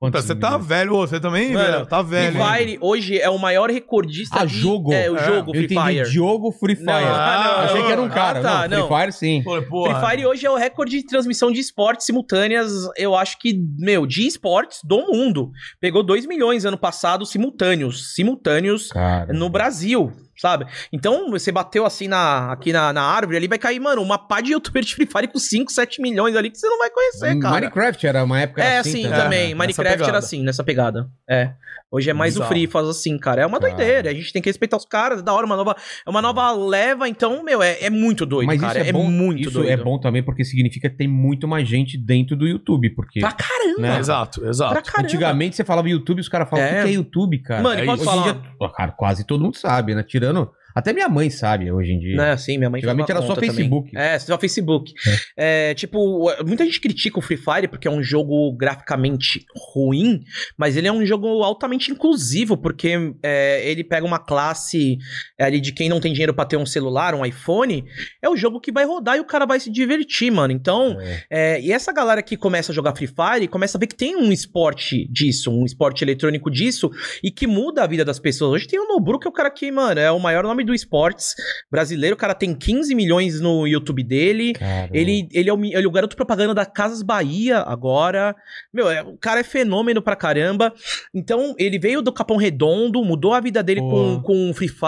Speaker 2: Puta, você
Speaker 1: assim, né?
Speaker 2: tá velho, ô, você também,
Speaker 3: Mano,
Speaker 2: velho. Tá
Speaker 3: Free
Speaker 2: velho. hein?
Speaker 3: Fire hoje é o maior recordista
Speaker 1: Ah,
Speaker 3: de-
Speaker 1: jogo?
Speaker 3: É, o
Speaker 2: É,
Speaker 3: jogo
Speaker 1: Eu
Speaker 3: Free
Speaker 1: entendi
Speaker 3: Fire.
Speaker 1: Diogo Free Fire.
Speaker 2: Ah,
Speaker 1: Achei que era um cara.
Speaker 3: Ah, tá,
Speaker 1: não, Free Fire sim.
Speaker 2: Pô, pô,
Speaker 3: Free Fire hoje é o recorde de transmissão de esportes simultâneas, eu acho que, meu, de esportes do mundo. Pegou 2 milhões ano passado simultâneos, simultâneos
Speaker 1: Cara.
Speaker 3: no Brasil. sabe? Então, você bateu assim na, aqui na, na árvore, ali vai cair, mano, uma pá de youtuber de Free Fire com 5, 7 milhões ali que você não vai conhecer, cara.
Speaker 1: Hum, Minecraft era uma época
Speaker 3: É, assim
Speaker 2: também.
Speaker 1: né?
Speaker 3: também.
Speaker 2: É, nessa
Speaker 3: Minecraft
Speaker 2: pegada.
Speaker 3: era assim, nessa pegada. É. Hoje é mais o
Speaker 2: Bizarro.
Speaker 3: Free faz assim, cara. É uma
Speaker 1: Cara.
Speaker 3: doideira. A gente tem que respeitar os caras. É da hora, uma nova, é uma nova leva. Então, meu, é, é muito doido,
Speaker 1: Mas
Speaker 3: cara.
Speaker 1: isso é, bom,
Speaker 3: muito
Speaker 1: isso
Speaker 3: doido.
Speaker 1: é bom também porque significa que tem muito mais gente dentro do YouTube, porque
Speaker 3: Pra caramba.
Speaker 1: Né?
Speaker 2: é, Exato, exato.
Speaker 3: Pra caramba.
Speaker 1: antigamente você falava YouTube, os caras falavam,
Speaker 3: É.
Speaker 1: o que que é YouTube, cara?
Speaker 3: Mano,
Speaker 2: é
Speaker 3: e pode
Speaker 1: hoje em
Speaker 3: falar.
Speaker 1: dia, Ó, cara, quase todo mundo sabe, né? Tirando, até minha mãe sabe hoje em dia.
Speaker 3: Né, sim, minha mãe fez
Speaker 1: Antigamente
Speaker 3: uma
Speaker 1: era só
Speaker 3: conta também.
Speaker 1: Facebook.
Speaker 3: É, só Facebook. É, tipo, muita gente critica o Free Fire porque é um jogo graficamente ruim, mas ele é um jogo altamente inclusivo, porque é, ele pega uma classe é, ali de quem não tem dinheiro pra ter um celular, um iPhone, é o jogo que vai rodar e o cara vai se divertir, mano. Então,
Speaker 1: É.
Speaker 3: é, e essa galera que começa a jogar Free Fire começa a ver que tem um esporte disso, um esporte eletrônico disso, e que muda a vida das pessoas. Hoje tem o Nobru, que é o cara que, mano, é o maior nome do esportes brasileiro. O cara tem 15 milhões no YouTube dele.
Speaker 1: Cara,
Speaker 3: Ele, ele, é o, mi- ele é o garoto propaganda da Casas Bahia agora. Meu, é- o cara é fenômeno pra caramba. Então, ele veio do Capão Redondo, mudou a vida dele
Speaker 1: Pô.
Speaker 3: com, com o Free Fire.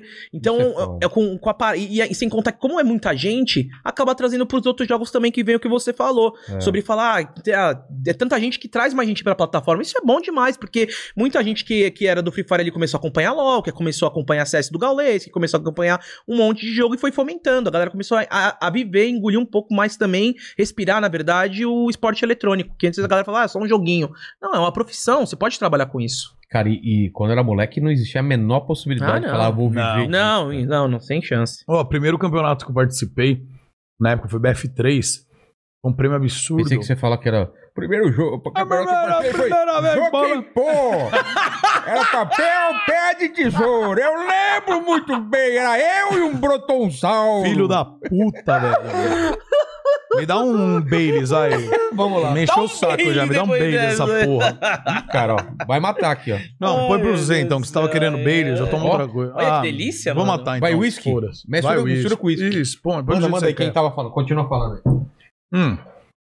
Speaker 1: Isso é
Speaker 3: Então,
Speaker 1: foda.
Speaker 3: é, com, com a, par- e, e sem contar que, como é muita gente, acaba trazendo pros outros jogos também que vem o que você falou.
Speaker 1: É.
Speaker 3: Sobre falar, ah, te- ah, é tanta gente que traz mais gente pra plataforma. Isso é bom demais, porque muita gente que, que era do Free Fire ali começou a acompanhar LOL, que começou a acompanhar CS do Gaules, que começou a acompanhar um monte de jogo e foi fomentando. A galera começou a, a, a viver, engolir um pouco mais também, respirar, na verdade, o esporte eletrônico. Que antes a galera falava, ah, é só um joguinho. Não, é uma profissão, você pode trabalhar com isso.
Speaker 1: Cara, e, e quando eu era moleque não existia a menor possibilidade
Speaker 3: Ah,
Speaker 1: de
Speaker 3: não.
Speaker 1: falar, vou viver.
Speaker 3: Não,
Speaker 1: é.
Speaker 3: não, não, sem chance.
Speaker 2: Ó, primeiro campeonato que eu participei, na época foi BF3, foi um prêmio absurdo.
Speaker 1: Pensei que você fala que era primeiro
Speaker 3: É
Speaker 1: jogo.
Speaker 2: A primeira-
Speaker 1: Foi-
Speaker 2: primeira vez,
Speaker 1: Jogo
Speaker 2: bola.
Speaker 1: em pô! Era papel, é um pé de tesouro. Eu lembro muito bem. Era eu e um brotonzal.
Speaker 2: Filho da puta, velho. Me dá um Baileys aí.
Speaker 1: Vamos lá.
Speaker 2: Me encheu o saco
Speaker 3: Baileys
Speaker 2: já, me dá um
Speaker 3: depois
Speaker 2: Baileys
Speaker 3: dessa.
Speaker 2: essa porra.
Speaker 1: Cara, ó, vai matar aqui, ó.
Speaker 2: Não,
Speaker 3: Ai,
Speaker 2: põe pro
Speaker 3: meu
Speaker 2: Zé então, que você tava
Speaker 3: Deus
Speaker 2: querendo
Speaker 3: do
Speaker 2: Baileys, eu
Speaker 3: céu.
Speaker 2: tomo
Speaker 1: Ó,
Speaker 2: outra coisa. Ah,
Speaker 3: olha que delícia,
Speaker 2: Vou
Speaker 3: mano.
Speaker 2: matar então.
Speaker 1: Vai whisky?
Speaker 2: foda-se.
Speaker 1: Mistura-
Speaker 2: Vai whisky.
Speaker 1: mistura com whisky.
Speaker 2: Isso, põe. põe do
Speaker 1: Manda,
Speaker 2: jeito
Speaker 1: manda
Speaker 2: que
Speaker 1: aí
Speaker 2: você
Speaker 1: quem tá-
Speaker 2: quer.
Speaker 1: tava falando. Continua falando.
Speaker 2: Hum.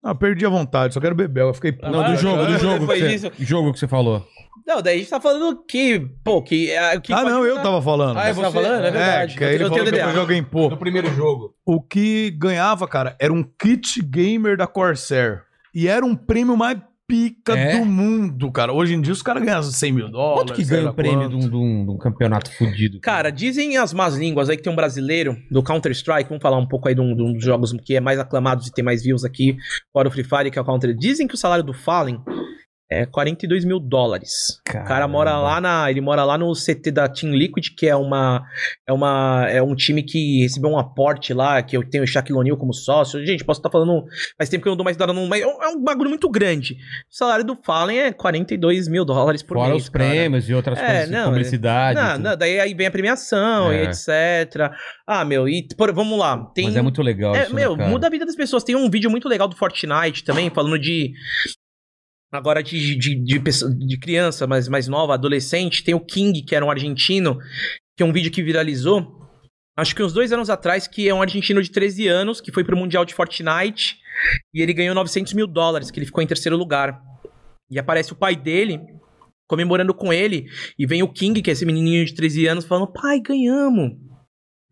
Speaker 2: Ah, perdi a vontade, só quero beber. Eu fiquei puto. Ah,
Speaker 1: Não, do jogo, do jogo. Que
Speaker 3: Depois
Speaker 1: você,
Speaker 3: disso.
Speaker 1: jogo que você falou.
Speaker 3: Não, daí a gente tá falando que, pô, que... é, que
Speaker 2: Ah,
Speaker 3: pode
Speaker 2: não, eu
Speaker 3: mudar.
Speaker 2: tava falando.
Speaker 1: Ah, é
Speaker 3: Você tá
Speaker 1: você.
Speaker 3: falando? É verdade.
Speaker 2: É, que aí ele
Speaker 3: eu tenho
Speaker 2: falou que
Speaker 3: DDA.
Speaker 2: depois alguém pô.
Speaker 1: No primeiro jogo.
Speaker 2: O que ganhava, cara, era um kit gamer da Corsair. E era um prêmio mais pica
Speaker 1: É?
Speaker 2: do mundo, cara. Hoje em dia os caras ganham 100 mil dólares.
Speaker 1: Quanto que ganha o prêmio de um, de um- de um campeonato fudido?
Speaker 3: Cara, dizem as más línguas aí que tem um brasileiro do Counter-Strike. Vamos falar um pouco aí de um, de um dos jogos que é mais aclamado e tem mais views aqui, fora o Free Fire, que é o Counter. Dizem que o salário do Fallen é 42 mil dólares. O cara mora lá na. Ele mora lá no CT da Team Liquid, que é uma. É uma. É um time que recebeu um aporte lá, que eu tenho o Shaquille O'Neal como sócio. Gente, posso estar falando. Faz tempo que eu não dou mais dado num. Mas é um- é um bagulho muito grande. O salário do Fallen é 42 mil dólares por
Speaker 1: Fora
Speaker 3: mês.
Speaker 1: os
Speaker 3: cara.
Speaker 1: prêmios e outras
Speaker 3: É,
Speaker 1: coisas,
Speaker 3: não,
Speaker 1: publicidade.
Speaker 3: Não,
Speaker 1: tudo.
Speaker 3: não, daí aí vem a premiação
Speaker 1: É.
Speaker 3: e etc. Ah, meu, e por- vamos lá. Tem,
Speaker 1: Mas é muito legal
Speaker 3: é,
Speaker 1: isso,
Speaker 3: meu,
Speaker 1: né, cara?
Speaker 3: muda a vida das pessoas. Tem um vídeo muito legal do Fortnite também, falando de. Agora de, de, de, pessoa- de criança, mas mais nova, adolescente. Tem o King, que era um argentino, que é um vídeo que viralizou. Acho que uns dois anos atrás, que é um argentino de 13 anos, que foi pro Mundial de Fortnite. E ele ganhou 900 mil dólares, que ele ficou em terceiro lugar. E aparece o pai dele comemorando com ele. E vem o King, que é esse menininho de 13 anos, falando: Pai, ganhamos.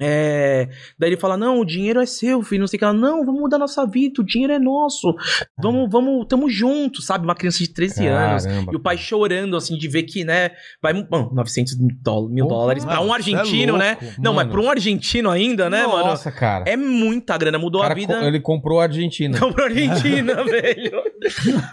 Speaker 3: É, Daí ele fala: Não, o dinheiro é seu, filho. Não sei o que ela. Não, vamos mudar nossa vida, o dinheiro é nosso. Vamos, vamos, tamo junto, sabe? Uma criança de 13 anos.
Speaker 1: Caramba,
Speaker 3: E o pai
Speaker 1: cara. é
Speaker 3: chorando, assim, de ver que, né? Vai. Bom, 900 mil dó- mil
Speaker 1: Porra,
Speaker 3: dólares. Pra um
Speaker 2: mano, cê é
Speaker 3: argentino, né?
Speaker 2: louco,
Speaker 3: Não, mas
Speaker 1: mano.
Speaker 3: pra um argentino ainda, né, mano?
Speaker 1: Nossa, cara.
Speaker 3: É muita grana,
Speaker 1: O
Speaker 3: mudou
Speaker 1: cara
Speaker 3: a vida.
Speaker 1: co- Ele comprou a Argentina.
Speaker 3: Não, pra Argentina, velho.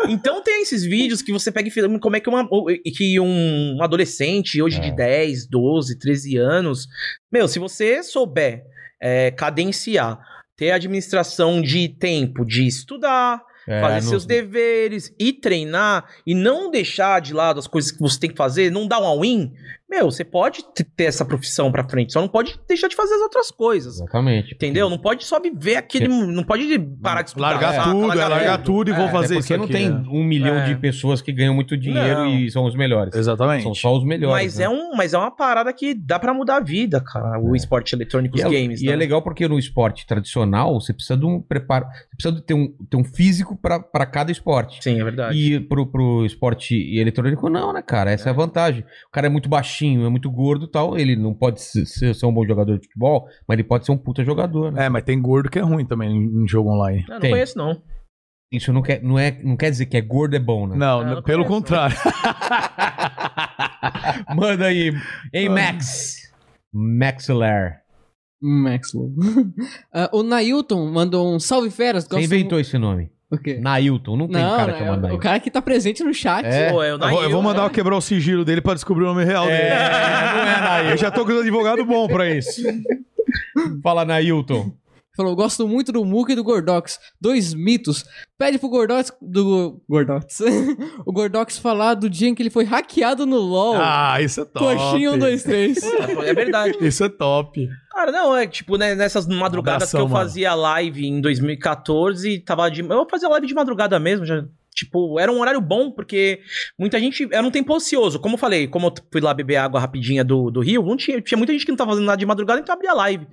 Speaker 3: Então tem esses vídeos que você pega e filma como é que, uma, e que um adolescente hoje de
Speaker 1: É.
Speaker 3: 10, 12, 13 anos. Meu, se você souber é, cadenciar, ter administração de tempo, de estudar,
Speaker 1: É,
Speaker 3: fazer
Speaker 1: não-
Speaker 3: seus deveres e treinar e não deixar de lado as coisas que você tem que fazer, não dar um all-in, meu, você pode t- ter essa profissão pra frente, só não pode deixar de fazer as outras coisas.
Speaker 1: Exatamente.
Speaker 3: Entendeu? Não pode só viver aquele. Não pode parar de
Speaker 2: É.
Speaker 3: estudar.
Speaker 2: Largar
Speaker 3: saca?
Speaker 2: tudo, é, largar
Speaker 3: tudo.
Speaker 2: tudo e vou
Speaker 1: Até
Speaker 2: fazer
Speaker 1: porque
Speaker 2: isso
Speaker 1: não
Speaker 2: aqui,
Speaker 1: tem
Speaker 2: né?
Speaker 1: um milhão
Speaker 3: É.
Speaker 1: de pessoas que ganham muito dinheiro
Speaker 3: Não.
Speaker 1: e são os melhores.
Speaker 2: Exatamente.
Speaker 1: São só os melhores.
Speaker 3: Mas,
Speaker 1: né?
Speaker 3: é um, mas é uma parada que dá pra mudar a vida, cara. O esporte eletrônico, os
Speaker 1: e é,
Speaker 3: games.
Speaker 1: e
Speaker 3: né?
Speaker 1: é legal porque no esporte tradicional você precisa de um preparo, você precisa de ter um, ter um físico específico pra pra cada esporte.
Speaker 3: Sim, é verdade.
Speaker 1: E pro, pro esporte eletrônico, não, né, cara? Essa é. a vantagem. O cara é muito baixinho, é muito gordo e tal. Ele não pode ser, ser- ser um bom jogador de futebol, mas ele pode ser um puta jogador, né?
Speaker 2: É, mas tem gordo que é ruim também em em jogo online.
Speaker 3: Ah, não
Speaker 1: tem.
Speaker 3: conheço, não.
Speaker 1: Isso não quer, não, é, não quer dizer que é gordo é bom, né?
Speaker 2: Não,
Speaker 3: não
Speaker 2: pelo
Speaker 3: conheço,
Speaker 2: contrário.
Speaker 1: Manda aí. Ei, Max. Maxilar.
Speaker 4: Max Lobo. Hum, Ah, o Nailton mandou um salve feras.
Speaker 1: Quem
Speaker 4: gosto
Speaker 1: inventou esse nome?
Speaker 4: mu- O quê?
Speaker 1: Nailton. Não tem
Speaker 4: Não,
Speaker 1: cara
Speaker 4: né,
Speaker 1: que chama
Speaker 4: o- o
Speaker 1: Nailton.
Speaker 4: cara que tá presente no chat.
Speaker 1: É.
Speaker 3: Pô, é
Speaker 2: Eu
Speaker 3: o
Speaker 2: vou, eu vou
Speaker 3: Nail,
Speaker 2: mandar
Speaker 3: né?
Speaker 2: eu quebrar o sigilo dele pra descobrir o nome real dele. Eu já tô com um advogado bom pra isso.
Speaker 1: Fala, Nailton.
Speaker 4: Falou, gosto muito do Muca e do Gordox. Dois mitos. Pede pro Gordox... Do... Gordox. o Gordox falar do dia em que ele foi hackeado no LoL.
Speaker 2: Ah, isso é top.
Speaker 4: Coxinha 1, 2, 3.
Speaker 3: É verdade.
Speaker 2: Isso é top.
Speaker 3: Cara, não, é tipo, né, nessas madrugadas
Speaker 2: Abração,
Speaker 3: que eu
Speaker 2: mano.
Speaker 3: fazia live em 2014, tava de. Eu fazia live de madrugada mesmo, já. Tipo, era um horário bom, porque muita gente. Era um tempo ocioso. Como eu falei, como eu fui lá beber água rapidinha do, do Rio, não tinha, tinha muita gente que não tava fazendo nada de madrugada, então abria live.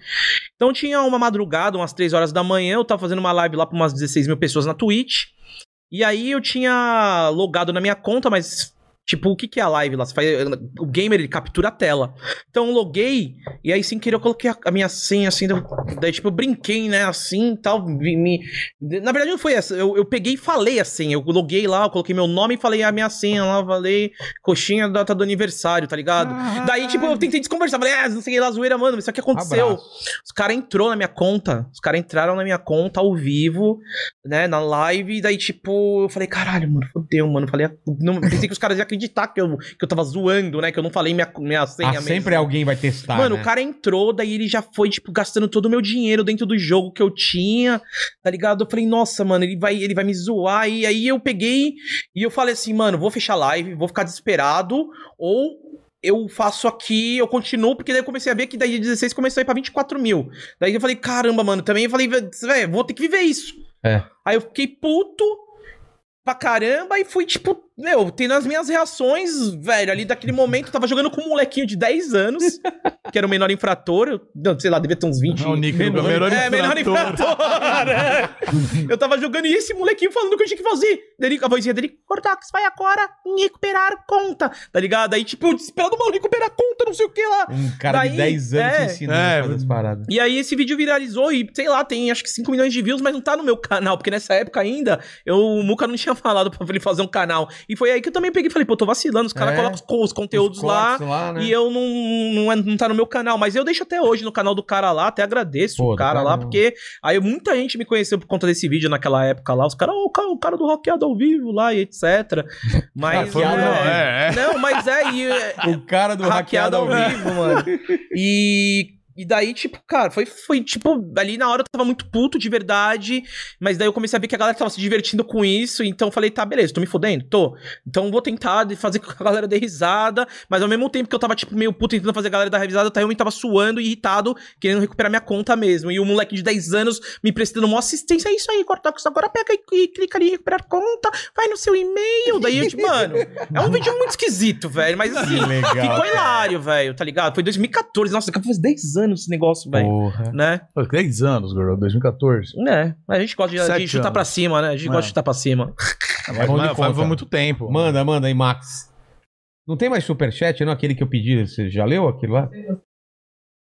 Speaker 3: Então tinha uma madrugada, umas 3 horas da manhã, eu tava fazendo uma live lá pra umas 16 mil pessoas na Twitch. E aí eu tinha logado na minha conta, mas. Tipo, o que, que é a live lá? Você faz- o gamer ele captura a tela. Então eu loguei e aí, sem querer, eu coloquei a, a minha senha assim. deu- daí, tipo, eu brinquei, né? Assim e tal. vi- me- na verdade, não foi essa. Eu, eu peguei e falei assim. Eu loguei lá, eu coloquei meu nome e falei a minha senha lá. Falei, coxinha, data do aniversário, tá ligado? Daí, tipo, eu tentei desconversar. Falei, ah, não sei lá, zoeira, mano. Mas isso aqui aconteceu.
Speaker 1: Ah,
Speaker 3: Os caras entrou na minha conta. Os caras entraram na minha conta ao vivo, né? Na live. E daí, tipo, eu falei, caralho, mano, fodeu, mano. Falei, não, pensei que os caras iam acreditar que eu, que eu tava zoando, né? Que eu não falei minha, minha senha
Speaker 1: Ah,
Speaker 3: mesmo.
Speaker 1: sempre alguém vai testar.
Speaker 3: Mano,
Speaker 1: né?
Speaker 3: o cara entrou, daí ele já foi, tipo, gastando todo o meu dinheiro dentro do jogo que eu tinha, tá ligado? Eu falei, nossa, mano, ele vai, ele vai me zoar. E aí eu peguei e eu falei assim, mano, vou fechar a live, vou ficar desesperado, ou eu faço aqui, eu continuo, porque daí eu comecei a ver que daí de 16 começou a ir pra 24 mil. Daí eu falei, caramba, mano, também eu falei, velho, vou ter que viver isso.
Speaker 1: É.
Speaker 3: Aí eu fiquei puto pra caramba e fui, tipo, meu, tendo as minhas reações, velho, ali daquele momento, eu tava jogando com um molequinho de 10 anos, que era o menor infrator, eu, não, sei lá, devia ter uns 20.
Speaker 2: É o Nick do melhor
Speaker 3: É, menor
Speaker 2: infrator.
Speaker 3: infrator. né? eu tava jogando e esse molequinho falando o que eu tinha que fazer. Daí ele- a vozinha dele, Cordax, vai agora recuperar conta, tá ligado? Aí, tipo, eu desesperado, mano, recuperar conta, não sei o que lá.
Speaker 1: Um cara de
Speaker 3: Daí,
Speaker 1: 10 anos
Speaker 3: é.
Speaker 1: te ensinando
Speaker 2: É,
Speaker 1: a fazer as paradas.
Speaker 3: E aí esse vídeo viralizou e, sei lá, tem acho que 5 milhões de views, mas não tá no meu canal, porque nessa época ainda, eu, o Muca não tinha falado pra ele fazer um canal. E foi aí que eu também peguei e falei, pô, tô vacilando, os caras
Speaker 1: É.
Speaker 3: colocam os, co- os conteúdos
Speaker 1: Os
Speaker 3: lá.
Speaker 1: cortes lá né?
Speaker 3: E eu não, não, é- não tá no meu canal, mas eu deixo até hoje no canal do cara lá, até agradeço
Speaker 1: Pô,
Speaker 3: o
Speaker 1: do
Speaker 3: cara lá,
Speaker 1: caramba.
Speaker 3: porque aí muita gente me conheceu por conta desse vídeo naquela época lá, os caras, "Ô, o, cara, o cara do Rockeado ao vivo lá e etc. Mas.
Speaker 1: Ah, foi
Speaker 3: é,
Speaker 1: mal,
Speaker 2: Não, é, é.
Speaker 3: não, mas é, e, é,
Speaker 1: O cara do hackeado ao vivo.
Speaker 3: mano. E. E daí, tipo, cara, foi, foi, tipo, ali na hora eu tava muito puto de verdade, mas daí eu comecei a ver que a galera tava se divertindo com isso, então eu falei, tá, beleza, tô me fodendo? Tô. Então eu vou tentar de- fazer com que a galera dê risada, mas ao mesmo tempo que eu tava, tipo, meio puto tentando fazer a galera dar risada, eu realmente tava suando e irritado, querendo recuperar minha conta mesmo. E o moleque de 10 anos me prestando uma assistência, é isso aí, Cortox, agora pega e, e clica ali em recuperar conta, vai no seu e-mail, daí eu, tipo, mano, é um vídeo muito esquisito, velho, mas assim,
Speaker 1: legal.
Speaker 3: Ficou hilário, velho, tá ligado? Foi 2014. Nossa, daqui a pouco faz 10 anos esse negócio, velho.
Speaker 1: Porra.
Speaker 3: Né?
Speaker 2: Pô, 10 anos, gordo, 2014.
Speaker 3: Né? A gente gosta de, de
Speaker 2: Sete
Speaker 3: chutar
Speaker 2: anos.
Speaker 3: pra cima, né? A gente
Speaker 2: É.
Speaker 3: gosta de chutar pra cima.
Speaker 1: Mas vamos É de
Speaker 2: Mas, mas
Speaker 1: conta.
Speaker 2: foi muito tempo.
Speaker 1: Manda, manda aí, Max. Não tem mais superchat, não? é Aquele que eu pedi, você já leu aquilo lá?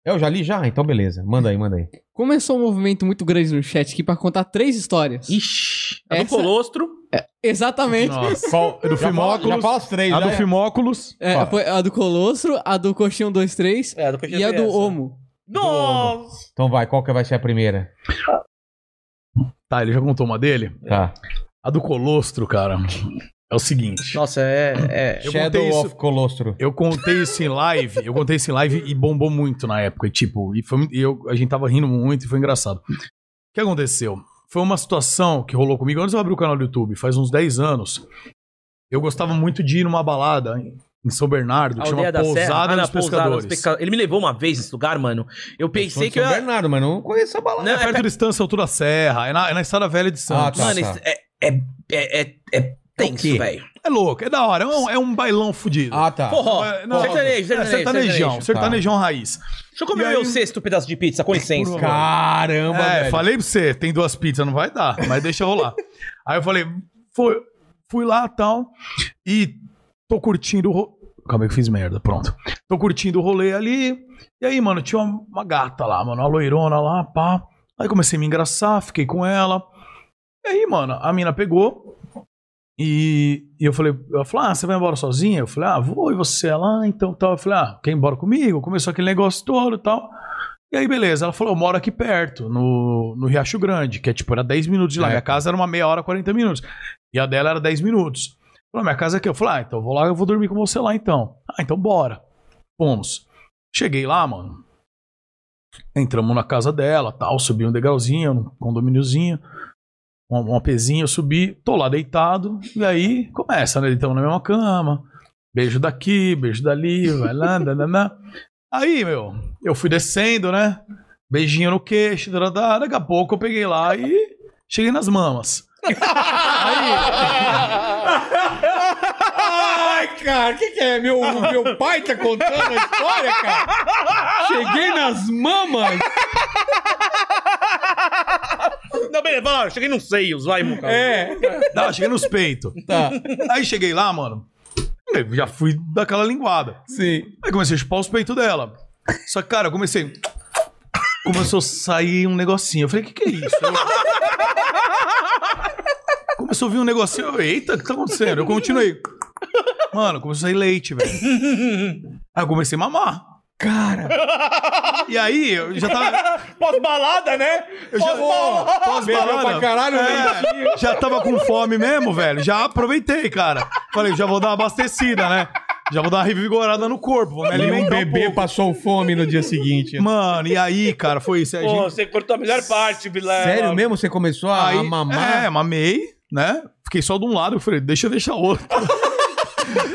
Speaker 1: Eu já li já, então beleza. Manda aí, manda aí.
Speaker 4: Começou um movimento muito grande no chat aqui pra contar três histórias.
Speaker 3: Ixi, a do
Speaker 4: Essa-
Speaker 3: colostro.
Speaker 4: Exatamente.
Speaker 2: Nossa.
Speaker 1: Qual?
Speaker 2: do
Speaker 1: já
Speaker 2: Filmóculos.
Speaker 1: Fala, já fala os três,
Speaker 2: A
Speaker 1: já
Speaker 2: do
Speaker 1: é.
Speaker 2: Filmóculos.
Speaker 4: É,
Speaker 2: Fala.
Speaker 4: foi a do Colostro, a do Coxinho 123
Speaker 3: É, a do colostro.
Speaker 4: e a do Homo.
Speaker 3: Nossa!
Speaker 1: Então vai, qual que vai ser a primeira?
Speaker 2: Tá, ele já contou uma dele.
Speaker 7: É.
Speaker 1: Tá.
Speaker 2: A do Colostro, cara. É o seguinte.
Speaker 3: Nossa, é. é.
Speaker 2: Eu
Speaker 1: Shadow
Speaker 2: contei isso-
Speaker 1: of Colostro.
Speaker 2: Eu contei isso em live, eu contei isso em live e bombou muito na época. E tipo, e foi, muito- e eu, a gente tava rindo muito e foi engraçado. O que aconteceu? Foi uma situação que rolou comigo antes de eu abrir o canal do YouTube, faz uns 10 anos. Eu gostava muito de ir numa balada em em São Bernardo,
Speaker 3: A
Speaker 2: que chama
Speaker 3: Aldeia da Serra. Ah,
Speaker 2: Pousada
Speaker 3: na
Speaker 2: dos Pescadores.
Speaker 3: Pesca- Ele me levou uma vez nesse lugar, mano. Eu pensei que eu
Speaker 7: um
Speaker 1: é
Speaker 3: ia.
Speaker 1: Bernardo, mas não conheço a balada.
Speaker 3: Não,
Speaker 2: É
Speaker 3: é
Speaker 2: perto
Speaker 3: pe-
Speaker 2: do Estância Altura Serra, é na, é na Estrada Velha de Santos.
Speaker 1: tá.
Speaker 3: Mano, isso é. É, é, é, é tenso,
Speaker 1: quê?
Speaker 3: velho.
Speaker 2: É louco, é da hora, é um, é um bailão fudido.
Speaker 1: Ah, tá.
Speaker 3: Forró.
Speaker 2: É,
Speaker 3: Não,
Speaker 2: não,
Speaker 3: sertanejo,
Speaker 2: é,
Speaker 3: sertanejo,
Speaker 2: sertanejão,
Speaker 3: sertanejo.
Speaker 2: sertanejão raiz.
Speaker 3: Deixa eu comer
Speaker 2: E
Speaker 3: o
Speaker 2: aí
Speaker 3: meu
Speaker 2: um-
Speaker 3: sexto pedaço de pizza, com licença.
Speaker 1: Caramba,
Speaker 2: é,
Speaker 1: velho.
Speaker 2: falei pra você, tem duas pizzas, não vai dar, mas deixa rolar. Aí eu falei, foi, fui lá tal, e tô curtindo o. ro- Calma, aí que eu fiz merda, pronto. Tô curtindo o rolê ali. E aí, mano, tinha uma, uma gata lá, mano, uma loirona lá, pá. Aí comecei a me engraçar, fiquei com ela. E aí, mano, a mina pegou. E, e eu falei, ela falou, ah, você vai embora sozinha? Eu falei, ah, vou, e você? Ela, ah, então tal. Eu falei, ah, quer ir embora comigo? Começou aquele negócio todo e tal. E aí, beleza. Ela falou, eu moro aqui perto, no, no Riacho Grande, que é tipo, era 10 minutos de lá.
Speaker 1: É.
Speaker 2: Minha casa era uma meia hora, 40 minutos. E a dela era 10 minutos. Falou, minha casa é aqui. Eu falei, ah, então eu vou lá, eu vou dormir com você lá então. Ah, então bora. Fomos. Cheguei lá, mano. Entramos na casa dela, tal, subi um degrauzinho, um condomíniozinho, uma, uma pezinha, eu subi, tô lá deitado, e aí começa, né? Deitamos na mesma cama, beijo daqui, beijo dali, vai lá, nananã. Aí, meu, eu fui descendo, né? Beijinho no queixo, dadadá, daqui a pouco eu peguei lá e cheguei nas mamas.
Speaker 7: Ai, cara, o que, que é? Meu, meu pai tá contando a história, cara? Cheguei nas mamas.
Speaker 6: Não, beleza, vai lá, cheguei nos seios, vai, Muca.
Speaker 7: É.
Speaker 2: Não, cheguei nos peitos.
Speaker 7: Tá.
Speaker 2: Aí cheguei lá, mano. eu já fui daquela linguada.
Speaker 7: Sim.
Speaker 2: Aí comecei a chupar os peitos dela. Só que, cara, eu comecei. Começou a sair um negocinho. Eu falei, o que, que é isso? Eu- Começou a vir um negocinho. Eu, Eita, o que tá acontecendo? Eu continuei. Mano, começou a sair leite, velho. Aí eu comecei a mamar. Cara. E aí, eu já tava.
Speaker 6: Pós-balada, né?
Speaker 2: Eu já,
Speaker 7: Bebeu pra caralho, né?
Speaker 2: é, já tava com fome mesmo, velho. Já aproveitei, cara. Falei, já vou dar uma abastecida, né? Já vou dar uma revigorada no corpo. Vou me
Speaker 7: E um
Speaker 2: alimentar um
Speaker 7: bebê
Speaker 2: pouco.
Speaker 7: passou fome no dia seguinte.
Speaker 2: Mano, e aí, cara, foi isso. Aí, a
Speaker 6: Pô,
Speaker 2: gente-
Speaker 6: você cortou a melhor parte, Vilela.
Speaker 1: Sério mesmo? Você começou a,
Speaker 2: aí
Speaker 1: a tá mamar?
Speaker 2: É, mamei, né? Fiquei só de um lado. Eu falei, deixa eu deixar o outro.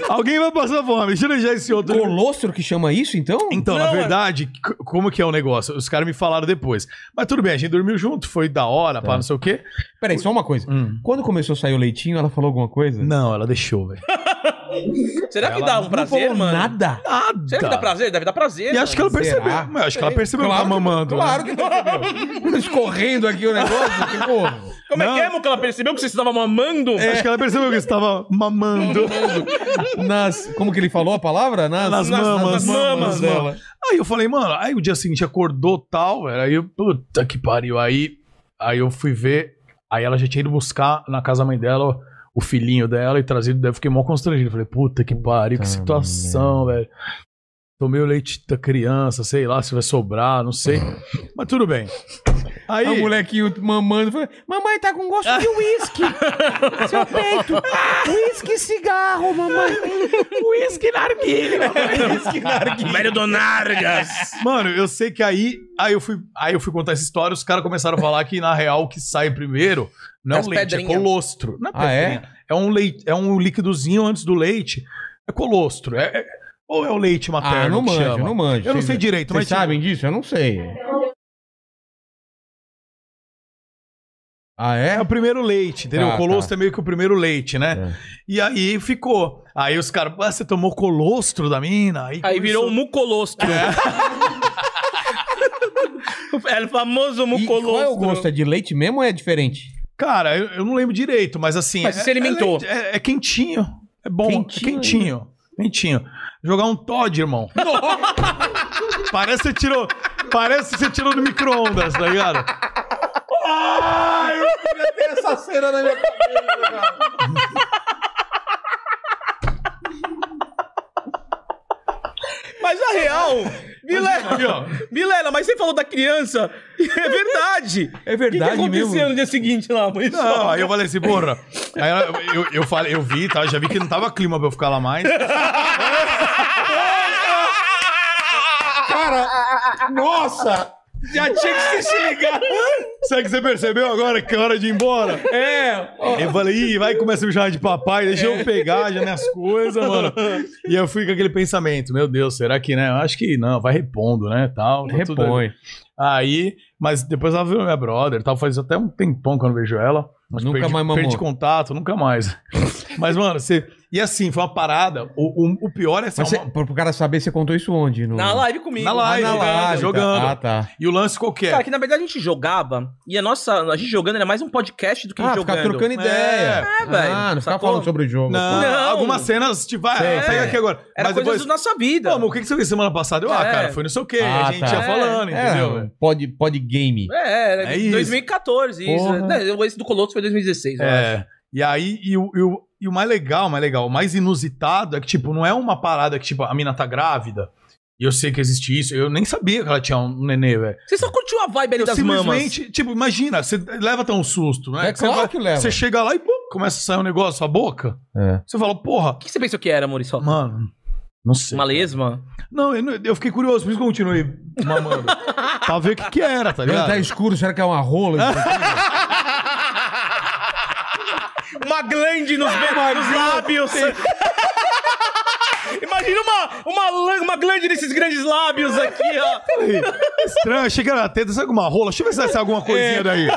Speaker 2: Alguém vai passar fome, deixa eu deixar esse outro.
Speaker 1: Colostro que chama isso, então?
Speaker 2: Então, na verdade, c- como que é o negócio? Os caras me falaram depois. Mas tudo bem, a gente dormiu junto, foi da hora, pá, não sei o quê.
Speaker 1: Peraí, só uma coisa.
Speaker 7: Hum.
Speaker 1: Quando começou a sair o leitinho, ela falou alguma coisa?
Speaker 2: Não, ela deixou, velho.
Speaker 3: Será que dá um prazer,
Speaker 1: falou
Speaker 3: mano?
Speaker 1: nada.
Speaker 2: Nada.
Speaker 3: Será que dá prazer? Deve dar prazer.
Speaker 2: E acho que ela percebeu.
Speaker 1: Será?
Speaker 2: Mas acho que ela percebeu que tá mamando. né?
Speaker 1: Claro que percebeu. Escorrendo aqui o negócio. que, pô,
Speaker 3: Como
Speaker 2: Não. É.
Speaker 3: é que é, Muca? Ela percebeu que você estava mamando?
Speaker 2: Acho que ela percebeu que você tava mamando
Speaker 1: nas, como que ele falou a palavra? Nas,
Speaker 2: nas
Speaker 1: nas-
Speaker 2: mamas.
Speaker 1: nas mamas é, dela.
Speaker 2: Aí eu falei, mano, aí o dia seguinte acordou tal, velho. Aí eu, puta que pariu. Aí, aí eu fui ver. Aí ela já tinha ido buscar na casa da mãe dela o filhinho dela e trazido. Daí eu fiquei mó constrangido. Falei, puta que pariu, que
Speaker 1: Puta
Speaker 2: situação, velho. Tomei o leite da criança, sei lá se vai sobrar, não sei. Mas tudo bem. Aí.
Speaker 1: Aí o molequinho mamando, falando, mamãe tá com gosto de uísque. Seu peito. Ah, Uísque e cigarro, mamãe. Uísque narguilha.
Speaker 6: Velho do Nargas.
Speaker 2: Mano, eu sei que aí, aí eu fui, aí eu fui contar essa história, os caras começaram a falar que na real o que sai primeiro não é
Speaker 3: As
Speaker 2: um leite,
Speaker 3: pedrinhas.
Speaker 2: é colostro. Não é
Speaker 1: Ah, é?
Speaker 2: pedrinha, é? um leite, é um líquidozinho antes do leite, é colostro. É, é- ou é o leite materno
Speaker 1: Ah, não
Speaker 2: que
Speaker 1: manjo,
Speaker 2: chama.
Speaker 1: não manjo.
Speaker 2: Eu não sei direito,
Speaker 1: Vocês
Speaker 2: mas
Speaker 1: sabem disso? Eu não sei. Ah, é?
Speaker 2: é o primeiro leite, entendeu?
Speaker 1: Tá, É.
Speaker 2: o colostro é meio que o primeiro leite, né? E aí ficou. Aí os caras, ah, você tomou colostro da mina?
Speaker 3: Aí
Speaker 2: começou-
Speaker 3: virou um mucolostro.
Speaker 6: É o famoso
Speaker 1: E qual é o
Speaker 6: mucolostro.
Speaker 1: gosto? É de leite mesmo ou é diferente?
Speaker 2: Cara, eu, eu não lembro direito, mas assim.
Speaker 3: Mas
Speaker 2: é-
Speaker 3: você alimentou.
Speaker 2: É, leite- é- é quentinho. É bom.
Speaker 1: Quentinho
Speaker 2: Quentinho. quentinho. Quentinho. Jogar um Todd, irmão. Parece que você tirou. Parece que você tirou do micro-ondas, tá ligado?
Speaker 1: Essa cena na minha cabeça,
Speaker 3: Mas a real, Vilela,
Speaker 2: Aqui, ó.
Speaker 3: Vilela, mas você falou da criança. É verdade.
Speaker 1: É
Speaker 3: O que, que
Speaker 1: verdade
Speaker 3: aconteceu
Speaker 1: mesmo.
Speaker 3: no dia seguinte lá, mãe?
Speaker 2: Não, aí eu falei assim, porra. Aí ela- eu, eu, falei, eu vi, tá? Já vi que não tava clima pra eu ficar lá mais.
Speaker 7: Nossa! Já tinha que se ligar.
Speaker 2: Sabe que você percebeu agora que é hora de ir embora?
Speaker 7: É.
Speaker 2: Eu falei, Ih, vai começa a me chamar de papai, deixa
Speaker 1: É.
Speaker 2: eu pegar já minhas coisas, mano. E eu fui com aquele pensamento, meu Deus, será que, né? Eu acho que não, vai repondo, né, tal. tá tudo-
Speaker 1: Repõe.
Speaker 2: Aí, mas depois ela virou minha brother, tal, faz até um tempão que eu não vejo ela. Mas
Speaker 1: Nunca
Speaker 2: perdi,
Speaker 1: mais mamou.
Speaker 2: Perdi contato, nunca mais. mas, mano, você, E assim, foi uma parada. O, o- o pior é assim,
Speaker 1: Mas
Speaker 2: uma-
Speaker 1: você- pro pro cara saber, você contou isso onde? No...
Speaker 3: Na live comigo.
Speaker 2: Na live,
Speaker 1: Ah, na live,
Speaker 2: jogando.
Speaker 1: tá. Ah, tá.
Speaker 2: E o lance é? qualquer.
Speaker 3: Cara, que na verdade a gente jogava, e a nossa. A gente jogando era mais um podcast do que
Speaker 1: Ah, ficar
Speaker 3: jogando.
Speaker 1: trocando ideia.
Speaker 3: É, velho.
Speaker 1: Ah, não ficar
Speaker 3: Sacou?
Speaker 1: falando sobre o jogo.
Speaker 2: Não,
Speaker 3: Não.
Speaker 2: algumas cenas, tipo, vai,
Speaker 1: Sei,
Speaker 2: pega
Speaker 1: sei.
Speaker 2: aqui agora.
Speaker 3: Era
Speaker 2: Mas
Speaker 3: coisa
Speaker 2: depois.
Speaker 3: da nossa vida.
Speaker 2: Pô, mas o que que você fez semana passada? Eu, ah,
Speaker 3: É.
Speaker 2: cara, foi não sei o quê.
Speaker 1: Ah,
Speaker 2: a gente
Speaker 1: tá.
Speaker 2: ia falando, entendeu?
Speaker 1: É, pode, pode game.
Speaker 3: É, era
Speaker 2: É isso.
Speaker 3: 2014, isso.
Speaker 1: Porra.
Speaker 3: Não, esse do Coloto foi 2016, eu acho.
Speaker 2: É. E aí, e o, e o- e o mais legal, o mais legal, o mais inusitado é que, tipo, não é uma parada que, tipo, a mina tá grávida. E eu sei que existe isso. Eu nem sabia que ela tinha um nenê, velho.
Speaker 3: Você só curtiu a vibe ali
Speaker 2: Eu
Speaker 3: das mamas.
Speaker 2: simplesmente, tipo, imagina, você leva até um susto, né?
Speaker 1: É
Speaker 2: Você
Speaker 1: claro
Speaker 2: vai-
Speaker 1: que leva.
Speaker 2: Você chega lá e pum, começa a sair um negócio da sua boca.
Speaker 1: É.
Speaker 2: Você fala, porra,
Speaker 3: O que você pensou que era, Maurício?
Speaker 2: mano, não sei.
Speaker 3: Uma lesma?
Speaker 2: Não, eu, não- eu fiquei curioso, por isso que eu continuei mamando. pra ver o que, que era, tá
Speaker 1: Quando
Speaker 2: ligado?
Speaker 1: tá escuro, será que é uma rola?
Speaker 3: Uma Ah, glande nos, nos lábios. Imagina uma, uma, lan- uma glande nesses grandes lábios aqui, ó.
Speaker 2: Estranho, achei que era a teta, sabe alguma rola? Deixa eu ver se sai alguma
Speaker 3: É.
Speaker 2: coisinha daí.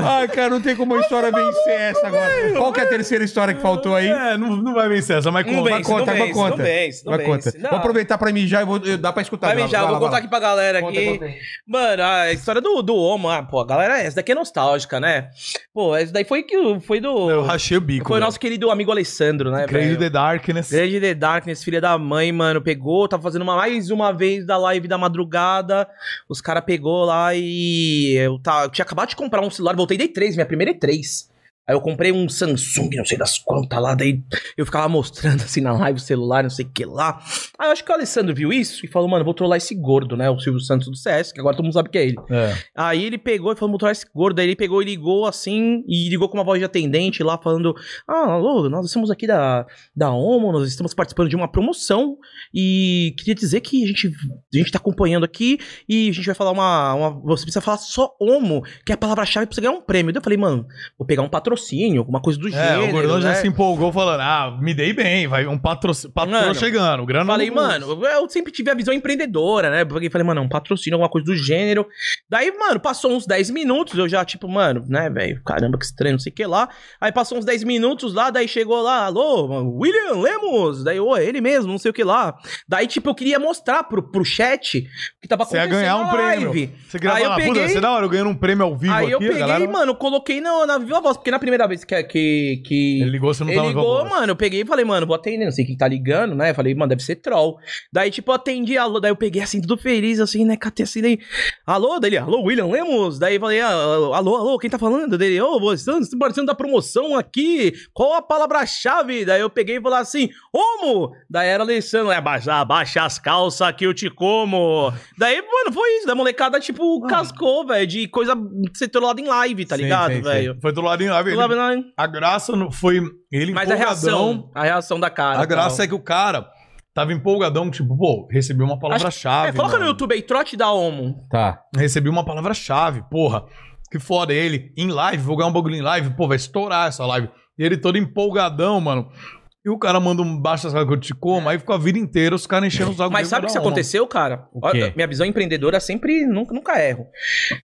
Speaker 1: ah, cara, não tem como a história vencer essa agora. Qual que é a terceira história que faltou aí?
Speaker 2: É, não, não vai vencer essa, mas
Speaker 3: Não
Speaker 2: conta.
Speaker 3: vence,
Speaker 1: conta,
Speaker 3: não
Speaker 1: vai
Speaker 3: vence,
Speaker 1: conta.
Speaker 3: não vence, não
Speaker 1: Vai, conta.
Speaker 3: vence. Não.
Speaker 1: Vou aproveitar pra mijar e vou, eu- dá pra escutar.
Speaker 3: Vai
Speaker 1: Vai
Speaker 3: mijar,
Speaker 1: lá,
Speaker 3: vou
Speaker 1: vai lá,
Speaker 3: contar aqui pra galera
Speaker 1: Conta,
Speaker 3: aqui.
Speaker 1: conta aí.
Speaker 3: Mano, a história do, do Omo, ah, pô, a galera, essa daqui é nostálgica, né? Pô, isso daí foi que o- foi do.
Speaker 2: Eu rachei o né? bico.
Speaker 3: foi o
Speaker 2: velho.
Speaker 3: nosso querido amigo Alessandro, né?
Speaker 2: Creio
Speaker 3: velho? É.
Speaker 2: The Darkness.
Speaker 3: Grande The Darkness, filha da mãe, mano, pegou, tava fazendo uma, mais uma vez da live da madrugada, os cara pegou lá e eu, tá, eu tinha acabado de comprar um celular, voltei dei 3, minha primeira E3. Aí eu comprei um Samsung, não sei das quantas lá, daí eu ficava mostrando assim na live o celular, não sei o que lá. Aí eu acho que o Alessandro viu isso e falou, mano, vou trollar esse gordo, né, o Silvio Santos do CS, que agora todo mundo sabe que é ele. Aí ele pegou e falou, motor esse gordo. Aí ele pegou e ligou assim, e ligou com uma voz de atendente lá, falando: Ah, alô, nós estamos aqui da, da OMO, nós estamos participando de uma promoção. E queria dizer que a gente, a gente tá acompanhando aqui e a gente vai falar uma, uma- Você precisa falar só OMO, que é a palavra-chave pra você ganhar um prêmio. Daí eu falei, mano, vou pegar um patrocínio, alguma coisa do
Speaker 2: É,
Speaker 3: gênero.
Speaker 2: o Gordão já
Speaker 3: né?
Speaker 2: se empolgou falando, ah, me dei bem, vai um patrocínio
Speaker 3: Mano,
Speaker 2: chegando, o grana
Speaker 3: Falei,
Speaker 2: não-
Speaker 3: mano, eu sempre tive a visão empreendedora, né? Porque falei, mano, um patrocínio, alguma coisa do gênero. Daí, mano, passou uns 10 minutos, eu já, tipo, mano, né, velho, caramba, que estranho, não sei o que lá. Aí passou uns 10 minutos lá, daí chegou lá, alô, William Lemos, daí, ô, é ele mesmo, não sei o que lá. Daí, tipo, eu queria mostrar pro, pro chat o que tava
Speaker 2: Você ia
Speaker 3: acontecendo
Speaker 2: ganhar um
Speaker 3: na
Speaker 2: prêmio.
Speaker 3: live.
Speaker 2: Você grava
Speaker 3: Aí eu
Speaker 2: lá, puta,
Speaker 3: peguei-
Speaker 2: você da hora, eu ganhando um prêmio ao vivo
Speaker 3: Aí
Speaker 2: aqui,
Speaker 3: eu peguei,
Speaker 2: a galera.
Speaker 3: mano, coloquei na, na Viva Voz, porque na primeira vez que... é, que, que...
Speaker 2: Ele ligou, você não
Speaker 3: Ele
Speaker 2: tava no
Speaker 3: ligou,
Speaker 2: vapor.
Speaker 3: mano. Eu peguei e falei, mano, vou atender. Não sei quem tá ligando, né? Falei, mano, deve ser troll. Daí, tipo, eu atendi, alô. Daí eu peguei assim, tudo feliz, assim, né? Catei assim, daí. Alô, dele, alô, William Lemos. Daí eu falei, ah, alô, alô, quem tá falando? Dele, ô, vocês estão parecendo da promoção aqui. Qual a palavra-chave? Daí eu peguei e falei assim, homo. Daí era Alessandro, é, baixa, abaixa as calças que eu te como. Daí, mano, foi isso. Da molecada, tipo, cascou, velho, de coisa de ser trollada em live, tá
Speaker 1: Sim, sim,
Speaker 3: ligado,
Speaker 1: sim.
Speaker 3: velho?
Speaker 2: Foi do lado em lá,
Speaker 3: Trollada
Speaker 2: ele-
Speaker 3: em live.
Speaker 2: A graça não foi ele
Speaker 3: Mas a
Speaker 2: empolgadão.
Speaker 3: reação, a reação da cara.
Speaker 2: A graça é que o cara tava empolgadão, tipo, pô, recebeu uma
Speaker 3: é,
Speaker 2: palavra-chave.
Speaker 3: coloca
Speaker 2: mano.
Speaker 3: no YouTube aí, trote da Omo.
Speaker 1: Tá.
Speaker 2: Recebi uma palavra-chave, porra. Que foda ele. Em live, vou ganhar um bagulho em live. Pô, vai estourar essa live. E ele todo empolgadão, mano. E o cara manda um baixo saco que eu te como, aí ficou a vida inteira os caras enchendo os
Speaker 3: É. Mas sabe o
Speaker 2: um,
Speaker 3: que isso aconteceu, cara?
Speaker 1: O
Speaker 3: Olha,
Speaker 1: quê?
Speaker 3: Minha visão empreendedora sempre, nunca, nunca erro.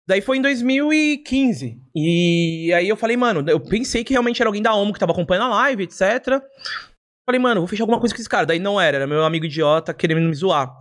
Speaker 3: Daí foi em 2015. E aí eu falei, mano, eu pensei que realmente era alguém da Omo que tava acompanhando a live, etc. Falei, mano, vou fechar alguma coisa com esse cara. Daí não era, era meu amigo idiota querendo me zoar.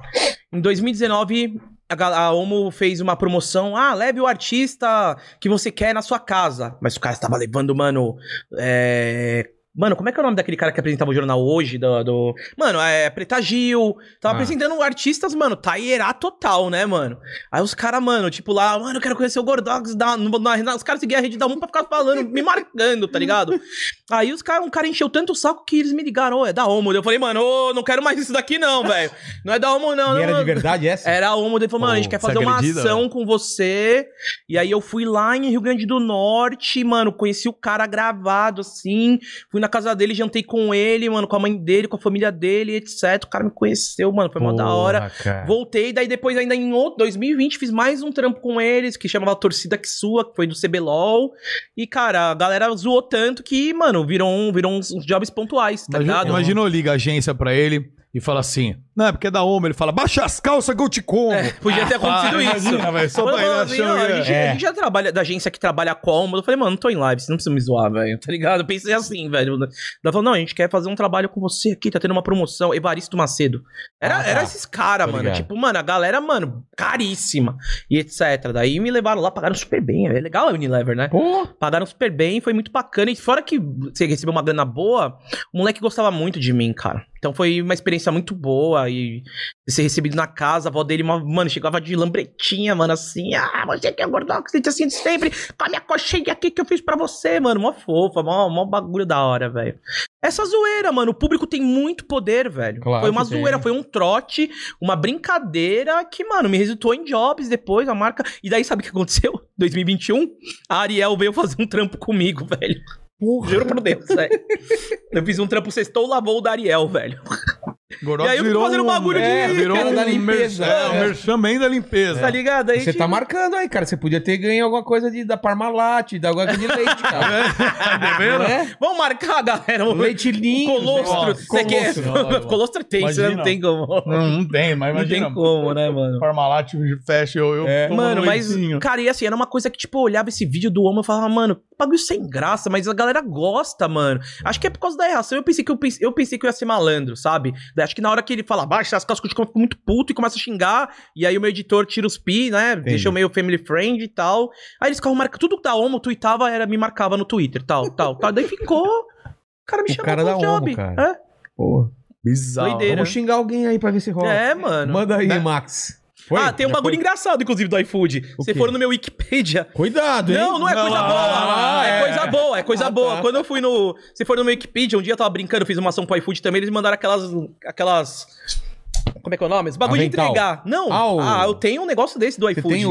Speaker 3: Em 2019, a, gal- a Omo fez uma promoção. Ah, leve o artista que você quer na sua casa. Mas o cara tava levando, mano. É. Mano, como é que é o nome daquele cara que apresentava o jornal hoje? Do, do- Mano, é Preta Gil.
Speaker 1: Ah.
Speaker 3: Tava apresentando artistas, mano, taierá total, né, mano? Aí os caras, mano, tipo lá, mano, eu quero conhecer o Gordox. Da, no- na- na- os caras seguiam a rede da um pra ficar falando, me marcando, tá ligado? Aí os cara, um cara encheu tanto o saco que eles me ligaram, ô, é da Omo. Eu falei, mano, ô, não quero mais isso daqui não, velho. Não é da Omo
Speaker 1: E
Speaker 3: não. não, É.
Speaker 1: era de
Speaker 3: mano.
Speaker 1: verdade essa?
Speaker 3: Era uma, daí falou, mano, a gente
Speaker 2: Pô,
Speaker 3: quer
Speaker 2: você
Speaker 3: fazer uma
Speaker 2: acredita,
Speaker 3: ação com você. E aí eu fui lá em Rio Grande do Norte, mano, conheci o cara gravado, assim. Fui na casa dele, jantei com ele, mano, com a mãe dele, com a família dele, etc. O cara me conheceu, mano, foi uma da hora. Voltei, daí depois ainda em outro- 2020 fiz mais um trampo com eles, que chamava Torcida Que Sua, que foi do CBLOL. E, cara, a galera zoou tanto que, mano, virou, um, virou uns, uns jobs pontuais, tá
Speaker 2: Imagina,
Speaker 3: ligado?
Speaker 2: imagina eu ligo a agência pra ele e fala assim:
Speaker 5: Não, é porque é da Oma, ele fala, baixa as calças que eu te como.
Speaker 3: É, podia
Speaker 2: Ah,
Speaker 3: ter acontecido isso.
Speaker 5: imagina, velho, é só
Speaker 3: Quando
Speaker 5: pra ir
Speaker 3: ela veio,
Speaker 5: achando
Speaker 3: ó,
Speaker 5: que
Speaker 3: a, gente,
Speaker 5: é.
Speaker 3: a gente já trabalha, da agência que trabalha cômodo. Eu falei, mano, não tô em live, você não precisa me zoar, velho, tá ligado? Eu pensei assim, velho. Ela falou, não, a gente quer fazer um trabalho com você aqui, tá tendo uma promoção, Evaristo Macedo. Era,
Speaker 5: Ah, tá.
Speaker 3: era esses caras, mano.
Speaker 1: ligado.
Speaker 3: Tipo, mano, a galera, mano, caríssima e etc. Daí me levaram lá, pagaram super bem. É legal a Unilever, né? Pagaram super bem, foi muito bacana. E fora que você recebeu uma grana boa, o moleque gostava muito de mim, cara. Então foi uma experiência muito boa e ser recebido na casa, a avó dele, uma- mano, chegava de lambretinha, mano, assim, ah, você que é gordão, que sente assim de sempre, com a minha coxinha aqui que eu fiz pra você, mano, mó fofa, mó, mó bagulho da hora, velho. Essa zoeira, mano, o público tem muito poder, velho.
Speaker 1: Claro
Speaker 3: foi uma
Speaker 1: que tem.
Speaker 3: zoeira, foi um trote, uma brincadeira que, mano, me resultou em jobs depois, a marca. E daí, sabe o que aconteceu? 2021, a Ariel veio fazer um trampo comigo, velho. Juro por Deus, velho. Eu fiz um trampo sextou, lavou o da Ariel, velho.
Speaker 5: Goró
Speaker 3: E aí eu fico
Speaker 5: virou
Speaker 3: fazendo
Speaker 5: um-
Speaker 3: bagulho de-
Speaker 5: é, virou
Speaker 7: cara da
Speaker 5: um merchan,
Speaker 7: limpeza,
Speaker 5: é,
Speaker 7: é.
Speaker 5: um merchan bem da limpeza.
Speaker 3: Tá ligado? Aí,
Speaker 1: Você tá
Speaker 3: tipo,
Speaker 1: marcando aí, cara. Você podia ter ganho alguma coisa de, da Parmalat, da água de leite, cara. Não é?
Speaker 3: Vamos marcar, galera. Tá o-
Speaker 1: Leite lindo.
Speaker 3: Colostro.
Speaker 5: velho.
Speaker 3: Você quer?
Speaker 5: Colostro.
Speaker 3: Colostro tem, você não
Speaker 5: Imagina.
Speaker 3: tem como.
Speaker 5: Não, não tem, mas
Speaker 3: Não
Speaker 5: imagina.
Speaker 3: tem como, né, mano?
Speaker 5: Parmalat fecha, eu, eu
Speaker 1: É.
Speaker 5: tomo um
Speaker 3: Mano, mas,
Speaker 5: leitinho.
Speaker 3: cara, e assim, era uma coisa que, tipo, eu olhava esse vídeo do homem e falava, mano, bagulho sem graça, mas a galera gosta, mano. Acho que é por causa da reação. Eu pensei que eu, pense- eu pensei que eu ia ser malandro, sabe? Daí acho que na hora que ele fala, baixa as cascas, eu fico muito puto e começa a xingar. E aí o meu editor tira os pi, né? Deixa eu meio family friend e tal. Aí eles ficavam marcando. Tudo da Homo tweetava, era, me marcava no Twitter, tal, tal, tal. Daí ficou. O cara me
Speaker 1: O
Speaker 3: chamou
Speaker 1: cara
Speaker 3: pro
Speaker 1: da
Speaker 3: job.
Speaker 1: Homo, cara. Porra.
Speaker 5: Bizarro.
Speaker 3: Doideira.
Speaker 1: Vamos xingar alguém aí pra ver se rola.
Speaker 3: É, mano.
Speaker 1: Manda aí, Max.
Speaker 3: ah, tem um
Speaker 1: Já
Speaker 3: bagulho engraçado, inclusive, do iFood.
Speaker 1: O
Speaker 3: Você
Speaker 1: quê?
Speaker 3: for no meu Wikipedia,
Speaker 5: Cuidado,
Speaker 3: Não, não é coisa
Speaker 5: Ah,
Speaker 3: boa. É
Speaker 5: é.
Speaker 3: coisa boa, é
Speaker 1: Ah,
Speaker 3: coisa boa.
Speaker 1: tá.
Speaker 3: Quando eu fui no. Se for no meu Wikipedia, um dia eu tava brincando, fiz uma ação pro iFood também, eles mandaram aquelas. aquelas. Como é que é o nome? Esse bagulho
Speaker 1: Avental.
Speaker 3: de entregar. Não.
Speaker 1: Ah, o-
Speaker 3: Ah, eu tenho um negócio desse do
Speaker 1: É. Você
Speaker 3: iFood.
Speaker 1: tem o,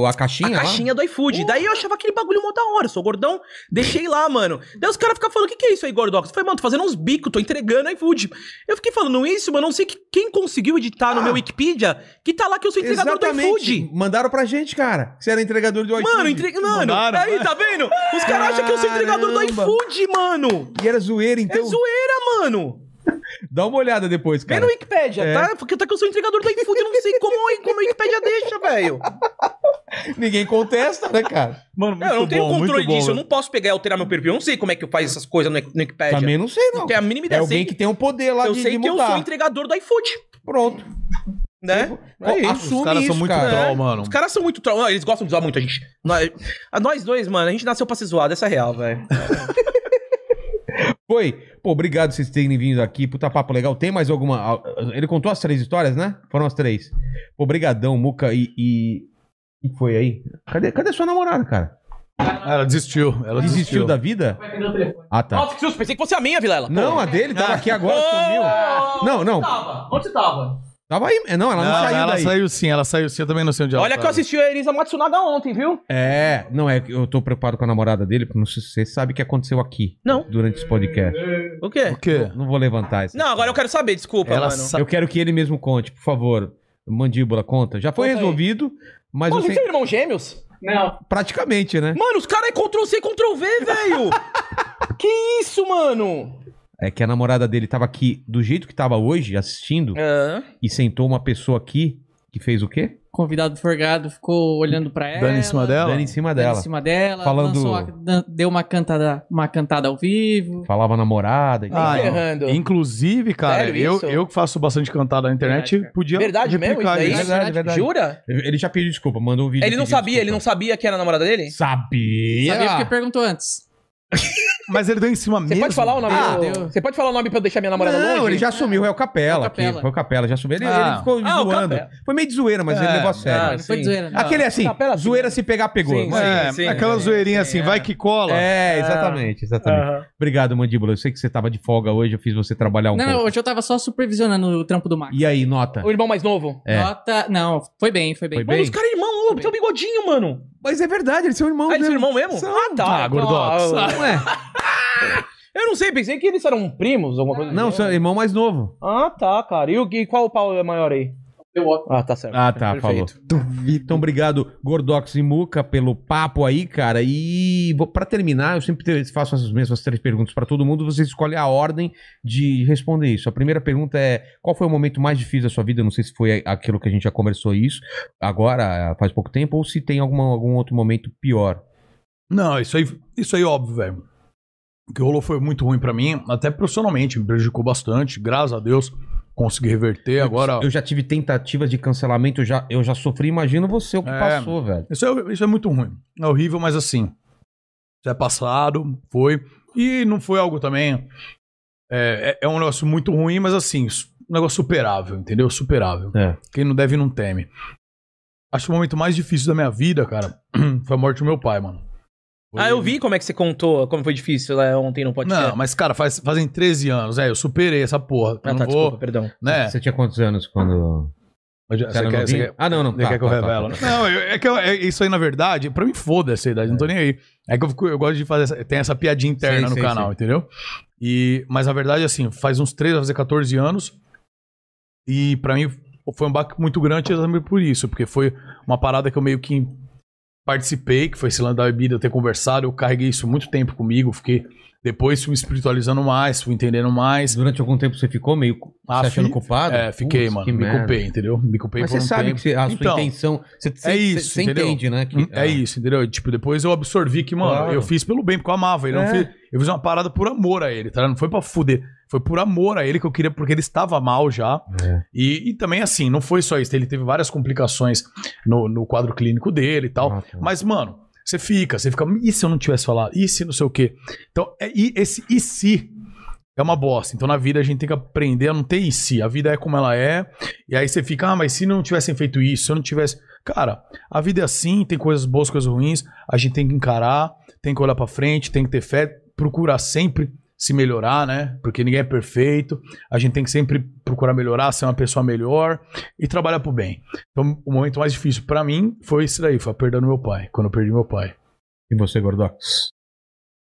Speaker 1: o- a
Speaker 3: A
Speaker 1: caixinha lá? Uh!
Speaker 3: caixinha do iFood. Daí eu achava aquele bagulho mó da hora. Eu sou gordão, deixei lá, mano. Daí os caras ficam falando: o que, que é isso aí, gordox? Eu falei, mano, tô fazendo uns bicos, tô entregando iFood. Eu fiquei falando isso, mano. Não sei que- quem conseguiu editar no meu Wikipedia que tá lá que eu sou entregador do iFood.
Speaker 1: Ah! Exatamente. Mandaram pra gente, cara. Você era entregador do iFood.
Speaker 3: Mano, entrega. Mano,
Speaker 5: Mandaram,
Speaker 3: aí,
Speaker 5: né?
Speaker 3: tá vendo? Os caras acham que eu sou entregador do
Speaker 1: Caramba.
Speaker 3: iFood, mano.
Speaker 1: E era zoeira, então.
Speaker 3: É zoeira, mano.
Speaker 1: Dá uma olhada depois,
Speaker 3: Vem
Speaker 1: cara.
Speaker 3: no Wikipedia,
Speaker 1: É.
Speaker 3: tá? Porque tá que eu sou entregador do iFood, eu não sei como, como a Wikipedia deixa, velho.
Speaker 1: Ninguém contesta, né, cara?
Speaker 5: Mano, muito
Speaker 3: É, Eu não tenho
Speaker 5: bom,
Speaker 3: controle
Speaker 5: muito bom,
Speaker 3: disso, eu
Speaker 5: velho.
Speaker 3: não posso pegar e alterar meu perfil. Eu não sei como é que eu faço essas coisas no, no Wikipedia.
Speaker 1: Também não sei,
Speaker 3: não
Speaker 1: não.
Speaker 3: tenho É, a mínima
Speaker 1: É
Speaker 3: ideia.
Speaker 1: alguém
Speaker 3: Sei-
Speaker 1: que tem o poder lá
Speaker 3: eu
Speaker 1: de,
Speaker 3: sei
Speaker 1: de
Speaker 3: que eu sou
Speaker 1: mudar.
Speaker 3: entregador do iFood,
Speaker 1: Pronto.
Speaker 3: né?
Speaker 1: É isso,
Speaker 5: Os caras são muito
Speaker 3: É.
Speaker 5: troll, mano.
Speaker 3: Os caras são muito troll. Não, Eles gostam de zoar muito a gente. Nós, a nós dois, mano, a gente nasceu pra ser zoado, essa é real, velho.
Speaker 1: Foi. Pô, obrigado vocês terem vindo aqui. Puta papo legal. Tem mais alguma. Ele contou as três histórias, né? Foram as três. Pô, brigadão, Muca e. e... O que foi aí? Cadê, cadê sua namorada, cara?
Speaker 5: Ela desistiu. Ela
Speaker 1: Desistiu,
Speaker 5: desistiu.
Speaker 1: da vida? Ah, tá.
Speaker 3: Nossa, que susto, pensei que fosse a minha, Vilela.
Speaker 1: Não, a dele tava aqui agora, sumiu. Não, não.
Speaker 3: tava? Onde você tava?
Speaker 1: Tava aí. é, Não, ela não,
Speaker 5: Não,
Speaker 1: saiu
Speaker 5: ela
Speaker 1: daí.
Speaker 5: saiu sim, ela saiu sim, eu também não sei onde ela tá.
Speaker 3: Olha que eu
Speaker 5: tava.
Speaker 3: assisti a Elisa Matsunaga ontem, viu?
Speaker 1: É, não, é que eu tô preocupado com a namorada dele, porque não sei se você sabe o que aconteceu aqui.
Speaker 3: Não.
Speaker 1: Durante esse podcast.
Speaker 3: O quê?
Speaker 5: O quê?
Speaker 1: Não vou levantar isso.
Speaker 3: Não, agora eu quero saber, desculpa,
Speaker 5: Ela
Speaker 3: mano.
Speaker 5: sa...
Speaker 1: Eu quero que ele mesmo conte, por favor. Mandíbula, conta. Já foi
Speaker 3: Conta aí.
Speaker 1: resolvido, mas
Speaker 3: Pô,
Speaker 1: eu
Speaker 3: vocês
Speaker 1: sei...
Speaker 3: são irmãos gêmeos?
Speaker 1: praticamente, né?
Speaker 3: Mano, os caras é Ctrl-C, Ctrl-V, velho! que isso, mano?
Speaker 1: É que a namorada dele tava aqui do jeito que tava hoje, assistindo,
Speaker 3: É.
Speaker 1: e sentou uma pessoa aqui que fez o quê?
Speaker 4: Convidado forgado ficou olhando pra
Speaker 3: É,
Speaker 4: ela.
Speaker 5: Dando em cima dela?
Speaker 1: Dando em cima
Speaker 4: dando
Speaker 1: dela.
Speaker 4: em cima dela.
Speaker 1: Falando-
Speaker 4: lançou a- dan- deu uma cantada, uma cantada ao vivo.
Speaker 1: Falava namorada e tal.
Speaker 5: Ah,
Speaker 3: Tá Ferrando.
Speaker 5: Inclusive, cara,
Speaker 3: Sério
Speaker 5: eu,
Speaker 3: isso?
Speaker 5: eu que faço bastante cantada na internet,
Speaker 4: Verdade, cara.
Speaker 5: podia
Speaker 3: Verdade mesmo isso
Speaker 5: replicar
Speaker 3: daí?
Speaker 5: isso.
Speaker 1: Verdade, verdade.
Speaker 3: Jura?
Speaker 1: Ele já pediu desculpa, mandou um vídeo.
Speaker 3: Ele não
Speaker 1: pedindo
Speaker 3: sabia, ele não
Speaker 1: desculpa.
Speaker 3: sabia que era a namorada dele?
Speaker 1: Sabia!
Speaker 4: Sabia porque perguntou antes.
Speaker 5: Mas ele deu em cima
Speaker 3: Você
Speaker 5: mesmo.
Speaker 3: pode falar o nome
Speaker 4: Ah,
Speaker 3: do-
Speaker 4: deu.
Speaker 3: Você pode falar o nome pra eu deixar minha namorada
Speaker 1: não,
Speaker 3: longe?
Speaker 1: ele já assumiu, é o Capela.
Speaker 4: É o Capela.
Speaker 1: aqui, foi o Capela, já assumiu. Ele,
Speaker 5: Ah.
Speaker 1: ele ficou
Speaker 3: Ah, o
Speaker 1: zoando.
Speaker 3: Capela.
Speaker 1: Foi meio de zoeira, mas ele
Speaker 5: É,
Speaker 1: levou a sério.
Speaker 4: Não foi
Speaker 3: sim.
Speaker 4: zoeira, né? não.
Speaker 1: Aquele é assim,
Speaker 3: Capela, sim.
Speaker 1: zoeira se pegar, pegou.
Speaker 3: Sim,
Speaker 1: Mas-
Speaker 5: É,
Speaker 3: Sim, sim,
Speaker 5: aquela
Speaker 3: sim,
Speaker 5: zoeirinha
Speaker 3: sim,
Speaker 5: assim,
Speaker 3: é.
Speaker 5: vai que cola.
Speaker 1: É, exatamente, exatamente. Obrigado, Mandíbula. Eu sei que você tava de folga hoje, eu fiz você trabalhar um
Speaker 4: Não, não,
Speaker 1: pouco.
Speaker 4: hoje eu tava só supervisionando o trampo do Max.
Speaker 1: E aí, nota?
Speaker 3: O irmão mais novo?
Speaker 1: É.
Speaker 4: Nota. Não, foi bem, foi bem.
Speaker 1: Foi
Speaker 3: Mano,
Speaker 1: Bem.
Speaker 3: os caras é irmão, ô, tem um bigodinho, mano.
Speaker 1: Mas é verdade, eles são irmãos,
Speaker 3: Ah, eles
Speaker 1: né?
Speaker 3: são irmão mesmo?
Speaker 1: São.
Speaker 3: Ah, tá.
Speaker 5: Ah, gordox.
Speaker 3: Ah,
Speaker 1: Não é?
Speaker 3: Eu não sei, pensei que eles eram primos, alguma coisa
Speaker 1: Não,
Speaker 3: assim.
Speaker 1: são irmão mais novo.
Speaker 3: Ah, tá, cara. E, o, e qual o pau é maior aí?
Speaker 4: Deu óbvio.
Speaker 3: Ah, tá certo.
Speaker 1: Ah, tá, falou. Então, obrigado, Gordox e Muca, pelo papo aí, cara. E vou- pra terminar, eu sempre te- faço as mesmas três perguntas pra todo mundo. Você escolhe a ordem de responder isso. A primeira pergunta é: qual foi o momento mais difícil da sua vida? Eu Não sei se foi a- aquilo que a gente já conversou isso agora, faz pouco tempo, ou se tem alguma, algum outro momento pior.
Speaker 2: Não, isso aí, isso aí é óbvio, velho. O que rolou foi muito ruim pra mim, até profissionalmente, me prejudicou bastante, graças a Deus, consegui reverter agora.
Speaker 1: Eu já tive tentativas de cancelamento, eu já, eu já sofri, imagino você o que
Speaker 2: É.
Speaker 1: passou, velho.
Speaker 2: Isso é, isso é muito ruim. É horrível, mas assim. Já é passado, foi. E não foi algo também. É, é- é um negócio muito ruim, mas assim, su- um negócio superável, entendeu? Superável.
Speaker 1: É.
Speaker 2: Quem não deve não teme. Acho que o momento mais difícil da minha vida, cara, foi a morte do meu pai, mano. Foi-
Speaker 3: Ah, eu vi como é que você contou, como foi difícil lá ontem no podcast.
Speaker 2: Não, mas cara, faz, fazem 13 anos, é, eu superei essa porra.
Speaker 3: Ah,
Speaker 2: eu
Speaker 3: tá,
Speaker 2: não vou,
Speaker 3: desculpa, perdão.
Speaker 2: né?
Speaker 1: Você tinha quantos anos quando.
Speaker 2: Você
Speaker 1: Você era
Speaker 2: quer- você
Speaker 1: novinho?
Speaker 2: quer-
Speaker 1: Ah, não, não.
Speaker 2: Ele
Speaker 1: tá,
Speaker 2: quer que eu
Speaker 1: tá, tá, tá.
Speaker 2: revelo. Não, eu- é que eu- é- isso aí, na verdade, pra mim foda essa idade, não tô nem aí. É que eu, fico- eu gosto de fazer. Essa, tem essa piadinha interna
Speaker 1: Sei,
Speaker 2: no
Speaker 1: sei,
Speaker 2: canal,
Speaker 1: sei.
Speaker 2: entendeu? E, mas a verdade, assim, faz uns 13, vai fazer 14 anos. E pra mim foi um baque muito grande exatamente por isso, porque foi uma parada que eu meio que participei, que foi esse lance da bebida, eu ter conversado, eu carreguei isso muito tempo comigo, fiquei. Depois fui me espiritualizando mais, fui entendendo mais.
Speaker 1: Durante algum tempo você ficou meio cu-
Speaker 2: Ah,
Speaker 1: se achando
Speaker 2: fi-
Speaker 1: culpado?
Speaker 2: É,
Speaker 1: Putz,
Speaker 2: fiquei,
Speaker 1: que
Speaker 2: mano. Me
Speaker 1: merda.
Speaker 2: culpei, entendeu? Me culpei
Speaker 1: Mas
Speaker 2: por
Speaker 1: você
Speaker 2: um
Speaker 1: sabe
Speaker 2: tempo.
Speaker 1: que você- a sua
Speaker 2: Então,
Speaker 1: intenção. Você, você-
Speaker 2: é
Speaker 1: você-
Speaker 2: isso,
Speaker 1: você
Speaker 2: entendeu?
Speaker 1: entende, né? que-
Speaker 2: Hum, é
Speaker 1: ah,
Speaker 2: isso, entendeu? Tipo, depois eu absorvi que, mano,
Speaker 1: Claro.
Speaker 2: eu fiz pelo bem, porque eu amava ele. Eu, não
Speaker 1: É.
Speaker 2: fiz, eu fiz uma parada por amor a ele, tá? ligado? Não foi pra fuder. Foi por amor a ele que eu queria, porque ele estava mal já.
Speaker 1: É.
Speaker 2: E, e também, assim, não foi só isso. Ele teve várias complicações no, no quadro clínico dele e tal.
Speaker 1: Ah, tá.
Speaker 2: Mas, mano, você fica, você fica. E se eu não tivesse falado? E se não sei o quê? Então, é, e esse e se é uma bosta. Então, na vida, a gente tem que aprender a não ter e se. A vida é como ela é. E aí você fica, ah, mas se não tivessem feito isso, se eu não tivesse. Cara, a vida é assim, tem coisas boas, coisas ruins. A gente tem que encarar, tem que olhar pra frente, tem que ter fé, procurar sempre se melhorar, né? Porque ninguém é perfeito. A gente tem que sempre procurar melhorar, ser uma pessoa melhor e trabalhar pro bem. Então, o momento mais difícil pra mim foi isso daí, foi a perda do meu pai, quando eu perdi meu pai.
Speaker 1: E você, Gordox?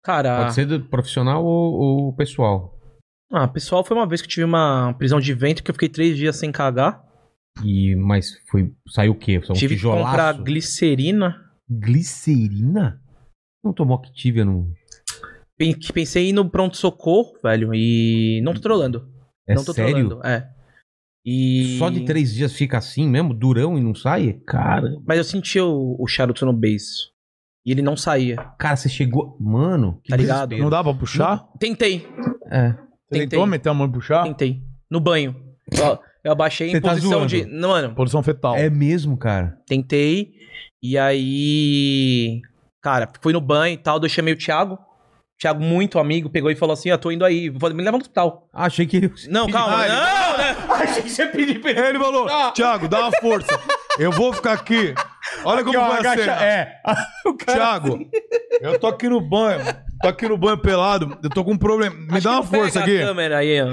Speaker 3: Cara,
Speaker 2: Ah.
Speaker 1: Pode ser do profissional ou, ou pessoal?
Speaker 3: ah, pessoal, foi uma vez que eu tive uma prisão de vento que eu fiquei três dias sem cagar.
Speaker 1: E, mas foi, saiu o quê? Só Um
Speaker 3: tive que comprar
Speaker 1: tijolaço?
Speaker 3: glicerina.
Speaker 1: Glicerina? Não tomou Activia, não.
Speaker 3: Pen- que Pensei em ir no pronto-socorro, velho, e não tô trolando.
Speaker 1: É
Speaker 3: não tô
Speaker 1: sério?
Speaker 3: trolando, é. E...
Speaker 1: Só de três dias fica assim mesmo? Durão e não sai? Cara,
Speaker 3: Mas eu sentia o, o charuto no beijo. E ele não saía.
Speaker 1: cara, você chegou... Mano, que
Speaker 3: Tá ligado?
Speaker 1: desespero.
Speaker 2: Não dá pra puxar?
Speaker 3: Tentei,
Speaker 1: É.
Speaker 2: Você
Speaker 3: tentei.
Speaker 2: tentou meter a mão e puxar?
Speaker 3: tentei. No banho. Ó, Eu abaixei
Speaker 1: Ah. Você
Speaker 3: em
Speaker 1: tá
Speaker 3: posição
Speaker 1: zoando.
Speaker 3: de. Não, mano,
Speaker 2: Posição fetal.
Speaker 1: É mesmo, cara.
Speaker 3: Tentei. E aí. Cara, fui no banho e tal, daí eu chamei o Thiago. O Thiago, muito amigo, pegou e falou assim: ó, tô indo aí, vou- me leva no hospital.
Speaker 1: Achei que ele...
Speaker 3: Não, calma,
Speaker 2: Ah,
Speaker 3: não, né?
Speaker 7: Achei que você pediu pra ele.
Speaker 2: Ele falou,
Speaker 3: Ah.
Speaker 2: Thiago, dá uma força. Eu vou ficar aqui. Olha como
Speaker 7: ó,
Speaker 2: vai
Speaker 7: agacha-
Speaker 2: ser.
Speaker 7: é.
Speaker 2: Thiago, eu tô aqui no banho. Tô aqui no banho pelado. Eu tô com um problema. Me
Speaker 3: Acho
Speaker 2: dá
Speaker 3: que
Speaker 2: uma
Speaker 3: não
Speaker 2: força
Speaker 3: pega
Speaker 2: aqui.
Speaker 3: a câmera aí, ó.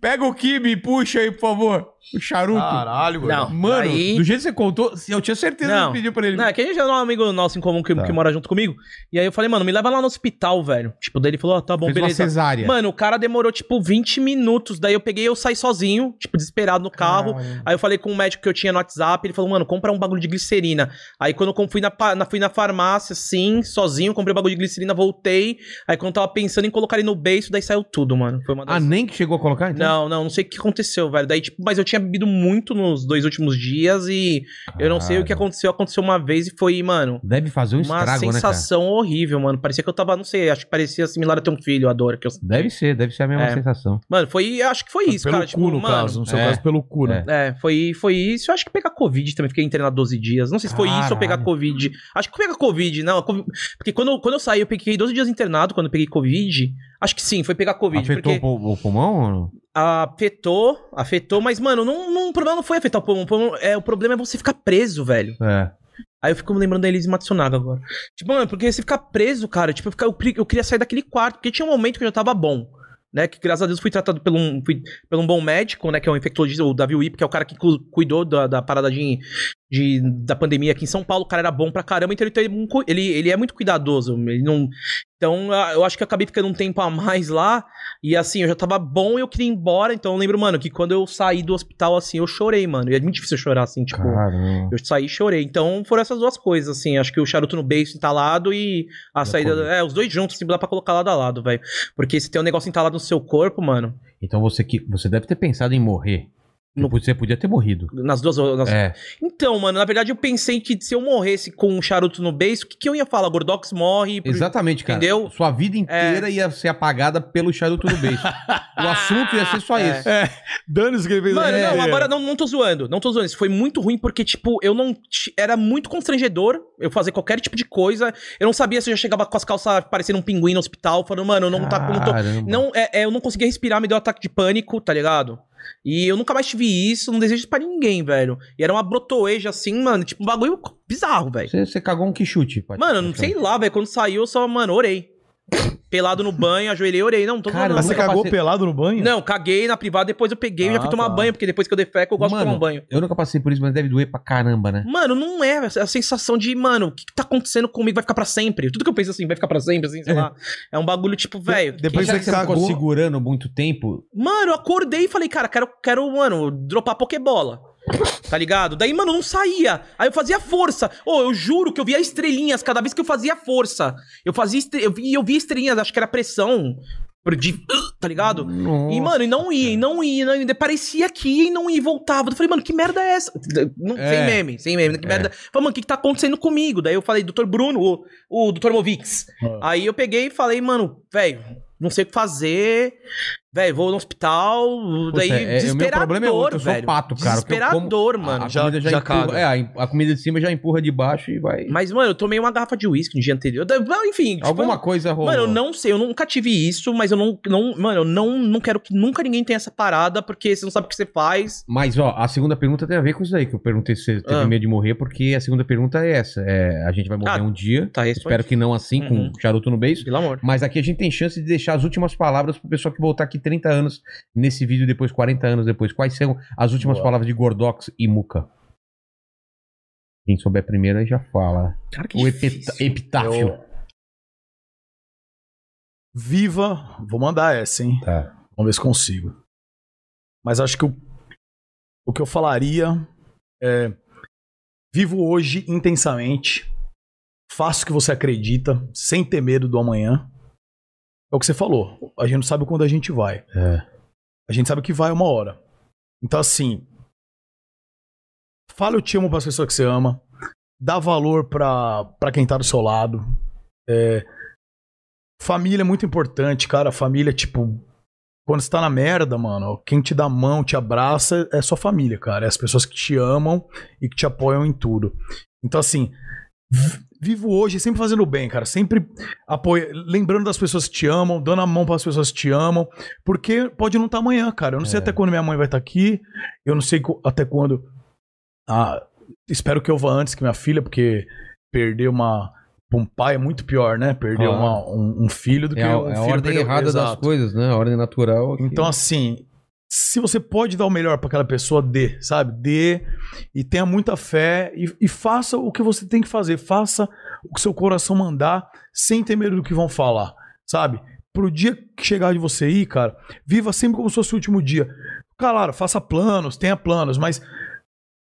Speaker 7: Pega o kibe e puxa aí, por favor. O charuto.
Speaker 2: Caralho, velho.
Speaker 3: Não,
Speaker 7: Mano,
Speaker 3: aí-
Speaker 7: do jeito que você contou, eu tinha certeza
Speaker 3: Não.
Speaker 7: que pediu pra ele.
Speaker 3: Não, é que a gente é um amigo nosso em comum que, que mora junto comigo. E aí eu falei, mano, me leva lá no hospital, velho. Tipo, daí ele falou, ó, tá bom,
Speaker 1: Fez uma
Speaker 3: beleza.
Speaker 1: cesárea.
Speaker 3: Mano, o cara demorou tipo 20 minutos. Daí eu peguei, eu saí sozinho, tipo, desesperado no carro. Aí eu falei com um médico que eu tinha no WhatsApp. Ele falou, mano, compra um bagulho de glicerina. Aí quando eu com- fui na, pa- na- fui na farmácia, assim, sozinho, comprei um bagulho de glicerina, voltei. Aí quando eu tava pensando em colocar ele no beijo, daí saiu tudo, mano. Foi uma das...
Speaker 1: Ah, nem que chegou a colocar? então?
Speaker 3: Não, não, não sei o que aconteceu, velho. Daí, tipo, mas eu tinha bebido muito nos dois últimos dias e eu não sei o que
Speaker 1: Caralho.
Speaker 3: aconteceu. Aconteceu uma vez e foi, mano,
Speaker 1: Deve fazer um
Speaker 3: uma
Speaker 1: estrago, né, cara?
Speaker 3: sensação horrível, mano. Parecia que eu tava, não sei, acho que parecia similar a ter um filho, a dor que eu
Speaker 1: Deve ser, deve ser a mesma
Speaker 3: É.
Speaker 1: sensação.
Speaker 3: Mano, foi. Acho que foi isso,
Speaker 2: pelo
Speaker 3: cara.
Speaker 2: cu,
Speaker 3: Tipo,
Speaker 2: no
Speaker 3: mano.
Speaker 2: caso. né? No seu
Speaker 1: é.
Speaker 2: caso, pelo cu, né?
Speaker 3: É, foi, foi isso. Eu acho que pegar Covid também. Fiquei internado 12 dias. Não sei se foi isso ou pegar
Speaker 1: Caralho.
Speaker 3: Covid. Acho que pegar Covid, não. a Covid- Porque quando, quando eu saí, eu peguei 12 dias internado quando eu peguei Covid. Acho que sim, foi pegar Covid.
Speaker 1: Afetou um
Speaker 3: porque
Speaker 1: o pul- o pulmão? ou não?
Speaker 3: afetou, afetou, mas, mano, não, não, o problema não foi afetar o pulmão. O, pulmão- é, o problema é você ficar preso, velho.
Speaker 1: É.
Speaker 3: Aí eu fico me lembrando da Elise Matsunaga agora. Tipo, mano, porque você ficar preso, cara, tipo, eu, fica- eu pri- eu queria sair daquele quarto, porque tinha um momento que eu já tava bom. Né, que graças a Deus fui tratado por um, fui, pelo um bom médico, né? Que é o infectologista, o Davi Wip, que é o cara que cu- cuidou da, da parada de, de, da pandemia aqui em São Paulo, o cara era bom pra caramba, então ele, tem um cu- ele, ele é muito cuidadoso. Ele não, então ah, eu acho que eu acabei ficando um tempo a mais lá, e assim, eu já tava bom e eu queria ir embora. Então eu lembro, mano, que quando eu saí do hospital, assim, eu chorei, mano. E é muito difícil eu chorar, assim, tipo.
Speaker 1: Caramba.
Speaker 3: Eu saí e chorei. Então foram essas duas coisas, assim. Acho que o charuto no beijo entalado e a saída. É, os dois juntos, assim, dá pra colocar lado a lado, velho. Porque se tem um negócio entalado no seu corpo, mano,
Speaker 1: Então você, que, você deve ter pensado em morrer.
Speaker 3: No-
Speaker 1: Você podia ter morrido.
Speaker 3: nas duas. nas-
Speaker 1: É.
Speaker 3: Então, mano, na verdade eu pensei que se eu morresse com um charuto no beijo, o que, que eu ia falar? Gordox morre. pro-
Speaker 1: Exatamente, cara.
Speaker 3: Entendeu? É.
Speaker 1: Sua vida inteira ia ser apagada pelo charuto do beijo. o assunto ia ser só
Speaker 3: É.
Speaker 1: isso.
Speaker 2: Dane-se que ele fez É. a
Speaker 3: Mano,
Speaker 2: vida
Speaker 3: não,
Speaker 2: inteira.
Speaker 3: agora não, não tô zoando. Não tô zoando. Isso foi muito ruim porque, tipo, eu não. ti- Era muito constrangedor eu fazer qualquer tipo de coisa. Eu não sabia se eu já chegava com as calças parecendo um pinguim no hospital, falando, mano, eu não, tá, não tô
Speaker 1: Caramba.
Speaker 3: Não, é, é, eu não conseguia respirar, me deu um ataque de pânico, tá ligado? E eu nunca mais tive isso, não desejo isso pra ninguém, velho. E era uma brotoeja assim, mano, tipo um bagulho bizarro, velho.
Speaker 1: Você, você cagou um que chute, pai.
Speaker 3: Mano,
Speaker 2: Uhum.
Speaker 3: não sei lá, velho, quando saiu eu só, mano, orei. Pelado no banho, ajoelhei, orei. Não, tô
Speaker 1: Cara,
Speaker 3: zoando,
Speaker 2: Mas você
Speaker 1: nunca
Speaker 2: cagou
Speaker 1: passei-
Speaker 2: pelado no banho?
Speaker 3: Não, caguei na privada, depois eu peguei, eu já
Speaker 2: Ah,
Speaker 3: fui tomar
Speaker 2: tá.
Speaker 3: banho, porque depois que eu defeco, eu gosto
Speaker 1: Mano.
Speaker 3: de tomar um banho.
Speaker 1: Eu nunca passei por isso, mas deve doer pra caramba, né?
Speaker 3: Mano, não é é a sensação de, mano, o que, que tá acontecendo comigo vai ficar pra sempre. Tudo que eu penso assim, vai ficar pra sempre, assim, sei lá. É um bagulho tipo, velho. que-
Speaker 2: Depois
Speaker 1: Já
Speaker 2: você
Speaker 1: que você ficou
Speaker 2: cagou.
Speaker 1: segurando muito tempo,
Speaker 3: Mano, eu acordei e falei, cara, quero, quero, mano, dropar Pokébola. Tá ligado? Daí, mano, não saía. Aí eu fazia força. Ô, eu juro que eu via estrelinhas cada vez que eu fazia força. Eu fazia estre... eu, via, eu via estrelinhas, acho que era pressão. por- De... Tá ligado? E, mano, e não ia, e não ia, e não ia. Parecia que ia e não ia e voltava. Eu falei, mano, que merda é essa? Não-
Speaker 1: É.
Speaker 3: Sem meme, sem meme. Que merda. Falei, mano, o que, que tá acontecendo comigo? Daí eu falei, doutor Bruno, o, o doutor Movix.
Speaker 1: Ah.
Speaker 3: Aí eu peguei e falei, mano, velho, não sei o que fazer. Velho, vou no hospital. daí,
Speaker 1: Puta, é- é- o meu problema é outro, eu sou
Speaker 3: velho.
Speaker 1: pato, cara, porque eu como-
Speaker 3: Desesperador, mano.
Speaker 1: a,
Speaker 2: já-
Speaker 1: comida já,
Speaker 2: já
Speaker 1: empurra,
Speaker 2: caga.
Speaker 1: é, a em- a comida de cima já empurra de baixo e vai.
Speaker 3: Mas, mano, eu tomei uma garrafa de uísque no dia anterior. Da- Enfim, tipo,
Speaker 1: Alguma coisa rolou.
Speaker 3: Mano, eu não sei, eu nunca tive isso, mas eu não. não mano, eu não, não quero que nunca ninguém tenha essa parada, porque você não sabe o que você faz.
Speaker 1: Mas, ó, a segunda pergunta tem a ver com isso aí, que eu perguntei se você teve
Speaker 3: Ah.
Speaker 1: medo de morrer, porque a segunda pergunta é essa. É, a gente vai morrer
Speaker 3: Ah,
Speaker 1: um dia,
Speaker 3: Tá,
Speaker 1: espero que não assim,
Speaker 3: Uhum.
Speaker 1: com charuto no beijo.
Speaker 3: Pelo amor.
Speaker 1: Mas aqui a gente tem chance de deixar as últimas palavras pro pessoal que voltar aqui 30 anos nesse vídeo, depois 40 anos depois. Quais são as últimas
Speaker 2: Boa.
Speaker 1: palavras de Gordox e Muca? Quem souber primeiro aí já fala.
Speaker 3: Cara, que
Speaker 1: O
Speaker 3: difícil.
Speaker 1: epita- epitáfio.
Speaker 2: Eu- Viva, vou mandar essa, hein?
Speaker 1: Tá.
Speaker 2: Vamos ver se consigo. Mas acho que o, o que eu falaria é: vivo hoje intensamente, faça o que você acredita, sem ter medo do amanhã. É o que você falou. A gente não sabe quando a gente vai.
Speaker 1: É.
Speaker 2: A gente sabe que vai uma hora. Então, assim, fala eu te amo para as pessoas que você ama, dá valor pra pra quem tá do seu lado. É, família é muito importante, cara. Família, tipo, quando você tá na merda, mano, quem te dá a mão, te abraça, é sua família, cara. É as pessoas que te amam e que te apoiam em tudo. Então, assim, vi- vivo hoje sempre fazendo o bem, cara. Sempre apoia, lembrando das pessoas que te amam, dando a mão para as pessoas que te amam, porque pode não estar amanhã, cara. Eu não sei até quando minha mãe vai estar aqui. Eu não sei co- até quando. Ah, espero que eu vá antes que minha filha, porque perder uma um pai é muito pior, né? Perder
Speaker 1: Claro.
Speaker 2: uma- um, um filho do
Speaker 1: É
Speaker 2: que
Speaker 1: a,
Speaker 2: um
Speaker 1: é a
Speaker 2: filho
Speaker 1: ordem
Speaker 2: perder-
Speaker 1: errada das
Speaker 2: Exato.
Speaker 1: coisas, né? A ordem natural. que-
Speaker 2: Então, assim, se você pode dar o melhor pra aquela pessoa, dê, sabe? Dê e tenha muita fé e, e faça o que você tem que fazer. Faça o que seu coração mandar, sem ter medo do que vão falar, sabe? Pro dia que chegar de você ir, cara, viva sempre como se fosse o último dia. Claro, faça planos, tenha planos, mas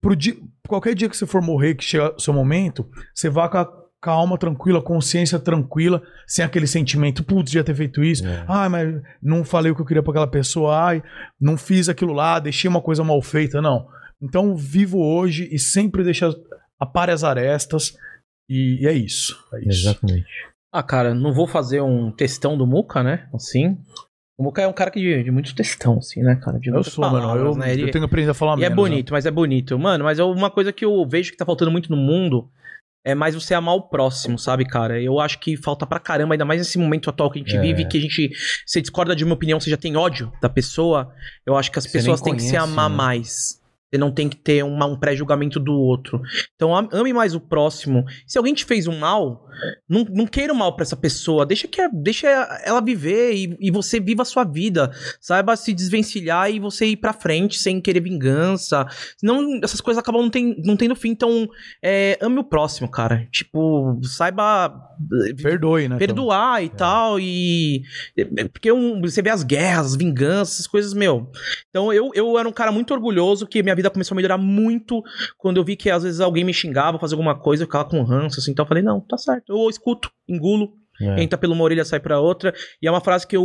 Speaker 2: pro dia, qualquer dia que você for morrer, que chegar o seu momento, você vá com a calma tranquila, consciência tranquila, sem aquele sentimento, putz, devia ter feito isso. Ah,
Speaker 1: É.
Speaker 2: Ai, mas não falei o que eu queria pra aquela pessoa. Ai, não fiz aquilo lá, deixei uma coisa mal feita. Não. Então, vivo hoje e sempre deixa apare as arestas. E, e é isso. É isso.
Speaker 1: Exatamente.
Speaker 3: Ah, cara, não vou fazer um textão do Muca, né? Assim. O Muca é um cara que de, de muito textão, assim, né, cara? De
Speaker 2: Eu
Speaker 3: muitas
Speaker 2: sou, mano.
Speaker 3: palavras,
Speaker 2: Eu,
Speaker 3: né? Ele-
Speaker 2: eu tenho que aprender a falar né?
Speaker 3: E é
Speaker 2: menos,
Speaker 3: bonito, mas é bonito. Mano, mas é uma coisa que eu vejo que tá faltando muito no mundo. É mais você amar o próximo, sabe, cara? Eu acho que falta pra caramba, ainda mais nesse momento atual que a gente
Speaker 1: É.
Speaker 3: vive, que a gente. Você discorda de uma opinião, você já tem ódio da pessoa. Eu acho que as
Speaker 1: Você nem
Speaker 3: pessoas têm que se
Speaker 1: conhece,
Speaker 3: amar
Speaker 1: né?
Speaker 3: mais. Você não tem que ter uma- um pré-julgamento do outro. Então am- ame mais o próximo. Se alguém te fez um mal, não, não queira o mal pra essa pessoa. Deixa que a- deixa ela viver e, e você viva a sua vida. Saiba se desvencilhar e você ir pra frente sem querer vingança. Senão essas coisas acabam não, tem, não tendo fim. Então é, ame o próximo, cara. Tipo, saiba eh,
Speaker 2: Perdoe, né? também.
Speaker 3: perdoar e tal, e. Porque um- você vê as guerras, as vinganças, as coisas, meu. Então eu, eu era um cara muito orgulhoso, que minha vida começou a melhorar muito quando eu vi que às vezes alguém me xingava, fazia alguma coisa, eu ficava com ranço, assim, então eu falei, não, tá certo. Eu escuto, engulo,
Speaker 2: É.
Speaker 3: entra pela uma orelha, sai pra outra. E é uma frase que eu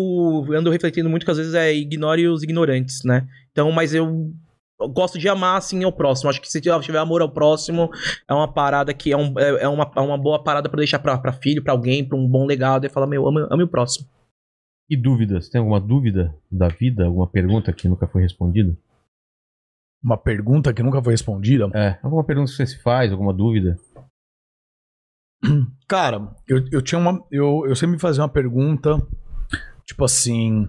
Speaker 3: ando refletindo muito, que às vezes é ignore os ignorantes, né? Então, mas eu. eu gosto de amar, assim, ao próximo. Acho que se tiver amor ao próximo, é uma parada que é, um- é- é uma, é uma boa parada pra deixar pra, pra filho, pra alguém, pra um bom legado. E falar, meu, ame, ame o próximo.
Speaker 1: E dúvidas? Tem alguma dúvida da vida? Alguma pergunta que nunca foi respondida?
Speaker 2: Uma pergunta que nunca foi respondida.
Speaker 1: É. Alguma pergunta que você se faz? Alguma dúvida?
Speaker 2: Cara, eu, eu tinha uma. Eu, eu sempre me fazia uma pergunta, tipo assim.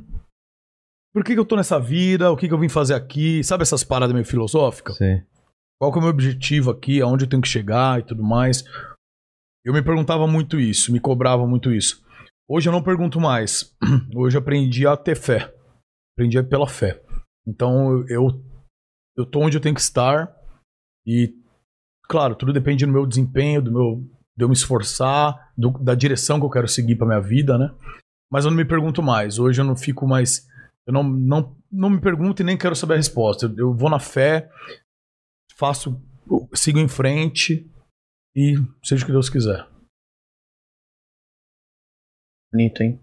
Speaker 2: Por que, que eu tô nessa vida? O que, que eu vim fazer aqui? Sabe essas paradas meio filosóficas?
Speaker 1: Sim.
Speaker 2: Qual que é o meu objetivo aqui? Aonde eu tenho que chegar e tudo mais? Eu me perguntava muito isso, me cobrava muito isso. Hoje eu não pergunto mais. Hoje eu aprendi a ter fé. Aprendi a ir pela fé. Então eu, eu tô onde eu tenho que estar. E, claro, tudo depende do meu desempenho, do meu de eu me esforçar, do- da direção que eu quero seguir pra minha vida, né? Mas eu não me pergunto mais. Hoje eu não fico mais. Eu não, não, não me pergunto e nem quero saber a resposta. Eu, eu vou na fé, faço, eu sigo em frente e seja o que Deus quiser.
Speaker 3: Bonito, hein?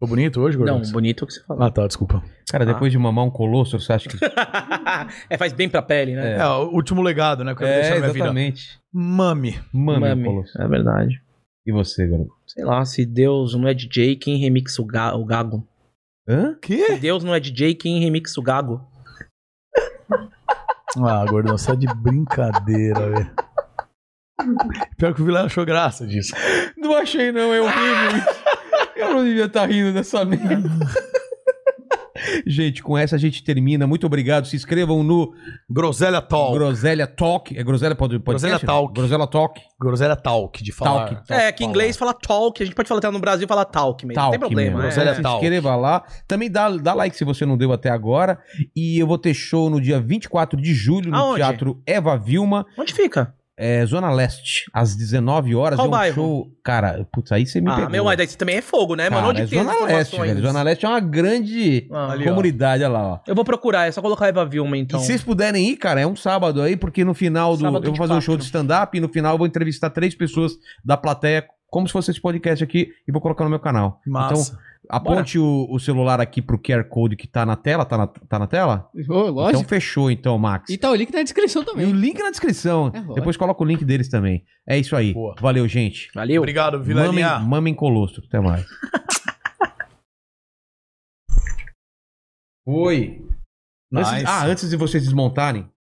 Speaker 2: Tô bonito hoje, Gordon?
Speaker 3: Não, bonito é o que você falou.
Speaker 2: Ah, tá, desculpa.
Speaker 1: Cara,
Speaker 3: Ah.
Speaker 1: depois de mamar um colosso, você acha que.
Speaker 3: é, faz bem pra pele,
Speaker 1: É.
Speaker 3: né?
Speaker 2: É, o último legado, né? Que eu quero deixar na minha vida.
Speaker 1: exatamente.
Speaker 2: Mami.
Speaker 1: Mame,
Speaker 3: Mame.
Speaker 1: um colosso.
Speaker 3: É verdade.
Speaker 1: E você, garoto?
Speaker 3: Sei lá, se Deus não é DJ, quem remixa o, ga- o gago?
Speaker 1: Hã?
Speaker 3: Se
Speaker 2: Que?
Speaker 3: Deus não é DJ, quem remixa o gago?
Speaker 2: Ah, Gordon, você é de brincadeira, velho. Pior que o Vilela achou graça disso.
Speaker 7: Não achei, não, é horrível. Eu não devia estar rindo dessa merda.
Speaker 1: Gente, com essa a gente termina. Muito obrigado. Se inscrevam no
Speaker 2: Groselha Talk.
Speaker 1: Groselha Talk. É Groselha Pod- Podcast?
Speaker 2: Groselha
Speaker 1: né?
Speaker 2: Talk.
Speaker 1: Groselha Talk.
Speaker 2: Groselha Talk, de falar.
Speaker 1: Talk.
Speaker 3: é, que em inglês fala talk, a gente pode falar até no Brasil falar talk mesmo, não
Speaker 1: Talk,
Speaker 3: tem problema.
Speaker 1: mesmo. assim,
Speaker 3: é.
Speaker 2: Você é
Speaker 1: Se
Speaker 2: talk.
Speaker 1: inscreva lá. Também dá, dá like se você não deu até agora. E eu vou ter show no dia 24 de julho no
Speaker 3: Aonde?
Speaker 1: Teatro Eva Vilma,
Speaker 3: Onde fica?
Speaker 1: é, Zona Leste, às 19 horas.
Speaker 3: Qual
Speaker 1: é um
Speaker 3: bairro?
Speaker 1: show. Cara, putz, aí você me
Speaker 3: ah,
Speaker 1: pegou.
Speaker 3: meu, mas daí você também é fogo, né,
Speaker 1: Cara,
Speaker 3: mano? Onde
Speaker 1: é
Speaker 3: tem as
Speaker 1: Zona Leste,
Speaker 3: informações?
Speaker 1: velho. Zona Leste é uma grande
Speaker 3: Ah, ali, ó.
Speaker 1: comunidade, olha lá, ó.
Speaker 3: Eu vou procurar, é só colocar Eva Vilma, então.
Speaker 1: E se vocês puderem ir, cara, é um sábado aí, porque no final do.
Speaker 3: Sábado
Speaker 1: eu vou fazer um
Speaker 3: 24.
Speaker 1: show de stand-up e no final eu vou entrevistar três pessoas da plateia, como se fosse esse podcast aqui, e vou colocar no meu canal.
Speaker 2: Massa.
Speaker 1: Então, Aponte o, o celular aqui pro QR Code que tá na tela. Tá na, tá na tela?
Speaker 4: Ô, lógico.
Speaker 1: Então fechou, então, Max.
Speaker 4: E tá o link na
Speaker 1: E
Speaker 4: descrição
Speaker 1: o
Speaker 4: também.
Speaker 1: link na descrição.
Speaker 4: É lógico.
Speaker 1: Depois coloca o link deles também. É isso aí.
Speaker 2: Boa.
Speaker 1: Valeu, gente.
Speaker 3: Valeu.
Speaker 2: Obrigado,
Speaker 1: Mamem,
Speaker 2: Vilarinha.
Speaker 1: mamem colostro. Até mais. Oi. Antes-
Speaker 2: Nice.
Speaker 1: ah, antes de ah, vocês desmontarem,